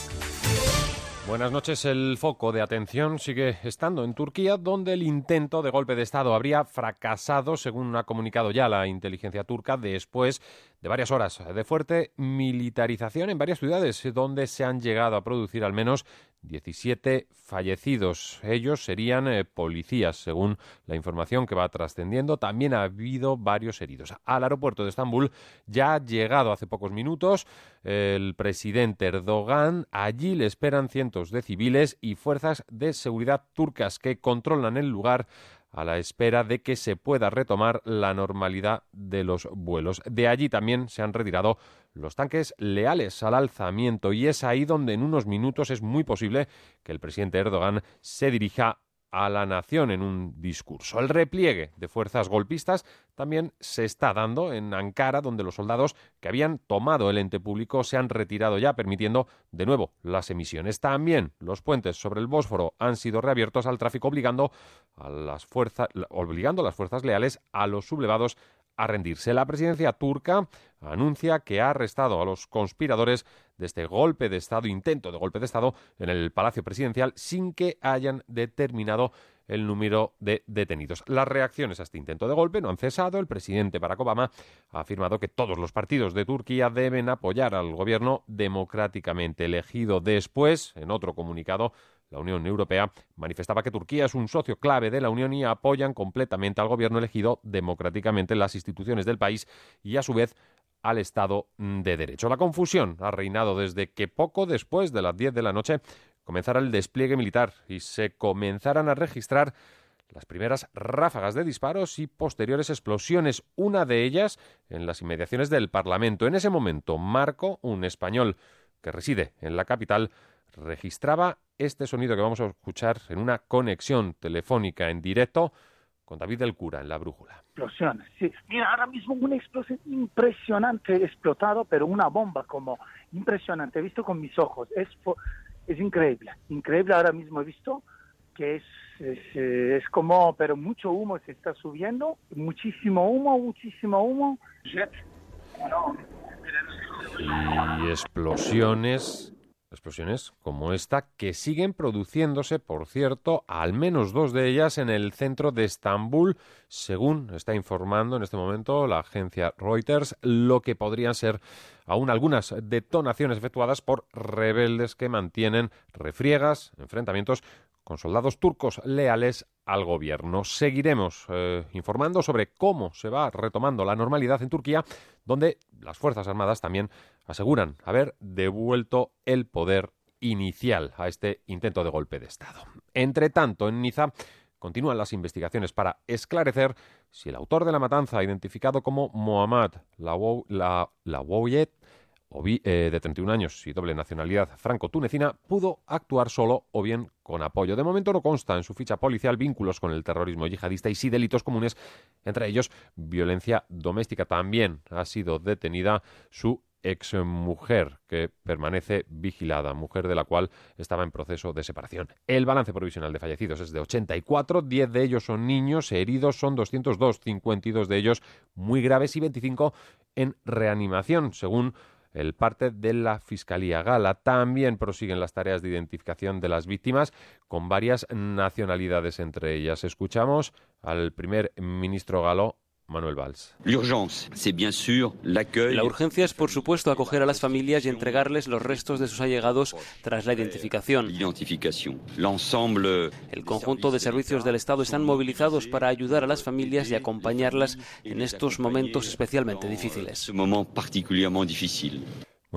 [SPEAKER 18] Buenas noches. El foco de atención sigue estando en Turquía, donde el intento de golpe de Estado habría fracasado, según ha comunicado ya la inteligencia turca, después de varias horas de fuerte militarización en varias ciudades, donde se han llegado a producir al menos 17 fallecidos. Ellos serían eh, policías, según la información que va trascendiendo. También ha habido varios heridos. Al aeropuerto de Estambul ya ha llegado hace pocos minutos eh, el presidente Erdogan. Allí le esperan cientos de civiles y fuerzas de seguridad turcas que controlan el lugar a la espera de que se pueda retomar la normalidad de los vuelos. De allí también se han retirado los tanques leales al alzamiento y es ahí donde en unos minutos es muy posible que el presidente Erdogan se dirija a la nación en un discurso. El repliegue de fuerzas golpistas también se está dando en Ankara, donde los soldados que habían tomado el ente público se han retirado ya, permitiendo de nuevo las emisiones. También los puentes sobre el Bósforo han sido reabiertos al tráfico, obligando a las fuerzas, obligando a las fuerzas leales a los sublevados a rendirse. La presidencia turca anuncia que ha arrestado a los conspiradores de este golpe de Estado, intento de golpe de Estado, en el Palacio Presidencial sin que hayan determinado el número de detenidos. Las reacciones a este intento de golpe no han cesado. El presidente Barack Obama ha afirmado que todos los partidos de Turquía deben apoyar al gobierno democráticamente elegido después, en otro comunicado, la Unión Europea manifestaba que Turquía es un socio clave de la Unión y apoyan completamente al gobierno elegido democráticamente las instituciones del país y a su vez al Estado de Derecho. La confusión ha reinado desde que poco después de las 10 de la noche comenzara el despliegue militar y se comenzaran a registrar las primeras ráfagas de disparos y posteriores explosiones, una de ellas en las inmediaciones del Parlamento. En ese momento, Marco, un español que reside en la capital, registraba este sonido que vamos a escuchar en una conexión telefónica en directo con David del Cura en la brújula.
[SPEAKER 19] explosiones. Sí. Mira, ahora mismo una explosión impresionante, explotado, pero una bomba como impresionante, he visto con mis ojos. Es, fo- es increíble, increíble ahora mismo he visto que es, es, eh, es como, pero mucho humo se está subiendo, muchísimo humo, muchísimo humo.
[SPEAKER 18] Y explosiones, explosiones como esta, que siguen produciéndose, por cierto, al menos dos de ellas en el centro de Estambul, según está informando en este momento la agencia Reuters, lo que podrían ser aún algunas detonaciones efectuadas por rebeldes que mantienen refriegas, enfrentamientos con soldados turcos leales al gobierno. Seguiremos eh, informando sobre cómo se va retomando la normalidad en Turquía, donde las Fuerzas Armadas también aseguran haber devuelto el poder inicial a este intento de golpe de Estado. Entre tanto, en Niza continúan las investigaciones para esclarecer si el autor de la matanza, identificado como Mohammad Lawoyet, la, Lawoyet, o bi- eh, de 31 años y doble nacionalidad franco-tunecina, pudo actuar solo o bien con apoyo. De momento no consta en su ficha policial vínculos con el terrorismo yihadista y sí delitos comunes, entre ellos violencia doméstica. También ha sido detenida su exmujer, que permanece vigilada, mujer de la cual estaba en proceso de separación. El balance provisional de fallecidos es de 84, 10 de ellos son niños, heridos son 202, 52 de ellos muy graves y 25 en reanimación, según el parte de la Fiscalía Gala. También prosiguen las tareas de identificación de las víctimas con varias nacionalidades entre ellas. Escuchamos al primer ministro galo, Manuel Valls.
[SPEAKER 21] La urgencia es, por supuesto, acoger a las familias y entregarles los restos de sus allegados tras la identificación. El conjunto de servicios del Estado están movilizados para ayudar a las familias y acompañarlas en estos momentos especialmente difíciles.
[SPEAKER 18] Bueno,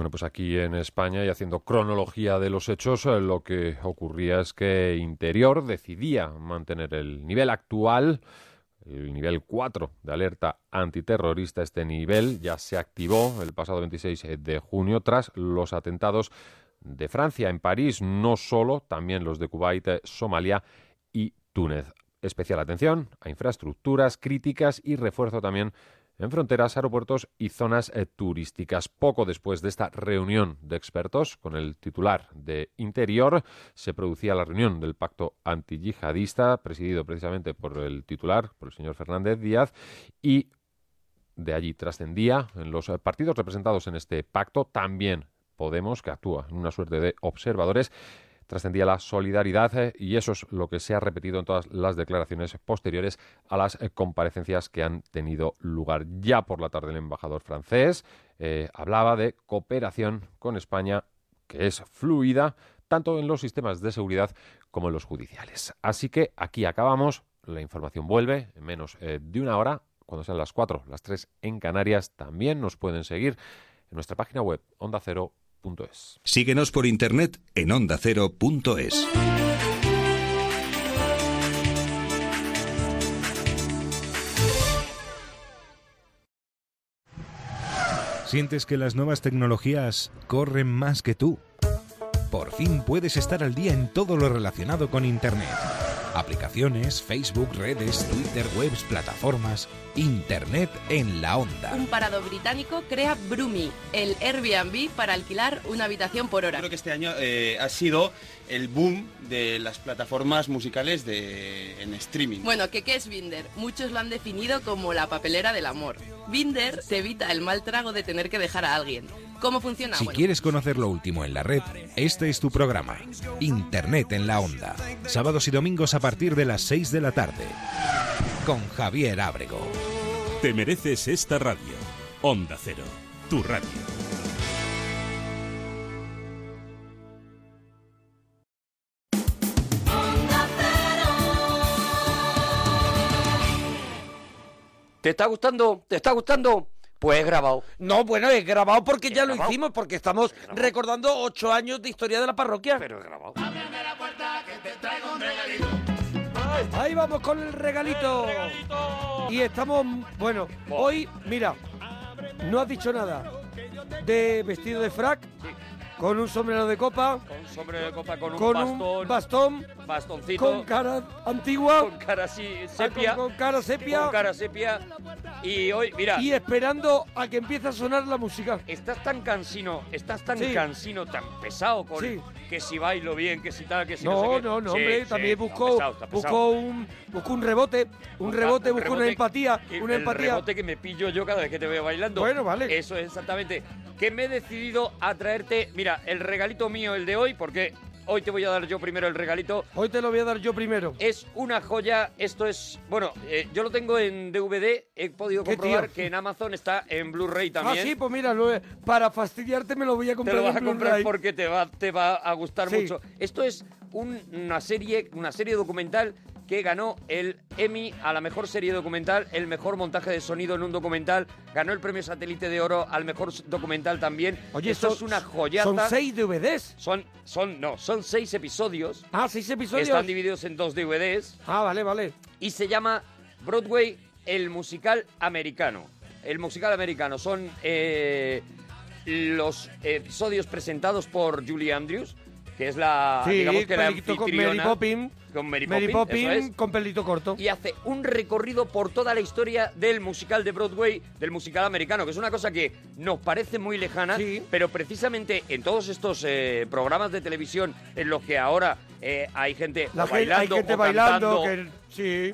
[SPEAKER 18] pues aquí en España y haciendo cronología de los hechos, eh, lo que ocurría es que Interior decidía mantener el nivel actual, el nivel 4 de alerta antiterrorista. Este nivel ya se activó el pasado 26 de junio tras los atentados de Francia en París, no solo, también los de Kuwait, eh, Somalia y Túnez. Especial atención a infraestructuras críticas y refuerzo también en fronteras, aeropuertos y zonas eh, turísticas. Poco después de esta reunión de expertos con el titular de Interior, se producía la reunión del pacto antiyihadista, presidido precisamente por el titular, por el señor Fernández Díaz, y de allí trascendía en los eh, partidos representados en este pacto, también Podemos, que actúa en una suerte de observadores, trascendía la solidaridad eh, y eso es lo que se ha repetido en todas las declaraciones posteriores a las eh, comparecencias que han tenido lugar. Ya por la tarde el embajador francés eh, hablaba de cooperación con España que es fluida tanto en los sistemas de seguridad como en los judiciales. Así que aquí acabamos, la información vuelve en menos eh, de una hora, cuando sean las 4, las 3 en Canarias, también nos pueden seguir en nuestra página web ondacero.es.
[SPEAKER 26] Síguenos por internet en ondacero.es.
[SPEAKER 28] ¿Sientes que las nuevas tecnologías corren más que tú? Por fin puedes estar al día en todo lo relacionado con Internet. Aplicaciones, Facebook, redes, Twitter, webs, plataformas. Internet en la onda.
[SPEAKER 6] Un parado británico crea Broomy, el Airbnb para alquilar una habitación por hora.
[SPEAKER 38] Creo que este año eh, ha sido el boom de las plataformas musicales de, en streaming.
[SPEAKER 6] Bueno, ¿qué, ¿qué es Binder? Muchos lo han definido como la papelera del amor. Binder te evita el mal trago de tener que dejar a alguien. ¿Cómo funciona?
[SPEAKER 28] Si
[SPEAKER 6] Bueno,
[SPEAKER 28] quieres conocer lo último en la red, este es tu programa, Internet en la Onda, sábados y domingos a partir de las 6 de la tarde, con Javier Ábrego.
[SPEAKER 37] Te mereces esta radio. Onda Cero, tu radio.
[SPEAKER 3] ¿Te está gustando? ¿Te está gustando? Pues es grabado.
[SPEAKER 2] No, bueno, es grabado porque ya lo hicimos, porque estamos recordando ocho años de historia de la parroquia. Pero es grabado. Ahí vamos con el regalito. Y estamos, bueno, hoy, mira, no has dicho nada de vestido de frac, con un sombrero de copa,
[SPEAKER 3] Un sombrero de copa con un
[SPEAKER 2] con
[SPEAKER 3] bastón.
[SPEAKER 2] un bastón,
[SPEAKER 3] bastoncito.
[SPEAKER 2] con cara antigua,
[SPEAKER 3] Con cara así, sepia.
[SPEAKER 2] con cara sepia.
[SPEAKER 3] Con cara sepia. Y hoy, mira.
[SPEAKER 2] y esperando a que empiece a sonar la música.
[SPEAKER 3] Estás tan cansino, estás tan
[SPEAKER 2] Sí.
[SPEAKER 3] cansino, tan pesado con
[SPEAKER 2] Sí.
[SPEAKER 3] que si bailo bien, que si tal, que si no, sé
[SPEAKER 2] No,
[SPEAKER 3] qué.
[SPEAKER 2] no, no,
[SPEAKER 3] Sí,
[SPEAKER 2] hombre,
[SPEAKER 3] sí,
[SPEAKER 2] también
[SPEAKER 3] está
[SPEAKER 2] buscó,
[SPEAKER 3] pesado, está pesado.
[SPEAKER 2] buscó un buscó un rebote, un
[SPEAKER 3] Busca-
[SPEAKER 2] rebote,
[SPEAKER 3] un
[SPEAKER 2] buscó una
[SPEAKER 3] rebote
[SPEAKER 2] empatía,
[SPEAKER 3] que-
[SPEAKER 2] una
[SPEAKER 3] el
[SPEAKER 2] empatía.
[SPEAKER 3] rebote que me pillo yo cada vez que te veo bailando. Bueno, vale. Eso es exactamente. Que me he decidido a traerte, mira, el regalito mío, el de hoy, porque hoy te voy a dar yo primero el regalito.
[SPEAKER 2] Hoy te lo voy a dar yo primero.
[SPEAKER 3] Es una joya, esto es, bueno, eh, yo lo tengo en DVD, he podido
[SPEAKER 2] Qué
[SPEAKER 3] comprobar
[SPEAKER 2] tío.
[SPEAKER 3] que en Amazon está en Blu-ray también.
[SPEAKER 2] Ah, sí, pues mira, lo- para fastidiarte me lo voy a
[SPEAKER 3] te
[SPEAKER 2] comprar
[SPEAKER 3] lo vas a
[SPEAKER 2] en
[SPEAKER 3] comprar
[SPEAKER 2] Blu-ray.
[SPEAKER 3] porque te va, te va a gustar
[SPEAKER 2] Sí.
[SPEAKER 3] mucho. Esto es un- una serie, una serie documental que ganó el Emmy a la mejor serie documental, el mejor montaje de sonido en un documental, ganó el premio Satélite de Oro al mejor s- documental también.
[SPEAKER 2] Oye,
[SPEAKER 3] esto
[SPEAKER 2] son-
[SPEAKER 3] es una joyaza.
[SPEAKER 2] son seis DVDs.
[SPEAKER 3] Son, son, no, son seis episodios.
[SPEAKER 2] Ah, seis episodios.
[SPEAKER 3] Están divididos en dos DVDs.
[SPEAKER 2] Ah, vale, vale.
[SPEAKER 3] Y se llama Broadway, el musical americano. El musical americano. Son eh, los episodios presentados por Julie Andrews, que es la,
[SPEAKER 2] Sí,
[SPEAKER 3] digamos que la
[SPEAKER 2] pelito con Mary
[SPEAKER 3] anfitriona.
[SPEAKER 2] Poppins,
[SPEAKER 3] Con Mary,
[SPEAKER 2] Mary
[SPEAKER 3] Poppins, eso
[SPEAKER 2] Poppins
[SPEAKER 3] es.
[SPEAKER 2] con pelito corto.
[SPEAKER 3] Y hace un recorrido por toda la historia del musical de Broadway, del musical americano, que es una cosa que nos parece muy lejana, pero precisamente en todos estos eh, programas de televisión en los que ahora eh, hay gente
[SPEAKER 2] La
[SPEAKER 3] o
[SPEAKER 2] gente- hay
[SPEAKER 3] bailando,
[SPEAKER 2] gente
[SPEAKER 3] o
[SPEAKER 2] bailando,
[SPEAKER 3] cantando,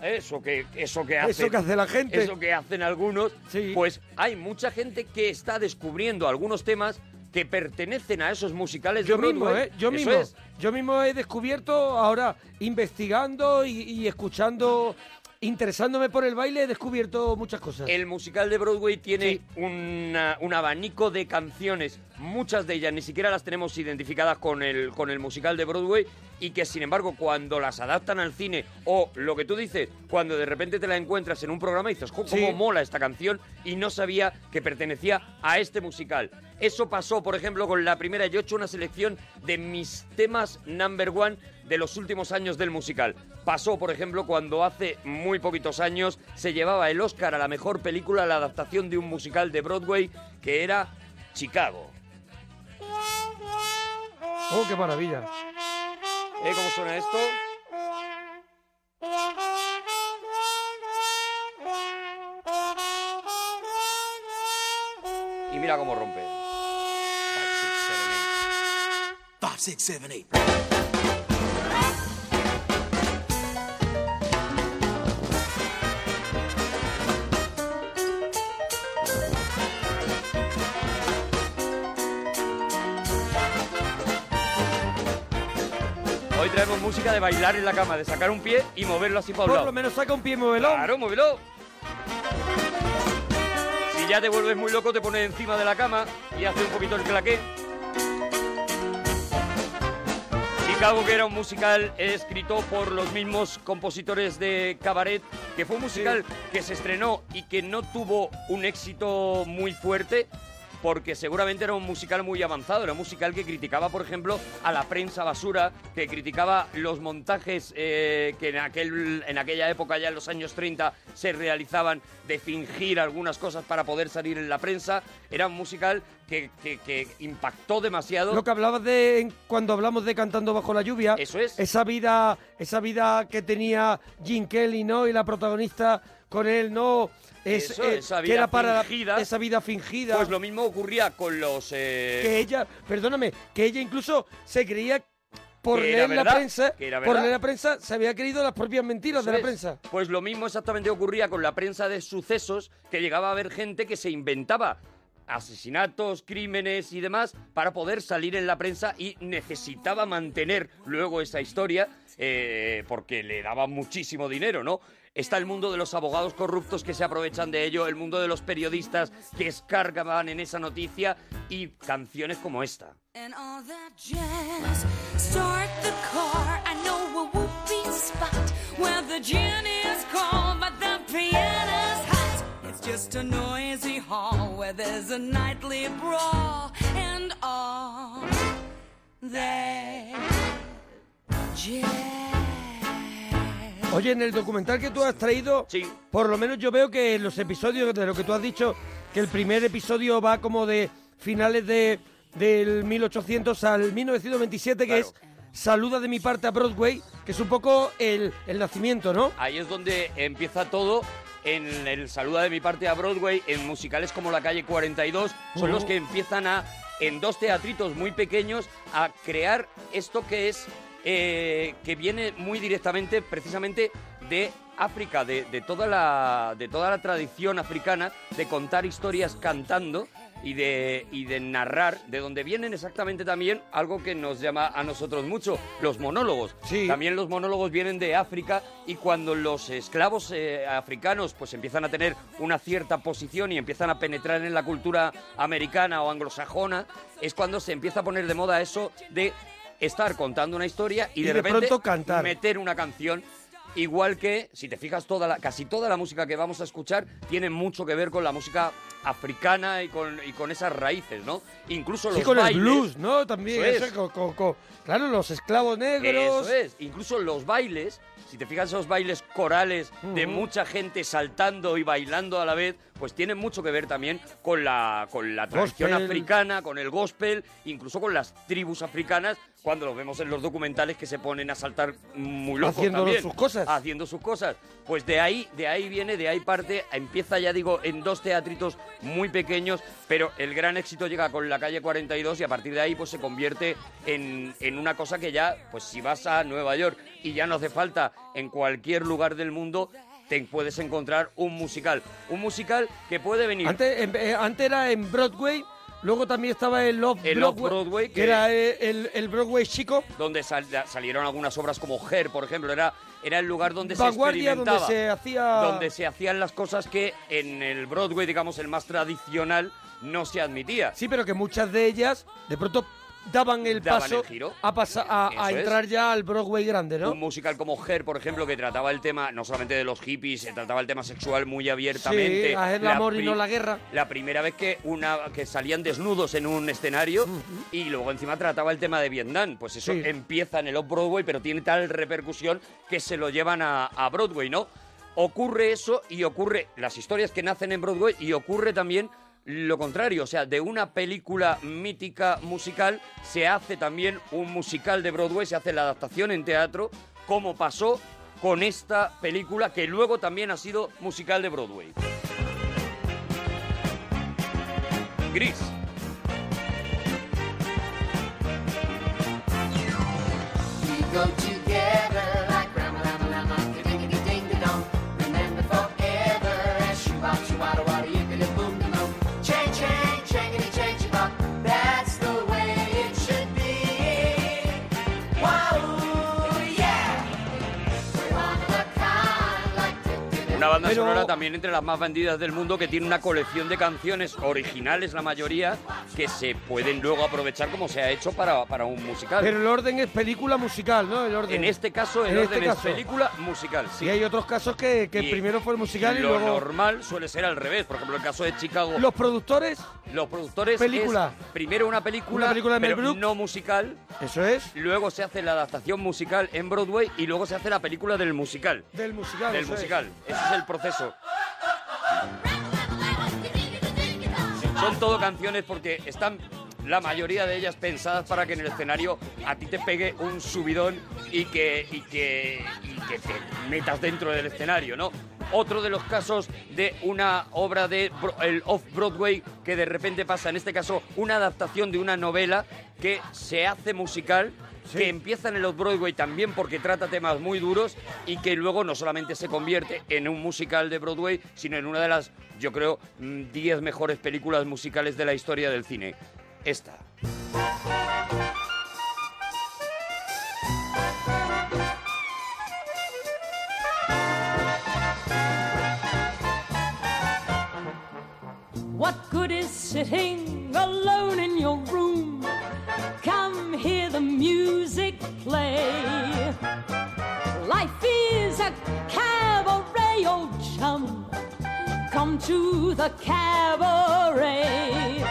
[SPEAKER 3] Eso que, eso que hace.
[SPEAKER 2] Eso que hace la gente.
[SPEAKER 3] Eso que hacen algunos. Pues hay mucha gente que está descubriendo algunos temas que pertenecen a esos musicales
[SPEAKER 2] Yo
[SPEAKER 3] de
[SPEAKER 2] mismo,
[SPEAKER 3] Broadway.
[SPEAKER 2] ¿eh? Yo
[SPEAKER 3] Eso
[SPEAKER 2] mismo.
[SPEAKER 3] es.
[SPEAKER 2] Yo mismo he descubierto ahora, investigando y, y escuchando, interesándome por el baile, he descubierto muchas cosas.
[SPEAKER 3] El musical de Broadway tiene una- un abanico de canciones, muchas de ellas ni siquiera las tenemos identificadas con el, con el musical de Broadway y que sin embargo cuando las adaptan al cine o lo que tú dices, cuando de repente te la encuentras en un programa y dices, "Jo, ¿cómo
[SPEAKER 2] Sí.
[SPEAKER 3] mola esta canción? Y no sabía que pertenecía a este musical. Eso pasó, por ejemplo, con la primera. Yo he hecho una selección de mis temas number one de los últimos años del musical. Pasó, por ejemplo, cuando hace muy poquitos años se llevaba el Oscar a la mejor película, la adaptación de un musical de Broadway, que era Chicago.
[SPEAKER 2] Oh, qué maravilla.
[SPEAKER 3] ¿Eh? ¿Cómo suena esto? y mira cómo rompe.
[SPEAKER 4] Five, six, seven, eight.
[SPEAKER 3] Hoy traemos música de bailar en la cama, de sacar un pie y moverlo así para un
[SPEAKER 2] Por
[SPEAKER 3] lado.
[SPEAKER 2] lo menos saca un pie y muévelo.
[SPEAKER 3] Claro, muévelo. Si ya te vuelves muy loco, te pones encima de la cama y hace un poquito el claqué. Chicago, que era un musical escrito por los mismos compositores de Cabaret, que fue un musical que se estrenó y que no tuvo un éxito muy fuerte, porque seguramente era un musical muy avanzado, era un musical que criticaba, por ejemplo, a la prensa basura, que criticaba los montajes eh, que en, aquel, en aquella época, ya en los años 30, se realizaban de fingir algunas cosas para poder salir en la prensa. Era un musical que, que- que impactó demasiado.
[SPEAKER 2] Lo que hablabas de en- cuando hablamos de cantando bajo la lluvia.
[SPEAKER 3] Eso es.
[SPEAKER 2] Esa vida, esa vida que tenía Jim Kelly, ¿no? Y la protagonista con él, ¿no? Es,
[SPEAKER 3] Eso,
[SPEAKER 2] eh,
[SPEAKER 3] esa
[SPEAKER 2] que
[SPEAKER 3] vida
[SPEAKER 2] era para
[SPEAKER 3] fingida.
[SPEAKER 2] esa vida fingida.
[SPEAKER 3] Pues lo mismo ocurría con los... eh,
[SPEAKER 2] que ella, perdóname, que ella incluso se creía por
[SPEAKER 3] Que era
[SPEAKER 2] leer la
[SPEAKER 3] verdad,
[SPEAKER 2] prensa,
[SPEAKER 3] que era
[SPEAKER 2] por
[SPEAKER 3] verdad.
[SPEAKER 2] leer la prensa, se había creído las propias mentiras de la
[SPEAKER 3] Eso es.
[SPEAKER 2] prensa.
[SPEAKER 3] Pues lo mismo exactamente ocurría con la prensa de sucesos, que llegaba a haber gente que se inventaba asesinatos, crímenes y demás para poder salir en la prensa y necesitaba mantener luego esa historia eh, porque le daba muchísimo dinero, ¿no? Está el mundo de los abogados corruptos que se aprovechan de ello, el mundo de los periodistas que escargaban en esa noticia y canciones como esta.
[SPEAKER 4] And all that jazz. Start the car. I know a whoopee spot where the gin is cold, but the piano's hot. It's just a noisy hall where there's a nightly brawl and all that jazz.
[SPEAKER 2] Oye, en el documental que tú has traído, por lo menos yo veo que en los episodios de lo que tú has dicho, que el primer episodio va como de finales de, del 1800 al 1927, que es Saluda de mi parte a Broadway, que es un poco el, el nacimiento, ¿no?
[SPEAKER 3] Ahí es donde empieza todo. En el saluda de mi parte a Broadway, en musicales como La calle 42, son
[SPEAKER 2] Ujú.
[SPEAKER 3] los que empiezan a, en dos teatritos muy pequeños, a crear esto que es, eh, que viene muy directamente, precisamente, de África, de, de toda la, de toda la tradición africana de contar historias cantando y de, y de narrar, de donde vienen exactamente también algo que nos llama a nosotros mucho, los monólogos. También los monólogos vienen de África y cuando los esclavos eh, africanos pues empiezan a tener una cierta posición y empiezan a penetrar en la cultura americana o anglosajona, es cuando se empieza a poner de moda eso de estar contando una historia y,
[SPEAKER 2] Y
[SPEAKER 3] de,
[SPEAKER 2] de
[SPEAKER 3] repente
[SPEAKER 2] pronto cantar.
[SPEAKER 3] meter una canción. Igual que, si te fijas, toda la, casi toda la música que vamos a escuchar tiene mucho que ver con la música africana y con, y con esas raíces, ¿no? Incluso los
[SPEAKER 2] Sí, con
[SPEAKER 3] bailes-
[SPEAKER 2] el blues, ¿no? También,
[SPEAKER 3] Eso
[SPEAKER 2] eso,
[SPEAKER 3] es.
[SPEAKER 2] con- con- con- claro, los esclavos negros.
[SPEAKER 3] Eso es. Incluso los bailes, si te fijas esos bailes corales de
[SPEAKER 2] Ujú.
[SPEAKER 3] mucha gente saltando y bailando a la vez, pues tienen mucho que ver también con la, con la tradición
[SPEAKER 2] Gospel.
[SPEAKER 3] africana, con el gospel, incluso con las tribus africanas, cuando los vemos en los documentales que se ponen a saltar muy locos
[SPEAKER 2] Haciendo
[SPEAKER 3] también.
[SPEAKER 2] sus cosas.
[SPEAKER 3] Haciendo sus cosas. Pues de ahí, de ahí viene, de ahí parte, empieza ya digo, en dos teatritos muy pequeños, pero el gran éxito llega con la calle 42 y a partir de ahí pues se convierte en, en una cosa que ya, pues si vas a Nueva York y ya no hace falta en cualquier lugar del mundo, te puedes encontrar un musical. Un musical que puede venir...
[SPEAKER 2] Antes, en- eh, antes era en Broadway, luego también estaba el Off
[SPEAKER 3] El
[SPEAKER 2] Broadway,
[SPEAKER 3] Off-Broadway,
[SPEAKER 2] que,
[SPEAKER 3] que-
[SPEAKER 2] era eh, el, el Broadway chico.
[SPEAKER 3] donde sal- salieron algunas obras como Her, por ejemplo, era, era el lugar donde
[SPEAKER 2] Vanguardia,
[SPEAKER 3] se
[SPEAKER 2] donde
[SPEAKER 3] experimentaba.
[SPEAKER 2] se hacía.
[SPEAKER 3] donde se hacían las cosas que en el Broadway, digamos, el más tradicional, no se admitía.
[SPEAKER 2] Sí, pero que muchas de ellas de pronto daban el
[SPEAKER 3] Daban
[SPEAKER 2] paso
[SPEAKER 3] el giro.
[SPEAKER 2] a, pasa- a- a
[SPEAKER 3] Eso es.
[SPEAKER 2] entrar ya al Broadway grande, ¿no?
[SPEAKER 3] Un musical como Her, por ejemplo, que trataba el tema no solamente de los hippies, se trataba el tema sexual muy abiertamente.
[SPEAKER 2] Sí, haz el amor y
[SPEAKER 3] pri-
[SPEAKER 2] no la guerra.
[SPEAKER 3] La primera vez que una que salían desnudos en un escenario y luego encima trataba el tema de Vietnam. Pues eso
[SPEAKER 2] Sí.
[SPEAKER 3] empieza en el off-Broadway, pero tiene tal repercusión que se lo llevan a, a Broadway, ¿no? Ocurre eso y ocurre las historias que nacen en Broadway y ocurre también lo contrario, o sea, de una película mítica musical se hace también un musical de Broadway, se hace la adaptación en teatro, como pasó con esta película que luego también ha sido musical de Broadway. en gris.
[SPEAKER 4] We go together like Rama Lama Lama, ding ding ding dong. Remember forever as shuba shubada wada yippity boom ding dong. Chang chang changity chang shuba, that's the way it should be. Wow, yeah. We're on the kind like
[SPEAKER 3] Una banda
[SPEAKER 39] Pero-
[SPEAKER 3] sonora también entre las más vendidas del mundo que tiene una colección de canciones originales, la mayoría, que se pueden luego aprovechar como se ha hecho para, para un musical.
[SPEAKER 2] Pero el orden es película musical, ¿no? El orden.
[SPEAKER 3] en este caso, el
[SPEAKER 2] En este
[SPEAKER 3] orden
[SPEAKER 2] caso.
[SPEAKER 3] es película musical. sí.
[SPEAKER 2] Y hay otros casos que, que
[SPEAKER 3] Y
[SPEAKER 2] primero fue el musical y
[SPEAKER 3] lo
[SPEAKER 2] luego.
[SPEAKER 3] normal suele ser al revés. Por ejemplo, el caso de Chicago.
[SPEAKER 2] Los productores.
[SPEAKER 3] Los productores.
[SPEAKER 2] Película.
[SPEAKER 3] es primero una película.
[SPEAKER 2] Una película de Mel
[SPEAKER 3] pero
[SPEAKER 2] Brooks.
[SPEAKER 3] no musical.
[SPEAKER 2] Eso es.
[SPEAKER 3] Luego se hace la adaptación musical en Broadway y luego se hace la película del musical.
[SPEAKER 2] Del musical.
[SPEAKER 3] Del
[SPEAKER 2] eso es.
[SPEAKER 3] musical. Ese es el proceso. Son todo canciones porque están la mayoría de ellas pensadas para que en el escenario a ti te pegue un subidón y que, y que, y que te metas dentro del escenario, ¿no? Otro de los casos de una obra de Bro- el off-Broadway que de repente pasa, en este caso, una adaptación de una novela que se hace musical, que empieza en el off-Broadway también porque trata temas muy duros y que luego no solamente se convierte en un musical de Broadway, sino en una de las, yo creo, mm, 10 mejores películas musicales de la historia del cine. Esta.
[SPEAKER 10] What good is sitting alone in your room? Come hear the music play. Life is a cabaret, old chum. Come to the cabaret.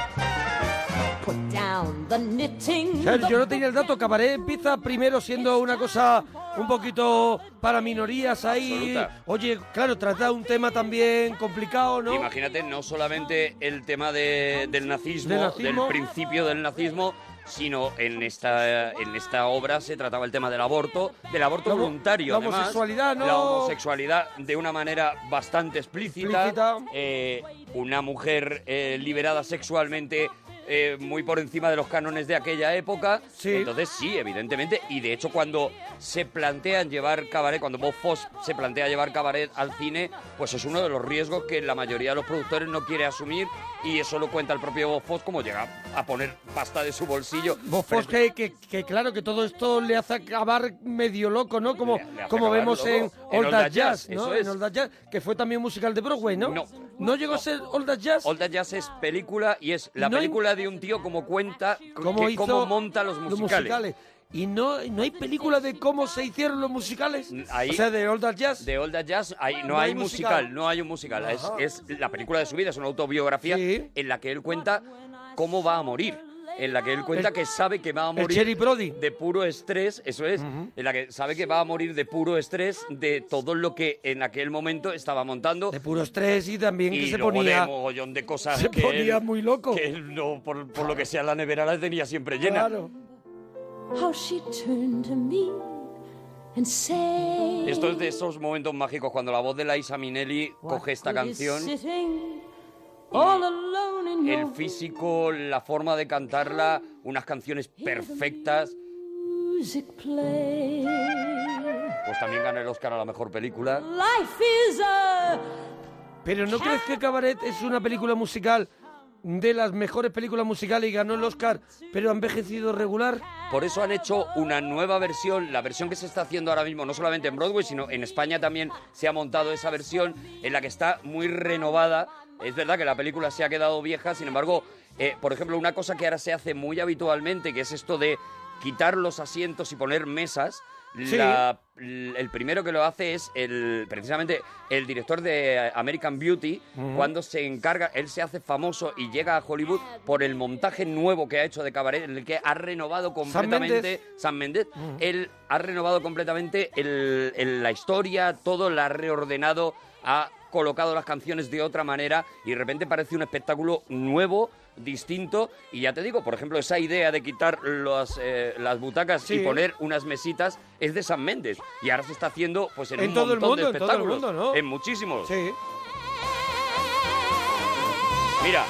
[SPEAKER 10] Put down the knitting.
[SPEAKER 2] Claro,
[SPEAKER 10] the
[SPEAKER 2] yo no tenía el dato. Cabaret empieza primero siendo una cosa un poquito para minorías ahí.
[SPEAKER 3] Absoluta.
[SPEAKER 2] Oye, claro, trata un tema también complicado, ¿no?
[SPEAKER 3] Imagínate no solamente el tema de- del, nazismo,
[SPEAKER 2] Del
[SPEAKER 3] del
[SPEAKER 2] nazismo.
[SPEAKER 3] principio del nazismo, sino en esta, en esta obra se trataba el tema del aborto, del aborto
[SPEAKER 2] La homo-
[SPEAKER 3] voluntario.
[SPEAKER 2] la
[SPEAKER 3] además.
[SPEAKER 2] homosexualidad, ¿no?
[SPEAKER 3] La homosexualidad de una manera bastante explícita. Eh, una mujer eh, liberada sexualmente. eh, muy por encima de los cánones de aquella época. Entonces, sí, evidentemente. Y de hecho, cuando se plantean llevar cabaret, cuando Bob Foss se plantea llevar cabaret al cine, pues es uno de los riesgos que la mayoría de los productores no quiere asumir. Y eso lo cuenta el propio Bob Foss, como llega a poner pasta de su bolsillo.
[SPEAKER 2] Vos
[SPEAKER 3] Pero
[SPEAKER 2] pues que, que- que claro, que todo esto le hace acabar medio loco, ¿no? Como,
[SPEAKER 3] le hace
[SPEAKER 2] como
[SPEAKER 3] acabar
[SPEAKER 2] vemos
[SPEAKER 3] loco.
[SPEAKER 2] en All That Jazz, ¿no?
[SPEAKER 3] eso
[SPEAKER 2] En
[SPEAKER 3] es.
[SPEAKER 2] All That Jazz, que fue también un musical de Broadway, ¿no?
[SPEAKER 3] No.
[SPEAKER 2] ¿No llegó a ser All That Jazz?
[SPEAKER 3] All That Jazz es película y es la
[SPEAKER 2] No hay-
[SPEAKER 3] película de un tío como cuenta, c-
[SPEAKER 2] ¿Cómo
[SPEAKER 3] que-
[SPEAKER 2] hizo
[SPEAKER 3] cómo monta los musicales.
[SPEAKER 2] Y no, no hay película de cómo se hicieron los musicales.
[SPEAKER 3] Ahí-
[SPEAKER 2] o sea, de All That Jazz.
[SPEAKER 3] De All That Jazz ahí no, hay musical, no hay un musical. Es,
[SPEAKER 2] Ajá.
[SPEAKER 3] es la película de su vida, es una autobiografía en la que él cuenta cómo va a morir. En la que él cuenta
[SPEAKER 2] El-
[SPEAKER 3] que sabe que va a
[SPEAKER 2] el
[SPEAKER 3] morir
[SPEAKER 2] Cherry Brody.
[SPEAKER 3] de puro estrés, eso es, en la que sabe que va a morir de puro estrés de todo lo que en aquel momento estaba montando.
[SPEAKER 2] De puro estrés y también
[SPEAKER 3] y
[SPEAKER 2] que se
[SPEAKER 3] luego
[SPEAKER 2] ponía...
[SPEAKER 3] de mogollón de cosas
[SPEAKER 2] se
[SPEAKER 3] que
[SPEAKER 2] ponía
[SPEAKER 3] él-
[SPEAKER 2] muy loco.
[SPEAKER 3] que él no, por, por lo que sea la nevera la tenía siempre llena.
[SPEAKER 2] Claro.
[SPEAKER 10] How she turned to me and said.
[SPEAKER 3] Esto es de esos momentos mágicos cuando la voz de Laisa Minelli coge esta
[SPEAKER 10] "Good is
[SPEAKER 3] canción.
[SPEAKER 10] sitting all alone in your
[SPEAKER 3] El físico, la forma de cantarla, unas canciones perfectas.
[SPEAKER 10] music play.
[SPEAKER 3] Pues también gana el Oscar a la mejor película.
[SPEAKER 10] Life is a
[SPEAKER 2] Pero ¿no crees que Cabaret es una película musical de las mejores películas musicales y ganó el Oscar, pero ha envejecido regular?
[SPEAKER 3] Por eso han hecho una nueva versión, la versión que se está haciendo ahora mismo, no solamente en Broadway, sino en España también se ha montado esa versión en la que está muy renovada. Es verdad que la película se ha quedado vieja, sin embargo, eh, por ejemplo, una cosa que ahora se hace muy habitualmente, que es esto de quitar los asientos y poner mesas.
[SPEAKER 2] Sí.
[SPEAKER 3] La- l- el primero que lo hace es el, precisamente el director de eh, American Beauty,
[SPEAKER 2] Ujú.
[SPEAKER 3] cuando cuando se encarga, él se hace famoso y llega a Hollywood por el montaje nuevo que ha hecho de Cabaret, en el que ha renovado completamente San Méndez.
[SPEAKER 2] Ujú.
[SPEAKER 3] Él ha renovado completamente el- el- la historia, todo la ha reordenado, ha colocado las canciones de otra manera y de repente parece un espectáculo nuevo distinto y ya te digo por ejemplo esa idea de quitar los, eh, las butacas y
[SPEAKER 2] Sí.
[SPEAKER 3] poner unas mesitas es de San Méndez y ahora se está haciendo pues en,
[SPEAKER 2] En
[SPEAKER 3] un
[SPEAKER 2] todo el
[SPEAKER 3] montón
[SPEAKER 2] mundo,
[SPEAKER 3] de
[SPEAKER 2] en todo el
[SPEAKER 3] espectáculos
[SPEAKER 2] mundo, ¿no?
[SPEAKER 3] en muchísimos
[SPEAKER 2] Sí.
[SPEAKER 3] mira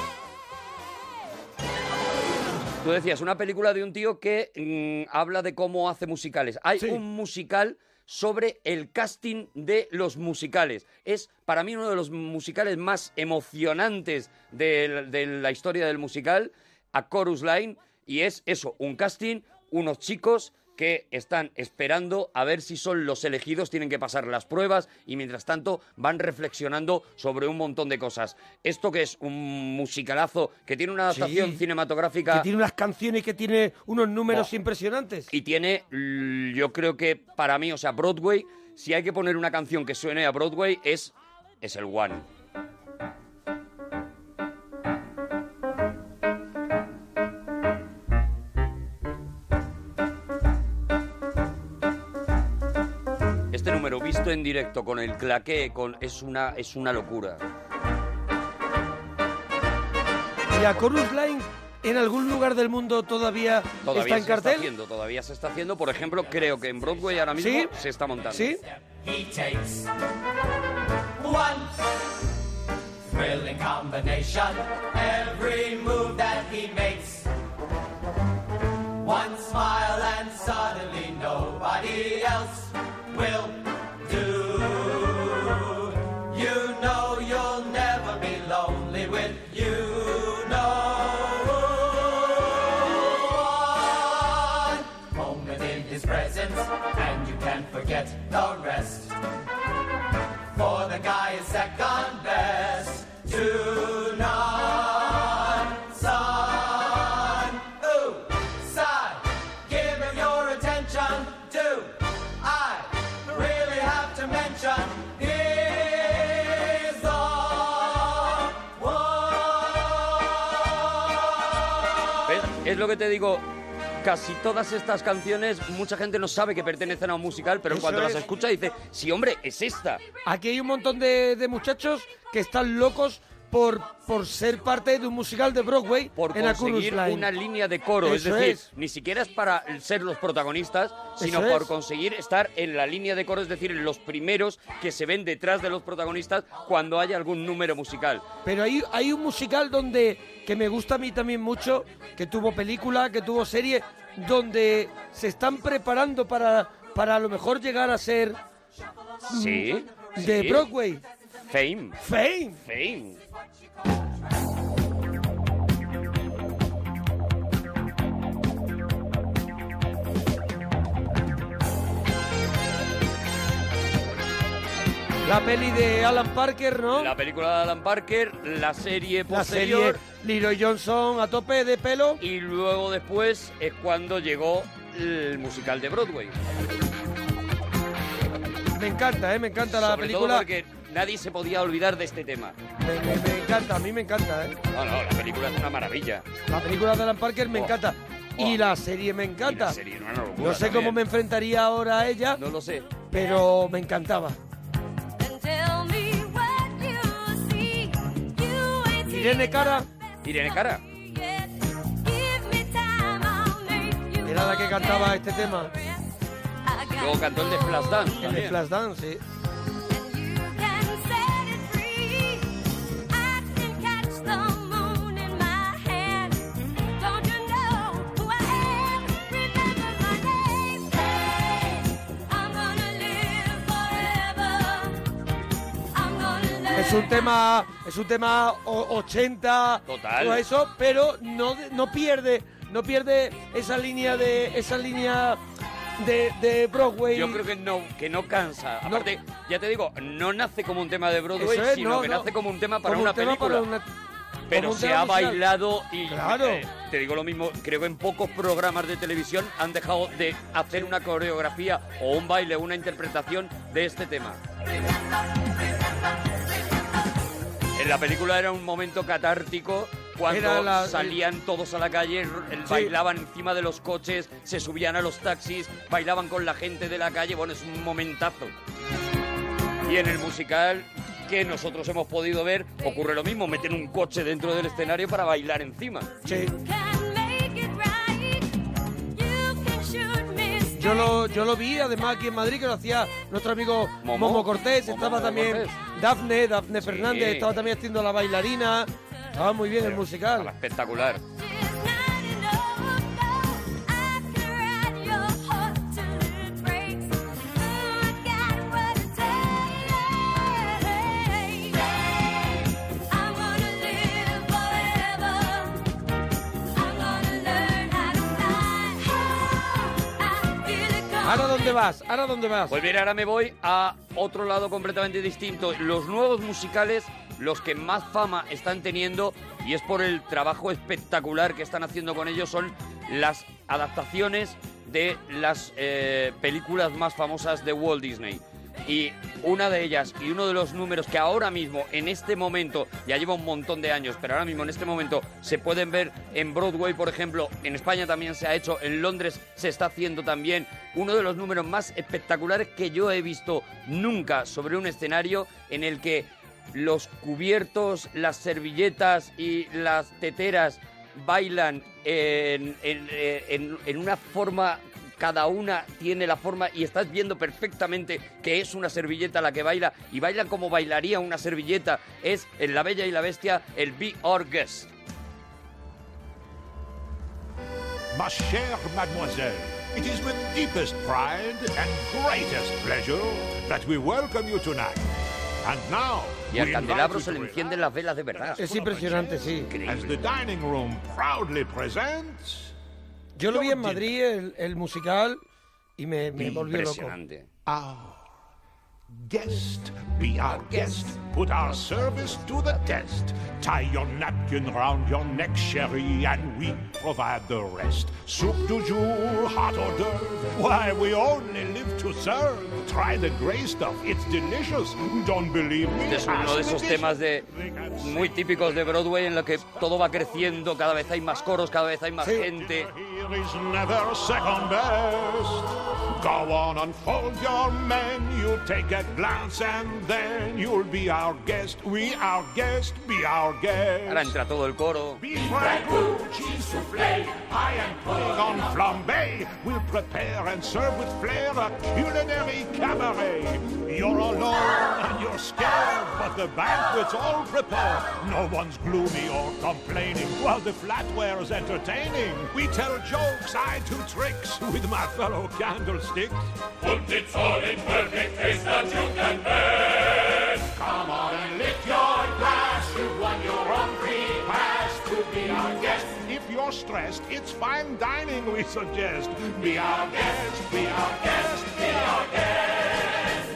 [SPEAKER 3] Tú decías, una película de un tío que mm, habla de cómo hace musicales. Hay un musical sobre el casting de los musicales. Es para mí uno de los musicales más emocionantes del- de, la historia del musical, a Chorus Line, y es eso, un casting, unos chicos que están esperando a ver si son los elegidos, tienen que pasar las pruebas y mientras tanto van reflexionando sobre un montón de cosas. Esto que es un musicalazo que tiene una adaptación
[SPEAKER 2] Sí.
[SPEAKER 3] cinematográfica
[SPEAKER 2] Que tiene unas canciones que tiene unos números
[SPEAKER 3] Buah.
[SPEAKER 2] impresionantes.
[SPEAKER 3] y tiene, l- yo creo que para mí, o sea, Broadway, si hay que poner una canción que suene a Broadway, es, es el One. Este número visto en directo con el claqué con, es, una, es una locura.
[SPEAKER 2] ¿Y a Chorus Line en algún lugar del mundo todavía,
[SPEAKER 3] Todavía
[SPEAKER 2] está en
[SPEAKER 3] se
[SPEAKER 2] cartel?
[SPEAKER 3] está haciendo, todavía se está haciendo. Por ejemplo, creo que en Broadway ahora mismo
[SPEAKER 2] ¿Sí?
[SPEAKER 3] se está montando.
[SPEAKER 2] ¿Sí?
[SPEAKER 4] He takes one thrilling combination every move that he makes. One smile and suddenly nobody else will do. You know you'll never be lonely with you. know one moment in his presence, and you can forget the rest. For the guy is second best to none. Son, ooh, son, give him your attention. Do I really have to mention? He's the
[SPEAKER 3] ¿Ves? Es lo que te digo. Casi todas estas canciones, mucha gente no sabe que pertenecen a un musical, pero
[SPEAKER 2] Eso
[SPEAKER 3] cuando las
[SPEAKER 2] es.
[SPEAKER 3] escucha dice, sí, hombre, es esta.
[SPEAKER 2] Aquí hay un montón de, de muchachos que están locos por, por ser parte de un musical de Broadway
[SPEAKER 3] Por
[SPEAKER 2] en la Chorus
[SPEAKER 3] conseguir
[SPEAKER 2] Line.
[SPEAKER 3] una línea de coro.
[SPEAKER 2] Eso
[SPEAKER 3] es decir,
[SPEAKER 2] es.
[SPEAKER 3] ni siquiera es para ser los protagonistas, sino
[SPEAKER 2] Eso
[SPEAKER 3] por
[SPEAKER 2] es.
[SPEAKER 3] conseguir estar en la línea de coro, es decir, los primeros que se ven detrás de los protagonistas cuando hay algún número musical.
[SPEAKER 2] Pero hay, hay un musical donde que me gusta a mí también mucho, que tuvo película, que tuvo serie, donde se están preparando para, para a lo mejor llegar a ser mm,
[SPEAKER 3] Sí.
[SPEAKER 2] de
[SPEAKER 3] sí.
[SPEAKER 2] Broadway.
[SPEAKER 3] Fame.
[SPEAKER 2] Fame.
[SPEAKER 3] Fame.
[SPEAKER 2] La peli de Alan Parker, ¿no?
[SPEAKER 3] La película de Alan Parker, la serie
[SPEAKER 2] La
[SPEAKER 3] posterior.
[SPEAKER 2] serie Leroy Johnson a tope de pelo.
[SPEAKER 3] Y luego después es cuando llegó el musical de Broadway.
[SPEAKER 2] Me encanta, ¿eh? Me encanta la
[SPEAKER 3] Sobre todo
[SPEAKER 2] película.
[SPEAKER 3] porque nadie se podía olvidar de este tema.
[SPEAKER 2] Me, me encanta, a mí me encanta, ¿eh?
[SPEAKER 3] No, no, la película es una maravilla. Oh,
[SPEAKER 2] La película de Alan Parker me encanta. Y la serie me encanta.
[SPEAKER 3] Una locura
[SPEAKER 2] no sé
[SPEAKER 3] también.
[SPEAKER 2] cómo me enfrentaría ahora a ella.
[SPEAKER 3] No lo sé.
[SPEAKER 2] Pero me encantaba. Irene Cara
[SPEAKER 3] Irene Cara.
[SPEAKER 2] era la que cantaba este tema.
[SPEAKER 3] Luego cantó el de Flashdance.
[SPEAKER 2] El de
[SPEAKER 3] también.
[SPEAKER 2] Flashdance, sí. Es un tema, es un tema o- 80,
[SPEAKER 3] Total.
[SPEAKER 2] todo eso, pero no, de- no pierde, no pierde esa línea de, esa línea de, de Broadway.
[SPEAKER 3] Yo creo que no, que no cansa. Aparte, ya te digo, no nace como un tema de Broadway,
[SPEAKER 2] Eso es,
[SPEAKER 3] sino
[SPEAKER 2] no,
[SPEAKER 3] que
[SPEAKER 2] no.
[SPEAKER 3] nace como un tema para
[SPEAKER 2] Como
[SPEAKER 3] una
[SPEAKER 2] un tema
[SPEAKER 3] película.
[SPEAKER 2] para una-
[SPEAKER 3] Pero
[SPEAKER 2] como un
[SPEAKER 3] se
[SPEAKER 2] tema
[SPEAKER 3] ha
[SPEAKER 2] musical.
[SPEAKER 3] bailado y
[SPEAKER 2] Claro.
[SPEAKER 3] eh, te digo lo mismo, creo que en pocos programas de televisión han dejado de hacer una coreografía o un baile, una interpretación de este tema. En la película era un momento catártico
[SPEAKER 2] Era
[SPEAKER 3] cuando
[SPEAKER 2] la-
[SPEAKER 3] salían todos a la calle, r- el-
[SPEAKER 2] Sí.
[SPEAKER 3] bailaban encima de los coches, se subían a los taxis, bailaban con la gente de la calle, bueno, es un momentazo. Y en el musical que nosotros hemos podido ver, ocurre lo mismo, meten un coche dentro del escenario para bailar encima.
[SPEAKER 2] Yo lo, yo lo vi además aquí en Madrid que lo hacía nuestro amigo Momo, Cortés, estaba también Dafne, Dafne Fernández, estaba también haciendo la bailarina, estaba muy bien el musical.
[SPEAKER 3] Espectacular.
[SPEAKER 2] ¿Ahora dónde vas? ¿Ahora dónde vas?
[SPEAKER 3] Pues mira, ahora me voy a otro lado completamente distinto. Los nuevos musicales, los que más fama están teniendo, y es por el trabajo espectacular que están haciendo con ellos, son las adaptaciones de las eh, películas más famosas de Walt Disney. Y una de ellas, y uno de los números que ahora mismo, en este momento, ya lleva un montón de años, pero ahora mismo, en este momento, se pueden ver en Broadway, por ejemplo, en España también se ha hecho, en Londres se está haciendo también, uno de los números más espectaculares que yo he visto nunca sobre un escenario en el que los cubiertos, las servilletas y las teteras bailan en, en- eh, en- en una forma, cada una tiene la forma y estás viendo perfectamente que es una servilleta la que baila y bailan como bailaría una servilleta. Es en La Bella y la Bestia el Be Our Guest.
[SPEAKER 12] Ma chère mademoiselle, it is with deepest pride and greatest pleasure that we welcome you tonight. And now,
[SPEAKER 3] Y al
[SPEAKER 12] we
[SPEAKER 3] candelabro se
[SPEAKER 12] invite you
[SPEAKER 3] le
[SPEAKER 12] to
[SPEAKER 3] encienden las velas de verdad.
[SPEAKER 12] Es impresionante,
[SPEAKER 2] sí.
[SPEAKER 12] As the dining room proudly presents.
[SPEAKER 2] Yo lo vi en Madrid, el, el musical, y me, me volvió loco. Ah.
[SPEAKER 12] Impresionante. Our guest, be our guest. Put our service to the test. Tie your napkin round your neck, sherry, and we provide the rest. Soup du jour, hot hors d'oeuvre. Why, we only live to serve. Try the gray stuff, it's delicious. Don't believe me?
[SPEAKER 3] Este es uno
[SPEAKER 12] Ask
[SPEAKER 3] de
[SPEAKER 12] the
[SPEAKER 3] esos
[SPEAKER 12] dish-
[SPEAKER 3] temas de muy típicos de Broadway en los que todo va creciendo, cada vez hay más coros, cada vez hay más gente.
[SPEAKER 12] Here is never second best. Go on, unfold your menu, take a glance, and then you'll be our guest. We our guest, be our guest.
[SPEAKER 3] Ahora entra todo el coro.
[SPEAKER 12] I am putting on flambe. We'll prepare and serve with flair a culinary cabaret. You're alone and you're scared, but the banquet's all prepared. No one's gloomy or complaining while the flatware's entertaining. We tell jokes, I do tricks with my fellow candlesticks. Put it all in perfect taste that you can best. Come on and lift your glass. You've won your own free pass to be our guest. If you're stressed, it's fine dining we suggest. Be our guest, be our guest, be our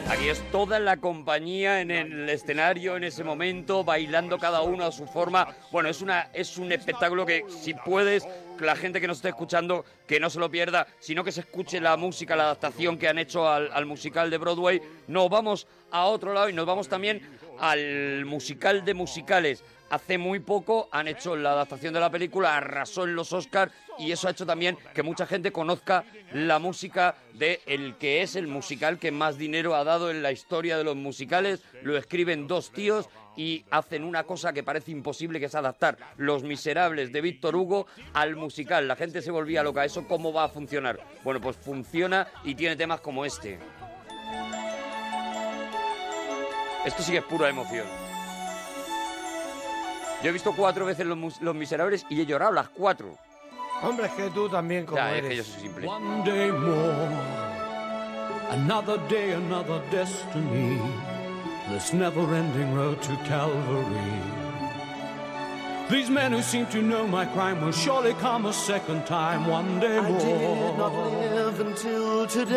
[SPEAKER 3] Aquí es toda la compañía en el escenario en ese momento, bailando cada uno a su forma. Bueno, es, una, es un espectáculo que si puedes, que la gente que nos esté escuchando, que no se lo pierda, sino que se escuche la música, la adaptación que han hecho al, al musical de Broadway. Nos vamos a otro lado y nos vamos también al musical de musicales. Hace muy poco han hecho la adaptación de la película, arrasó en los Oscars y eso ha hecho también que mucha gente conozca la música de el que es el musical que más dinero ha dado en la historia de los musicales. Lo escriben dos tíos y hacen una cosa que parece imposible, que es adaptar Los Miserables de Víctor Hugo al musical. La gente se volvía loca. ¿Eso cómo va a funcionar? Bueno, pues funciona y tiene temas como este. Esto sí que es pura emoción. Yo he visto cuatro veces Los, Mus- Los Miserables y he llorado las cuatro.
[SPEAKER 2] Hombre, es que tú también como
[SPEAKER 3] Ya, es
[SPEAKER 2] eres.
[SPEAKER 3] que yo soy simple.
[SPEAKER 15] One day more, another day, another destiny. This never ending road to Calvary. These men who seem to know my crime will surely come a second time one day
[SPEAKER 4] I
[SPEAKER 15] more.
[SPEAKER 4] did not live until today.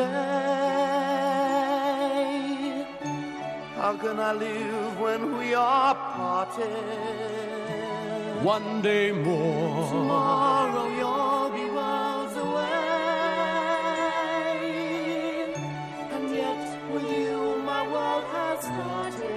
[SPEAKER 4] How can I live when we are parted?
[SPEAKER 15] One day more.
[SPEAKER 4] Tomorrow you'll be miles away. And yet, with you, my world has started.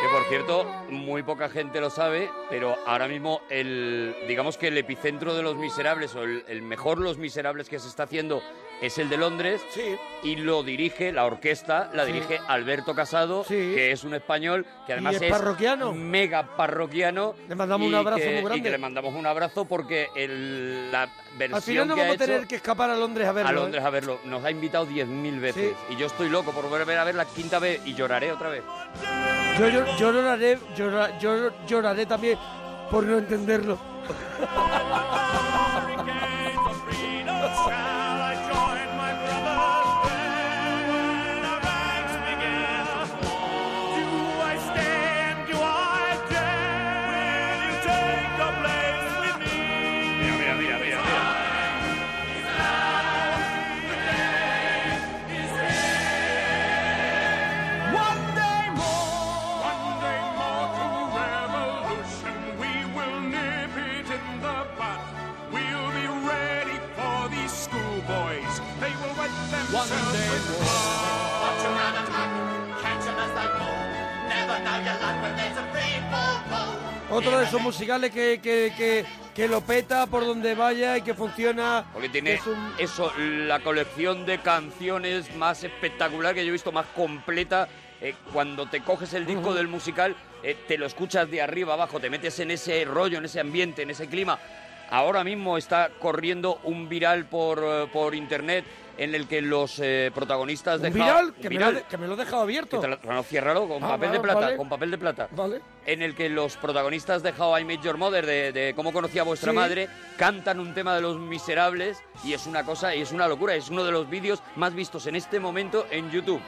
[SPEAKER 3] Que por cierto, muy poca gente lo sabe, pero ahora mismo el, digamos que el epicentro de Los Miserables o el, el mejor Los Miserables que se está haciendo es el de Londres. Y lo dirige la orquesta, la
[SPEAKER 2] Sí.
[SPEAKER 3] dirige Alberto Casado, que es un español que además
[SPEAKER 2] es
[SPEAKER 3] es
[SPEAKER 2] parroquiano.
[SPEAKER 3] mega parroquiano.
[SPEAKER 2] Le mandamos
[SPEAKER 3] y
[SPEAKER 2] un abrazo muy
[SPEAKER 3] que- Y que
[SPEAKER 2] grande.
[SPEAKER 3] le mandamos un abrazo porque el- la versión
[SPEAKER 2] Al final no
[SPEAKER 3] que ha
[SPEAKER 2] vamos a
[SPEAKER 3] hecho-
[SPEAKER 2] tener que escapar a Londres a verlo.
[SPEAKER 3] a
[SPEAKER 2] ¿eh?
[SPEAKER 3] Londres a verlo. Nos ha invitado 10.000 veces. Y yo estoy loco por volver a ver la quinta vez y lloraré otra vez.
[SPEAKER 2] Yo, llor- yo lloraré, llora- yo lloraré también por no entenderlo.
[SPEAKER 12] Mira, mira, mira, mira.
[SPEAKER 4] Sunday war. Watch your man attack, catch him as they fall. Never know your luck when there's a free ball goal.
[SPEAKER 2] Otro de esos musicales que, que, que, que lo peta por donde vaya y que funciona.
[SPEAKER 3] Porque tiene
[SPEAKER 2] Es un-
[SPEAKER 3] eso, la colección de canciones más espectacular que yo he visto, más completa. Eh, cuando te coges el disco del musical, eh, te lo escuchas de arriba abajo, te metes en ese rollo, en ese ambiente, en ese clima. Ahora mismo está corriendo un viral por, eh, por internet en el que los eh, protagonistas
[SPEAKER 2] ¿Un
[SPEAKER 3] deja-
[SPEAKER 2] viral?
[SPEAKER 3] un
[SPEAKER 2] Que, Me lo,
[SPEAKER 3] viral.
[SPEAKER 2] ha de- que me lo he dejado abierto.
[SPEAKER 3] Que te la- bueno, ciérralo con
[SPEAKER 2] Ah,
[SPEAKER 3] papel
[SPEAKER 2] vale,
[SPEAKER 3] de plata,
[SPEAKER 2] vale.
[SPEAKER 3] con papel de plata.
[SPEAKER 2] Vale.
[SPEAKER 3] En el que los protagonistas de How I Met Your Mother, de, de cómo conocía a vuestra
[SPEAKER 2] Sí.
[SPEAKER 3] madre, cantan un tema de los miserables y es una cosa, y es una locura. Es uno de los vídeos más vistos en este momento en YouTube.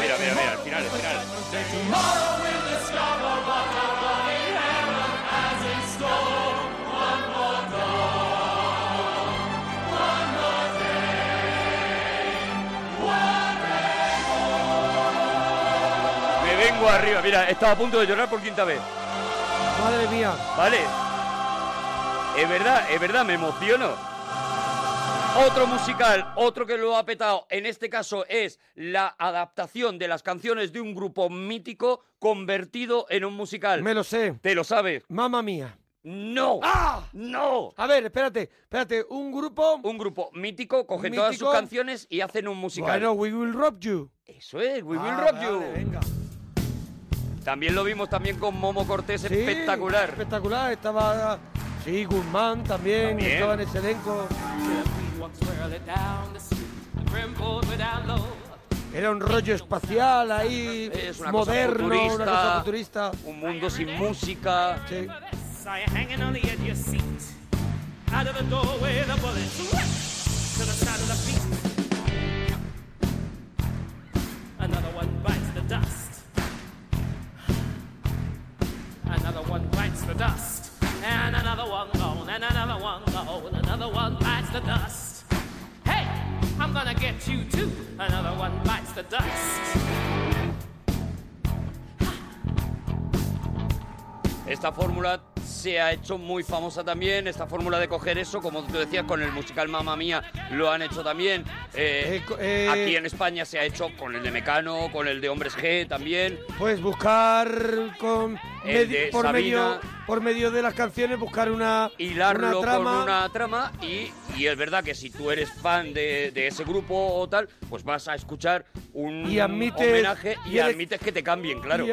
[SPEAKER 4] Mira, mira, mira, al final, al final.
[SPEAKER 3] Me vengo arriba, mira, estaba a punto de llorar por quinta vez.
[SPEAKER 2] Madre mía.
[SPEAKER 3] Vale. Es verdad, es verdad, me emociono. Otro musical, otro que lo ha petado, en este caso es la adaptación de las canciones de un grupo mítico convertido en un musical.
[SPEAKER 2] Me lo sé.
[SPEAKER 3] Te lo sabes.
[SPEAKER 2] Mamma mía.
[SPEAKER 3] No.
[SPEAKER 2] ¡Ah!
[SPEAKER 3] No.
[SPEAKER 2] A ver, espérate, espérate. Un grupo.
[SPEAKER 3] Un grupo mítico, Cogen todas sus canciones y hacen un musical.
[SPEAKER 2] Bueno, We Will Rob You.
[SPEAKER 3] Eso es, We Will
[SPEAKER 2] Ah,
[SPEAKER 3] Rock
[SPEAKER 2] vale,
[SPEAKER 3] You. También lo vimos también con Momo Cortés,
[SPEAKER 2] Sí,
[SPEAKER 3] espectacular.
[SPEAKER 2] Espectacular. Estaba. Sí, Guzmán también,
[SPEAKER 3] También.
[SPEAKER 2] Estaba en ese elenco. Era un rollo espacial ahí.
[SPEAKER 3] Es una cosa
[SPEAKER 2] moderno,
[SPEAKER 3] futurista,
[SPEAKER 2] una cosa futurista.
[SPEAKER 3] Un mundo sin música.
[SPEAKER 4] Saw you hanging on the edge of your seat. Out of the doorway, the bullet whips to the side of the feet. Another one bites the dust. Another one bites the dust. And another one gone, and another one gone, another one bites the dust. Hey, I'm gonna get you too. Another one bites the dust.
[SPEAKER 3] Esta fórmula se ha hecho muy famosa también, esta fórmula de coger eso, como tú decías, con el musical Mamma Mía lo han hecho también. Eh, aquí en España se ha hecho con el de Mecano, con el de Hombres G también.
[SPEAKER 2] Pues buscar con medi-
[SPEAKER 3] El de
[SPEAKER 2] por medio
[SPEAKER 3] Sabina.
[SPEAKER 2] por medio de las canciones buscar una una
[SPEAKER 3] hilarlo
[SPEAKER 2] trama.
[SPEAKER 3] con una trama y, y es verdad que si tú eres fan de, de ese grupo o tal, pues vas a escuchar un
[SPEAKER 2] Y admites-
[SPEAKER 3] homenaje y,
[SPEAKER 2] y eres-
[SPEAKER 3] admites que te cambien, claro.
[SPEAKER 2] y
[SPEAKER 3] Y,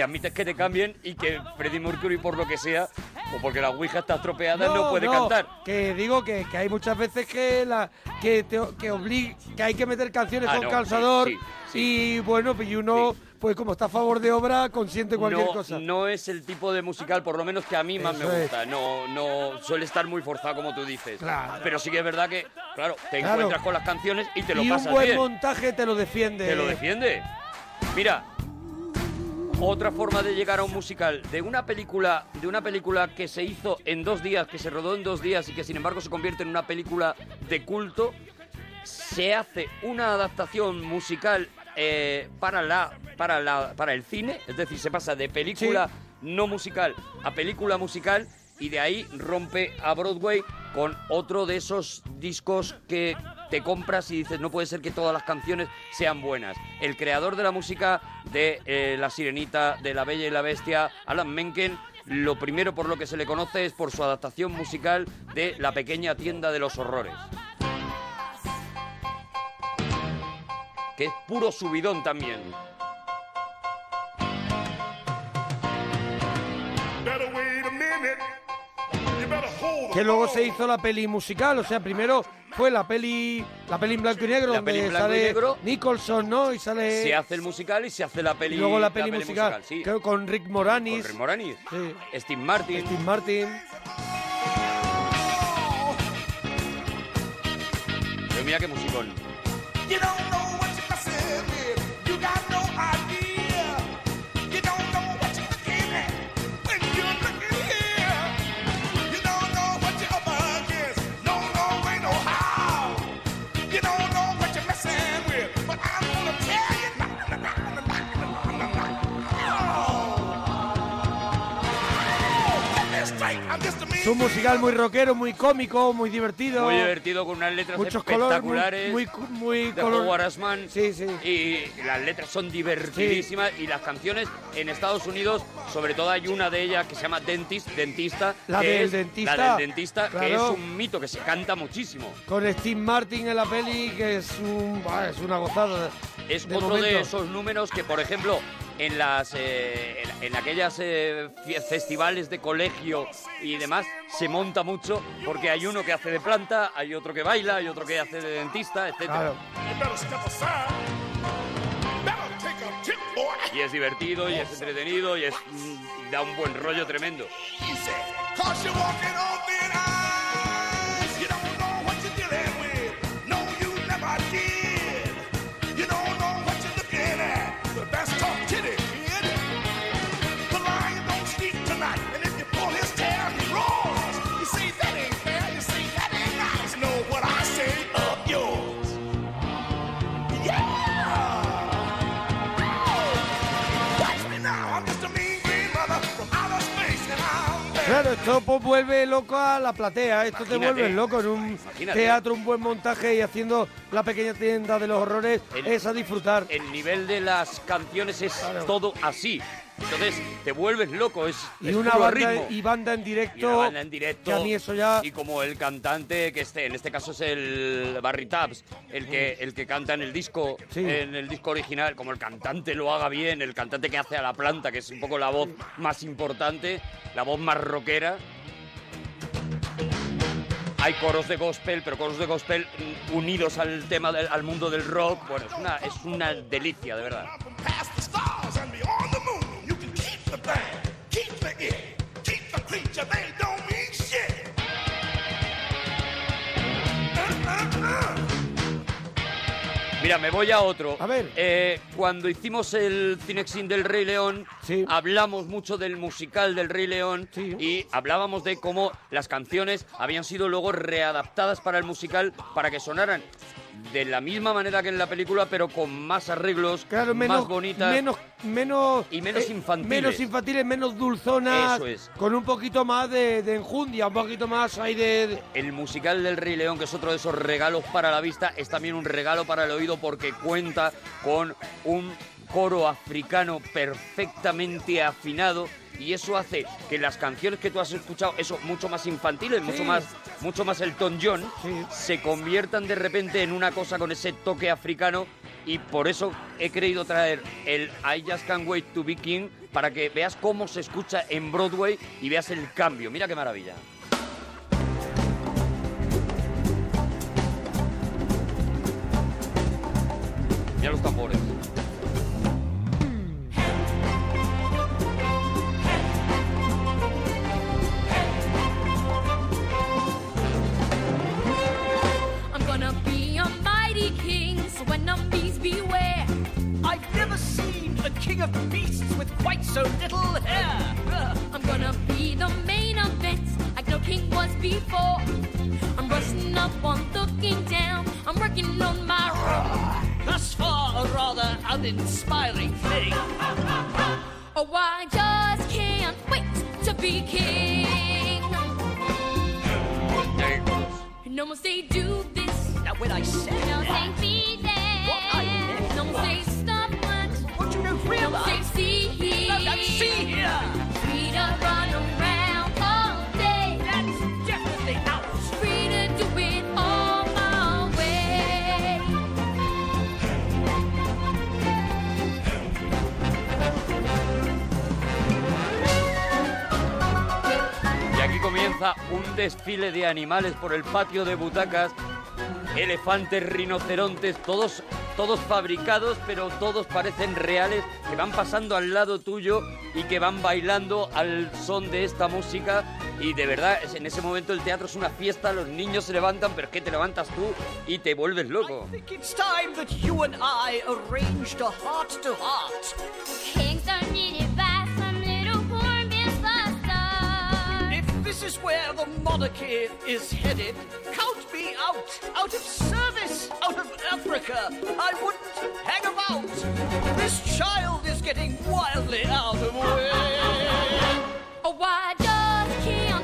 [SPEAKER 2] a-
[SPEAKER 3] admites que te cambien y que Freddie Mercury, por lo que sea, o porque la Ouija está estropeada, no, puede cantar.
[SPEAKER 2] Que digo que, que hay muchas veces que la que te que obli- que hay que meter canciones
[SPEAKER 3] Ah,
[SPEAKER 2] con
[SPEAKER 3] no, sí,
[SPEAKER 2] calzador
[SPEAKER 3] sí,
[SPEAKER 2] y bueno, pues y uno pues como está a favor de obra consiente cualquier
[SPEAKER 3] no,
[SPEAKER 2] cosa.
[SPEAKER 3] no es el tipo de musical, por lo menos que a mí más
[SPEAKER 2] Eso
[SPEAKER 3] me
[SPEAKER 2] es.
[SPEAKER 3] gusta. No, no suele estar muy forzado, como tú dices.
[SPEAKER 2] Claro.
[SPEAKER 3] Pero sí que es verdad que, claro, te
[SPEAKER 2] Claro.
[SPEAKER 3] encuentras con las canciones y te lo
[SPEAKER 2] y un
[SPEAKER 3] pasas
[SPEAKER 2] buen
[SPEAKER 3] bien.
[SPEAKER 2] montaje te lo defiende.
[SPEAKER 3] Te lo defiende. Mira, otra forma de llegar a un musical de una película, de una película que se hizo en dos días, que se rodó en dos días y que sin embargo se convierte en una película de culto, se hace una adaptación musical eh, para la, para la, para el cine, es decir, se pasa de película no musical a película musical y de ahí rompe a Broadway con otro de esos discos que te compras y dices no puede ser que todas las canciones sean buenas. El creador de la música de eh, La Sirenita, de La Bella y la Bestia, Alan Menken, lo primero por lo que se le conoce es por su adaptación musical de La Pequeña Tienda de los Horrores. que es puro subidón también.
[SPEAKER 4] Better wait a minute. You better hold
[SPEAKER 2] Que luego se hizo la peli musical, o sea, primero fue la peli la peli en blanco y negro
[SPEAKER 3] La
[SPEAKER 2] donde
[SPEAKER 3] peli en blanco y
[SPEAKER 2] sale
[SPEAKER 3] negro.
[SPEAKER 2] Nicholson, ¿no? Y sale
[SPEAKER 3] Se hace el musical y se hace la peli.
[SPEAKER 2] y luego la peli, musical,
[SPEAKER 3] sí.
[SPEAKER 2] que- con Rick Moranis.
[SPEAKER 3] Con Rick Moranis.
[SPEAKER 2] Sí.
[SPEAKER 3] Steve Martin.
[SPEAKER 2] Steve Martin.
[SPEAKER 3] Pero mira qué musicón.
[SPEAKER 4] You don't know what you're messing with. You got no idea. You don't know what you're looking at when you're looking here. You don't know what you're up against. No, no way, no how.
[SPEAKER 2] Es un musical muy rockero, muy cómico, muy divertido.
[SPEAKER 3] Muy divertido, con unas letras
[SPEAKER 2] Muchos colores, muy-
[SPEAKER 3] espectaculares.
[SPEAKER 2] muy cu- muy
[SPEAKER 3] de
[SPEAKER 2] color-
[SPEAKER 3] Howard Ashman. Y las letras son divertidísimas. Y las canciones en Estados Unidos, sobre todo hay una de ellas que se llama Dentist, Dentista.
[SPEAKER 2] La
[SPEAKER 3] que
[SPEAKER 2] del
[SPEAKER 3] es-
[SPEAKER 2] dentista,
[SPEAKER 3] La del Dentista, que es
[SPEAKER 2] claro.
[SPEAKER 3] un mito que se canta muchísimo.
[SPEAKER 2] Con Steve Martin en la peli, que es, un, bah, es una gozada.
[SPEAKER 3] Es
[SPEAKER 2] de
[SPEAKER 3] otro
[SPEAKER 2] momento.
[SPEAKER 3] de esos números que, por ejemplo, en las eh, en, en aquellas eh, fie- festivales de colegio y demás se monta mucho porque hay uno que hace de planta, hay otro que baila, hay otro que hace de dentista, etcétera.
[SPEAKER 2] Claro.
[SPEAKER 3] Y es divertido y es entretenido y es mm, y da un buen rollo tremendo.
[SPEAKER 2] Claro, esto pues, vuelve loco a la platea, esto
[SPEAKER 3] Imagínate,
[SPEAKER 2] te vuelve loco en un
[SPEAKER 3] imagínate.
[SPEAKER 2] teatro, un buen montaje y haciendo la pequeña tienda de los horrores, es a disfrutar.
[SPEAKER 3] El nivel de las canciones es todo así. Entonces te vuelves loco, es,
[SPEAKER 2] Y
[SPEAKER 3] es
[SPEAKER 2] una
[SPEAKER 3] puro
[SPEAKER 2] banda,
[SPEAKER 3] ritmo.
[SPEAKER 2] y banda en directo.
[SPEAKER 3] Y una banda en directo.
[SPEAKER 2] que a mí eso ya-
[SPEAKER 3] Y como el cantante que esté, en este caso es el Barry Taps, el que, el que canta en el disco,
[SPEAKER 2] Sí.
[SPEAKER 3] en el disco original, como el cantante lo haga bien, el cantante que hace a la planta, que es un poco la voz más importante, la voz más rockera. Hay coros de gospel, pero coros de gospel mm, unidos al tema del, al mundo del rock. Bueno, es una, es una delicia, de verdad. Mira, me voy a otro. A ver. cuando hicimos el Cinexin del Rey León, hablamos mucho del musical del Rey León y hablábamos de cómo las canciones habían sido luego readaptadas para el musical para que sonaran de la misma manera que en la película, pero con más arreglos,
[SPEAKER 2] Claro, menos,
[SPEAKER 3] más bonitas.
[SPEAKER 2] menos, menos eh,
[SPEAKER 3] Y menos infantiles.
[SPEAKER 2] menos infantiles, menos dulzonas,
[SPEAKER 3] Eso es.
[SPEAKER 2] con un poquito más de, de enjundia, un poquito más ahí de, de-
[SPEAKER 3] El musical del Rey León, que es otro de esos regalos para la vista, es también un regalo para el oído porque cuenta con un coro africano perfectamente afinado y eso hace que las canciones que tú has escuchado, eso mucho más infantiles, mucho más mucho más el Elton John, se conviertan de repente en una cosa con ese toque africano y por eso he creído traer el I Just Can't Wait to Be King para que veas cómo se escucha en Broadway y veas el cambio. Mira qué maravilla. Mira los tambores.
[SPEAKER 4] I'm gonna be a mighty king, so when I'm beast, beware. I've never seen a king of beasts with quite so little hair. I'm gonna be the main event, like no king was before. I'm rushing up on the king down, I'm working on my roar. Thus far, a rather uninspiring thing. Oh, I just can't wait to be king. No more say do this. Not what I said. No say be there. What I meant. No more say stop much. What you don't realize. No more say see here. No, no, see here. Free to run around all day. That's definitely out. Free to do it all my way.
[SPEAKER 3] Y aquí comienza un desfile de animales por el patio de butacas. Elefantes, rinocerontes, todos, todos fabricados, pero todos parecen reales, que van pasando al lado tuyo y que van bailando al son de esta música. Y de verdad, es- en ese momento el teatro es una fiesta, los niños se levantan, pero es que te levantas tú y te vuelves loco.
[SPEAKER 4] It's time that you and I arranged a heart to heart. Kings are needed by some little hornbill buster.
[SPEAKER 40] If this is where the monarchy is headed, count me out, out of service, out of Africa. I wouldn't hang about. This child is getting wildly out of way.
[SPEAKER 4] Oh, I just can't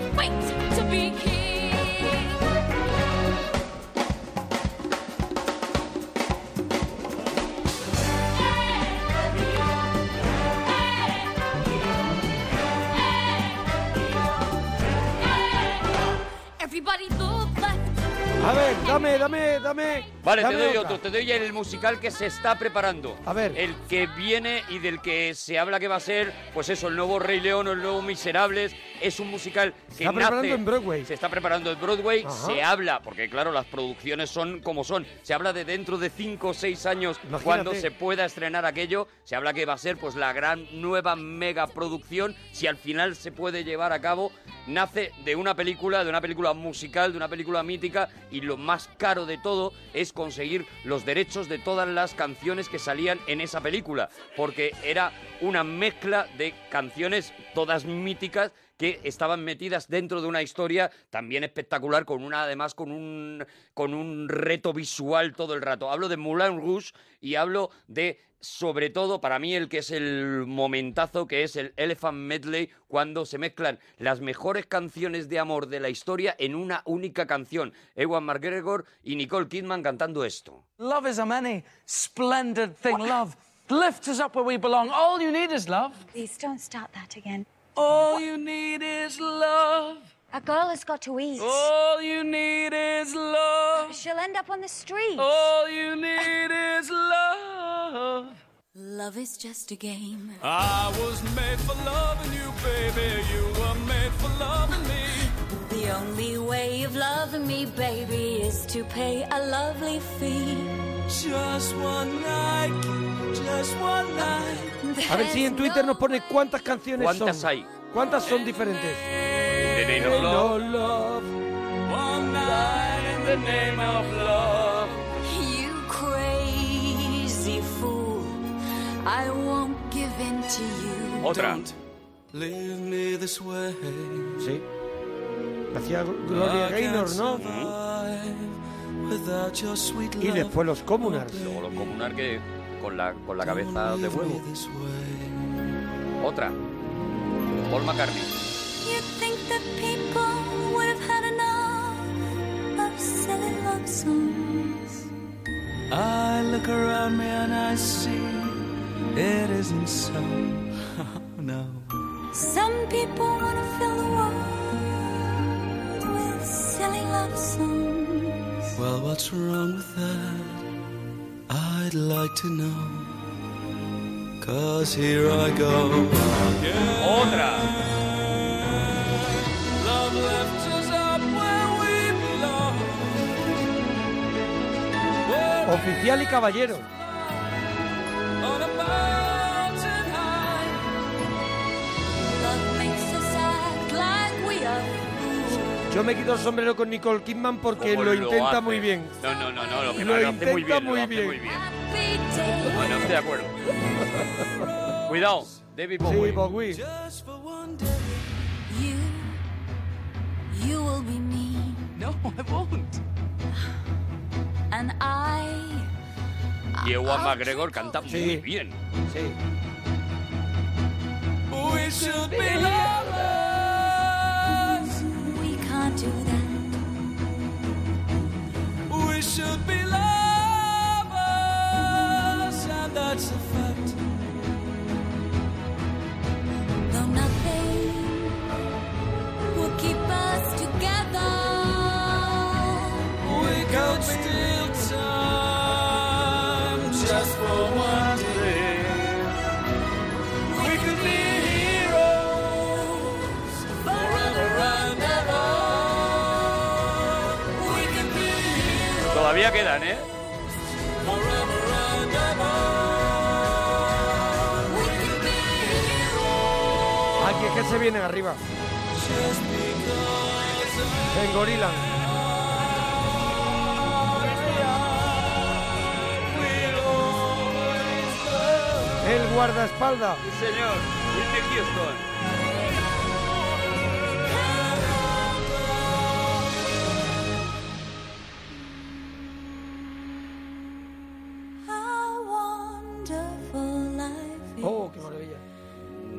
[SPEAKER 2] Dame, dame, dame.
[SPEAKER 3] Vale, te
[SPEAKER 2] dame
[SPEAKER 3] doy
[SPEAKER 2] otra.
[SPEAKER 3] otro, te doy el musical que se está preparando.
[SPEAKER 2] A ver.
[SPEAKER 3] El que viene y del que se habla que va a ser, pues eso, el nuevo Rey León o el nuevo Miserables. Es un musical que
[SPEAKER 2] está preparando
[SPEAKER 3] nace-
[SPEAKER 2] en Broadway.
[SPEAKER 3] Se está preparando en Broadway,
[SPEAKER 2] Ajá.
[SPEAKER 3] se habla, porque claro, las producciones son como son. Se habla de dentro de 5 o 6 años
[SPEAKER 2] Imagínate.
[SPEAKER 3] cuando se pueda estrenar aquello. Se habla que va a ser pues la gran nueva mega producción si al final se puede llevar a cabo. Nace de una película, de una película musical, de una película mítica y lo más caro de todo es conseguir los derechos de todas las canciones que salían en esa película, porque era una mezcla de canciones todas míticas que estaban metidas dentro de una historia también espectacular, con una además con un, con un reto visual todo el rato. Hablo de Moulin Rouge y hablo de, sobre todo, para mí el que es el momentazo, que es el Elephant Medley, cuando se mezclan las mejores canciones de amor de la historia en una única canción. Ewan McGregor y Nicole Kidman cantando esto.
[SPEAKER 41] Love is a many splendid thing. Love lifts us up where we belong. All you need is love.
[SPEAKER 4] Please don't start that again.
[SPEAKER 41] All you need is love.
[SPEAKER 4] A girl has got to eat.
[SPEAKER 41] All you need is love.
[SPEAKER 4] She'll end up on the street.
[SPEAKER 41] All you need is love.
[SPEAKER 4] Love is just a game.
[SPEAKER 1] I was made for loving you, baby. You were made for loving me.
[SPEAKER 4] The only way of loving me, baby, is to pay a lovely fee. Just one night, just one night.
[SPEAKER 2] A ver si en Twitter nos pone cuántas canciones
[SPEAKER 3] ¿Cuántas
[SPEAKER 2] son.
[SPEAKER 3] hay?
[SPEAKER 2] ¿Cuántas son diferentes?
[SPEAKER 3] The name
[SPEAKER 2] Hello,
[SPEAKER 3] of love.
[SPEAKER 2] love.
[SPEAKER 4] One night in the name of love. You crazy fool, I won't give in to you.
[SPEAKER 3] Otra.
[SPEAKER 4] Leave me this way.
[SPEAKER 2] Sí. La
[SPEAKER 3] Ah,
[SPEAKER 2] hacía Gloria Gaynor, ¿no? Y después los Comunards.
[SPEAKER 3] Luego lo comunar que con la, con la cabeza de huevo. Otra. Paul McCartney.
[SPEAKER 4] You think that people would have had enough of silly love songs?
[SPEAKER 1] I look around me and I see it isn't so. no.
[SPEAKER 4] Some people want to fill the world with silly love songs.
[SPEAKER 1] Well, what's wrong with that? I'd like to know. Cause here I go.
[SPEAKER 3] Otra.
[SPEAKER 1] Love lifts us up where we belong. We're
[SPEAKER 2] Oficial y caballero.
[SPEAKER 1] on a mountain high.
[SPEAKER 4] Love makes us act like we are fools.
[SPEAKER 2] Yo me quito el sombrero con Nicole Kidman porque
[SPEAKER 3] Como
[SPEAKER 2] lo intenta
[SPEAKER 3] hace.
[SPEAKER 2] muy bien.
[SPEAKER 3] No, no, no, no, lo que
[SPEAKER 2] Lo
[SPEAKER 3] va, lo hace muy
[SPEAKER 2] intenta
[SPEAKER 3] bien. Lo
[SPEAKER 2] muy
[SPEAKER 3] hace
[SPEAKER 2] bien.
[SPEAKER 3] muy bien. Ah,
[SPEAKER 4] Happy day.
[SPEAKER 3] No, no estoy de acuerdo. Cuidado, David Bowie.
[SPEAKER 2] Sí, Bowie.
[SPEAKER 4] You, you will be mean. No, I won't. And I.
[SPEAKER 3] Y Ewan McGregor canta muy bien. Sí.
[SPEAKER 1] We should be
[SPEAKER 4] lovers. We can't do that.
[SPEAKER 1] We should be lovers, and that's a fact.
[SPEAKER 4] Though nothing will keep us together.
[SPEAKER 1] We could steal time just for one day. We could be heroes forever and ever. We could be heroes
[SPEAKER 3] Todavía quedan, ¿eh?
[SPEAKER 1] forever and ever. We could be
[SPEAKER 2] Aquí es que se vienen arriba.
[SPEAKER 1] just because of
[SPEAKER 2] En Gorila. El guardaespaldas.
[SPEAKER 3] Sí, señor. Whitney Houston.
[SPEAKER 4] How wonderful life is.
[SPEAKER 2] Oh, qué maravilla.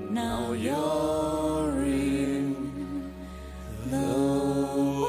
[SPEAKER 4] Now you're in the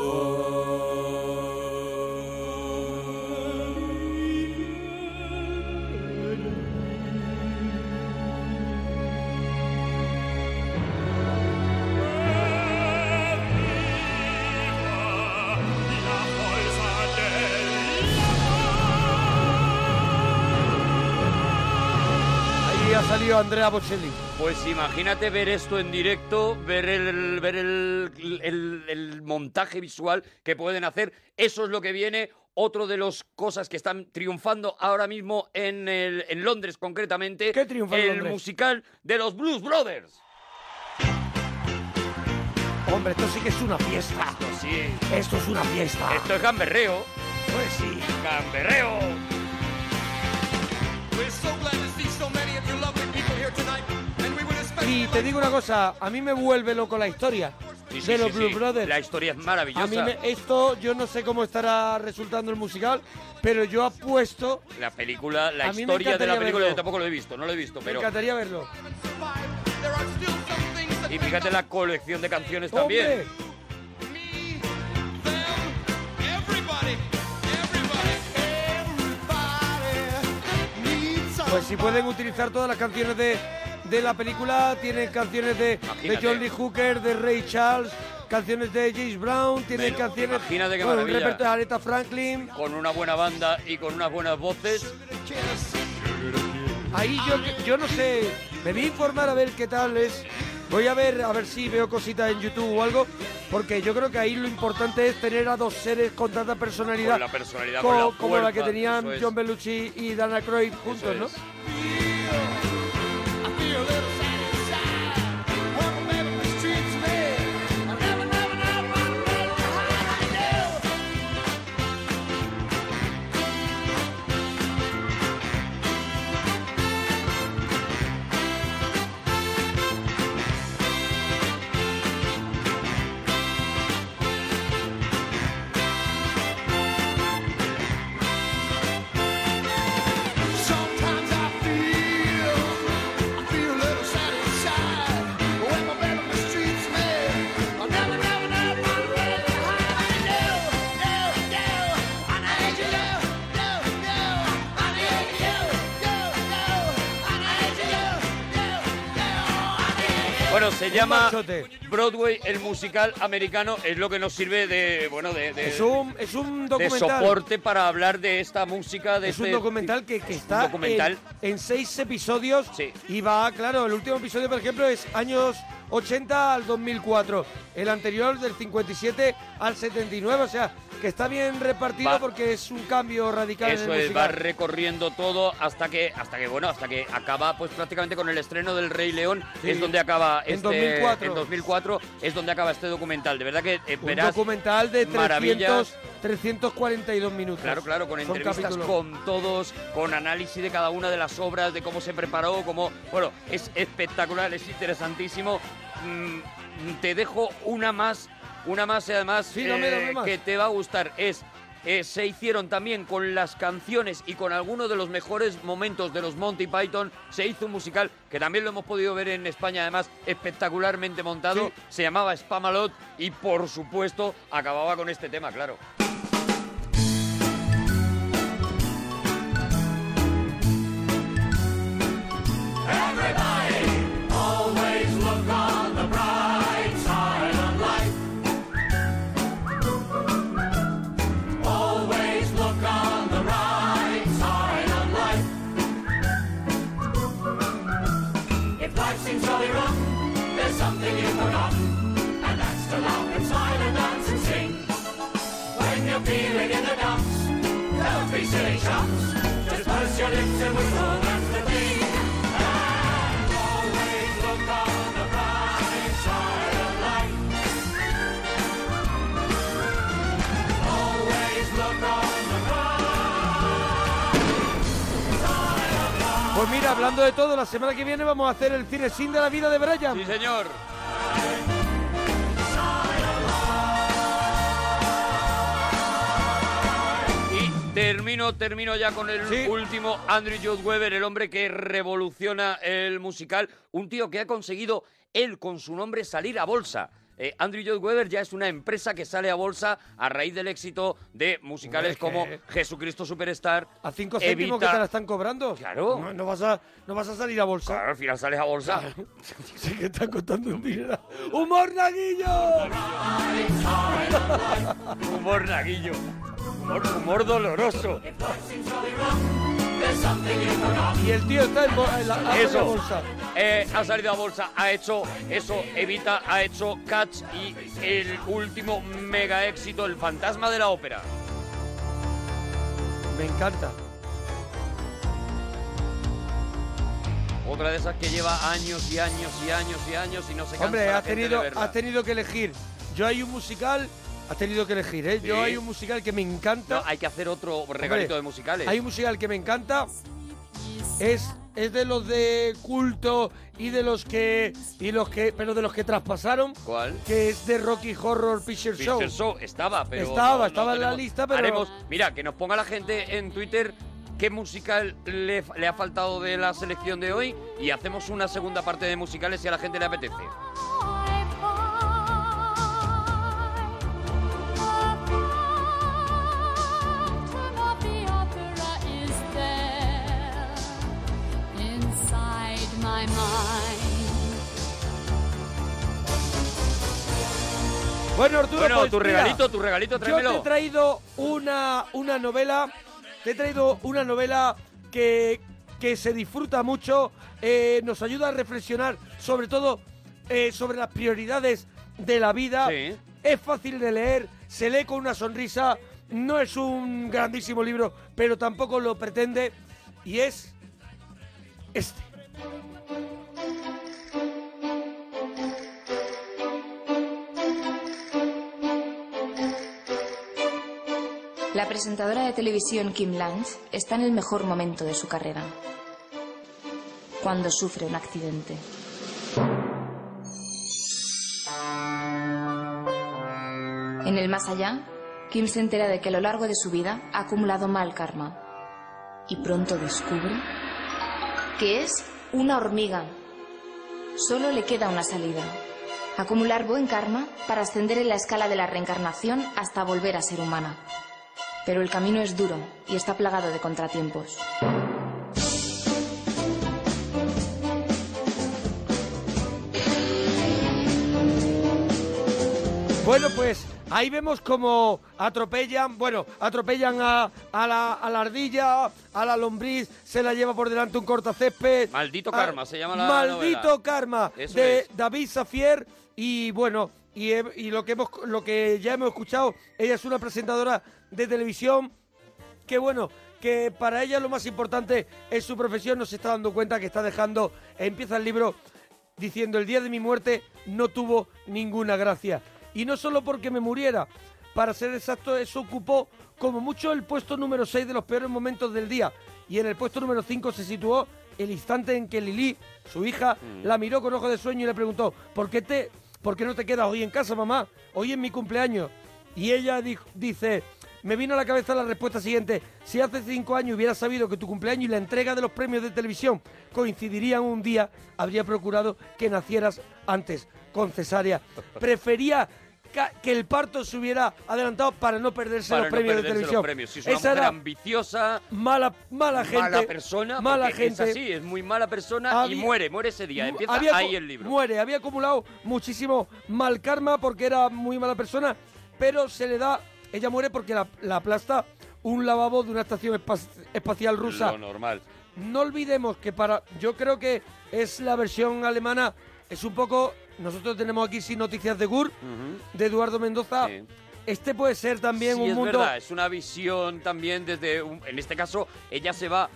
[SPEAKER 2] ha salido Andrea Bocelli.
[SPEAKER 3] Pues imagínate ver esto en directo, ver el, ver el, el- el montaje visual que pueden hacer. Eso es lo que viene. Otro de las cosas que están triunfando ahora mismo en, el- en Londres concretamente. ¿Qué
[SPEAKER 2] triunfa en
[SPEAKER 3] El
[SPEAKER 2] Londres?
[SPEAKER 3] musical de los Blues Brothers.
[SPEAKER 2] Hombre, esto sí que es una fiesta. Esto
[SPEAKER 3] sí.
[SPEAKER 2] Esto es una fiesta.
[SPEAKER 3] Esto es gamberreo.
[SPEAKER 2] Pues sí.
[SPEAKER 3] Gamberreo.
[SPEAKER 4] We're so glad to see so many of you lovely people here tonight. And we would especially
[SPEAKER 2] Y te digo una cosa, a mí me vuelve loco la historia
[SPEAKER 3] Sí, sí,
[SPEAKER 2] de los
[SPEAKER 3] sí,
[SPEAKER 2] Blue
[SPEAKER 3] sí.
[SPEAKER 2] Brothers.
[SPEAKER 3] La historia es
[SPEAKER 2] A
[SPEAKER 3] maravillosa.
[SPEAKER 2] mí me- esto, yo no sé cómo estará resultando el musical, pero yo apuesto,
[SPEAKER 3] La película, la
[SPEAKER 2] A mí me
[SPEAKER 3] historia de la
[SPEAKER 2] encantaría
[SPEAKER 3] película,
[SPEAKER 2] verlo.
[SPEAKER 3] yo tampoco lo he visto, no lo he visto,
[SPEAKER 2] me
[SPEAKER 3] pero...
[SPEAKER 2] encantaría verlo.
[SPEAKER 3] Y fíjate la colección de canciones
[SPEAKER 2] ¡Hombre!
[SPEAKER 3] también.
[SPEAKER 2] Pues si pueden utilizar todas las canciones de, de la película, tienen canciones de, de
[SPEAKER 3] Imagínate.
[SPEAKER 2] John Lee Hooker, de Ray Charles, canciones de James Brown, tienen
[SPEAKER 3] Pero
[SPEAKER 2] canciones
[SPEAKER 3] imagínate qué
[SPEAKER 2] con un
[SPEAKER 3] maravilla.
[SPEAKER 2] repertorio de Aretha Franklin.
[SPEAKER 3] Con una buena banda y con unas buenas voces.
[SPEAKER 2] Ahí yo, yo no sé, me voy a informar a ver qué tal es. Voy a ver, a ver si veo cositas en YouTube o algo, porque yo creo que ahí lo importante es tener a dos seres con tanta personalidad.
[SPEAKER 3] Con la personalidad,
[SPEAKER 2] co-
[SPEAKER 3] con la
[SPEAKER 2] como la que
[SPEAKER 3] fuerza,
[SPEAKER 2] tenían
[SPEAKER 3] eso es.
[SPEAKER 2] John Bellucci y Dana Croy juntos, ¿no?
[SPEAKER 4] Oh, Sometimes I feel, I feel a little sad inside. When my baby mistreats me, I never, never, never wanna really hide. No, no, no, I need you, no, no, no, I need you, no, no, I need you, no,
[SPEAKER 3] Bueno, se llama Broadway, el musical americano, es lo que nos sirve de, bueno, de, de-
[SPEAKER 2] Es un, es un
[SPEAKER 3] de
[SPEAKER 2] documental.
[SPEAKER 3] soporte para hablar de esta música, de
[SPEAKER 2] es un
[SPEAKER 3] este-
[SPEAKER 2] documental que, que
[SPEAKER 3] Es un
[SPEAKER 2] está
[SPEAKER 3] documental.
[SPEAKER 2] En, en seis episodios y va, claro, el último episodio, por ejemplo, es años 80 al 2004, el anterior del 57 al 79, o sea, que está bien repartido
[SPEAKER 3] Va.
[SPEAKER 2] porque es un cambio radical en
[SPEAKER 3] Eso
[SPEAKER 2] el
[SPEAKER 3] es, va
[SPEAKER 2] musical.
[SPEAKER 3] recorriendo todo hasta que, hasta que, bueno, hasta que acaba pues prácticamente con el estreno del Rey León, es donde acaba
[SPEAKER 2] En
[SPEAKER 3] este...
[SPEAKER 2] 2004.
[SPEAKER 3] en 2004 es donde acaba este documental. De verdad que eh,
[SPEAKER 2] un
[SPEAKER 3] verás
[SPEAKER 2] documental de 300,
[SPEAKER 3] maravillas.
[SPEAKER 2] 342 minutos.
[SPEAKER 3] Claro, claro, con
[SPEAKER 2] Son
[SPEAKER 3] entrevistas
[SPEAKER 2] capítulos.
[SPEAKER 3] con todos, con análisis de cada una de las obras, de cómo se preparó, cómo... Bueno, es espectacular, es interesantísimo. Mm, te dejo una más, una más y además eh,
[SPEAKER 2] Sí, dame, dame más.
[SPEAKER 3] que te va a gustar. Es... eh, se hicieron también con las canciones y con algunos de los mejores momentos de los Monty Python. Se hizo un musical que también lo hemos podido ver en España, además espectacularmente montado. Se llamaba Spamalot y por supuesto acababa con este tema, claro.
[SPEAKER 4] Always look on the bright side of life. Always look on the right side of life. If life seems jolly rotten, there's something you've forgotten, and that's to laugh and smile and dance and sing. When you're feeling in the dumps, don't be silly chumps. Just purse your lips and whistle, that's the thing. And always look on the bright side of life. Always look on the
[SPEAKER 2] Pues mira, hablando de todo, la semana que viene vamos a hacer el cine sin de la vida de Brian.
[SPEAKER 3] Sí, señor. Y termino, termino ya con el último Andrew Lloyd Webber, el hombre que revoluciona el musical, un tío que ha conseguido él con su nombre salir a bolsa. Eh, Andrew Lloyd Webber ya es una empresa que sale a bolsa a raíz del éxito de musicales
[SPEAKER 2] Hombre,
[SPEAKER 3] como
[SPEAKER 2] es que-
[SPEAKER 3] Jesucristo Superstar.
[SPEAKER 2] A cinco céntimos
[SPEAKER 3] Evita-
[SPEAKER 2] que te la están cobrando.
[SPEAKER 3] Claro.
[SPEAKER 2] No, no vas, a, no vas a salir a bolsa.
[SPEAKER 3] Claro, al final sales a bolsa.
[SPEAKER 2] Sí que está contando un dinero. ¡Humor naguillo!
[SPEAKER 3] Humor naguillo. Humor, humor doloroso.
[SPEAKER 4] If life seems jolly rotten,
[SPEAKER 2] Y el tío está en, bo- en la, ha salido a
[SPEAKER 3] Eso.
[SPEAKER 2] bolsa.
[SPEAKER 3] Eh, ha salido a bolsa, ha hecho eso, Evita, ha hecho Cats y el último mega éxito, El fantasma de la ópera.
[SPEAKER 2] Me encanta.
[SPEAKER 3] Otra de esas que lleva años y años y años y años y no se cansa
[SPEAKER 2] Hombre,
[SPEAKER 3] la
[SPEAKER 2] has
[SPEAKER 3] gente de
[SPEAKER 2] tenido,
[SPEAKER 3] verla.
[SPEAKER 2] has tenido que elegir. Yo hay un musical, has tenido que elegir, ¿eh? Yo
[SPEAKER 3] Sí.
[SPEAKER 2] hay un musical que me encanta.
[SPEAKER 3] No, hay que hacer otro
[SPEAKER 2] Hombre,
[SPEAKER 3] regalito de musicales.
[SPEAKER 2] Hay un musical que me encanta. Es, es de los de culto y de los que. y los que. Pero de los que traspasaron.
[SPEAKER 3] ¿Cuál?
[SPEAKER 2] Que es de Rocky Horror Picture, Show.
[SPEAKER 3] Picture Show estaba, pero
[SPEAKER 2] Estaba,
[SPEAKER 3] no- no
[SPEAKER 2] estaba en la
[SPEAKER 3] tenemos.
[SPEAKER 2] lista, pero-
[SPEAKER 3] Haremos- mira, que nos ponga la gente en Twitter qué musical le, le ha faltado de la selección de hoy y hacemos una segunda parte de musicales si a la gente le apetece.
[SPEAKER 4] of the opera is there inside my mind.
[SPEAKER 2] Bueno, Arturo,
[SPEAKER 3] Bueno,
[SPEAKER 2] pues,
[SPEAKER 3] tu
[SPEAKER 2] mira,
[SPEAKER 3] regalito, tu regalito, tráemelo.
[SPEAKER 2] Yo te he traído una, una novela. Te he traído una novela que, que se disfruta mucho. eh, nos ayuda a reflexionar, sobre todo, eh, sobre las prioridades de la vida. Es fácil de leer, se lee con una sonrisa. No es un grandísimo libro, pero tampoco lo pretende. Y es. Este.
[SPEAKER 24] La presentadora de televisión Kim Lange está en el mejor momento de su carrera, cuando sufre un accidente. En el más allá, Kim se entera de que a lo largo de su vida ha acumulado mal karma y pronto descubre que es una hormiga. Solo le queda una salida. Acumular buen karma para ascender en la escala de la reencarnación hasta volver a ser humana. Pero el camino es duro y está plagado de contratiempos.
[SPEAKER 2] Bueno, pues ahí vemos cómo atropellan, bueno, atropellan a, a la, a la ardilla, a la lombriz, se la lleva por delante un cortacésped.
[SPEAKER 3] Maldito
[SPEAKER 2] Ah,
[SPEAKER 3] Karma, se llama la
[SPEAKER 2] Maldito
[SPEAKER 3] novela.
[SPEAKER 2] Karma,
[SPEAKER 3] Eso
[SPEAKER 2] de
[SPEAKER 3] es.
[SPEAKER 2] David Safier. Y bueno, y, he- y lo, que hemos, lo que ya hemos escuchado, ella es una presentadora de televisión que bueno, que para ella lo más importante es su profesión, no se está dando cuenta que está dejando, empieza el libro diciendo el día de mi muerte no tuvo ninguna gracia. Y no solo porque me muriera, para ser exacto, eso ocupó como mucho el puesto número 6 de los peores momentos del día. Y en el puesto número 5 se situó el instante en que Lili, su hija, la miró con ojos de sueño y le preguntó, ¿por qué, te, ¿por qué no te quedas hoy en casa, mamá? Hoy es mi cumpleaños. Y ella dijo- dice, me vino a la cabeza la respuesta siguiente. Si hace cinco años hubiera sabido que tu cumpleaños y la entrega de los premios de televisión coincidirían un día, habría procurado que nacieras antes, con cesárea. Prefería ca- que el parto se hubiera adelantado para no perderse
[SPEAKER 3] Para
[SPEAKER 2] los
[SPEAKER 3] no
[SPEAKER 2] premios de
[SPEAKER 3] perderse los
[SPEAKER 2] televisión.
[SPEAKER 3] premios. Si es una
[SPEAKER 2] Esa
[SPEAKER 3] mujer
[SPEAKER 2] era
[SPEAKER 3] ambiciosa,
[SPEAKER 2] mala, mala gente.
[SPEAKER 3] mala persona,
[SPEAKER 2] Mala
[SPEAKER 3] porque
[SPEAKER 2] gente.
[SPEAKER 3] es así, es muy mala persona y
[SPEAKER 2] Había-
[SPEAKER 3] muere, muere ese día. Empieza
[SPEAKER 2] Había
[SPEAKER 3] ahí
[SPEAKER 2] acu-
[SPEAKER 3] el libro.
[SPEAKER 2] Muere, había acumulado muchísimo mal karma porque era muy mala persona, pero se le da. Ella muere porque la, la aplasta un lavabo de una estación espa- espacial rusa.
[SPEAKER 3] Lo normal.
[SPEAKER 2] No olvidemos que para. Yo creo que es la versión alemana. Es un poco. Nosotros tenemos aquí sin noticias de Gur, de Eduardo Mendoza. Este puede ser también
[SPEAKER 3] Sí,
[SPEAKER 2] un
[SPEAKER 3] es
[SPEAKER 2] mundo.
[SPEAKER 3] verdad, es una visión también desde... un- en este caso, ella se va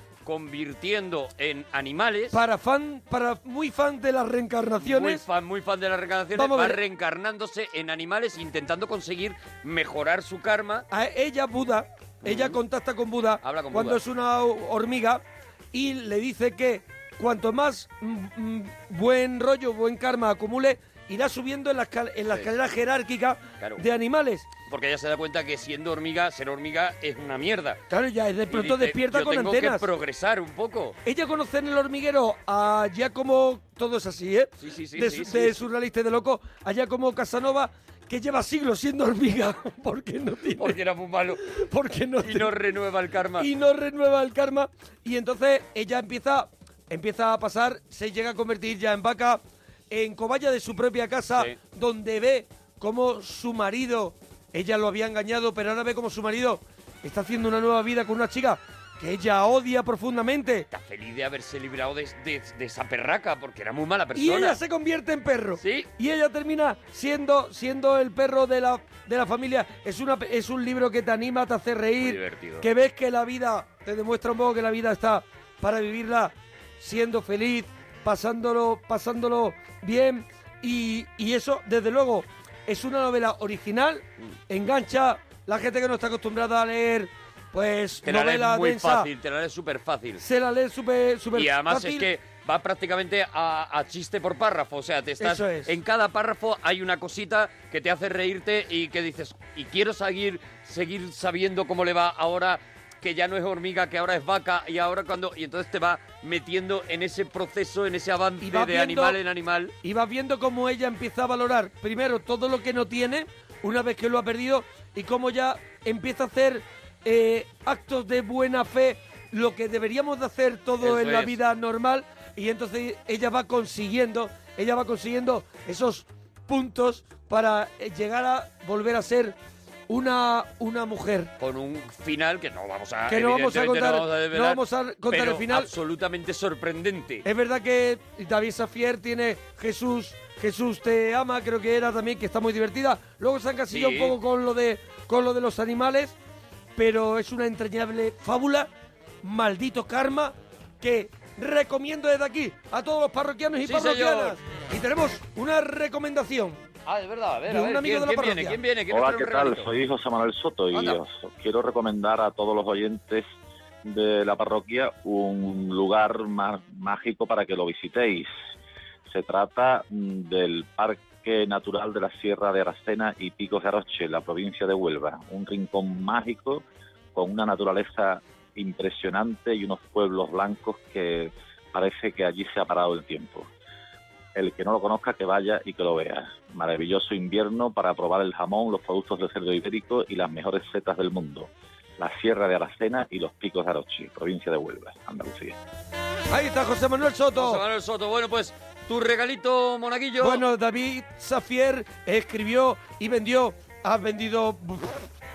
[SPEAKER 3] convirtiendo en animales.
[SPEAKER 2] Para fan, para muy fan de las
[SPEAKER 3] Muy
[SPEAKER 2] reencarnaciones.
[SPEAKER 3] fan, muy fan de las reencarnaciones.
[SPEAKER 2] Vamos a
[SPEAKER 3] va
[SPEAKER 2] ver.
[SPEAKER 3] reencarnándose en animales intentando conseguir mejorar su karma.
[SPEAKER 2] a ella Buda, ella contacta con Buda
[SPEAKER 3] con
[SPEAKER 2] cuando
[SPEAKER 3] Buda.
[SPEAKER 2] es una ho- hormiga y le dice que cuanto más mm, mm, buen rollo, buen karma acumule, irá subiendo en la, escal- en la
[SPEAKER 3] Sí.
[SPEAKER 2] escalera jerárquica
[SPEAKER 3] Claro.
[SPEAKER 2] de animales.
[SPEAKER 3] Porque ella se da cuenta que siendo hormiga, ser hormiga es una mierda.
[SPEAKER 2] Claro, ya de
[SPEAKER 3] Y
[SPEAKER 2] pronto
[SPEAKER 3] dice,
[SPEAKER 2] despierta
[SPEAKER 3] "Yo
[SPEAKER 2] con
[SPEAKER 3] tengo
[SPEAKER 2] antenas.
[SPEAKER 3] que progresar un poco.
[SPEAKER 2] Ella conoce en el hormiguero a Giacomo, todo es así, ¿eh?
[SPEAKER 3] Sí, sí, sí,
[SPEAKER 2] De,
[SPEAKER 3] sí,
[SPEAKER 2] su- de
[SPEAKER 3] sí.
[SPEAKER 2] surrealista y de loco, a Giacomo Casanova, que lleva siglos siendo hormiga, porque no tiene...
[SPEAKER 3] Porque era muy malo.
[SPEAKER 2] Porque no
[SPEAKER 3] Y no renueva el karma.
[SPEAKER 2] Y no renueva el karma. Y entonces ella empieza, empieza a pasar, se llega a convertir ya en vaca, en cobaya de su propia casa, donde ve cómo su marido, ella lo había engañado, pero ahora ve cómo su marido está haciendo una nueva vida con una chica que ella odia profundamente.
[SPEAKER 3] Feliz de haberse librado de, de- de esa perraca, porque era muy mala persona.
[SPEAKER 2] Y ella se convierte en perro. Y ella termina siendo, siendo el perro de la, de la familia. Es, una, pe- es un libro que te anima, te hace reír.
[SPEAKER 3] divertido.
[SPEAKER 2] Que ves que la vida, te demuestra un poco que la vida está para vivirla siendo feliz, pasándolo, pasándolo bien. Y, y eso, desde luego, es una novela original,
[SPEAKER 3] Mm.
[SPEAKER 2] engancha la gente que no está acostumbrada a leer, pues,
[SPEAKER 3] Te la lees
[SPEAKER 2] novela
[SPEAKER 3] muy
[SPEAKER 2] densa.
[SPEAKER 3] fácil, te la lees súper fácil.
[SPEAKER 2] Se la lee súper súper
[SPEAKER 3] Y además es
[SPEAKER 2] fácil.
[SPEAKER 3] que va prácticamente a, a chiste por párrafo. O sea, te estás.
[SPEAKER 2] Eso es.
[SPEAKER 3] En cada párrafo hay una cosita que te hace reírte y que dices, y quiero seguir, seguir sabiendo cómo le va ahora que ya no es hormiga, que ahora es vaca, y ahora cuando. Y entonces te va metiendo en ese proceso, en ese avance de
[SPEAKER 2] vas viendo-
[SPEAKER 3] animal en animal.
[SPEAKER 2] Y vas viendo cómo ella empieza a valorar primero todo lo que no tiene una vez que lo ha perdido y cómo ya empieza a hacer eh, actos de buena fe, lo que deberíamos de hacer todo
[SPEAKER 3] Eso
[SPEAKER 2] en la
[SPEAKER 3] es.
[SPEAKER 2] vida normal. Y entonces ella va consiguiendo, ella va consiguiendo esos puntos para eh, llegar a volver a ser una, una mujer.
[SPEAKER 3] Con un final que no vamos a.
[SPEAKER 2] Que no vamos a
[SPEAKER 3] evidentemente
[SPEAKER 2] contar-
[SPEAKER 3] desvelar,
[SPEAKER 2] no vamos a contar
[SPEAKER 3] pero
[SPEAKER 2] el final.
[SPEAKER 3] Absolutamente sorprendente.
[SPEAKER 2] Es verdad que David Safier tiene Jesús, Jesús te ama, creo que era también, que está muy divertida. Luego se han casillado
[SPEAKER 3] Sí.
[SPEAKER 2] un poco con lo, de, con lo de los animales, pero es una entrañable fábula, maldito karma, que recomiendo desde aquí a todos los parroquianos y
[SPEAKER 3] Sí,
[SPEAKER 2] parroquianas.
[SPEAKER 3] señor.
[SPEAKER 2] Y tenemos una recomendación.
[SPEAKER 3] Ah, es verdad, a ver,
[SPEAKER 2] de
[SPEAKER 3] a
[SPEAKER 2] un
[SPEAKER 3] ver,
[SPEAKER 2] amigo de
[SPEAKER 3] ¿quién-
[SPEAKER 2] la
[SPEAKER 3] quién viene?
[SPEAKER 2] parroquia.
[SPEAKER 3] ¿Quién viene? ¿Quién nos
[SPEAKER 19] Hola,
[SPEAKER 3] trae
[SPEAKER 19] ¿qué
[SPEAKER 3] un
[SPEAKER 19] tal?
[SPEAKER 3] regalito?
[SPEAKER 19] Soy José Manuel Soto y
[SPEAKER 3] Anda.
[SPEAKER 19] os quiero recomendar a todos los oyentes de la parroquia un lugar más mágico para que lo visitéis. Se trata mm, del Parque Natural de la Sierra de Aracena y Picos de Aroche, en la provincia de Huelva. Un rincón mágico con una naturaleza impresionante y unos pueblos blancos que parece que allí se ha parado el tiempo el que no lo conozca que vaya y que lo vea. Maravilloso invierno para probar el jamón, los productos del cerdo ibérico y las mejores setas del mundo. La Sierra de Aracena y los Picos de Arochi, provincia de Huelva, Andalucía.
[SPEAKER 2] Ahí está José Manuel Soto.
[SPEAKER 3] José Manuel Soto, bueno, pues tu regalito, monaguillo.
[SPEAKER 2] Bueno, David Safier escribió y vendió, ha vendido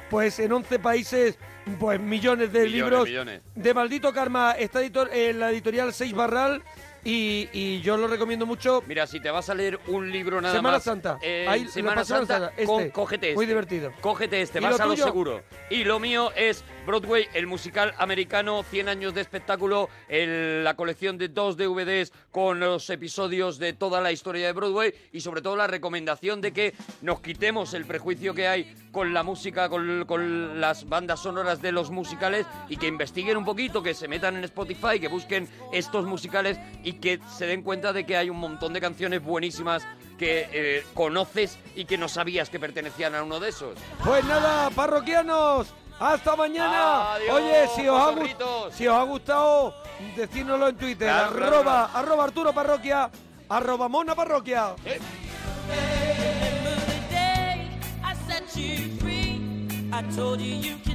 [SPEAKER 2] pues en 11 países pues millones de
[SPEAKER 3] Millones,
[SPEAKER 2] libros
[SPEAKER 3] millones.
[SPEAKER 2] de Maldito Karma, está editor, en la editorial 6 Barral y, y yo lo recomiendo mucho.
[SPEAKER 3] Mira, si te vas a leer un libro nada
[SPEAKER 2] Semana
[SPEAKER 3] más.
[SPEAKER 2] Santa.
[SPEAKER 3] eh,
[SPEAKER 2] Ahí, la
[SPEAKER 3] Semana
[SPEAKER 2] pasada
[SPEAKER 3] Santa,
[SPEAKER 2] Santa, este.
[SPEAKER 3] con- cógete este.
[SPEAKER 2] Muy divertido.
[SPEAKER 3] Cógete este,
[SPEAKER 2] ¿Y
[SPEAKER 3] vas
[SPEAKER 2] lo
[SPEAKER 3] a lo
[SPEAKER 2] tuyo?
[SPEAKER 3] seguro. Y lo mío es Broadway, el musical americano, 100 años de espectáculo, el- la colección de dos DVDs con los episodios de toda la historia de Broadway y sobre todo la recomendación de que nos quitemos el prejuicio que hay con la música, con, con las bandas sonoras de los musicales y que investiguen un poquito, que se metan en Spotify, que busquen estos musicales y que se den cuenta de que hay un montón de canciones buenísimas que eh, conoces y que no sabías que pertenecían a uno de esos.
[SPEAKER 2] Pues nada, parroquianos, hasta mañana.
[SPEAKER 3] Adiós,
[SPEAKER 2] Oye, si os, ha, gu-
[SPEAKER 3] zorritos.
[SPEAKER 2] si os ha gustado, decírnoslo en Twitter.
[SPEAKER 3] Claro, claro,
[SPEAKER 2] arroba, arroba Arturo Parroquia, arroba Mona Parroquia.
[SPEAKER 4] Remember the day I set you free. I told you you